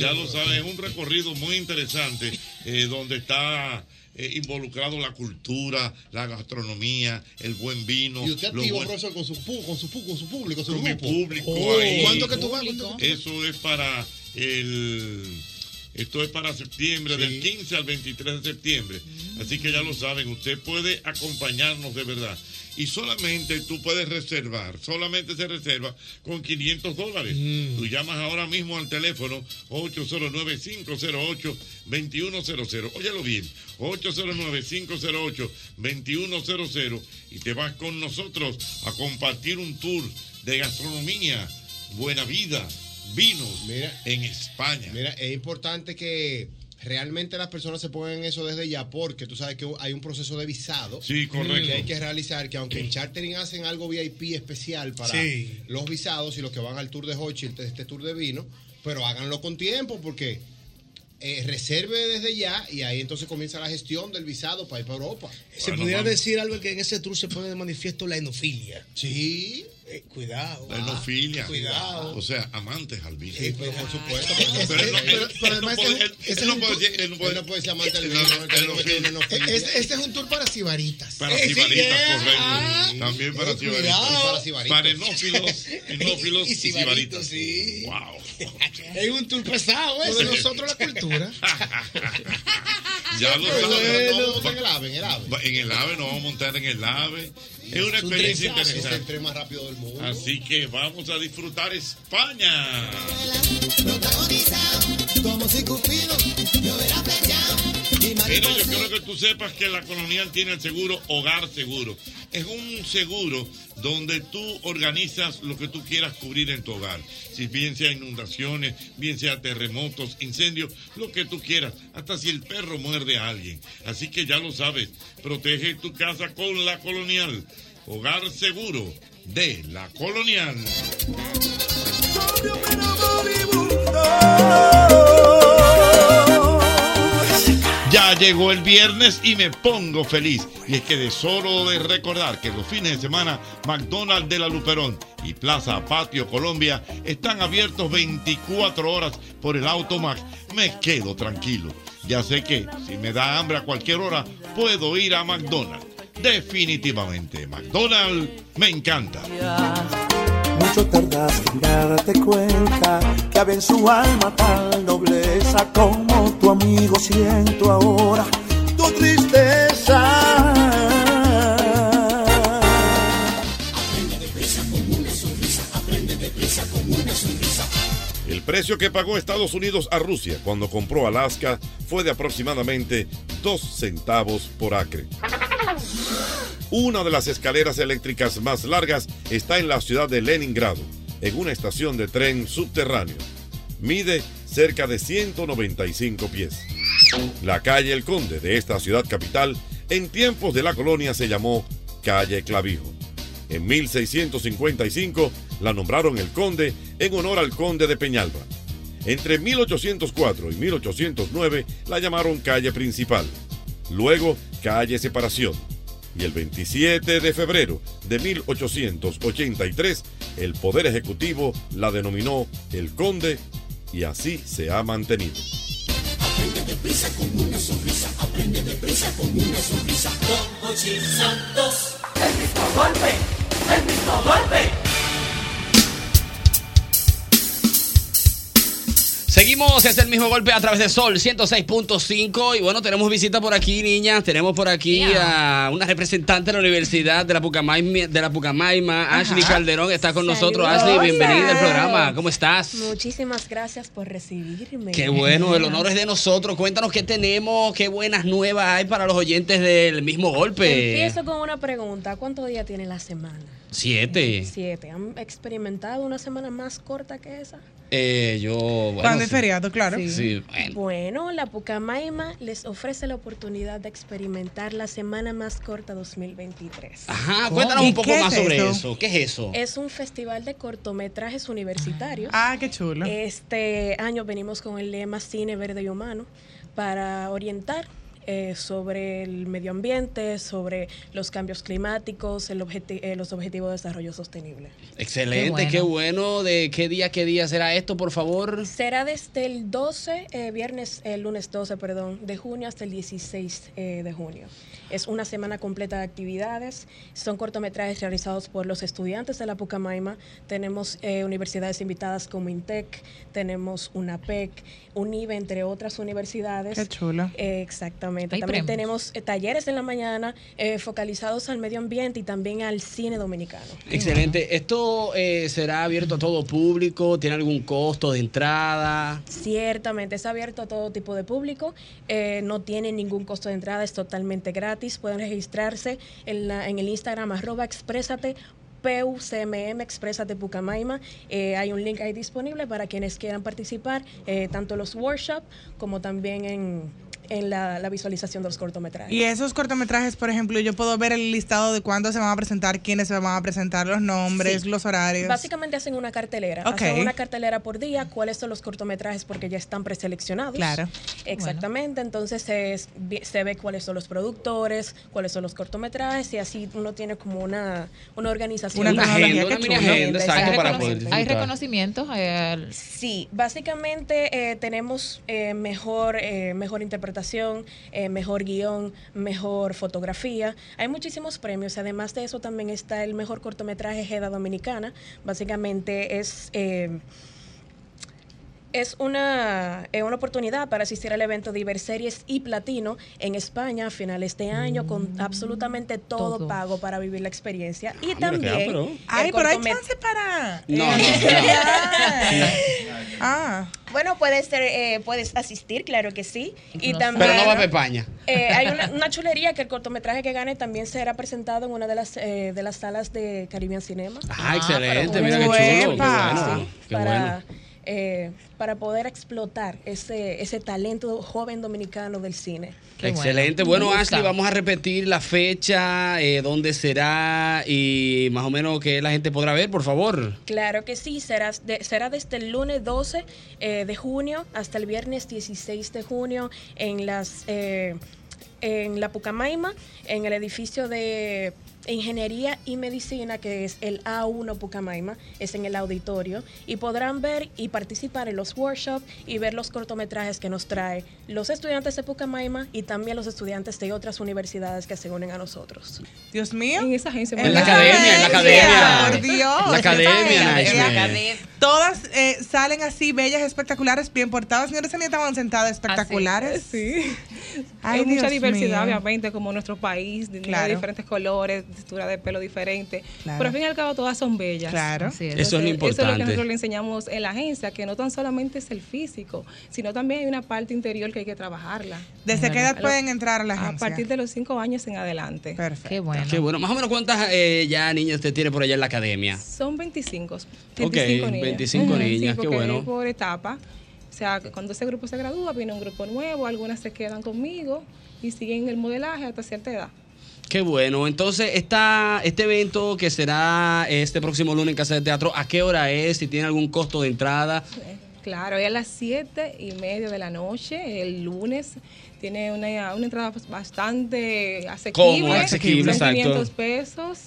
Speaker 23: Ya lo sabes, es un recorrido muy interesante eh, donde está eh, involucrado la cultura, la gastronomía, el buen vino.
Speaker 8: Y usted
Speaker 23: los
Speaker 8: activo,
Speaker 23: buen-
Speaker 8: profesor, con su, pu- con su, pu- con su público, su
Speaker 23: con mi
Speaker 8: grupo.
Speaker 23: público
Speaker 8: Oh.
Speaker 23: ahí.
Speaker 8: ¿Cuándo que tú vas? ¿Cuándo que-
Speaker 23: Eso es para el. Esto es para septiembre, del 15 al 23 de septiembre. Así que ya lo saben, usted puede acompañarnos de verdad. Y solamente tú puedes reservar, solamente se reserva con 500 dólares. Tú llamas ahora mismo al teléfono 809-508-2100. Óyelo bien, 809-508-2100 y te vas con nosotros a compartir un tour de gastronomía, buena vida, vinos en España.
Speaker 8: Mira, es importante que realmente las personas se pongan en eso desde ya, porque tú sabes que hay un proceso de visado
Speaker 23: Sí, correcto.
Speaker 8: que hay que realizar, que aunque en chartering hacen algo VIP especial para
Speaker 21: Sí.
Speaker 8: los visados y los que van al tour de Hochi, este, este tour de vino, pero háganlo con tiempo porque eh, reserve desde ya y ahí entonces comienza la gestión del visado para ir para Europa.
Speaker 21: Se pudiera decir algo que en ese tour se pone de manifiesto la enofilia. Eh,
Speaker 8: Sí.
Speaker 21: cuidado. ah,
Speaker 23: La enofilia.
Speaker 21: Cuidado.
Speaker 23: O sea, amantes al vino.
Speaker 8: Ah, Sí, pero por supuesto.
Speaker 23: Pero él no- él-
Speaker 8: Pero- pero
Speaker 23: él no
Speaker 8: además
Speaker 23: puede-
Speaker 8: es un-
Speaker 23: él-
Speaker 8: ese es
Speaker 23: él no
Speaker 8: un
Speaker 23: puede
Speaker 8: tour-
Speaker 23: decir- él no puede-
Speaker 8: él no puede ser amante del
Speaker 23: él
Speaker 8: vino,
Speaker 23: no-
Speaker 8: él no
Speaker 23: él no
Speaker 8: puede tener enofilia.
Speaker 7: Este, este es un tour para sibaritas.
Speaker 23: Para
Speaker 7: Eh, sí,
Speaker 23: cibaritas,
Speaker 7: eh,
Speaker 23: correcto.
Speaker 7: ah.
Speaker 23: También para
Speaker 7: Eh,
Speaker 23: cibaritas.
Speaker 7: cuidado.
Speaker 23: Para cibaritas. Para enófilos, enófilos
Speaker 7: Y-
Speaker 23: y
Speaker 7: y
Speaker 23: cibaritas.
Speaker 7: cibaritas,
Speaker 23: Wow.
Speaker 7: Es un tour
Speaker 8: Ah,
Speaker 7: pesado, eso.
Speaker 23: Lo de
Speaker 7: nosotros la cultura.
Speaker 23: Ya lo
Speaker 7: Bueno.
Speaker 23: saben.
Speaker 7: No,
Speaker 8: en el AVE, en el AVE.
Speaker 23: Va- En el AVE nos vamos a montar en el AVE. Es una
Speaker 8: Su
Speaker 23: experiencia
Speaker 8: trenzazo. Es el
Speaker 23: interesante.
Speaker 8: tren más rápido del mundo.
Speaker 23: Así que vamos a disfrutar España.
Speaker 7: Como si Cupido me hubiera peleado. Y
Speaker 23: Mira, yo
Speaker 7: mariposa-
Speaker 23: quiero que tú sepas que la colonial tiene el seguro Hogar Seguro. Es un seguro donde tú organizas lo que tú quieras cubrir en tu hogar. Si bien sea inundaciones, bien sea terremotos, incendios, lo que tú quieras. Hasta si el perro muerde a alguien. Así que ya lo sabes, protege tu casa con la colonial. Hogar Seguro de la colonial. Ya llegó el viernes y me pongo feliz. Y es que de solo de recordar que los fines de semana, McDonald's de la Luperón y Plaza Patio Colombia están abiertos 24 horas por el Automac, me quedo tranquilo. Ya sé que si me da hambre a cualquier hora, puedo ir a McDonald's. definitivamente. McDonald's me encanta.
Speaker 22: Mucho tardaste en darte cuenta que había en su alma tal nobleza como tu amigo siento ahora tu tristeza.
Speaker 23: El precio que pagó Estados Unidos a Rusia cuando compró Alaska fue de aproximadamente 2 centavos por acre. Una de las escaleras eléctricas más largas está en la ciudad de Leningrado, en una estación de tren subterráneo. Mide cerca de 195 pies. La calle El Conde de esta ciudad capital en tiempos de la colonia se llamó Calle Clavijo. En 1655 la nombraron el conde en honor al conde de Peñalba. Entre 1804 y 1809 la llamaron calle principal, luego calle separación. Y el 27 de febrero de 1883 el Poder Ejecutivo la denominó el conde y así se ha mantenido.
Speaker 7: Deprisa con una sonrisa, aprende deprisa con una sonrisa. Con Hochi Santos. El mismo golpe, el mismo golpe.
Speaker 2: Seguimos, es el mismo golpe a través de Sol 106.5 y bueno, tenemos visita por aquí, niñas, tenemos por aquí a una representante de la Universidad de la Pucamaima, de la Pucamaima Ashley Calderón, está con nosotros. Ashley, bienvenida al programa, ¿cómo estás?
Speaker 33: Muchísimas gracias por recibirme.
Speaker 2: Qué bueno, eh. el honor es de nosotros. Cuéntanos qué tenemos, qué buenas nuevas hay para los oyentes del mismo golpe.
Speaker 33: Empiezo con una pregunta. ¿Cuántos días tiene la semana?
Speaker 2: Siete.
Speaker 33: Siete. ¿Han experimentado una semana más corta que esa?
Speaker 2: Eh, yo, bueno,
Speaker 24: Cuando es
Speaker 2: sí.
Speaker 24: feriado, claro.
Speaker 2: Sí, bueno.
Speaker 33: Bueno, la Pucamaima les ofrece la oportunidad de experimentar la semana más corta 2023.
Speaker 2: Ajá, cuéntanos
Speaker 24: ¿Y
Speaker 2: un poco
Speaker 24: qué
Speaker 2: más
Speaker 24: es
Speaker 2: sobre
Speaker 24: eso?
Speaker 2: eso. ¿Qué es eso?
Speaker 33: Es un festival de cortometrajes universitarios.
Speaker 24: Ah, qué chulo.
Speaker 33: Este año venimos con el lema Cine Verde y Humano para orientar eh, sobre el medio ambiente, sobre los cambios climáticos, el objeti- eh, los objetivos de desarrollo sostenible.
Speaker 2: Excelente, qué bueno. ¿De qué día, qué día será esto, por favor?
Speaker 33: Será desde el 12, eh, viernes, el lunes 12, perdón, de junio hasta el 16 eh, de junio. Es una semana completa de actividades. Son cortometrajes realizados por los estudiantes de la Pucamaima. Tenemos eh, universidades invitadas como INTEC, tenemos UNAPEC, UNIBE, entre otras universidades.
Speaker 24: Qué chulo.
Speaker 33: Eh, exactamente.
Speaker 24: Hay
Speaker 33: también
Speaker 24: premios.
Speaker 33: tenemos eh, talleres en la mañana eh, focalizados al medio ambiente y también al cine dominicano.
Speaker 2: Excelente. ¿Esto eh, será abierto a todo público? ¿Tiene algún costo de entrada?
Speaker 33: Ciertamente, es abierto a todo tipo de público, eh, no tiene ningún costo de entrada, es totalmente gratis. Pueden registrarse en, la- en el Instagram arroba exprésate. PUCMM, Exprésate Pucamaima. Eh, hay un link ahí disponible para quienes quieran participar, eh, tanto en los workshops como también en, en la, la visualización de los cortometrajes.
Speaker 24: Y esos cortometrajes, por ejemplo, yo puedo ver el listado de cuándo se van a presentar, quiénes se van a presentar, los nombres,
Speaker 33: Sí.
Speaker 24: los horarios.
Speaker 33: Básicamente hacen una cartelera.
Speaker 24: Ok.
Speaker 2: Ok.
Speaker 33: Hacen una cartelera por día, cuáles son los cortometrajes porque ya están preseleccionados.
Speaker 24: Claro.
Speaker 33: Exactamente. Entonces es- vi- se ve cuáles son los productores, cuáles son los cortometrajes y así uno tiene como una, una organización.
Speaker 2: Una Una agenda, cronología, una qué mini chulo. agenda, exacto,
Speaker 33: Hay
Speaker 2: para
Speaker 33: reconoci-
Speaker 2: poder disfrutar.
Speaker 33: reconocimientos? eh, Sí, básicamente eh, tenemos eh, mejor, eh, mejor interpretación, eh, mejor guión, mejor fotografía. Hay muchísimos premios. Además de eso también está el mejor cortometraje Jeda Dominicana. Básicamente es... eh, es una, eh, una oportunidad para asistir al evento de Iberseries y Platino en España a finales de año
Speaker 24: Mm.
Speaker 33: con absolutamente todo, pago para vivir la experiencia. Y
Speaker 7: mira, qué
Speaker 33: también...
Speaker 7: amplio.
Speaker 24: Ay, pero hay
Speaker 33: chance
Speaker 24: para...
Speaker 2: No, no,
Speaker 24: Ah.
Speaker 33: Bueno, puedes, ser, eh, puedes asistir, claro que sí. Y también,
Speaker 2: Pero no va a Pepaña.
Speaker 33: eh, hay una, una chulería que el cortometraje que gane también será presentado en una de las, eh, de las salas de Caribbean Cinema.
Speaker 2: Ah, excelente,
Speaker 33: pero
Speaker 2: mira qué
Speaker 33: bueno.
Speaker 2: chulo. Qué bueno.
Speaker 33: Sí,
Speaker 2: Qué bueno.
Speaker 33: para, eh, para poder explotar ese, ese talento joven dominicano del cine.
Speaker 2: Excelente. Bueno,
Speaker 33: Me gusta.
Speaker 2: Ashley, vamos a repetir la fecha, eh, dónde será y más o menos qué la gente podrá ver, por favor.
Speaker 33: Claro que sí, será, de- será desde el lunes 12 eh, de junio hasta el viernes 16 de junio en las eh, en la Pucamaima, en el edificio de Ingeniería y Medicina, que es el A1 Pucamaima, es en el auditorio, y podrán ver y participar en los workshops y ver los cortometrajes que nos trae los estudiantes de Pucamaima y también los estudiantes de otras universidades que se unen a nosotros.
Speaker 24: Dios mío. En
Speaker 33: esa agencia.
Speaker 24: En
Speaker 2: la academia, en la academia.
Speaker 24: Por Dios.
Speaker 2: La academia,
Speaker 24: Esa
Speaker 2: Naishme.
Speaker 24: academia. Todas eh, salen así, bellas, espectaculares, bien portadas. Señores, se estaban sentadas espectaculares.
Speaker 20: Sí.
Speaker 24: Ay,
Speaker 20: Hay mucha
Speaker 24: Dios
Speaker 20: diversidad,
Speaker 24: mío.
Speaker 20: obviamente, como nuestro país, de
Speaker 24: Claro.
Speaker 20: de diferentes colores, textura de pelo diferente.
Speaker 24: Claro.
Speaker 20: Pero al fin y al cabo todas son bellas.
Speaker 24: Claro. Así es. Eso es lo
Speaker 20: Eso es lo que
Speaker 24: importante.
Speaker 20: nosotros le enseñamos en la agencia, que no tan solamente es el físico, sino también hay una parte interior que hay que trabajarla.
Speaker 24: ¿Desde qué edad pueden entrar a la
Speaker 20: A
Speaker 24: agencia?
Speaker 20: partir de los cinco años en adelante.
Speaker 24: Perfecto.
Speaker 20: Qué bueno.
Speaker 2: Qué bueno. Más o menos cuántas eh, ya niñas usted tiene por allá en la academia.
Speaker 20: Son 25. 25
Speaker 2: 25 niñas.
Speaker 20: niñas.
Speaker 2: 25 niñas,
Speaker 20: sí, porque
Speaker 2: qué bueno.
Speaker 20: es por etapa. O sea, que cuando ese grupo se gradúa, viene un grupo nuevo, algunas se quedan conmigo y siguen el modelaje hasta cierta edad.
Speaker 2: Qué bueno. Entonces, esta, este evento que será este próximo lunes en Casa de Teatro, ¿a qué hora es? Si tiene algún costo de entrada.
Speaker 20: Claro, es a las siete y media de la noche, el lunes. Tiene una, una entrada pues, bastante asequible.
Speaker 2: Cómoda, asequible,
Speaker 20: son
Speaker 2: exacto.
Speaker 20: 500 pesos.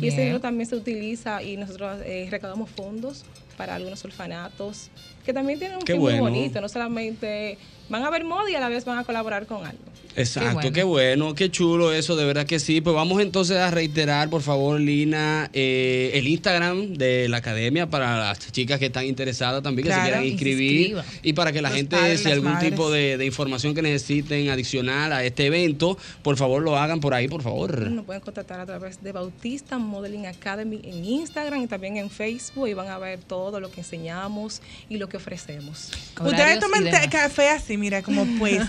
Speaker 20: Y ese Bien. dinero también se utiliza y nosotros eh, recaudamos fondos para algunos orfanatos, que también tienen un
Speaker 2: Qué
Speaker 20: fin
Speaker 2: bueno.
Speaker 20: muy bonito. No solamente van a ver moda y a la vez van a colaborar con algo.
Speaker 2: Exacto,
Speaker 20: bueno.
Speaker 2: qué bueno, qué chulo eso, de verdad que sí. Pues vamos entonces a reiterar, por favor, Lina, eh, el Instagram de la academia para las chicas que están interesadas también,
Speaker 25: Claro,
Speaker 2: que se quieran
Speaker 25: y se
Speaker 2: inscribir.
Speaker 25: inscriban.
Speaker 2: Y, para que la
Speaker 25: Los
Speaker 2: gente,
Speaker 25: padres,
Speaker 2: si
Speaker 25: las
Speaker 2: algún
Speaker 25: madres.
Speaker 2: tipo de, de información que necesiten adicional a este evento, por favor lo hagan por ahí, por favor.
Speaker 20: Nos pueden contactar a través de Bautista Modeling Academy en Instagram y también en Facebook y van a ver todo lo que enseñamos y lo que ofrecemos.
Speaker 24: Ustedes toman té- café así, mira, como pues.
Speaker 2: No,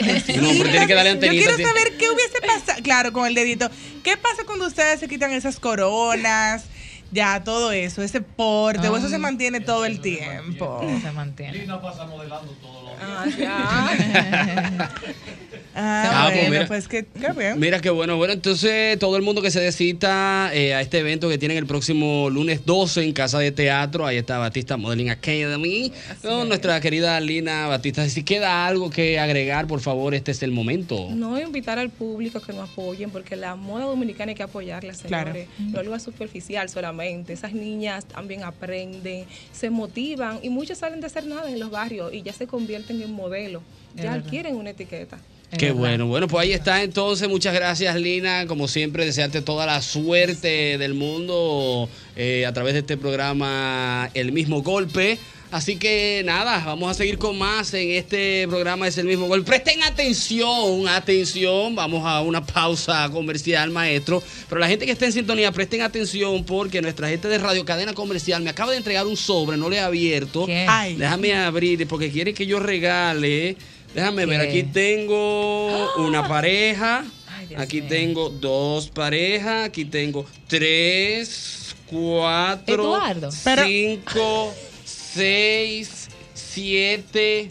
Speaker 2: pero tiene que darle
Speaker 24: Yo
Speaker 2: antenita.
Speaker 24: quiero
Speaker 2: ti-
Speaker 24: saber qué hubiese pasado. Claro, con el dedito. ¿Qué pasa cuando ustedes se quitan esas coronas? Ya, todo eso, ese porte, o eso se mantiene todo el tiempo. Se mantiene.
Speaker 15: Lina pasa modelando todos los días.
Speaker 24: Ah, ya.
Speaker 2: Ah,
Speaker 24: Ah,
Speaker 2: pues
Speaker 24: bueno,
Speaker 2: mira.
Speaker 24: pues que, qué bien.
Speaker 2: Mira qué bueno. Bueno, entonces todo el mundo que se decita eh, a este evento que tienen el próximo lunes 12 en Casa de Teatro, ahí está Batista Modeling Academy, con nuestra querida Lina Batista. Si queda algo que agregar, por favor, este es el momento.
Speaker 20: No invitar al público que nos apoyen, porque la moda dominicana hay que apoyarla,
Speaker 2: Claro.
Speaker 20: señores. No es algo superficial solamente. Esas niñas también aprenden, se motivan y muchas salen de hacer nada en los barrios y ya se convierten en modelo.
Speaker 2: Es
Speaker 20: Ya
Speaker 2: verdad.
Speaker 20: adquieren una etiqueta.
Speaker 2: Qué bueno, bueno, pues ahí está entonces, muchas gracias Lina, como siempre desearte toda la suerte del mundo eh, a través de este programa El mismo golpe. Así que nada, vamos a seguir con más en este programa Es el mismo golpe. Presten atención, atención, vamos a una pausa comercial, maestro. Pero la gente que está en sintonía, presten atención porque nuestra gente de Radio Cadena Comercial me acaba de entregar un sobre, no le he abierto.
Speaker 25: Ay.
Speaker 2: Déjame abrir porque quiere que yo regale. Déjame ver,
Speaker 25: ¿Qué?
Speaker 2: aquí tengo una pareja, aquí tengo dos parejas, aquí tengo tres, cuatro,
Speaker 25: Eduardo.
Speaker 2: cinco, seis, siete,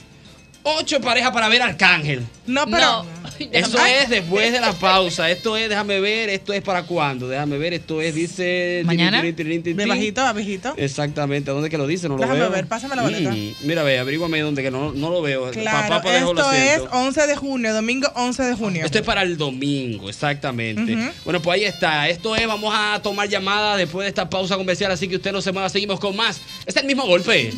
Speaker 2: ocho parejas para ver Arcángel.
Speaker 24: No, pero.
Speaker 2: Eso es después de la pausa. Esto es, déjame ver, esto es para cuándo. Déjame ver, esto es, dice.
Speaker 24: Mañana.
Speaker 2: tirin, tirin, tirin,
Speaker 24: De
Speaker 2: tirin.
Speaker 24: bajito a bajito.
Speaker 2: Exactamente, ¿a dónde que lo dice? No lo
Speaker 24: Déjame
Speaker 2: veo. Mm.
Speaker 24: ver, pásame la boleta.
Speaker 2: mira, ve, averíguame dónde, que no, no lo veo.
Speaker 24: Claro,
Speaker 2: Pues Papá, para
Speaker 24: esto es 11 de junio, domingo 11 de junio.
Speaker 2: Esto es para el domingo, exactamente.
Speaker 24: Ujú.
Speaker 2: Bueno, pues ahí está. Esto es, vamos a tomar llamada después de esta pausa comercial, así que usted no se mueva, seguimos con más. Es el mismo golpe.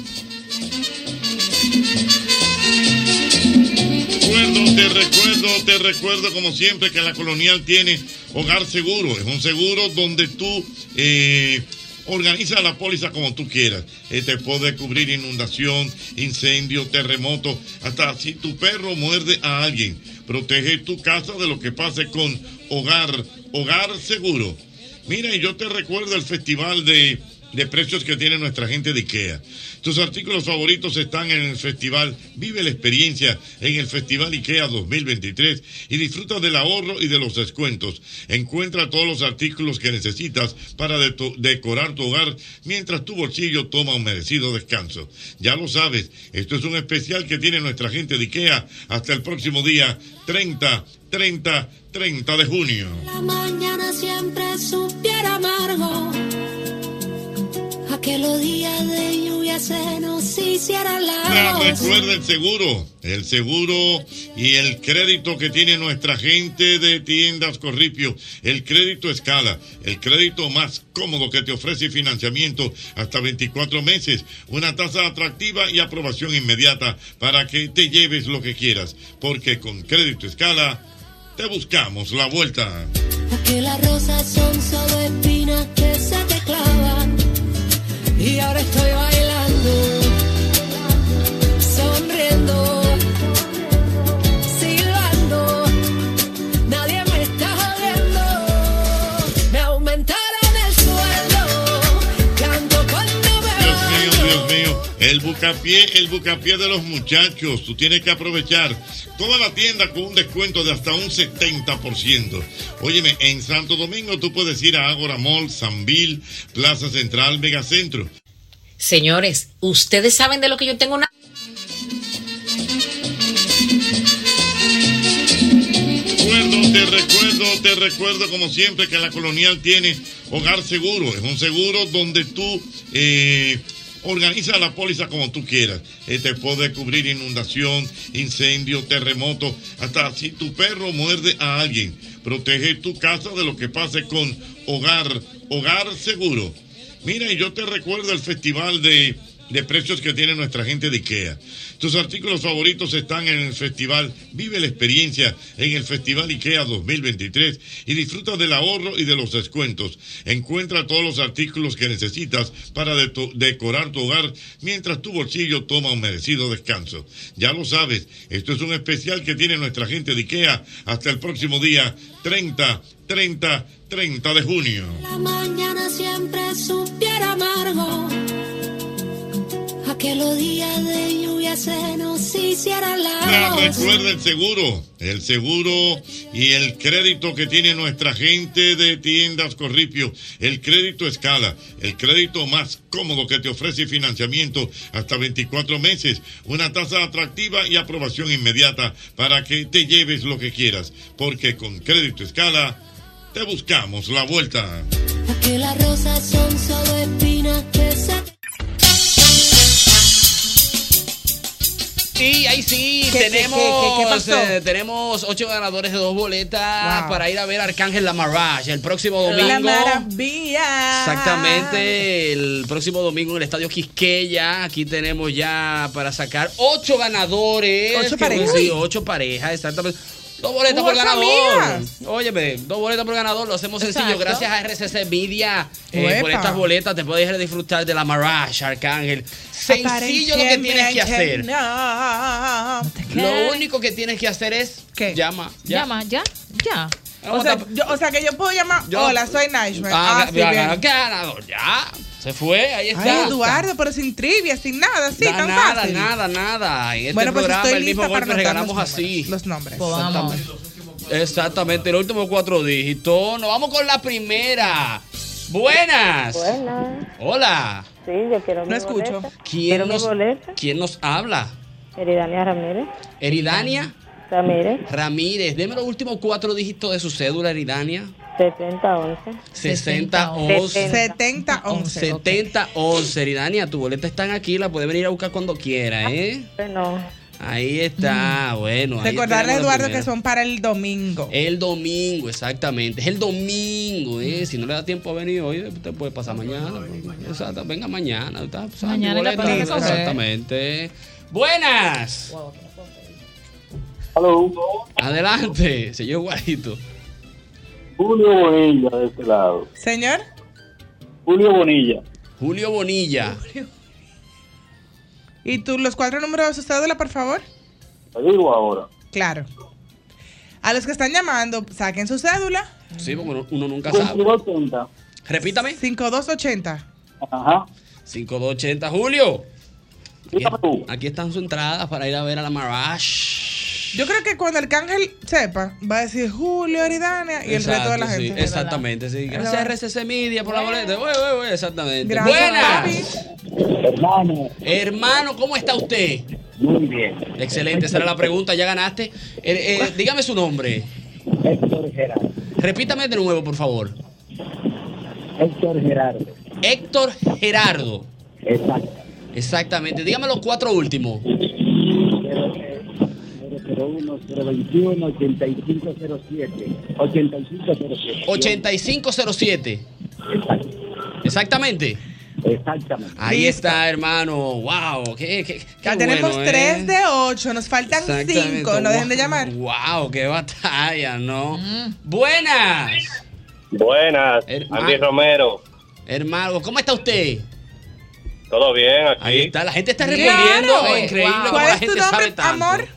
Speaker 23: recuerdo, te recuerdo, te recuerdo como siempre que la colonial tiene Hogar Seguro. Es un seguro donde tú eh, organizas la póliza como tú quieras. Eh, te puede cubrir inundación, incendio, terremoto, hasta si tu perro muerde a alguien. Protege tu casa de lo que pase con Hogar, Hogar Seguro. Mira, y yo te recuerdo el festival de, de precios que tiene nuestra gente de IKEA. Tus artículos favoritos están en el festival. Vive la experiencia en el Festival IKEA 2023 y disfruta del ahorro y de los descuentos. Encuentra todos los artículos que necesitas para de- tu- decorar tu hogar mientras tu bolsillo toma un merecido descanso. Ya lo sabes, esto es un especial que tiene nuestra gente de IKEA hasta el próximo día 30, 30, 30 de junio.
Speaker 7: La mañana siempre supiera amargo. Aquellos días de lluvia que se nos hiciera
Speaker 23: Ahora,
Speaker 7: la
Speaker 23: Recuerda el seguro, el seguro y el crédito que tiene nuestra gente de tiendas Corripio, el crédito escala, el crédito más cómodo que te ofrece financiamiento hasta 24 meses, una tasa atractiva y aprobación inmediata para que te lleves lo que quieras, porque con crédito escala te buscamos la vuelta.
Speaker 7: Porque las rosas son solo espinas que se te clavan. Y ahora estoy bailando, sonriendo, silbando. Nadie me está jodiendo. Me aumentaron el sueldo. Canto cuando me
Speaker 23: Dios mío, Dios mío. El bucapié, el bucapié de los muchachos. Tú tienes que aprovechar toda la tienda con un descuento de hasta un 70%. Óyeme, en Santo Domingo tú puedes ir a Ágora Mall, Sanvil, Plaza Central, Megacentro.
Speaker 30: Señores, ustedes saben de lo que yo tengo una.
Speaker 23: recuerdo, te recuerdo, te recuerdo como siempre que la colonial tiene hogar seguro. Es un seguro donde tú eh, organizas la póliza como tú quieras. Eh, te puede cubrir inundación, incendio, terremoto, hasta si tu perro muerde a alguien. Protege tu casa de lo que pase con hogar, hogar seguro. Mira, y yo te recuerdo el festival de, de precios que tiene nuestra gente de IKEA. Tus artículos favoritos están en el festival. Vive la experiencia en el Festival IKEA 2023 y disfruta del ahorro y de los descuentos. Encuentra todos los artículos que necesitas para de- tu- decorar tu hogar mientras tu bolsillo toma un merecido descanso. Ya lo sabes, esto es un especial que tiene nuestra gente de IKEA hasta el próximo día 30, 30, 30 de junio.
Speaker 7: La mañana siempre supiera amargo. Aquellos días de lluvia se nos hiciera
Speaker 23: Ah,
Speaker 7: la
Speaker 23: recuerda el seguro, el seguro y el crédito que tiene nuestra gente de tiendas Corripio, el crédito escala, el crédito más cómodo que te ofrece financiamiento hasta 24 meses, una tasa atractiva y aprobación inmediata para que te lleves lo que quieras, porque con crédito escala te buscamos la vuelta.
Speaker 7: Porque las rosas son solo espinas que se
Speaker 2: Sí, ahí sí,
Speaker 7: ¿Qué, qué,
Speaker 2: tenemos,
Speaker 7: qué, qué, qué pasó?
Speaker 2: eh, tenemos ocho ganadores de dos boletas
Speaker 24: Wow.
Speaker 2: para ir a ver a Arcángel Lamarage el próximo domingo.
Speaker 24: La maravilla.
Speaker 2: Exactamente, el próximo domingo en el Estadio Quisqueya, aquí tenemos ya para sacar ocho ganadores.
Speaker 24: Ocho
Speaker 2: que-
Speaker 24: parejas.
Speaker 2: Sí, ocho parejas, exactamente. Dos boletas por
Speaker 24: Ocho
Speaker 2: ganador.
Speaker 24: amigas.
Speaker 2: Óyeme, dos boletas por ganador, lo hacemos Pues sencillo.
Speaker 24: Exacto.
Speaker 2: Gracias a RCC Media eh, por
Speaker 24: Uepa.
Speaker 2: estas boletas te puedes ir a disfrutar de la Marage, Arcángel. Sencillo lo que
Speaker 24: Aparentemente
Speaker 2: tienes que hacer.
Speaker 24: no.
Speaker 2: Lo único que tienes que hacer es llama. ya.
Speaker 24: Llama, ya, ya.
Speaker 2: Vamos
Speaker 24: O sea,
Speaker 2: a-
Speaker 24: yo- o sea, que yo puedo llamar.
Speaker 2: Yo-
Speaker 24: Hola, soy Nashman.
Speaker 2: Ah,
Speaker 24: Ah,
Speaker 2: ga-
Speaker 24: sí, bien.
Speaker 2: ganador, ganador, ya. Se fue, ahí está.
Speaker 24: Ay, Eduardo, pero sin trivia, sin nada, sí,
Speaker 2: Da
Speaker 24: tan
Speaker 2: nada,
Speaker 24: fácil.
Speaker 2: nada, nada. En este
Speaker 24: Bueno, pues
Speaker 2: programa,
Speaker 24: estoy
Speaker 2: el mismo
Speaker 24: lista para
Speaker 2: golpe
Speaker 24: anotar
Speaker 2: regalamos
Speaker 24: los
Speaker 2: así.
Speaker 24: Los nombres.
Speaker 2: Pues vamos. Exactamente, los últimos cuatro dígitos. Nos vamos con la primera. Buenas.
Speaker 1: Buenas.
Speaker 2: Hola.
Speaker 1: Sí, yo quiero mi boleta. Quiero
Speaker 2: ¿Quién
Speaker 1: mi
Speaker 2: nos,
Speaker 1: boleta.
Speaker 2: ¿Quién nos habla?
Speaker 1: Eridania Ramírez.
Speaker 2: Eridania.
Speaker 1: Ramírez.
Speaker 2: Ramírez. Deme los últimos cuatro dígitos de su cédula, Eridania.
Speaker 1: 7011.
Speaker 2: 6011.
Speaker 24: 7011.
Speaker 2: 7011. Eridania, tus boletas están aquí, la puedes venir a buscar cuando quiera, ¿eh?
Speaker 1: Bueno,
Speaker 2: Ahí está, bueno. ahí
Speaker 24: Recordarle Mm. a
Speaker 2: tenemos la
Speaker 24: Eduardo que
Speaker 2: primera.
Speaker 24: son para el domingo.
Speaker 2: El domingo, exactamente. Es el domingo,
Speaker 24: Mm.
Speaker 2: ¿eh? Si no le da tiempo a venir hoy, usted puede pasar mañana. Exacto, venga mañana. está, sabe,
Speaker 7: Mañana la
Speaker 2: boleta,
Speaker 7: puede recoger.
Speaker 2: Exactamente. Buenas. Adelante, señor Guarito.
Speaker 19: Julio Bonilla de este lado.
Speaker 24: Señor.
Speaker 19: Julio Bonilla.
Speaker 2: Julio Bonilla.
Speaker 24: ¿Y tú los cuatro números de su cédula, por favor?
Speaker 19: Te digo ahora.
Speaker 24: Claro. A los que están llamando, saquen su cédula.
Speaker 2: Sí, porque uno, uno nunca sabe.
Speaker 19: 5280.
Speaker 2: Repítame.
Speaker 24: 5280.
Speaker 19: Ajá.
Speaker 2: 5280, Julio. Aquí, aquí están sus entradas para ir a ver a la Marash.
Speaker 24: Yo creo que cuando el cángel sepa, va a decir Julio Aridania y el resto de la
Speaker 2: Exacto, sí,
Speaker 24: gente.
Speaker 2: exactamente, sí. Gracias
Speaker 24: Pero-
Speaker 2: RCC Media por la boleta. Ué, ué, ué, exactamente.
Speaker 24: Gracias,
Speaker 2: Buenas. Hermano. Hermano, ¿cómo está usted? Muy bien. Excelente, esa era la pregunta, ya ganaste. Eh, eh, dígame su nombre. Héctor Gerardo. Repítame de nuevo, por favor.
Speaker 19: Héctor Gerardo.
Speaker 2: Héctor Gerardo.
Speaker 19: Exacto.
Speaker 2: Exactamente. Dígame los cuatro últimos.
Speaker 7: eh,
Speaker 4: 001 021 8507 8507
Speaker 2: 8507. Exactamente.
Speaker 4: Exactamente.
Speaker 2: Ahí
Speaker 4: Listo.
Speaker 2: está, hermano. Wow. Qué, qué- qué
Speaker 24: Ya tenemos
Speaker 2: bueno, ¿eh?
Speaker 24: tres de ocho, nos faltan
Speaker 2: Exactamente.
Speaker 24: cinco. No dejen de llamar. Mm.
Speaker 2: Wow, qué batalla, ¿no? Buenas.
Speaker 5: Buenas, Andy Romero.
Speaker 2: Hermano, ¿cómo está usted?
Speaker 5: ¿Todo bien aquí?
Speaker 2: Ahí está, la gente está respondiendo.
Speaker 24: Claro.
Speaker 2: Es Increíble
Speaker 24: Wow.
Speaker 2: cómo
Speaker 24: ¿Cuál
Speaker 2: la
Speaker 24: es tu
Speaker 2: gente
Speaker 24: nombre,
Speaker 2: sabe tanto.
Speaker 24: amor?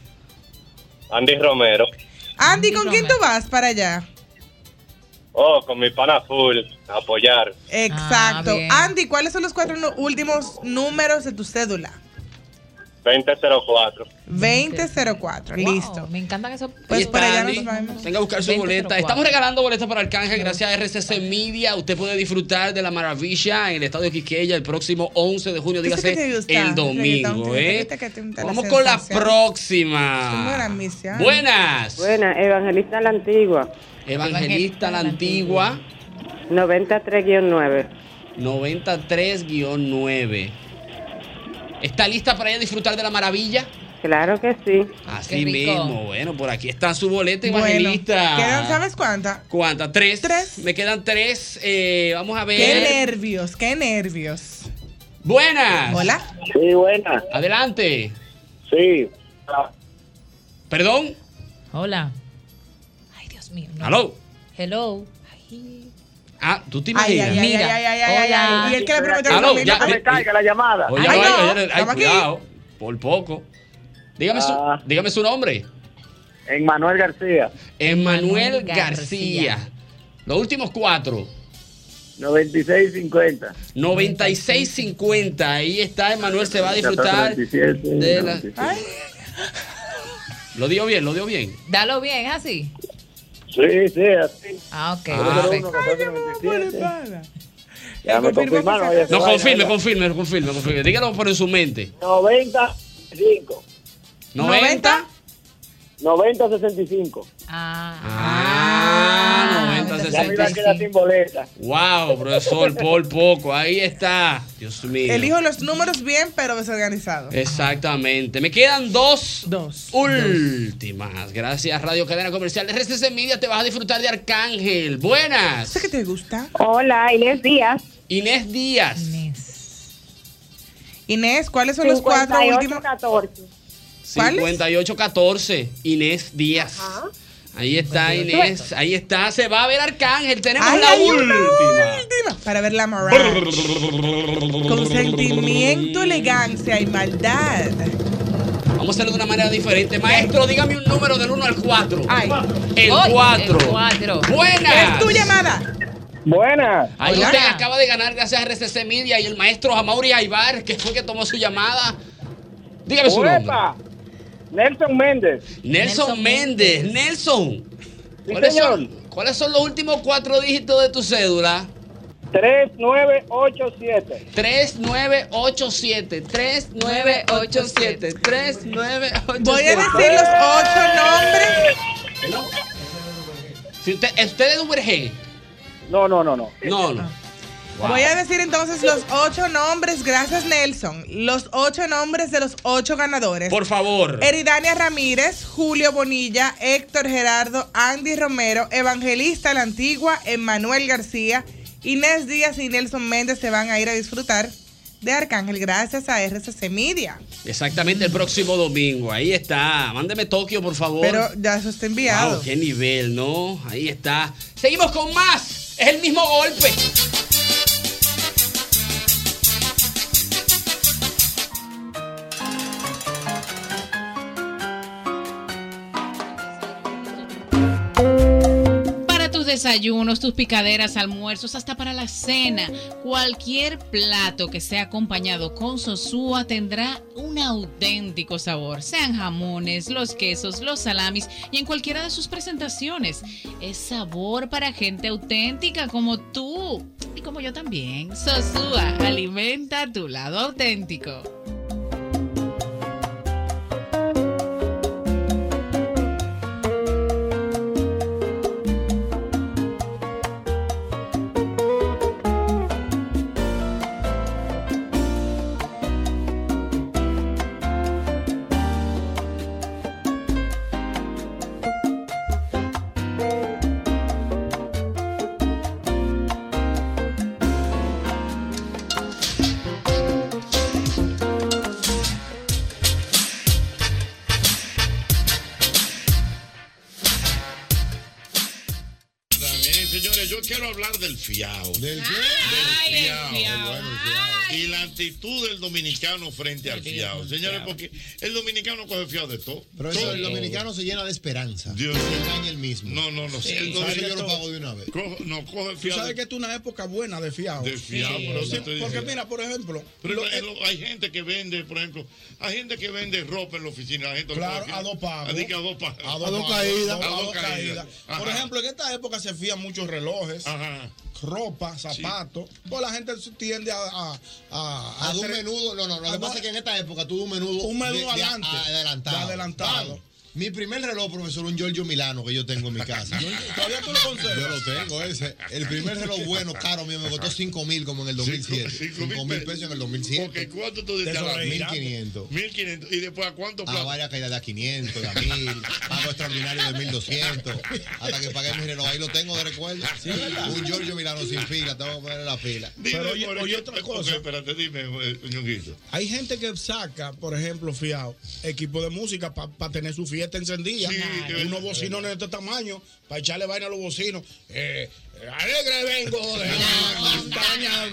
Speaker 5: Andy Romero.
Speaker 24: Andy, ¿con quién tú vas para allá?
Speaker 5: Oh, con mi pana full, a apoyar.
Speaker 24: Exacto. Andy, ¿cuáles son los cuatro nu- últimos números de tu cédula?
Speaker 5: 2004.
Speaker 24: 2004. Listo.
Speaker 30: Me encantan esos.
Speaker 2: Ahí
Speaker 24: Pues
Speaker 2: está
Speaker 24: por allá
Speaker 2: Andy.
Speaker 24: nos vamos.
Speaker 2: Venga a buscar su
Speaker 24: 20
Speaker 2: boleta.
Speaker 24: 04.
Speaker 2: Estamos regalando boletas para Arcángel gracias a RCC Media. Usted puede disfrutar de la maravilla en el estadio Quiqueya el próximo 11 de junio,
Speaker 24: Yo sé que te
Speaker 2: dígase
Speaker 24: gusta
Speaker 2: el
Speaker 24: reggaetón,
Speaker 2: domingo.
Speaker 24: te
Speaker 2: ¿eh?
Speaker 24: gusta que te gusta
Speaker 2: Vamos con la
Speaker 24: sensación. Son
Speaker 2: próxima.
Speaker 24: buenas misiones.
Speaker 2: Buenas.
Speaker 1: Buenas, Evangelista la Antigua.
Speaker 2: Evangelista la Antigua,
Speaker 1: 93-9.
Speaker 2: 93-9. ¿Está lista para ir a disfrutar de la maravilla?
Speaker 1: Claro que sí.
Speaker 2: Así mismo. Bueno, por aquí está su boleta
Speaker 24: Bueno,
Speaker 2: evangelista.
Speaker 24: quedan, ¿sabes cuántas?
Speaker 2: ¿Cuántas? ¿Tres? Me quedan tres. eh, vamos a ver.
Speaker 24: Qué nervios, qué nervios.
Speaker 2: Buenas.
Speaker 24: Hola.
Speaker 5: Sí, buenas.
Speaker 2: Adelante.
Speaker 5: Sí.
Speaker 2: ¿Perdón?
Speaker 30: Hola. Ay, Dios mío. no.
Speaker 2: ¿Aló?
Speaker 30: Hello.
Speaker 2: Ah, ¿tú te
Speaker 30: Ay,
Speaker 2: imaginas?
Speaker 30: ay, ay, Mira. ay, ay, ay, ay, ay. Y él que le prometió
Speaker 2: Aló,
Speaker 30: también que
Speaker 2: ya,
Speaker 30: no me
Speaker 2: eh,
Speaker 30: caiga
Speaker 2: eh,
Speaker 30: la llamada.
Speaker 2: Oye,
Speaker 30: Ay,
Speaker 2: oye,
Speaker 30: no,
Speaker 2: oye, ay,
Speaker 30: estamos aquí.
Speaker 2: cuidado. Por poco. Dígame, su, dígame su nombre.
Speaker 4: Emmanuel García.
Speaker 2: Emmanuel
Speaker 4: Emmanuel
Speaker 2: García.
Speaker 4: García.
Speaker 2: Los últimos cuatro.
Speaker 4: 9650.
Speaker 2: 9650. Ahí está, Emmanuel se va a disfrutar.
Speaker 4: 97,
Speaker 2: de la-
Speaker 4: 97.
Speaker 2: Lo dio bien, lo dio bien.
Speaker 30: Dalo bien, ¿es así.
Speaker 4: Sí, sí, así.
Speaker 30: Ah, ok.
Speaker 2: Ah,
Speaker 30: perfecto.
Speaker 4: Ya me confirmaron. oye, se
Speaker 2: No,
Speaker 4: vaya,
Speaker 2: confirme,
Speaker 4: ya.
Speaker 2: confirme, confirme, confirme. Dígalo por en su mente.
Speaker 4: 95.
Speaker 2: 90.
Speaker 4: 9065.
Speaker 2: Ah,
Speaker 4: Ya me iba a quedar
Speaker 2: 90
Speaker 4: sin boleta.
Speaker 2: Wow, profesor, por poco. Ahí está. Dios mío.
Speaker 24: Elijo los números bien, pero desorganizado.
Speaker 2: Exactamente. Me quedan dos, últimas. Gracias, Radio Cadena Comercial. De RCC Media te vas a disfrutar de Arcángel. Buenas. ¿Sé
Speaker 24: que te gusta?
Speaker 1: Hola, Inés Díaz.
Speaker 2: Inés Díaz.
Speaker 24: Inés, ¿cuáles son los cuatro
Speaker 1: 58,
Speaker 24: últimos?
Speaker 2: 5814. Inés Díaz.
Speaker 1: Ah,
Speaker 2: Ahí está, Inés. Ahí está. Se va a ver Arcángel. Tenemos
Speaker 24: Ay,
Speaker 2: la
Speaker 24: hay una
Speaker 2: última.
Speaker 24: última. Para ver la moral. Con sentimiento, elegancia y maldad.
Speaker 2: Vamos a hacerlo de una manera diferente. Maestro, dígame un número del 1 al 4. El
Speaker 24: Voy. El
Speaker 2: 4.
Speaker 24: cuatro.
Speaker 2: Buenas.
Speaker 24: Es tu llamada.
Speaker 4: Buenas.
Speaker 2: Ahí
Speaker 4: Hola.
Speaker 2: usted acaba de ganar gracias a RCC Media y el maestro Amauri Aibar, que fue que tomó su llamada. Dígame su nombre.
Speaker 4: Uepa. Nelson Méndez.
Speaker 2: Nelson Méndez. Nelson.
Speaker 4: Sí,
Speaker 2: ¿Cuáles
Speaker 4: señor.
Speaker 2: son, cuáles son los últimos cuatro dígitos de tu cédula?
Speaker 4: 3987.
Speaker 2: 3987. 3987. 3987.
Speaker 24: Voy a decir los ocho
Speaker 2: Si usted, ¿Usted es de UBG?
Speaker 4: No, no, no, no.
Speaker 2: No, no. Wow.
Speaker 24: Voy a decir entonces los ocho nombres, gracias Nelson, los ocho nombres de los ocho ganadores.
Speaker 2: Por favor.
Speaker 24: Eridania Ramírez, Julio Bonilla, Héctor Gerardo, Andy Romero, Evangelista La Antigua, Emmanuel García, Inés Díaz y Nelson Méndez se van a ir a disfrutar de Arcángel gracias a RCC Media.
Speaker 2: Exactamente el próximo domingo. Ahí está. Mándeme Tokio, por favor.
Speaker 24: Pero ya eso está enviado.
Speaker 2: Wow, qué nivel, ¿no? Ahí está. Seguimos con más. Es el mismo golpe.
Speaker 30: Para tus desayunos, tus picaderas, almuerzos, hasta para la cena, cualquier plato que sea acompañado con sosúa tendrá un auténtico sabor. Sean jamones, los quesos, los salamis y en cualquiera de sus presentaciones. Es sabor para gente auténtica como tú y como yo también. Sosúa, alimenta tu lado auténtico.
Speaker 23: hablar del fiao.
Speaker 8: ¿Del
Speaker 23: qué? Del
Speaker 5: el fiao.
Speaker 23: Y la actitud del dominicano frente al fiao. Señores, porque el dominicano coge fiao de todo.
Speaker 8: Pero eso,
Speaker 23: Todo.
Speaker 8: el dominicano se llena de esperanza.
Speaker 23: Dios
Speaker 8: se
Speaker 23: mío.
Speaker 8: engaña el mismo.
Speaker 23: No, no, no.
Speaker 8: Sí.
Speaker 23: El
Speaker 8: ¿Sabes que yo
Speaker 23: dominicano-
Speaker 8: lo pago de una vez?
Speaker 23: Coge- no, coge
Speaker 3: Tú
Speaker 23: fiao.
Speaker 3: sabes
Speaker 23: de-
Speaker 3: que esta es una época buena de fiado.
Speaker 23: De fiado,
Speaker 3: Sí.
Speaker 23: pero
Speaker 3: Sí,
Speaker 23: sí te digo.
Speaker 3: porque mira, por ejemplo,
Speaker 23: Pero
Speaker 3: lo-
Speaker 23: es lo- hay gente que vende, por ejemplo, hay gente que vende ropa en la oficina. La gente
Speaker 3: Claro,
Speaker 23: coge-
Speaker 3: a dos pagos.
Speaker 23: Así que A dos pagos.
Speaker 3: a dos, caídas,
Speaker 23: A dos caídas.
Speaker 3: Por
Speaker 23: Ajá.
Speaker 3: ejemplo, en esta época se fían muchos relojes, ropa, zapatos. Pues la gente tiende a. A, a,
Speaker 8: A de un
Speaker 3: hacer-
Speaker 8: menudo, no, no, lo
Speaker 3: a-
Speaker 8: que pasa es que en esta época tuve un menudo.
Speaker 3: Un menudo adelante.
Speaker 8: adelantado.
Speaker 3: De adelantado.
Speaker 8: Vamos. Mi primer reloj, profesor, un Giorgio Milano que yo tengo en mi casa.
Speaker 3: ¿Todavía tú lo conservas?
Speaker 8: Yo lo tengo ese. El primer reloj bueno, caro mío, me costó 5 mil como en el 2007. 5 mil pesos en el 2007.
Speaker 23: Porque ¿cuánto tú dices?
Speaker 8: 1500.
Speaker 23: 1500. ¿Y después a cuánto
Speaker 8: A varias caídas de a 500, de a 1000, pago extraordinario de 1200, hasta que pagué mi reloj. Ahí lo tengo de recuerdo. Un Giorgio Milano sin fila, tengo que poner en la fila.
Speaker 23: Dime, por ejemplo, ok, espérate, dime, eh, Ñonguito.
Speaker 3: Hay gente que saca, por ejemplo, fiado, equipo de música para tener su fiesta encendida.
Speaker 23: Sí, de
Speaker 3: unos
Speaker 23: verdad.
Speaker 3: bocinos de este tamaño, para echarle vaina a los bocinos. Eh, eh, alegre vengo de la montaña.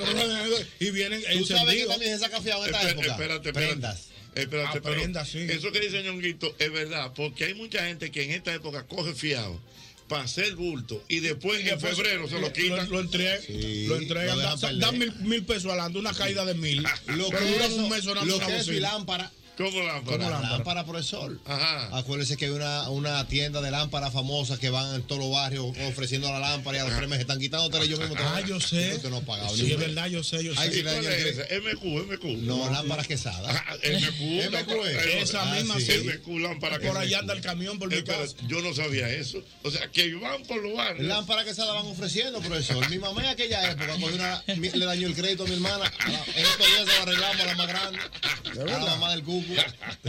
Speaker 3: y vienen
Speaker 8: ¿Tú sabes que
Speaker 3: encendidos.
Speaker 8: también se saca fiado en esta
Speaker 23: Espera-
Speaker 8: época?
Speaker 23: Espérate, espérate.
Speaker 8: Prendas.
Speaker 23: Espérate,
Speaker 3: Ah,
Speaker 23: pero
Speaker 3: prendas, sí.
Speaker 23: Eso que dice Ñonguito es verdad, porque hay mucha gente que en esta época coge fiado para hacer bulto y después Pues en
Speaker 3: después
Speaker 23: febrero se
Speaker 3: lo-
Speaker 23: lo quitan.
Speaker 3: pues, eh, lo- lo entregan. Lo entregan,
Speaker 23: lo
Speaker 3: da-
Speaker 23: dejan
Speaker 3: dan,
Speaker 23: perder.
Speaker 3: mil, mil pesos adelante, una caída de mil.
Speaker 8: Lo
Speaker 3: Pero
Speaker 8: que
Speaker 3: duran
Speaker 8: es-
Speaker 3: un mes sonando
Speaker 8: lo
Speaker 3: una
Speaker 8: que es mi
Speaker 3: bocina.
Speaker 8: lámpara.
Speaker 23: ¿Cómo lámpara?
Speaker 8: Como lámpara. profesor.
Speaker 23: Ajá.
Speaker 8: Acuérdense que hay una, una tienda de lámparas famosas que van en todos los barrios ofreciendo la lámpara y a los tres meses están quitando tres. Yo mismo tengo-
Speaker 3: Ah, yo sé.
Speaker 8: Yo que no he pagado
Speaker 3: Sí,
Speaker 8: ni
Speaker 3: es
Speaker 8: un mes.
Speaker 3: verdad, yo sé, yo sé.
Speaker 8: Ay, si la
Speaker 23: ¿Cuál
Speaker 8: niña
Speaker 23: es Ah,
Speaker 8: cree-
Speaker 23: esa? MQ, MQ.
Speaker 8: No, lámparas quesadas.
Speaker 23: MQ.
Speaker 3: Esa
Speaker 23: ah,
Speaker 3: misma, ah, sí.
Speaker 23: MQ, lámpara
Speaker 3: Por allá anda el camión por mi casa.
Speaker 23: Eh, Yo no sabía eso. O sea, que van por los barrios.
Speaker 8: Lámparas que se la van ofreciendo, profesor. Mi mamá en aquella época cogió una- mi- le dañó el crédito a mi hermana. A la- En estos días se lo arreglamos a la más grande. A la mamá del cuco.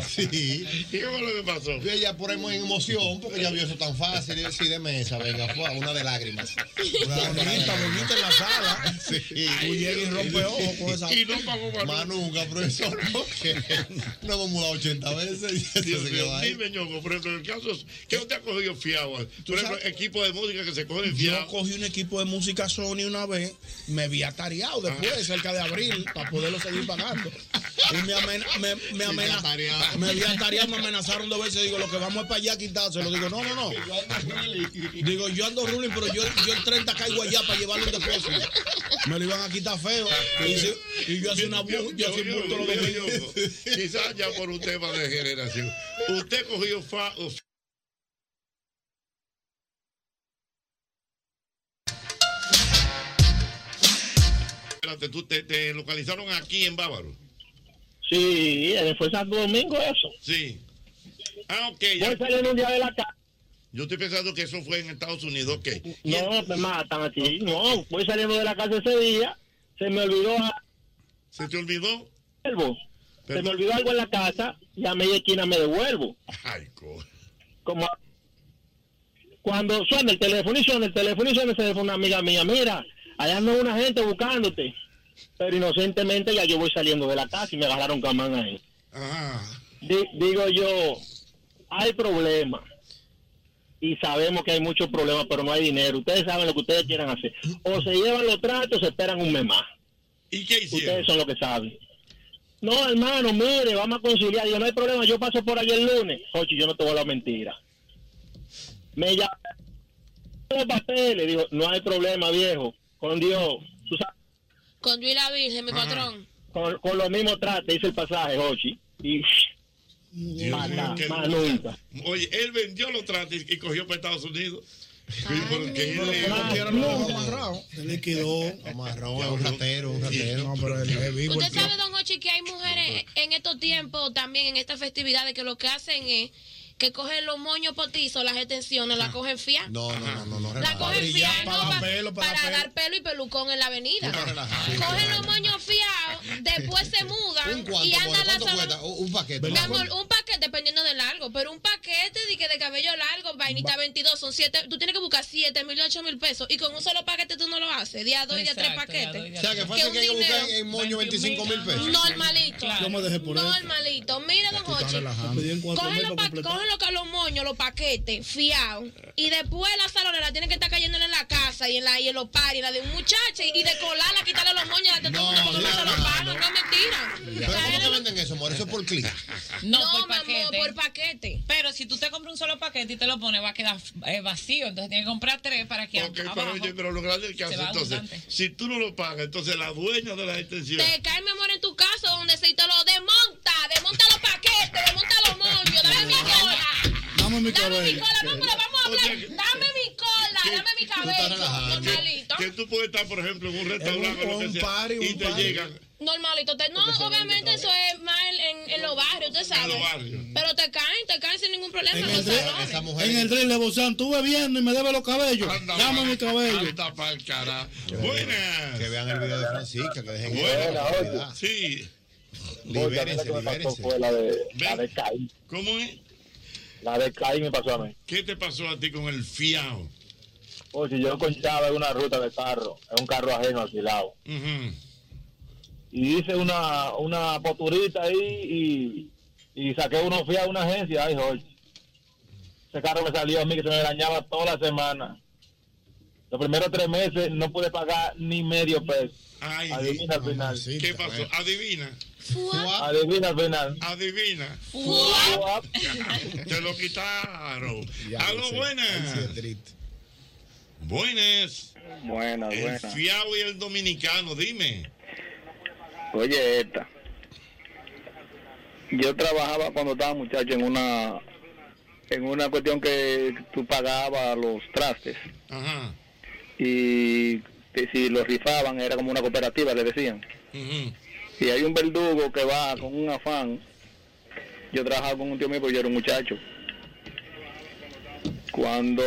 Speaker 8: Sí.
Speaker 23: ¿Y qué fue lo que pasó?
Speaker 8: Ella por emo- en emoción, porque ella vio eso tan fácil. Y sí, de mesa, venga, fue una de lágrimas. Una bonita,
Speaker 3: bonita en la sala.
Speaker 8: Sí.
Speaker 3: Tú llegas y rompes ojos con esa-
Speaker 23: Y no pagó más
Speaker 8: Más nunca, profesor, porque nos hemos mudado 80 veces. y eso
Speaker 23: Dios
Speaker 8: se
Speaker 23: mío,
Speaker 8: quedó ahí.
Speaker 23: dime, Ñongo, por ejemplo, en el caso, ¿qué usted ha cogido fiado? Por ejemplo, equipo de música que se coge
Speaker 3: Yo
Speaker 23: fiado.
Speaker 3: cogí un equipo de música Sony una vez, me vi atareado después,
Speaker 5: Ah.
Speaker 3: cerca de abril, para poderlo seguir pagando. Y me, amena- me, me
Speaker 5: Sí,
Speaker 3: amena-
Speaker 5: atareado.
Speaker 3: me vi atareado, me amenazaron dos veces. Digo, lo que vamos es para allá a quitárselo. Digo, no, no, no. Digo, yo ando ruling, pero yo, yo el 30 caigo allá para llevarle un depósito. Me lo iban a quitar feo. Y, si- y yo hacía una bu- yo hacía un bulto los domingos.
Speaker 23: Quizás ya por un tema de generación. Usted cogió fa, o fi- Espérate, tú te, te localizaron aquí en Bávaro.
Speaker 7: Sí, después Santo Domingo eso.
Speaker 23: Sí. Ah, ok. ya.
Speaker 7: Voy saliendo un día de la casa.
Speaker 23: Yo estoy pensando que eso fue en Estados Unidos, ok.
Speaker 7: No, me matan aquí. No, voy saliendo de la casa ese día. Se me olvidó.
Speaker 23: ¿Se te olvidó?
Speaker 7: Se me olvidó algo en la casa. Y a media esquina me devuelvo.
Speaker 23: Ay, co-
Speaker 7: Como cuando suena el teléfono y suena el teléfono y suena el teléfono, una amiga mía, mira, allá anda una gente buscándote. Pero inocentemente ya yo voy saliendo de la casa y me agarraron camán ahí.
Speaker 23: Ah.
Speaker 7: Di- digo yo, hay problemas. Y sabemos que hay muchos problemas, pero no hay dinero. Ustedes saben lo que ustedes quieran hacer. O se llevan los tratos o se esperan un mes más.
Speaker 23: ¿Y qué
Speaker 7: Ustedes son los que saben. No, hermano, mire, vamos a conciliar. Digo, no hay problema, yo paso por allí el lunes. Ocho, yo no te voy a la mentira. Me llama los papeles. Digo, no hay problema, viejo. Con Dios. Tú sabes,
Speaker 25: Con Luis la Virgen, mi patrón.
Speaker 7: con, con lo mismo trate, hice el pasaje, Ochi. Y
Speaker 23: Dios
Speaker 7: más
Speaker 23: mío,
Speaker 7: nada,
Speaker 23: qué
Speaker 7: más
Speaker 23: lucha.
Speaker 7: nunca.
Speaker 23: Oye, él vendió los trates y cogió para Estados Unidos. Porque él
Speaker 5: Ah,
Speaker 3: Pero
Speaker 23: es-
Speaker 3: como quiera, lo dejó amarrado. Se liquidó.
Speaker 8: Amarrado, es un ratero, un ratero.
Speaker 3: No, pero él es vivo.
Speaker 25: Usted
Speaker 3: el tío.
Speaker 25: sabe, don Hochi, que hay mujeres en estos tiempos, también en estas festividades, que lo que hacen es que cogen los moños potizos, las extensiones, la cogen fia.
Speaker 8: No, no, no, no, no.
Speaker 25: La
Speaker 8: relaja.
Speaker 25: cogen fia
Speaker 8: Brillar,
Speaker 25: no,
Speaker 8: para
Speaker 25: pa-
Speaker 8: dar pelo, para dar
Speaker 25: dar pelo y pelucón en la avenida.
Speaker 8: Tú estás relajado.
Speaker 25: Cogen los moños fiados, después se mudan
Speaker 8: ¿Un cuánto,
Speaker 25: y andan
Speaker 8: cuesta? ¿Cuánto
Speaker 25: lanzando.
Speaker 8: cuesta? Un un paquete.
Speaker 25: Mi
Speaker 8: ¿no?
Speaker 25: amor, un paquete, dependiendo de largo, pero un paquete de que de cabello largo, vainita 22, son 7, tú tienes que buscar 7 mil, 8 mil pesos y con un solo paquete tú no lo haces, día 2 y día 3
Speaker 4: Exacto, día dos y
Speaker 25: paquetes.
Speaker 4: día O sea, que tres. fácil
Speaker 25: un
Speaker 8: que hay que buscar
Speaker 25: dinero-
Speaker 8: en moño 25 mil pesos.
Speaker 25: Normalito.
Speaker 8: Yo me dejé por eso.
Speaker 25: Normalito. Mira, don
Speaker 8: estás
Speaker 25: Jochi.
Speaker 8: relajando. Te pedían cuatro
Speaker 25: Coge
Speaker 8: mil
Speaker 25: los,
Speaker 8: para
Speaker 25: pa-
Speaker 8: completar.
Speaker 25: coge los ca- los moños, los paquetes, fiados. Y después la salonera tienen que estar cayendo en la casa y en, la, y en los paris, la de un muchacho y de colarla, quitarle los moños delante de todo el mundo porque no se los pagan, no es mentira.
Speaker 8: Pero ¿cómo te venden eso, amor? Eso es por clic.
Speaker 4: No,
Speaker 25: No,
Speaker 4: por
Speaker 25: mi amor,
Speaker 4: paquete.
Speaker 25: por paquete.
Speaker 4: Pero si tú te compras un solo paquete y te lo pones, va a quedar eh, vacío. Entonces tienes que comprar tres para que
Speaker 23: Ok,
Speaker 4: abajo.
Speaker 23: pero, oye, pero lo grande es que hace
Speaker 25: va
Speaker 23: entonces,
Speaker 25: abundante.
Speaker 23: si tú no lo pagas, entonces la dueña de la extensión.
Speaker 25: Te cae, mi amor, en tu casa donde se te lo desmonta, desmonta los paquetes, desmonta los moños, dame mi cola.
Speaker 5: Dame mi
Speaker 25: Dame mi
Speaker 5: cabello.
Speaker 25: cola, no, pero vamos a hablar. Dame mi cola, dame mi cabello. Normalito.
Speaker 23: Que tú puedes estar, por ejemplo, en un restaurante o lo que sea, y te llegan.
Speaker 25: Normalito. Te- no, obviamente eso es más en, en- en los barrios, usted sabe. Pero te caen, te caen sin ningún problema. en los salones.
Speaker 5: En el drill de Bozán, tú bebiendo y me debes los cabellos. Dame mi cabello.
Speaker 23: Anda para el carajo. Buenas.
Speaker 8: Que vean el video de Francisca, que dejen
Speaker 23: Buenas,
Speaker 8: eso.
Speaker 23: oye. Sí.
Speaker 8: Libérense,
Speaker 19: Oye, a mí la que me pasó
Speaker 8: libérense.
Speaker 19: fue la de, la de Caín.
Speaker 23: ¿Cómo es?
Speaker 19: La de Caín me pasó a mí.
Speaker 23: ¿Qué te pasó a ti con el fiao?
Speaker 19: Oye, yo conchaba en una ruta de carro, en un carro ajeno alquilado.
Speaker 23: Ujú.
Speaker 19: Y hice una, una poturita ahí y, y saqué uno fiado a una agencia. Ay, joder. Ese carro me salió a mí que se me dañaba toda la semana. Los primeros tres meses no pude pagar ni medio peso.
Speaker 23: Ay,
Speaker 19: Adivina al final.
Speaker 23: ¿Qué pasó? Ah. Adivina.
Speaker 19: Adivina al final.
Speaker 23: Adivina.
Speaker 19: Fuap.
Speaker 23: Te lo quitaron. Aló, buenas. Buenas.
Speaker 19: Buenas,
Speaker 23: El
Speaker 19: buenas.
Speaker 23: fiao y el dominicano, dime.
Speaker 19: Oye, esta. Yo trabajaba cuando estaba muchacho en una en una cuestión que tú pagabas los trastes
Speaker 23: Ajá.
Speaker 19: y que si los rifaban era como una cooperativa, le decían.
Speaker 23: Ujú.
Speaker 19: Y hay un verdugo que va con un afán. Yo trabajaba con un tío mío porque yo era un muchacho. Cuando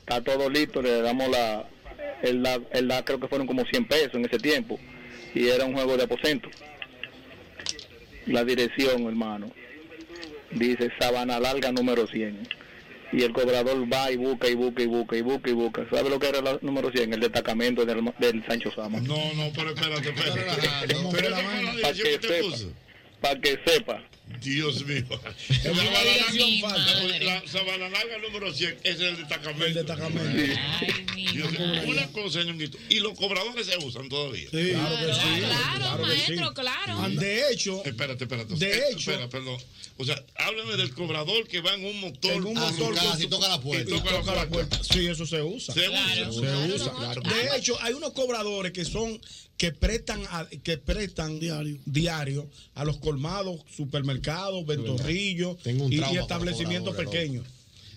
Speaker 19: está todo listo, le damos la. Él da, él da- creo que fueron como 100 pesos en ese tiempo. Y era un juego de aposento. La dirección, hermano. Dice Sabana Larga número 100. Y el cobrador va y busca y busca y busca y busca y busca. ¿Sabe lo que era la número 100? El destacamento del, del Sancho Sama.
Speaker 23: No, no, pero espérate, espérate. Pero esa fue la
Speaker 19: Para
Speaker 23: dirección
Speaker 19: que
Speaker 23: que te
Speaker 19: sepa.
Speaker 23: puso.
Speaker 19: Para que sepa.
Speaker 23: Dios mío. Sabana Larga, la, la Sabana Larga número 100 es el destacamento. El destacamento. una cosa, ñonguito. Y los cobradores se usan todavía.
Speaker 5: Sí. Claro
Speaker 25: que sí, Claro, claro que sí. maestro, claro.
Speaker 23: Anda.
Speaker 19: De hecho.
Speaker 23: Espérate, espérate. De hecho. Espera, perdón. O sea, háblame del cobrador que va en un motor. En un
Speaker 3: motor con su-
Speaker 23: toca la
Speaker 3: Y toca la puerta. Sí, eso se usa.
Speaker 23: Se Claro. usa.
Speaker 3: Se
Speaker 23: Claro,
Speaker 3: usa.
Speaker 23: claro.
Speaker 3: De hecho, hay unos cobradores que son que prestan a- que prestan diario. a los colmados, supermercados, ventorrillos
Speaker 8: Tengo un
Speaker 3: y, y
Speaker 8: trauma con los
Speaker 3: establecimientos
Speaker 8: cobradores,
Speaker 3: pequeños.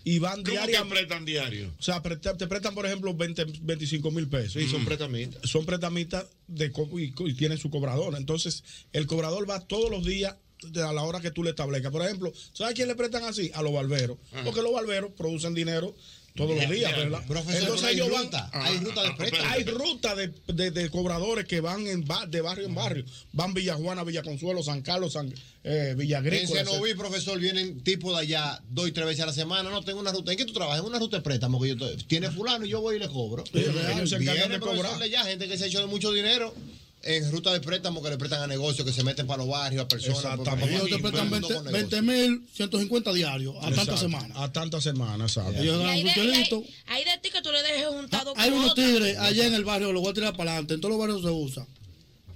Speaker 3: Y van
Speaker 23: ¿Cómo te
Speaker 3: diariamente.
Speaker 23: apretan diario?
Speaker 3: O sea, presta- te prestan, por ejemplo, 20, 25 mil pesos. Mm.
Speaker 8: Sí, son prestamistas.
Speaker 3: Son prestamistas de, co- y, co- y tienen su cobrador. Entonces, el cobrador va todos los días de- a la hora que tú le establezcas. Por ejemplo, ¿sabes a quién le prestan así? A los barberos.
Speaker 8: Ajá.
Speaker 3: Porque los barberos producen dinero todos
Speaker 8: Ah. Bien,
Speaker 3: los días,
Speaker 8: bien.
Speaker 3: ¿verdad?
Speaker 8: Profesor, pero hay ruta, hay ruta de
Speaker 3: Ah,
Speaker 8: préstamo.
Speaker 3: Hay ruta de, de- de cobradores que van en ba- de barrio
Speaker 8: Ah.
Speaker 3: en barrio. Van Villa Juana, Villa Consuelo, San Carlos, San, eh, Villa
Speaker 8: En
Speaker 3: Agrícola,
Speaker 8: Cenoví, profesor, vienen tipos de allá dos y tres veces a la semana. No, tengo una ruta. ¿En qué tú trabajas? En una ruta de préstamo que yo te-
Speaker 5: Ah.
Speaker 8: Tiene fulano y yo voy y le cobro.
Speaker 3: ellos se encargan
Speaker 8: Viene,
Speaker 3: de
Speaker 8: profesor,
Speaker 3: cobrar.
Speaker 8: de allá, gente que se ha hecho de mucho dinero en ruta de préstamo que le prestan a negocios, que se meten para los barrios, a personas. por-
Speaker 3: Ellos te
Speaker 8: Todo el
Speaker 3: prestan
Speaker 8: mundo con
Speaker 3: 20
Speaker 8: negocios.
Speaker 3: 20
Speaker 5: mil 150 diarios a
Speaker 3: Exacto.
Speaker 5: tantas semanas.
Speaker 3: A tantas semanas, ¿sabes?
Speaker 5: Ellos
Speaker 25: Y
Speaker 5: ganan
Speaker 25: hay
Speaker 5: un
Speaker 25: de, y
Speaker 5: chelito.
Speaker 25: hay, hay de ti que tú le dejes juntado
Speaker 5: Hay
Speaker 25: con
Speaker 5: unos
Speaker 25: otra.
Speaker 5: tigres allá en el barrio, los voy a tirar para adelante. En todos los barrios se usa.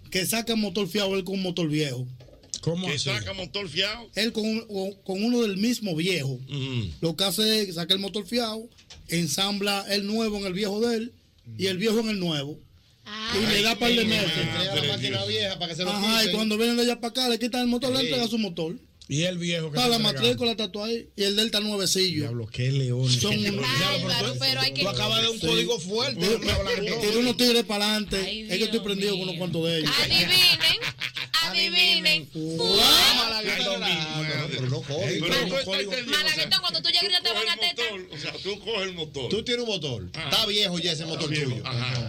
Speaker 5: Que sacan motor fiado él con un motor viejo.
Speaker 3: ¿Cómo
Speaker 23: Que saca motor fiado.
Speaker 5: Él con, un- con- con uno del mismo viejo. Lo que hace es que saca el motor fiado, ensambla el nuevo en el viejo de él y el viejo en el nuevo. y le da par de meses.
Speaker 8: Ah. Entrega la máquina vieja para que se lo
Speaker 5: Ajá, y
Speaker 8: quiten.
Speaker 5: cuando vienen de allá para acá, le quitan el motor, le
Speaker 8: Sí.
Speaker 5: entregan su motor.
Speaker 3: Y el viejo que
Speaker 5: Está
Speaker 3: se
Speaker 5: la
Speaker 3: entrega.
Speaker 5: matrícula, está todo ahí. Y el Delta nuevecillo.
Speaker 3: Diablo, qué león.
Speaker 5: Son unos.
Speaker 25: Pero hay que.
Speaker 5: Tú
Speaker 3: acabas de un código fuerte.
Speaker 5: Tiene unos tigres para adelante. Es que estoy prendido con unos cuantos de ellos.
Speaker 25: Adivinen, adivinen.
Speaker 23: Ey, pero tú estás entendiendo, o sea,
Speaker 25: Malaguetón, cuando tú llegues ya te van a tetar.
Speaker 23: O sea, tú coges el motor.
Speaker 8: Tú tienes un motor, está viejo ya ese motor tuyo.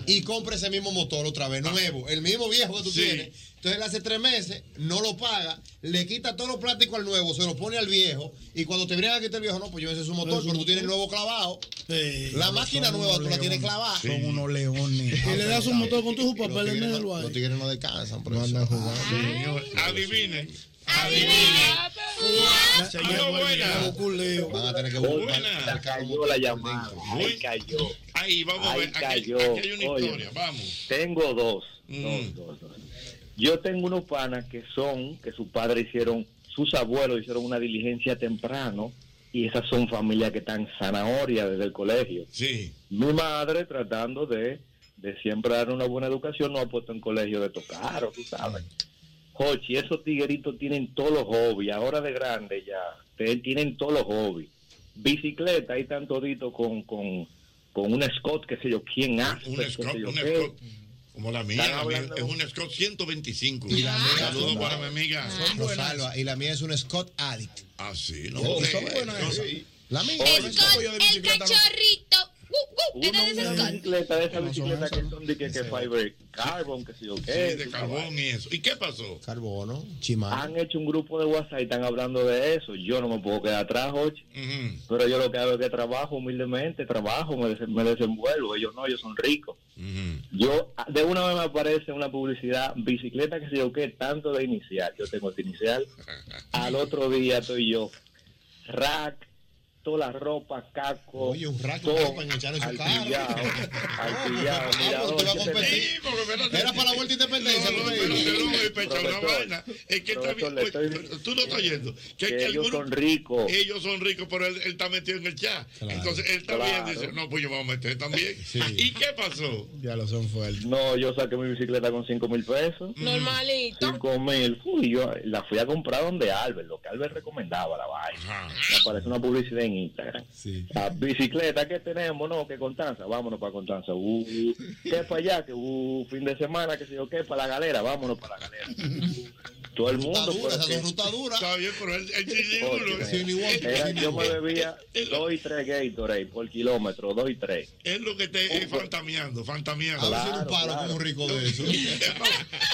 Speaker 8: Y compra ese mismo motor otra vez, nuevo, el mismo viejo que tú
Speaker 23: Sí.
Speaker 8: tienes. Entonces él hace tres meses, no lo paga, le quita todos los plásticos al nuevo, se lo pone al viejo. Y cuando te vienen a quitar el viejo, no, pues yo ese es su motor, pero tú tienes el nuevo clavado. la máquina nueva tú la tienes clavada. Ah,
Speaker 9: Son unos leones.
Speaker 7: Y le das un motor con tu papel en el
Speaker 8: Los tigres no descansan, por eso.
Speaker 23: Ah, Adivinen.
Speaker 7: Señor, buena.
Speaker 8: Van a tener que
Speaker 23: ah, Buena.
Speaker 8: buscar.
Speaker 14: cayó la llamada. Ahí cayó.
Speaker 23: Ahí vamos
Speaker 14: a
Speaker 23: ver, aquí hay-
Speaker 14: cayó.
Speaker 23: aquí hay una
Speaker 14: Oye,
Speaker 23: historia, vamos.
Speaker 14: Tengo dos.
Speaker 23: Mm.
Speaker 14: dos, dos, dos. Yo tengo unos panas que son, que su padre hicieron, sus abuelos hicieron una diligencia temprano y esas son familias que están zanahoria desde el colegio.
Speaker 23: Sí.
Speaker 14: Mi madre tratando de, de siempre dar una buena educación no ha puesto en colegio de tocar, o tú sabes. Jochi, esos tigueritos tienen todos los hobbies, ahora de grande ya, te- tienen todos los hobbies. Bicicleta, ahí están toditos con, con, con un Scott, qué sé yo, quién hace.
Speaker 23: Un Scott, un Scott. Como la mía, la mía es un Scott 125. Saludos para mi amiga.
Speaker 8: Son buenas. Rosalba, Y la mía es un Scott Addict.
Speaker 23: Ah, sí, no.
Speaker 8: Oh,
Speaker 23: hombre.
Speaker 8: son buenas.
Speaker 23: No,
Speaker 8: La mía. pues,
Speaker 14: Scott,
Speaker 25: El cachorrito. Uh, uh,
Speaker 14: Uno,
Speaker 25: ¿Este
Speaker 14: una
Speaker 25: es Scott?
Speaker 14: bicicleta de esas bicicletas que son de que, que fiber carbon, que sé yo qué.
Speaker 23: Sí, de carbón y eso. ¿Y qué pasó?
Speaker 14: Carbono, chimán. Han hecho un grupo de WhatsApp y están hablando de eso. Yo no me puedo quedar atrás, Jochi. Pero yo lo que hago es que trabajo humildemente, trabajo, me, des- me desenvuelvo. Ellos no, ellos son ricos. Yo, a- de una vez me aparece una publicidad, bicicleta, que sé yo qué, tanto de inicial. Yo tengo ese inicial. Al otro día estoy yo, rack, toda la ropa, caco. Oye, un rack, para enganchar en su carro.
Speaker 8: Era para la vuelta independencia.
Speaker 23: no,
Speaker 8: tú ves.
Speaker 23: espérate, no, mi pecho, una
Speaker 14: Profesor,
Speaker 23: vaina. Es que está bien, oye, tú no estás oyendo.
Speaker 14: que
Speaker 23: Que, que el
Speaker 14: ellos
Speaker 23: grupo-
Speaker 14: son ricos.
Speaker 23: Ellos son ricos, pero él, él está metido en el chat. Entonces él está
Speaker 14: Claro.
Speaker 23: bien, dice, no, pues yo me voy a meter también. ¿Y qué pasó?
Speaker 14: Ya lo son fuertes. No, yo saqué mi bicicleta con 5 mil pesos.
Speaker 25: Normalito.
Speaker 14: 5 mil. Y yo la fui a comprar donde Albert, lo que Albert recomendaba, la vaina. Me aparece una publicidad en Instagram. La bicicleta que tenemos, no, que Constanza, vámonos para Constanza. Uh, que para allá, que uh, fin de semana, que sé yo, que para la galera, vámonos para la galera. Todo el mundo. pero que-
Speaker 23: Está bien, pero él, eh. él sí
Speaker 14: Oye,
Speaker 23: seguro.
Speaker 14: era- yo me bebía 2 y 3 Gatorade por kilómetro, 2 y 3.
Speaker 23: Es lo que te es fantameando, fantameando.
Speaker 14: A ver si no paro
Speaker 23: como
Speaker 14: con un
Speaker 23: rico de eso.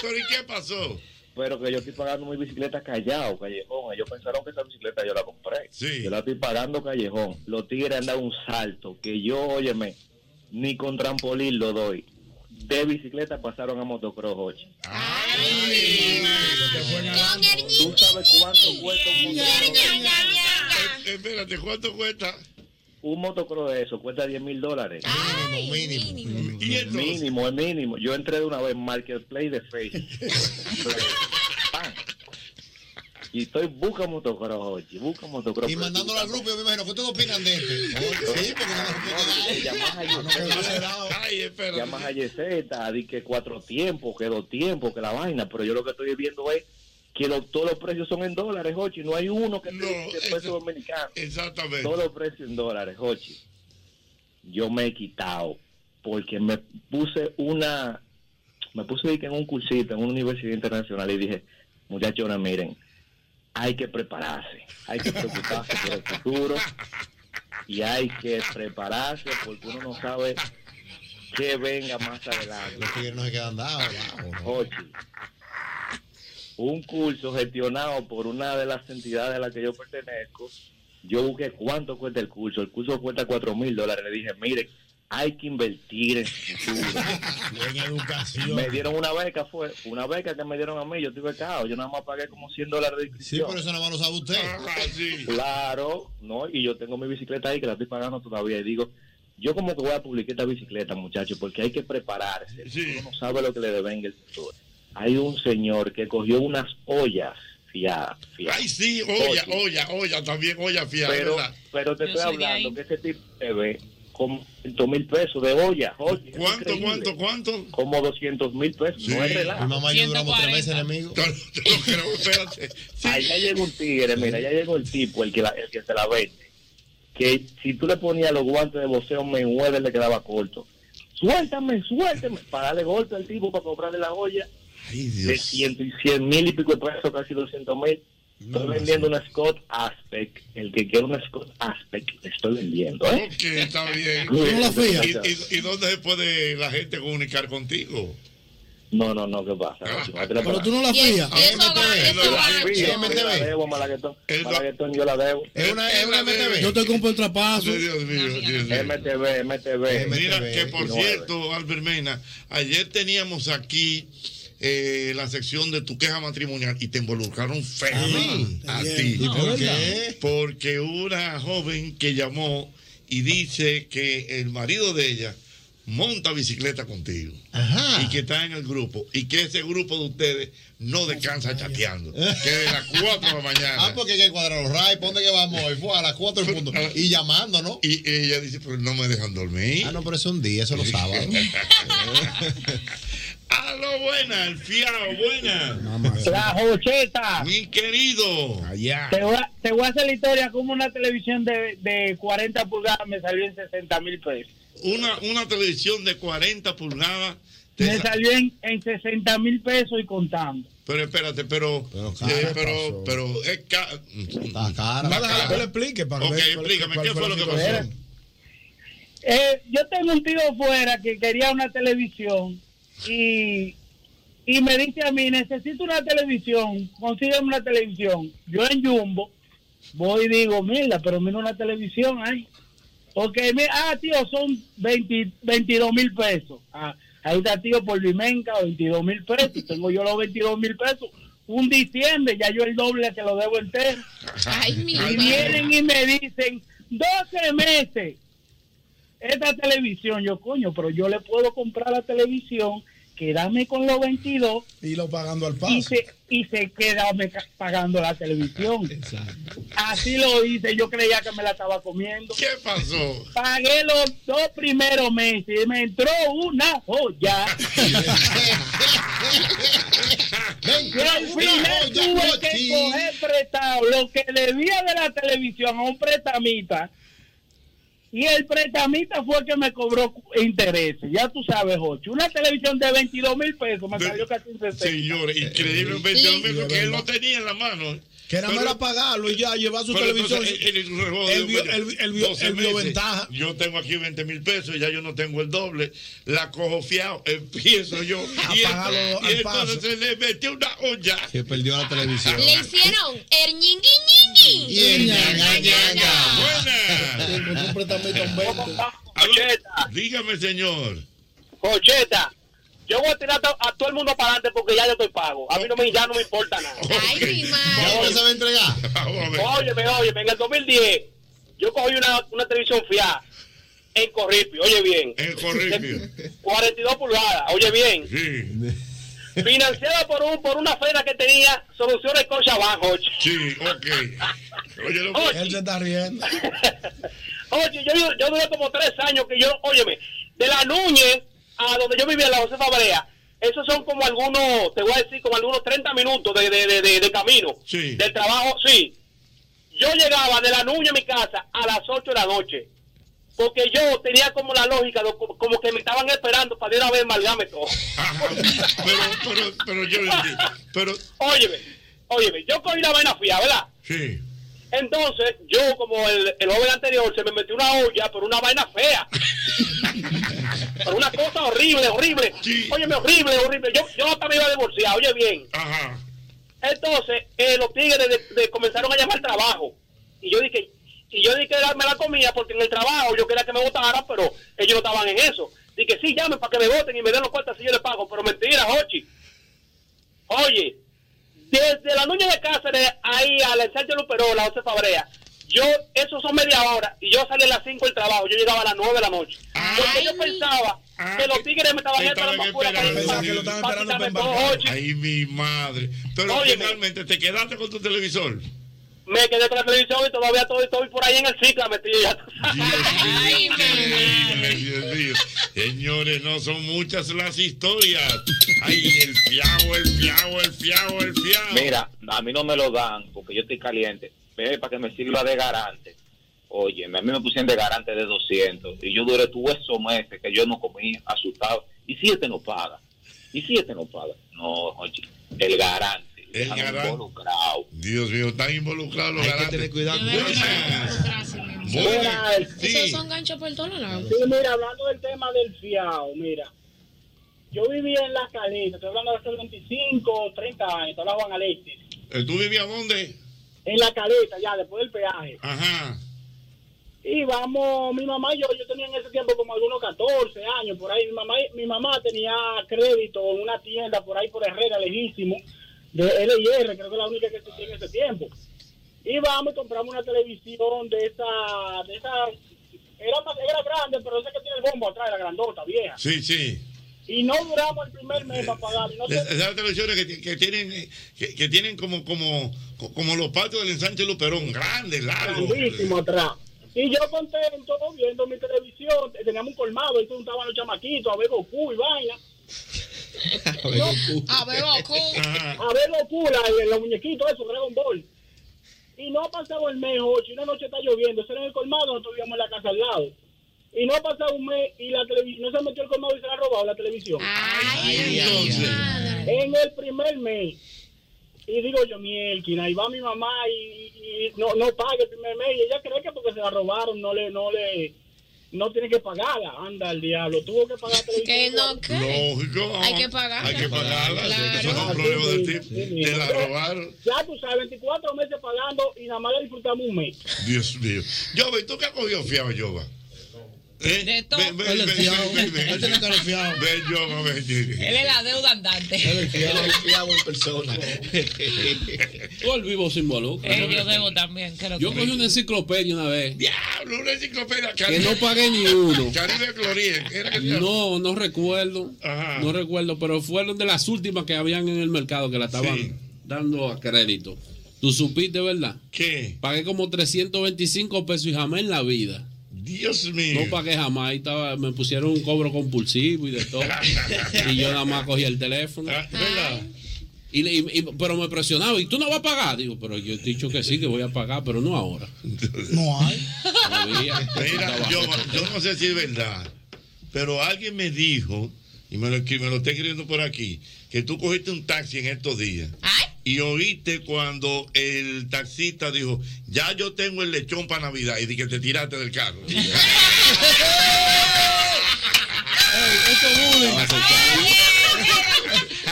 Speaker 23: Pero ¿y qué pasó?
Speaker 14: pero que yo estoy pagando mi bicicleta callado, callejón. Ellos pensaron que esa bicicleta yo la compré. Yo la estoy pagando callejón. Los tigres han dado un salto que yo, óyeme, ni con trampolín lo doy. De bicicleta pasaron a motocross, oye. ¿Tú sabes cuánto cuesta un motocross?
Speaker 23: Eh, Espérate, ¿cuánto cuesta?
Speaker 14: Un motocross de eso cuesta 10 mil dólares. Mínimo, mínimo. Mínimo, es mínimo. Yo entré de una vez en Marketplace de Facebook. Pan. y estoy busca motocross, oye, busca motocross.
Speaker 8: Y mandándolo al grupo, yo me imagino que ustedes opinan de este. Sí, porque no
Speaker 14: Llamas a Yeseta, di que cuatro tiempos, que dos tiempos, que la vaina, pero yo lo que estoy viendo es que lo- todos los precios son en dólares, Jochi, no hay uno que esté de peso dominicano.
Speaker 23: Exactamente.
Speaker 14: Todos los precios en dólares, Jochi. Yo me he quitado porque me puse una, me puse di que en un cursito, en una universidad internacional y dije, muchachos, ahora miren, hay que prepararse, hay que preocuparse por el futuro y hay que prepararse porque uno no sabe que venga más adelante. Los tigres no se quedan dados. Un curso gestionado por una de las entidades a las que yo pertenezco. Yo busqué cuánto cuesta el curso. El curso cuesta cuatro mil dólares. Le dije, miren, hay que invertir en su futuro. Me dieron una beca, fue una beca que me dieron a mí. Yo estoy becado. Yo nada más pagué como 100 dólares de
Speaker 8: Sí,
Speaker 14: inscripción.
Speaker 8: por eso nada más lo sabe usted.
Speaker 14: Claro, no, y yo tengo mi bicicleta ahí que la estoy pagando todavía. Y digo, yo como que voy a publicar esta bicicleta, muchachos, porque hay que prepararse. Uno no sabe lo que le devenga el futuro. Hay un señor que cogió unas ollas fiadas. fiadas.
Speaker 23: Ay, sí, olla,
Speaker 14: Oye.
Speaker 23: olla, olla, también olla fiada.
Speaker 14: Pero,
Speaker 23: ¿verdad?
Speaker 14: pero te
Speaker 23: Yo
Speaker 14: estoy
Speaker 23: soy de
Speaker 14: hablando
Speaker 23: ahí.
Speaker 14: que ese tipo se ve como 200 mil pesos de olla.
Speaker 23: ¿Cuánto, cuánto, cuánto?
Speaker 14: Como 200 mil pesos. No es relajo.
Speaker 8: Mi mamá y yo duramos tres meses enemigos.
Speaker 14: Allá llegó un tigre, mira, allá llegó el tipo, el que, la, el que se la vende. Que si tú le ponías los guantes de boxeo, me le quedaba corto. Suéltame, suéltame. Para darle golpe al tipo, para comprarle la olla. De ciento y cien mil y pico de pesos, casi doscientos mil. Estoy vendiendo una Scott Aspect. El que quiera una Scott Aspect, le estoy vendiendo, ¿eh?
Speaker 23: Ok, está bien.
Speaker 14: No la fijas.
Speaker 23: ¿Y, y, y dónde se puede la gente comunicar contigo?
Speaker 14: No, no, no, ¿qué pasa? Pero
Speaker 5: tú no la frías.
Speaker 23: Ah, eh,
Speaker 14: Malaguetón, yo la debo.
Speaker 8: Es una, MTV.
Speaker 5: Yo te compro el trapazo.
Speaker 14: Eh, MTV, MTV.
Speaker 23: Eh, Mira, que por cierto, Albert Mena, ayer teníamos aquí eh, la sección de tu queja matrimonial y te involucraron feo a ti.
Speaker 8: ¿Y por
Speaker 23: qué? Porque una joven que llamó y dice que el marido de ella monta bicicleta contigo y que está en el grupo y que ese grupo de ustedes no descansa chateando que de las 4 de la mañana
Speaker 8: Ah, porque hay que cuadrar los rayos, ponte que vamos hoy, fue a las 4 del punto. Y llamando, ¿no?
Speaker 23: Y ella dice, pero no me dejan dormir.
Speaker 8: Ah, no, pero es un día, eso es los sábados.
Speaker 23: Aló, buena, el fiao, buena.
Speaker 7: La Jocheta.
Speaker 23: Mi querido. Allá.
Speaker 7: Te voy, a, te voy a hacer la historia como una televisión de, de 40 pulgadas me salió en 60 mil pesos.
Speaker 23: Una, una televisión de pues 40 pulgadas. te
Speaker 7: Me
Speaker 23: sa-
Speaker 7: salió en, en 60 mil pesos y contando.
Speaker 23: Pero espérate, pero. eh, Pero,
Speaker 7: cara,
Speaker 23: pero, pero es ca-
Speaker 8: cara.
Speaker 7: Va a dejar que lo
Speaker 23: explique
Speaker 7: para
Speaker 23: Ok,
Speaker 7: ver cuál-
Speaker 23: explícame,
Speaker 7: cuál
Speaker 23: ¿qué
Speaker 7: fue
Speaker 23: fue lo
Speaker 7: la
Speaker 23: que
Speaker 7: situación.
Speaker 23: pasó?
Speaker 7: Eh, yo tengo un tío fuera que quería una televisión y, y me dice a mí, necesito una televisión, consígueme una televisión. Yo en Jumbo voy y digo, mira, pero mira una televisión ahí. Porque, mi- ah, tío, son 20 22 mil pesos. Ah, ahí está, tío, por Limenca, 22 mil pesos. Tengo yo los 22 mil pesos. Un diciembre, ya yo el doble que lo debo entero. y vienen y me dicen, 12 meses. Esta televisión, yo coño, pero yo le puedo comprar la televisión, quedarme con los 22. Y lo pagando al paso. Y se, y se quedarme ca- pagando la televisión. Así lo hice, yo creía que me la estaba comiendo.
Speaker 23: ¿Qué pasó?
Speaker 7: Pagué los dos primeros meses y me entró una joya. Y al
Speaker 8: una joya,
Speaker 7: final tuve que
Speaker 8: Jochi.
Speaker 7: coger prestado lo que debía de la televisión a un prestamita. Y el prestamita fue el que me cobró cu- intereses. Ya tú sabes, Jochi. Una televisión de 22 mil pesos me salió casi en 60.
Speaker 23: Señores, increíble,
Speaker 7: Eh, Sí.
Speaker 23: porque él no tenía en la mano.
Speaker 7: Que nada más
Speaker 23: Pero-
Speaker 7: era pagarlo y ya, llevar su
Speaker 23: Pero
Speaker 7: televisión.
Speaker 23: entonces, eh, él- él hizo un rejuego
Speaker 7: Él
Speaker 23: de-
Speaker 7: vio-
Speaker 23: bueno,
Speaker 7: él- él vio-
Speaker 23: 12
Speaker 7: él vio
Speaker 23: meses.
Speaker 7: ventaja.
Speaker 23: Yo tengo aquí 20 mil pesos, ya yo no tengo el doble. La cojo fiado, empiezo yo.
Speaker 7: A pagarlo
Speaker 23: y
Speaker 7: al
Speaker 23: entonces se le metió una olla.
Speaker 8: Que perdió la televisión.
Speaker 25: Le hicieron el ñingui ñingui.
Speaker 8: Y el ñanga,
Speaker 23: Buena.
Speaker 7: Jocheta.
Speaker 23: Dígame, señor.
Speaker 7: Jocheta. Yo voy a tirar a, todo el mundo para adelante porque ya yo estoy pago. A mí no me, ya no me importa nada.
Speaker 25: Ay, mi madre.
Speaker 7: Ya usted se va a entregar. Óyeme, óyeme, en el 2010 yo cogí una, una televisión fiada en Corripio, oye bien.
Speaker 23: En Corripio.
Speaker 7: 42 pulgadas, oye bien. Financiada por un por una frena que tenía soluciones con Chabán, oye.
Speaker 23: Sí, ok. Oye, lo
Speaker 7: Él se está riendo. oye, yo, yo duré como tres años que yo, óyeme, de la Núñez a donde yo vivía, la José Fabrea, esos son como algunos, te voy a decir, como algunos 30 minutos de, de, de, de- de camino. Del trabajo, sí. Yo llegaba de la Núñez a mi casa a las 8 de la noche. Porque yo tenía como la lógica, de- como- como que me estaban esperando para ir a ver Malgame todo.
Speaker 23: pero, pero, pero yo pero...
Speaker 7: Óyeme, óyeme, yo cogí la vaina fría, ¿verdad?
Speaker 23: Sí.
Speaker 7: Entonces, yo como el, el joven anterior, se me metió una olla por una vaina fea. por una cosa horrible, horrible. Óyeme, horrible, horrible. Yo, yo hasta me iba a divorciar, oye bien.
Speaker 23: Ajá.
Speaker 7: Entonces, eh, los tigres de- de- comenzaron a llamar trabajo. Y yo dije, y yo dije que me la comía porque en el trabajo yo quería que me votaran, pero ellos no estaban en eso. Dije, sí, llamen para que me voten y me den los cuartos así yo les pago. Pero mentira, Jochi. Oye, desde la Nuña de Cáceres ahí a la Ensanche Luperó, la 11 Fabrea, yo, eso son media hora, y yo salí a las 5 del trabajo, yo llegaba a las 9 de la noche. Porque yo pensaba que los tigres me estaban esperando afuera para para- para quitarme todo, oye.
Speaker 23: Ay, mi madre. Pero
Speaker 7: Óyeme.
Speaker 23: finalmente te quedaste con tu televisor.
Speaker 7: Me quedé con la televisión y todavía todo estoy por ahí en el cicla metido. ya tú sabes.
Speaker 23: Ay, Dios mío. Señores, no son muchas las historias. Ay, el fiao, el fiao, el fiao, el fiao.
Speaker 14: Mira, a mí no me lo dan porque yo estoy caliente. Ve para que me sirva de garante. Oye, a mí me pusieron de garante de 200 y yo duré tu esos meses que yo no comía, asustado. ¿Y si este no paga? ¿Y si este no paga? No, oye, el garante.
Speaker 23: El
Speaker 14: Están
Speaker 23: garante.
Speaker 14: involucrados.
Speaker 23: Dios mío, están involucrados los garantes. Hay que tener cuidado.
Speaker 25: Esos son ganchos por todos lados.
Speaker 34: Sí, mira, hablando del tema del fiao, mira.
Speaker 7: yo vivía en Las Calinas, estoy hablando de hace 25, 30 años, estaba Juan Alexis.
Speaker 23: Eh, ¿Tú vivías dónde?
Speaker 7: En la caleta, ya, después del peaje.
Speaker 23: Ajá.
Speaker 7: Y vamos, mi mamá y yo, yo tenía en ese tiempo como algunos 14 años, por ahí. Mi mamá, mi mamá tenía crédito en una tienda por ahí por Herrera, lejísimo, de L&R, creo que es la única que existía en ese tiempo. Y vamos y compramos una televisión de esa, de esa, era, más- era grande, pero esa que tiene el bombo atrás, la grandota, vieja.
Speaker 23: Sí, sí.
Speaker 7: Y no duramos el primer mes para pagar. y no sé-
Speaker 23: Es- Esas televisiones que, ti- que tienen eh, que, que tienen como como como los patios del ensanche Luperón, grandes, largos.
Speaker 7: Grandísimo atrás. Y yo contento viendo mi televisión, teníamos un colmado y juntaban los chamaquitos a ver Goku y vaina.
Speaker 25: A ver, Goku.
Speaker 7: A ver Goku, la- los muñequitos esos, Dragon Ball. Y no ha pasado el mes, ocho, y una noche está lloviendo, eso era en el colmado, nosotros vivíamos en la casa al lado. Y no ha pasado un mes y la televis- no se metió el colmado y se la ha robado la televisión.
Speaker 23: entonces.
Speaker 7: En el primer mes. Y digo yo, mielquina, y va mi mamá y, y no, no paga el primer mes. Y ella cree que porque se la robaron, no le, no le, no tiene que pagarla. Anda el diablo, tuvo que pagar televisión.
Speaker 25: Que no, que.
Speaker 23: Lógico.
Speaker 25: Hay que pagar.
Speaker 23: Hay que pagarla. Eso no es un problema del tipo. Te la robaron.
Speaker 7: Ya tú sabes, 24 meses pagando y nada más le disfrutamos un mes.
Speaker 23: Dios mío. Jova, ¿y tú qué has cogido fiado, Jova? ¿Eh? De todo. Ven,
Speaker 5: Él
Speaker 23: ven,
Speaker 5: es
Speaker 23: ven,
Speaker 5: fiado.
Speaker 23: ven, ven,
Speaker 5: Él tiene cara de fiado.
Speaker 23: Ven, Jova, ven, Jimmy.
Speaker 6: Él es la deuda andante.
Speaker 30: en persona.
Speaker 16: Todo el vivo sin volumen.
Speaker 30: Eh, yo debo también, creo
Speaker 16: Yo
Speaker 30: que-
Speaker 16: cogí una enciclopedia una vez.
Speaker 23: Diablo, una enciclopedia.
Speaker 16: Que no pagué ni uno.
Speaker 23: Caribe Clorien. ¿qué era que se llama?
Speaker 16: No, no recuerdo. No recuerdo, pero fueron de las últimas que habían en el mercado que la estaban
Speaker 23: Sí.
Speaker 16: dando a crédito. Tú supiste, ¿verdad?
Speaker 23: ¿Qué?
Speaker 16: Pagué como 325 pesos y jamás en la vida.
Speaker 23: Dios mío.
Speaker 16: No pagué jamás. Ahí estaba, me pusieron un cobro compulsivo y de todo. y yo nada más cogí el teléfono.
Speaker 23: Ah, ¿Verdad?
Speaker 16: Y, le- y- y- pero me presionaba. ¿Y tú no vas a pagar? Digo, pero yo he dicho que sí, que voy a pagar, pero no ahora.
Speaker 5: No hay.
Speaker 23: ah. Mira, yo, yo no sé si es verdad, pero alguien me dijo, y me lo, que me lo está escribiendo por aquí, que tú cogiste un taxi en estos días. Y oíste cuando el taxista dijo, ya yo tengo el lechón para Navidad, y di que te tiraste del carro.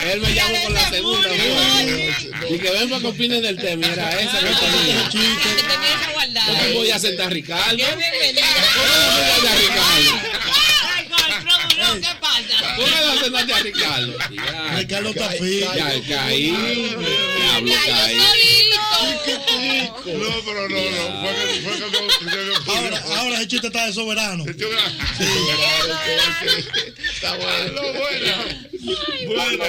Speaker 16: Él me llamó con la segunda. ¿no? Y que ven para que opinen del tema. Era esa que tenía. Yo me voy a sentar a Ricardo. Yo me voy a sentar a Ricardo.
Speaker 6: ¿Qué pasa?
Speaker 16: ¿Cómo me voy a sentar a Ricardo? Ya,
Speaker 5: Ricardo está fino.
Speaker 16: Ya caí. Diablo, caí.
Speaker 23: No, pero no, no. Fue que, fue que no- que no-
Speaker 5: Ahora, ahora ese chiste está de soberano.
Speaker 23: Está bueno. Bueno,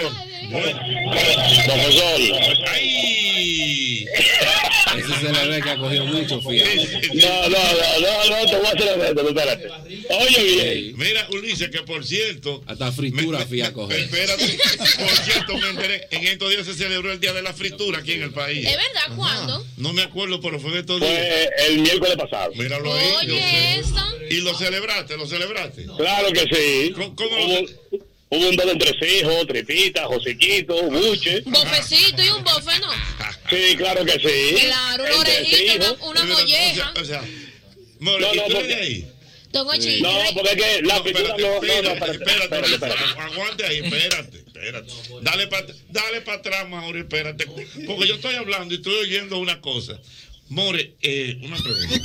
Speaker 23: bueno.
Speaker 2: Profesor.
Speaker 23: Ay.
Speaker 16: Ese se le ve que ha cogido mucho fío.
Speaker 2: No, no, no, no, no, te voy a hacer el reto, espérate. Oye, bien.
Speaker 23: Mira, Ulises, que por cierto.
Speaker 16: Hasta fritura fui a coger.
Speaker 23: Espérate, por cierto, me enteré. En estos días se celebró el Día de la Fritura aquí en el país.
Speaker 25: ¿Es verdad cuándo?
Speaker 23: No me acuerdo, pero fue en estos
Speaker 2: Fue
Speaker 23: días.
Speaker 2: el miércoles pasado.
Speaker 23: Míralo ahí. yo sé.
Speaker 25: Oye, eso.
Speaker 23: ¿Y lo celebraste? ¿Lo celebraste?
Speaker 2: Claro que sí. hubo, hubo un doble entrecejo, tripita, josiquito, buche.
Speaker 25: Bofecito y un bofe, ¿no?
Speaker 2: Sí, claro que sí.
Speaker 25: Claro, una orejita,
Speaker 2: Entrecejo.
Speaker 25: una, una molleja.
Speaker 23: O sea,
Speaker 2: no,
Speaker 23: More, ¿y
Speaker 2: no,
Speaker 23: tú eres de
Speaker 2: porque,
Speaker 23: ahí?
Speaker 25: Tengo
Speaker 2: Sí.
Speaker 25: chiste.
Speaker 2: no, porque es que la
Speaker 23: No,
Speaker 2: fritura
Speaker 23: espérate,
Speaker 2: no, no, no,
Speaker 23: espérate, espérate,
Speaker 2: espérate, espérate, espérate.
Speaker 23: Ulises, Aguante ahí, espérate, espérate. Dale para dale pa atrás, Mauri, espérate. Porque yo estoy hablando y estoy oyendo una cosa. More, eh, una pregunta.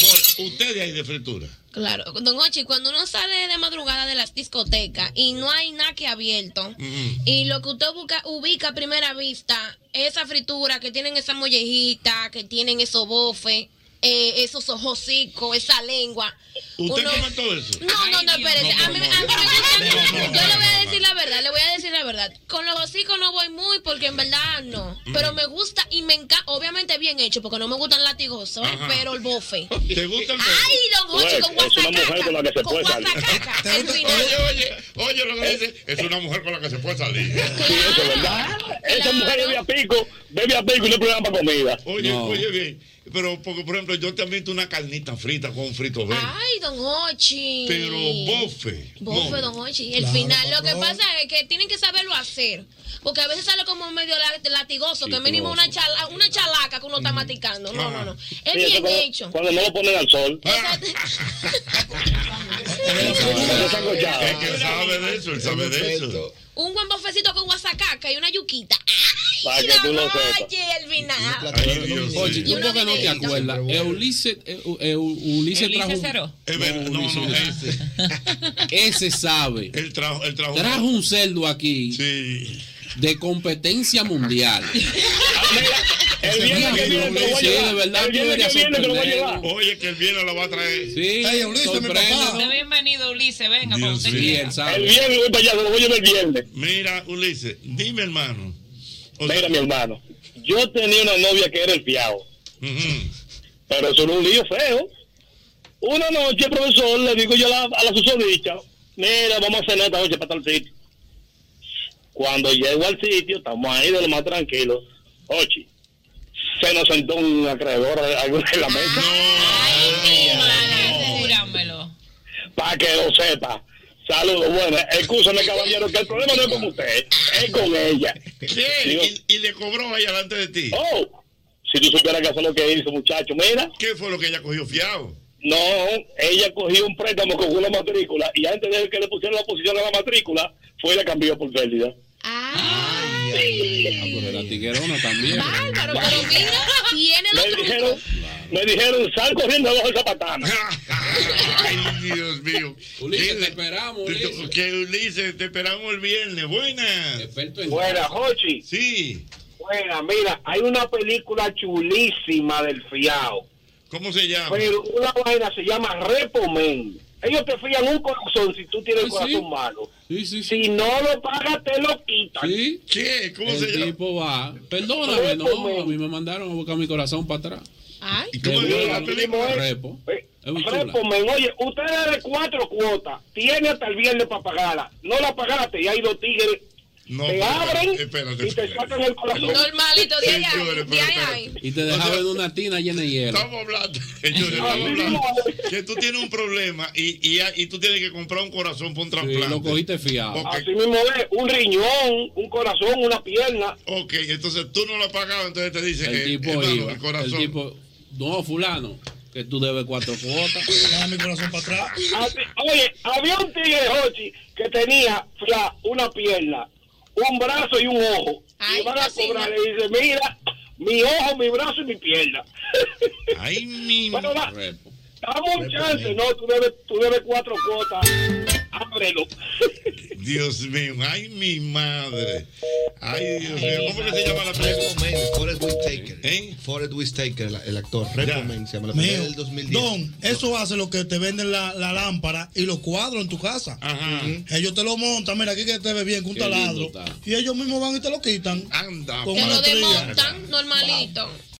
Speaker 23: More, usted de ahí de fritura.
Speaker 25: Claro, don Ochi, cuando uno sale de madrugada de las discotecas y no hay nada que abierto,
Speaker 23: Mm.
Speaker 25: y lo que usted busca, ubica a primera vista, esa fritura que tienen esa mollejita, que tienen esos bofes, eh, esos ojocicos, esa lengua.
Speaker 23: ¿Usted
Speaker 25: uno-
Speaker 23: come todo eso?
Speaker 25: No, no, no, espérese. A mí, a mí me gusta- a mí me- yo le voy a decir la verdad, le voy a decir la verdad. Con los hocicos no voy muy porque en verdad no. Pero me gusta y me encanta, obviamente bien hecho, porque no me gustan latigosos, ¿eh?
Speaker 2: Ajá.
Speaker 25: pero el bofe.
Speaker 23: ¿Te gusta el bofe?
Speaker 25: Ay, don Hochi,
Speaker 2: Pues,
Speaker 25: con
Speaker 2: es una mujer con la que se puede salir.
Speaker 23: Oye, oye, oye lo que dice, es una mujer con la que se puede salir.
Speaker 2: Sí, eso es verdad. Esa mujer bebe a pico, bebe a pico y no hay problema para comida.
Speaker 23: Oye, oye bien, pero porque por ejemplo yo también tengo una carnita frita con un frito verde.
Speaker 25: Ay, don Hochi.
Speaker 23: Pero bofe.
Speaker 25: Bofe,
Speaker 23: no.
Speaker 25: don Hochi. El
Speaker 23: Claro,
Speaker 25: final, lo que
Speaker 23: patrón.
Speaker 25: pasa es que tienen que saberlo hacer. Porque a veces sale como medio la- latigoso, que mínimo una, chala- una chalaca que uno está maticando. No, no, no. Es
Speaker 2: Sí, eso
Speaker 25: bien
Speaker 2: cuando-
Speaker 25: hecho.
Speaker 2: Cuando no lo ponen al sol.
Speaker 23: Es que él sabe de eso, él sabe de eso.
Speaker 25: Un buen bofecito con guasacaca y una yuquita.
Speaker 6: Para
Speaker 16: Ah,
Speaker 25: ¡Ay,
Speaker 6: que tú lo
Speaker 25: la
Speaker 6: sepas.
Speaker 25: valle, el vinagre!
Speaker 16: Oye,
Speaker 25: Y
Speaker 16: tú
Speaker 25: una
Speaker 16: porque no te
Speaker 25: vineta.
Speaker 16: acuerdas. Eh, Ulises, eh, u- eh, u- Ulises
Speaker 35: Ulises
Speaker 16: trajo.
Speaker 35: Ceró.
Speaker 16: No, Ulises, ese sabe.
Speaker 23: este. Él trajo, él trajo,
Speaker 16: trajo un cerdo aquí. De competencia mundial.
Speaker 23: El
Speaker 16: Ah, viernes que viene te lo voy a Sí, llevar. de verdad, El viernes que viene te lo voy a llevar.
Speaker 23: Oye, que el viernes lo va a traer.
Speaker 16: Sí. Ey, Ulises, mi papá.
Speaker 35: Usted bienvenido, Ulises. Venga, para
Speaker 23: Dios
Speaker 35: usted.
Speaker 23: mío.
Speaker 35: quiera.
Speaker 23: El
Speaker 6: viernes voy para allá, lo voy a llevar el viernes.
Speaker 23: Mira, Ulises, dime, hermano.
Speaker 6: Mira, mi hermano, yo tenía una novia que era el fiao. Pero eso era un lío feo. Una noche, profesor, le digo yo a la, a la susodicha, mira, vamos a cenar esta noche para tal sitio. Cuando llego al sitio, estamos ahí de lo más tranquilo. Ochi, se nos sentó un acreedor alguna en la mesa.
Speaker 35: Júramelo.
Speaker 6: Para que lo sepa. Saludos. Bueno, escúchame, caballero, que el problema no es con usted, es con ella. Digo,
Speaker 23: ¿Qué? Y, y le cobró ahí delante de ti.
Speaker 6: Oh, si tú supieras que fue lo que hizo, muchacho, mira.
Speaker 23: ¿Qué fue lo que ella cogió fiado?
Speaker 6: No, ella cogió un préstamo con una matrícula y antes de que le pusieron la posición a la matrícula, fue y la cambió por pérdida.
Speaker 16: Ah, pero era tiguerona también.
Speaker 25: Bárbaro, pero mira, tiene los
Speaker 6: Me
Speaker 25: trucos.
Speaker 6: dijeron, me dijeron, sal corriendo abajo del zapatán.
Speaker 23: Ay, Dios mío.
Speaker 16: Ulises,
Speaker 23: ¿Qué-
Speaker 16: te esperamos,
Speaker 23: te-
Speaker 16: Ulises.
Speaker 23: Que Ulises, te esperamos el viernes. Buenas.
Speaker 7: Buenas, Jochi.
Speaker 23: Sí.
Speaker 7: Buenas, mira, hay una película chulísima del fiao.
Speaker 23: ¿Cómo se llama?
Speaker 7: Pero una vaina se llama Repomen. Ellos te fían un corazón si tú tienes el
Speaker 16: Sí,
Speaker 7: corazón
Speaker 16: sí.
Speaker 7: malo.
Speaker 16: Sí, sí, sí.
Speaker 7: Si no lo pagas,
Speaker 16: este
Speaker 7: te lo quitan.
Speaker 16: ¿Sí?
Speaker 23: ¿Qué? ¿Cómo
Speaker 16: el
Speaker 23: se llama?
Speaker 16: tipo va. Perdóname, no. A mí me mandaron a buscar mi corazón para atrás.
Speaker 25: Ay.
Speaker 16: Me
Speaker 7: Mira,
Speaker 16: vuelan
Speaker 7: primo, es-
Speaker 16: Repo. Es muy chula.
Speaker 7: Repomen, oye, usted es de cuatro cuotas. Tiene hasta el viernes para pagarla. No la pagaste y hay dos tigres.
Speaker 23: No,
Speaker 7: te
Speaker 23: pero-
Speaker 7: abren
Speaker 23: espérate,
Speaker 7: y te sacan el corazón.
Speaker 25: Normalito, de allá, de allá.
Speaker 16: Y te dejaban en una tina llena de hielo.
Speaker 23: Estamos hablando, señores, estamos hablando que tú tienes un problema y, y, y tú tienes que comprar un corazón para un trasplante.
Speaker 16: lo cogiste fiado.
Speaker 23: Ok.
Speaker 7: Así mismo es, un riñón, un corazón, una pierna.
Speaker 23: Ok, entonces tú no lo has pagado, entonces te dicen
Speaker 16: El
Speaker 23: que
Speaker 16: tipo
Speaker 23: hermano,
Speaker 16: iba.
Speaker 23: el corazón.
Speaker 16: El tipo, no, fulano, que tú debes cuatro cuotas. Dame mi corazón para atrás.
Speaker 7: Así- oye, había un tigre, Jochi, que tenía fla, una pierna, un brazo y un ojo. y van a cobrar, le dice, mira, mi ojo, mi brazo y mi pierna.
Speaker 23: Ay, mi pues,
Speaker 7: Bueno, va, dame un chance, no, tú debes, tú debes cuatro cuotas. Ábrelo.
Speaker 23: Dios mío, ay mi madre. Ay, Dios mío. ¿Cómo que se llama la película?
Speaker 8: Forrest Whitaker.
Speaker 23: ¿Eh?
Speaker 8: Forrest Whitaker, el, el actor. Repomen se llama la película del 2010.
Speaker 5: Don, eso hace lo que te venden la, la lámpara y los cuadros en tu casa. Ujú. Ellos te lo montan, mira aquí que te ve bien con un
Speaker 8: Qué lindo
Speaker 5: taladro.
Speaker 8: está.
Speaker 5: Y ellos mismos van y te lo quitan.
Speaker 23: Anda,
Speaker 5: con
Speaker 25: Te
Speaker 5: una
Speaker 25: lo
Speaker 5: estrella.
Speaker 25: desmontan normalito.